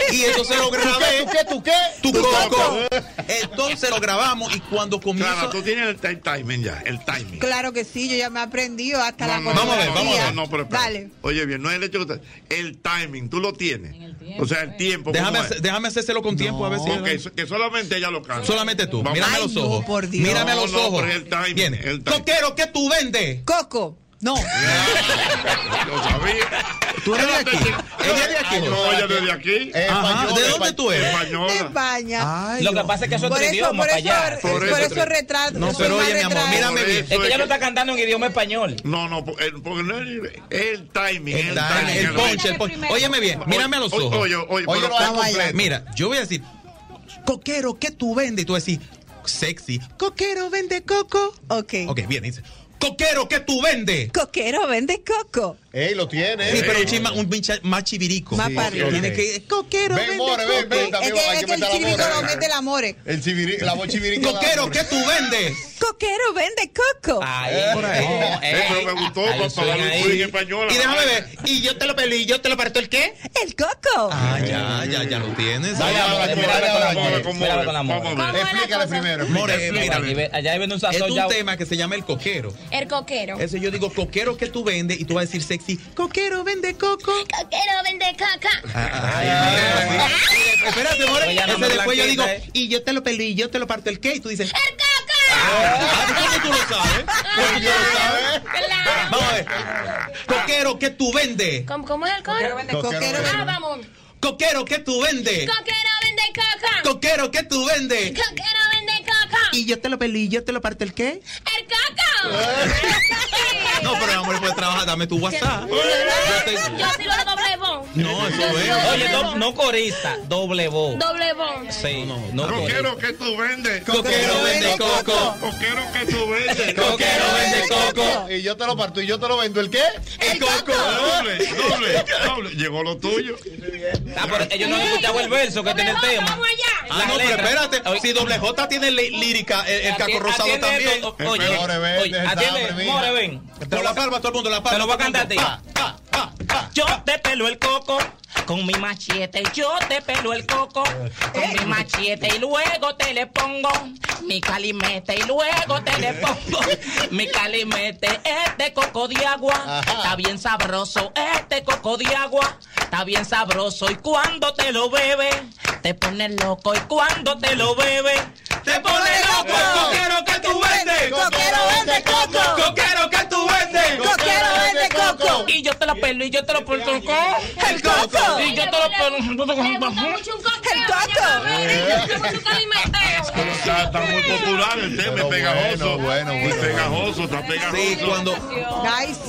Speaker 31: sí.
Speaker 28: Y eso se lo
Speaker 31: ¿Tú qué,
Speaker 28: grabé.
Speaker 31: tú
Speaker 28: qué,
Speaker 4: Ah, tú qué?
Speaker 28: Tu,
Speaker 11: ¿Tu
Speaker 28: coco.
Speaker 11: coco?
Speaker 28: Entonces lo grabamos y cuando comienzo...
Speaker 11: Clara, tú tienes el, ti- timing ya, el timing.
Speaker 32: Claro que sí, yo ya me he aprendido hasta la
Speaker 11: No, no, vamos a ver, vamos a
Speaker 32: coreografía.
Speaker 11: ver. No, pero espera.
Speaker 32: Dale.
Speaker 11: Oye, bien, no es el hecho que te- El timing, tú lo tienes. o sea, el tiempo. eh.
Speaker 28: Déjame hacer- déjame hacérselo con tiempo, a ver si-
Speaker 11: que solamente ella lo canta.
Speaker 28: Solamente tú.
Speaker 11: Vamos.
Speaker 28: Mírame a los ojos. Mírame a los
Speaker 11: No, no,
Speaker 28: ojos.
Speaker 11: pero el timing,
Speaker 28: Viene.
Speaker 11: el timing.
Speaker 28: Coquero, ¿qué tú vendes?
Speaker 32: Coco. No.
Speaker 11: Lo sabía.
Speaker 28: ¿Tú eres de aquí?
Speaker 11: ¿Ella de aquí? Ah, No, ella no es de
Speaker 8: Ah,
Speaker 11: aquí.
Speaker 31: Ajá, ¿de dónde tú eres?
Speaker 32: De
Speaker 11: Española.
Speaker 32: España.
Speaker 31: Lo que pasa es que eso es
Speaker 32: por
Speaker 31: otro
Speaker 32: eso,
Speaker 31: idioma
Speaker 32: por
Speaker 31: para
Speaker 32: eso,
Speaker 31: allá.
Speaker 32: Por eso, retrato.
Speaker 31: No,
Speaker 32: eso
Speaker 31: pero
Speaker 32: es más
Speaker 31: oye, mi amor,
Speaker 32: retrato.
Speaker 31: mírame bien. Es que ella no está cantando en idioma español.
Speaker 11: No, no, po- el- porque no es el timing. El,
Speaker 31: timing, el ponche, el ponche.
Speaker 28: Óyeme bien, mírame a los ojos.
Speaker 11: Oye, oye, oye. pero-
Speaker 28: Mira, yo voy a decir, coquero, ¿qué tú vendes? Y tú vas a decir, sexy. Coquero vende coco.
Speaker 32: Ok.
Speaker 28: Ok, viene, dice, coquero, ¿qué tú vendes?
Speaker 32: Coquero vende coco.
Speaker 4: Ey, lo tiene.
Speaker 28: Sí, pero un chisma, un pinche más chivirico.
Speaker 32: Más para arriba.
Speaker 28: Tiene que.
Speaker 32: Coquero
Speaker 4: Ven,
Speaker 32: vende
Speaker 4: more,
Speaker 32: coco.
Speaker 4: ven, ven,
Speaker 32: es
Speaker 4: también
Speaker 32: que,
Speaker 4: hay
Speaker 32: es
Speaker 4: que
Speaker 32: que el
Speaker 4: meter la
Speaker 32: chivirico
Speaker 4: more.
Speaker 32: lo mete el amore.
Speaker 4: El chiviri- la voz chivirica.
Speaker 28: Coquero, ¿qué tú vendes?
Speaker 32: Coquero vende coco.
Speaker 11: Eh, pero me gustó para para darle un swing española.
Speaker 28: Y déjame ver. Y yo te lo pelí, yo te lo parto el qué?
Speaker 32: El coco.
Speaker 28: Ah, ya, ya, ya lo tienes.
Speaker 31: Dale, dale, dale, dale, dale, dale, dale,
Speaker 28: Vamos a ver.
Speaker 4: Explícale primero.
Speaker 28: More,
Speaker 31: Explícale.
Speaker 28: mira,
Speaker 31: Allá viene un sazón
Speaker 28: Es un
Speaker 31: ya-
Speaker 28: tema que se llama el coquero.
Speaker 7: El coquero.
Speaker 28: Ese yo digo coquero que tú vendes y tú vas a decir sexy. Coquero vende coco.
Speaker 5: Coquero vende caca.
Speaker 28: Espérate, more.
Speaker 31: Oye, no me
Speaker 28: Ese después yo digo,
Speaker 31: blanquees, ¿eh?
Speaker 28: y yo te lo pelo y yo te lo parto el qué. Y tú dices, ¡El Ah,
Speaker 5: caca!
Speaker 28: tú lo sabes? ¿Cómo tú lo sabes? Vamos a ver. Coquero, ¿qué tú vendes?
Speaker 5: ¿Cómo, cómo es el coro? Coquero vende
Speaker 28: Coquero coquero. vende-
Speaker 5: Ah, vamos.
Speaker 28: Coquero, ¿qué tú vendes?
Speaker 5: Coquero vende caca.
Speaker 28: Coquero, ¿qué tú vendes?
Speaker 5: Coquero vende caca.
Speaker 28: Y yo te lo pelí, yo te lo parto el qué.
Speaker 5: El caca.
Speaker 28: No, pero mi amor, puedes trabajar, dame tu WhatsApp.
Speaker 5: Yo sí lo doble bon.
Speaker 28: No, eso es.
Speaker 31: Oye, no, no corista, doble voz.
Speaker 5: Doble bon.
Speaker 31: Sí, no, no,
Speaker 3: Yo
Speaker 31: corista.
Speaker 3: quiero que tú vendes.
Speaker 31: Coquero vende coco.
Speaker 3: Coquero que tú vendes.
Speaker 4: Coquero vende coco. Y yo te lo parto y yo te lo vendo. ¿El qué?
Speaker 5: El coco.
Speaker 3: Doble, doble, doble. Llegó lo tuyo.
Speaker 31: Ah, pero es que yo no he escuchado el verso que tiene el tema.
Speaker 28: Ah, no, pero espérate. Si doble J tiene lí- lírica, eh, el, el caco
Speaker 31: Atiende-
Speaker 28: rosado
Speaker 31: atiende
Speaker 28: también.
Speaker 31: esto, o- oye, More, ven, oye, desastre, atiende, mira. More, ven.
Speaker 28: Con la palma, todo el mundo, la palma.
Speaker 31: Te lo voy a
Speaker 28: todo el
Speaker 31: cantar a ti.
Speaker 28: mundo.
Speaker 31: Yo te pelo el coco con mi machete. Yo te pelo el coco con mi machete. Y luego te le pongo mi calimete. Y luego te le pongo mi calimete. Este coco de agua está bien sabroso. Este coco de agua está bien sabroso. Y cuando te lo bebes, te pones loco. Y cuando te lo bebes, te pones loco. Coquero que tú vendes. Coquero vende coco. Coquero que tú vendes.
Speaker 28: Coquero vende coco.
Speaker 31: Y yo te lo pelo y yo te lo pongo
Speaker 32: Este
Speaker 31: con el
Speaker 28: coco.
Speaker 31: Y yo te lo pelo.
Speaker 5: El
Speaker 3: Pero está, está muy popular el tema, es pegajoso. Bueno, bueno, pegajoso, está pegajoso.
Speaker 28: Sí, cuando.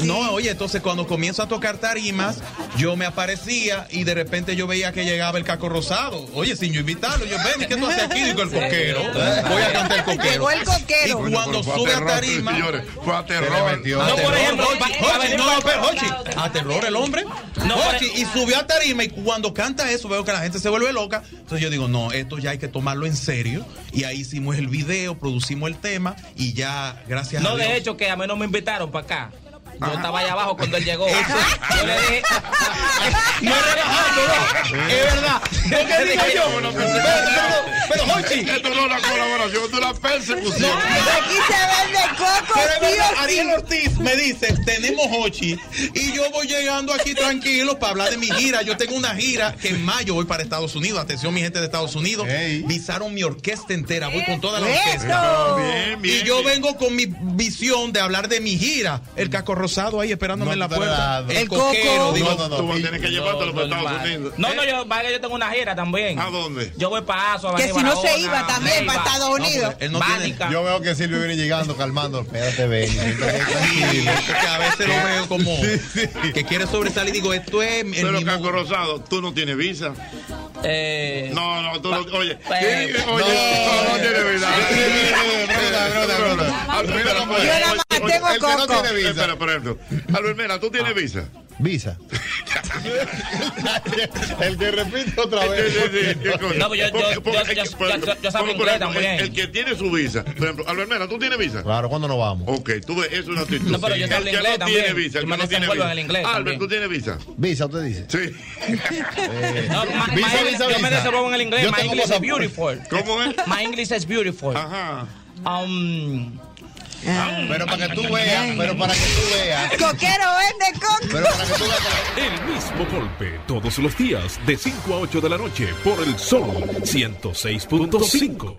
Speaker 28: No, oye, entonces cuando comienzo a tocar tarimas, yo me aparecía y de repente yo veía que llegaba el caco rosado. Oye, sin yo invitarlo, yo ven, ¿y qué tú haces aquí? Digo, el coquero. Voy a cantar el coquero.
Speaker 3: Llegó el coquero.
Speaker 28: Y cuando
Speaker 3: Fue a
Speaker 28: sube a
Speaker 3: terror,
Speaker 28: tarima.
Speaker 3: señores, Fue a terror.
Speaker 28: No, por ejemplo,
Speaker 31: va-
Speaker 28: Hochi,
Speaker 31: va a
Speaker 28: Hochi,
Speaker 31: venir
Speaker 28: no,
Speaker 31: por-
Speaker 28: pero Hochi, a terror el hombre.
Speaker 31: No,
Speaker 28: Hochi, y subió a tarima y cuando canta eso veo que la gente se vuelve loca. Entonces yo digo, no, esto ya hay que tomarlo en serio. Y ahí hicimos el video, producimos el tema y ya, gracias a
Speaker 31: No,
Speaker 28: Dios.
Speaker 31: de hecho, que a mí no me invitaron para acá. Yo estaba allá abajo cuando él llegó. Yo le dije.
Speaker 28: No es relajando, no. Es verdad. ¿De qué digo yo? Pero, pero, pero, Hochi.
Speaker 3: Esto no es una colaboración, tú la persecución.
Speaker 28: Aquí se vende coco. Pero es verdad, Ariel Ortiz me dice, tenemos Hochi. Y yo voy llegando aquí tranquilo para hablar de mi gira. Yo tengo una gira que en mayo voy para Estados Unidos. Atención, mi gente de Estados Unidos. Visaron mi orquesta entera. Voy con toda la ¡Eso! orquesta. Bien, bien, y yo vengo con mi visión de hablar de mi gira. El casco rosado ahí esperándome en la puerta. El, coquero. digo,
Speaker 3: Tú vas a tener que llevártelo para Estados Unidos.
Speaker 31: No, no, yo, vale, yo tengo una gira también. ¿A
Speaker 3: Eh. dónde?
Speaker 31: Yo voy para Aso, a
Speaker 32: Que si no se iba también para Estados
Speaker 31: No,
Speaker 32: Unidos.
Speaker 31: porque él no tiene-
Speaker 4: Yo veo que Silvio viene llegando, calmando. Espérate, ven.
Speaker 28: tranquilo, que a veces lo veo como que quiere sobresalir. Digo, esto es el
Speaker 3: Pero Caco Rosado, tú no tienes visa.
Speaker 31: Eh,
Speaker 3: no, no, tú no. Oye,
Speaker 31: pues,
Speaker 3: oye, eh, no, no, no tienes visa.
Speaker 31: eh,
Speaker 3: Yo nada más tengo coco. Espera, por ejemplo. Albert Mena, ¿tú tienes visa?
Speaker 4: Visa. el que repite otra
Speaker 3: Sí,
Speaker 4: vez.
Speaker 3: sí, sí, qué coño. Porque-
Speaker 31: pues
Speaker 3: porque- porque- porque, por ejemplo, el- El que tiene su visa, por ejemplo, Albert Mena, ¿tú tienes visa?
Speaker 4: Claro, ¿cuándo nos vamos?
Speaker 3: Ok, tú ves, es una actitud.
Speaker 31: No, pero yo sé
Speaker 3: El
Speaker 31: el
Speaker 3: que
Speaker 31: inglés
Speaker 3: no
Speaker 31: también.
Speaker 3: tiene visa, el
Speaker 31: Yo
Speaker 3: que
Speaker 31: me
Speaker 3: no tiene
Speaker 31: desenvuelvo
Speaker 3: visa.
Speaker 31: en el inglés
Speaker 3: Albert,
Speaker 31: también.
Speaker 3: ¿tú tienes visa?
Speaker 4: Visa, usted dice.
Speaker 3: Sí.
Speaker 31: Eh, No, ma- ma- yo me desenvuelvo en el inglés.
Speaker 4: Yo
Speaker 31: My
Speaker 4: tengo
Speaker 31: English is
Speaker 4: pasaporte.
Speaker 31: beautiful.
Speaker 3: ¿Cómo es?
Speaker 31: My English is beautiful.
Speaker 3: Ajá.
Speaker 31: Um,
Speaker 4: Pero para que tú veas, pero para que tú veas.
Speaker 32: Coquero vende coco.
Speaker 9: El mismo golpe todos los días de 5 a 8 de la noche por el Sol 106.5.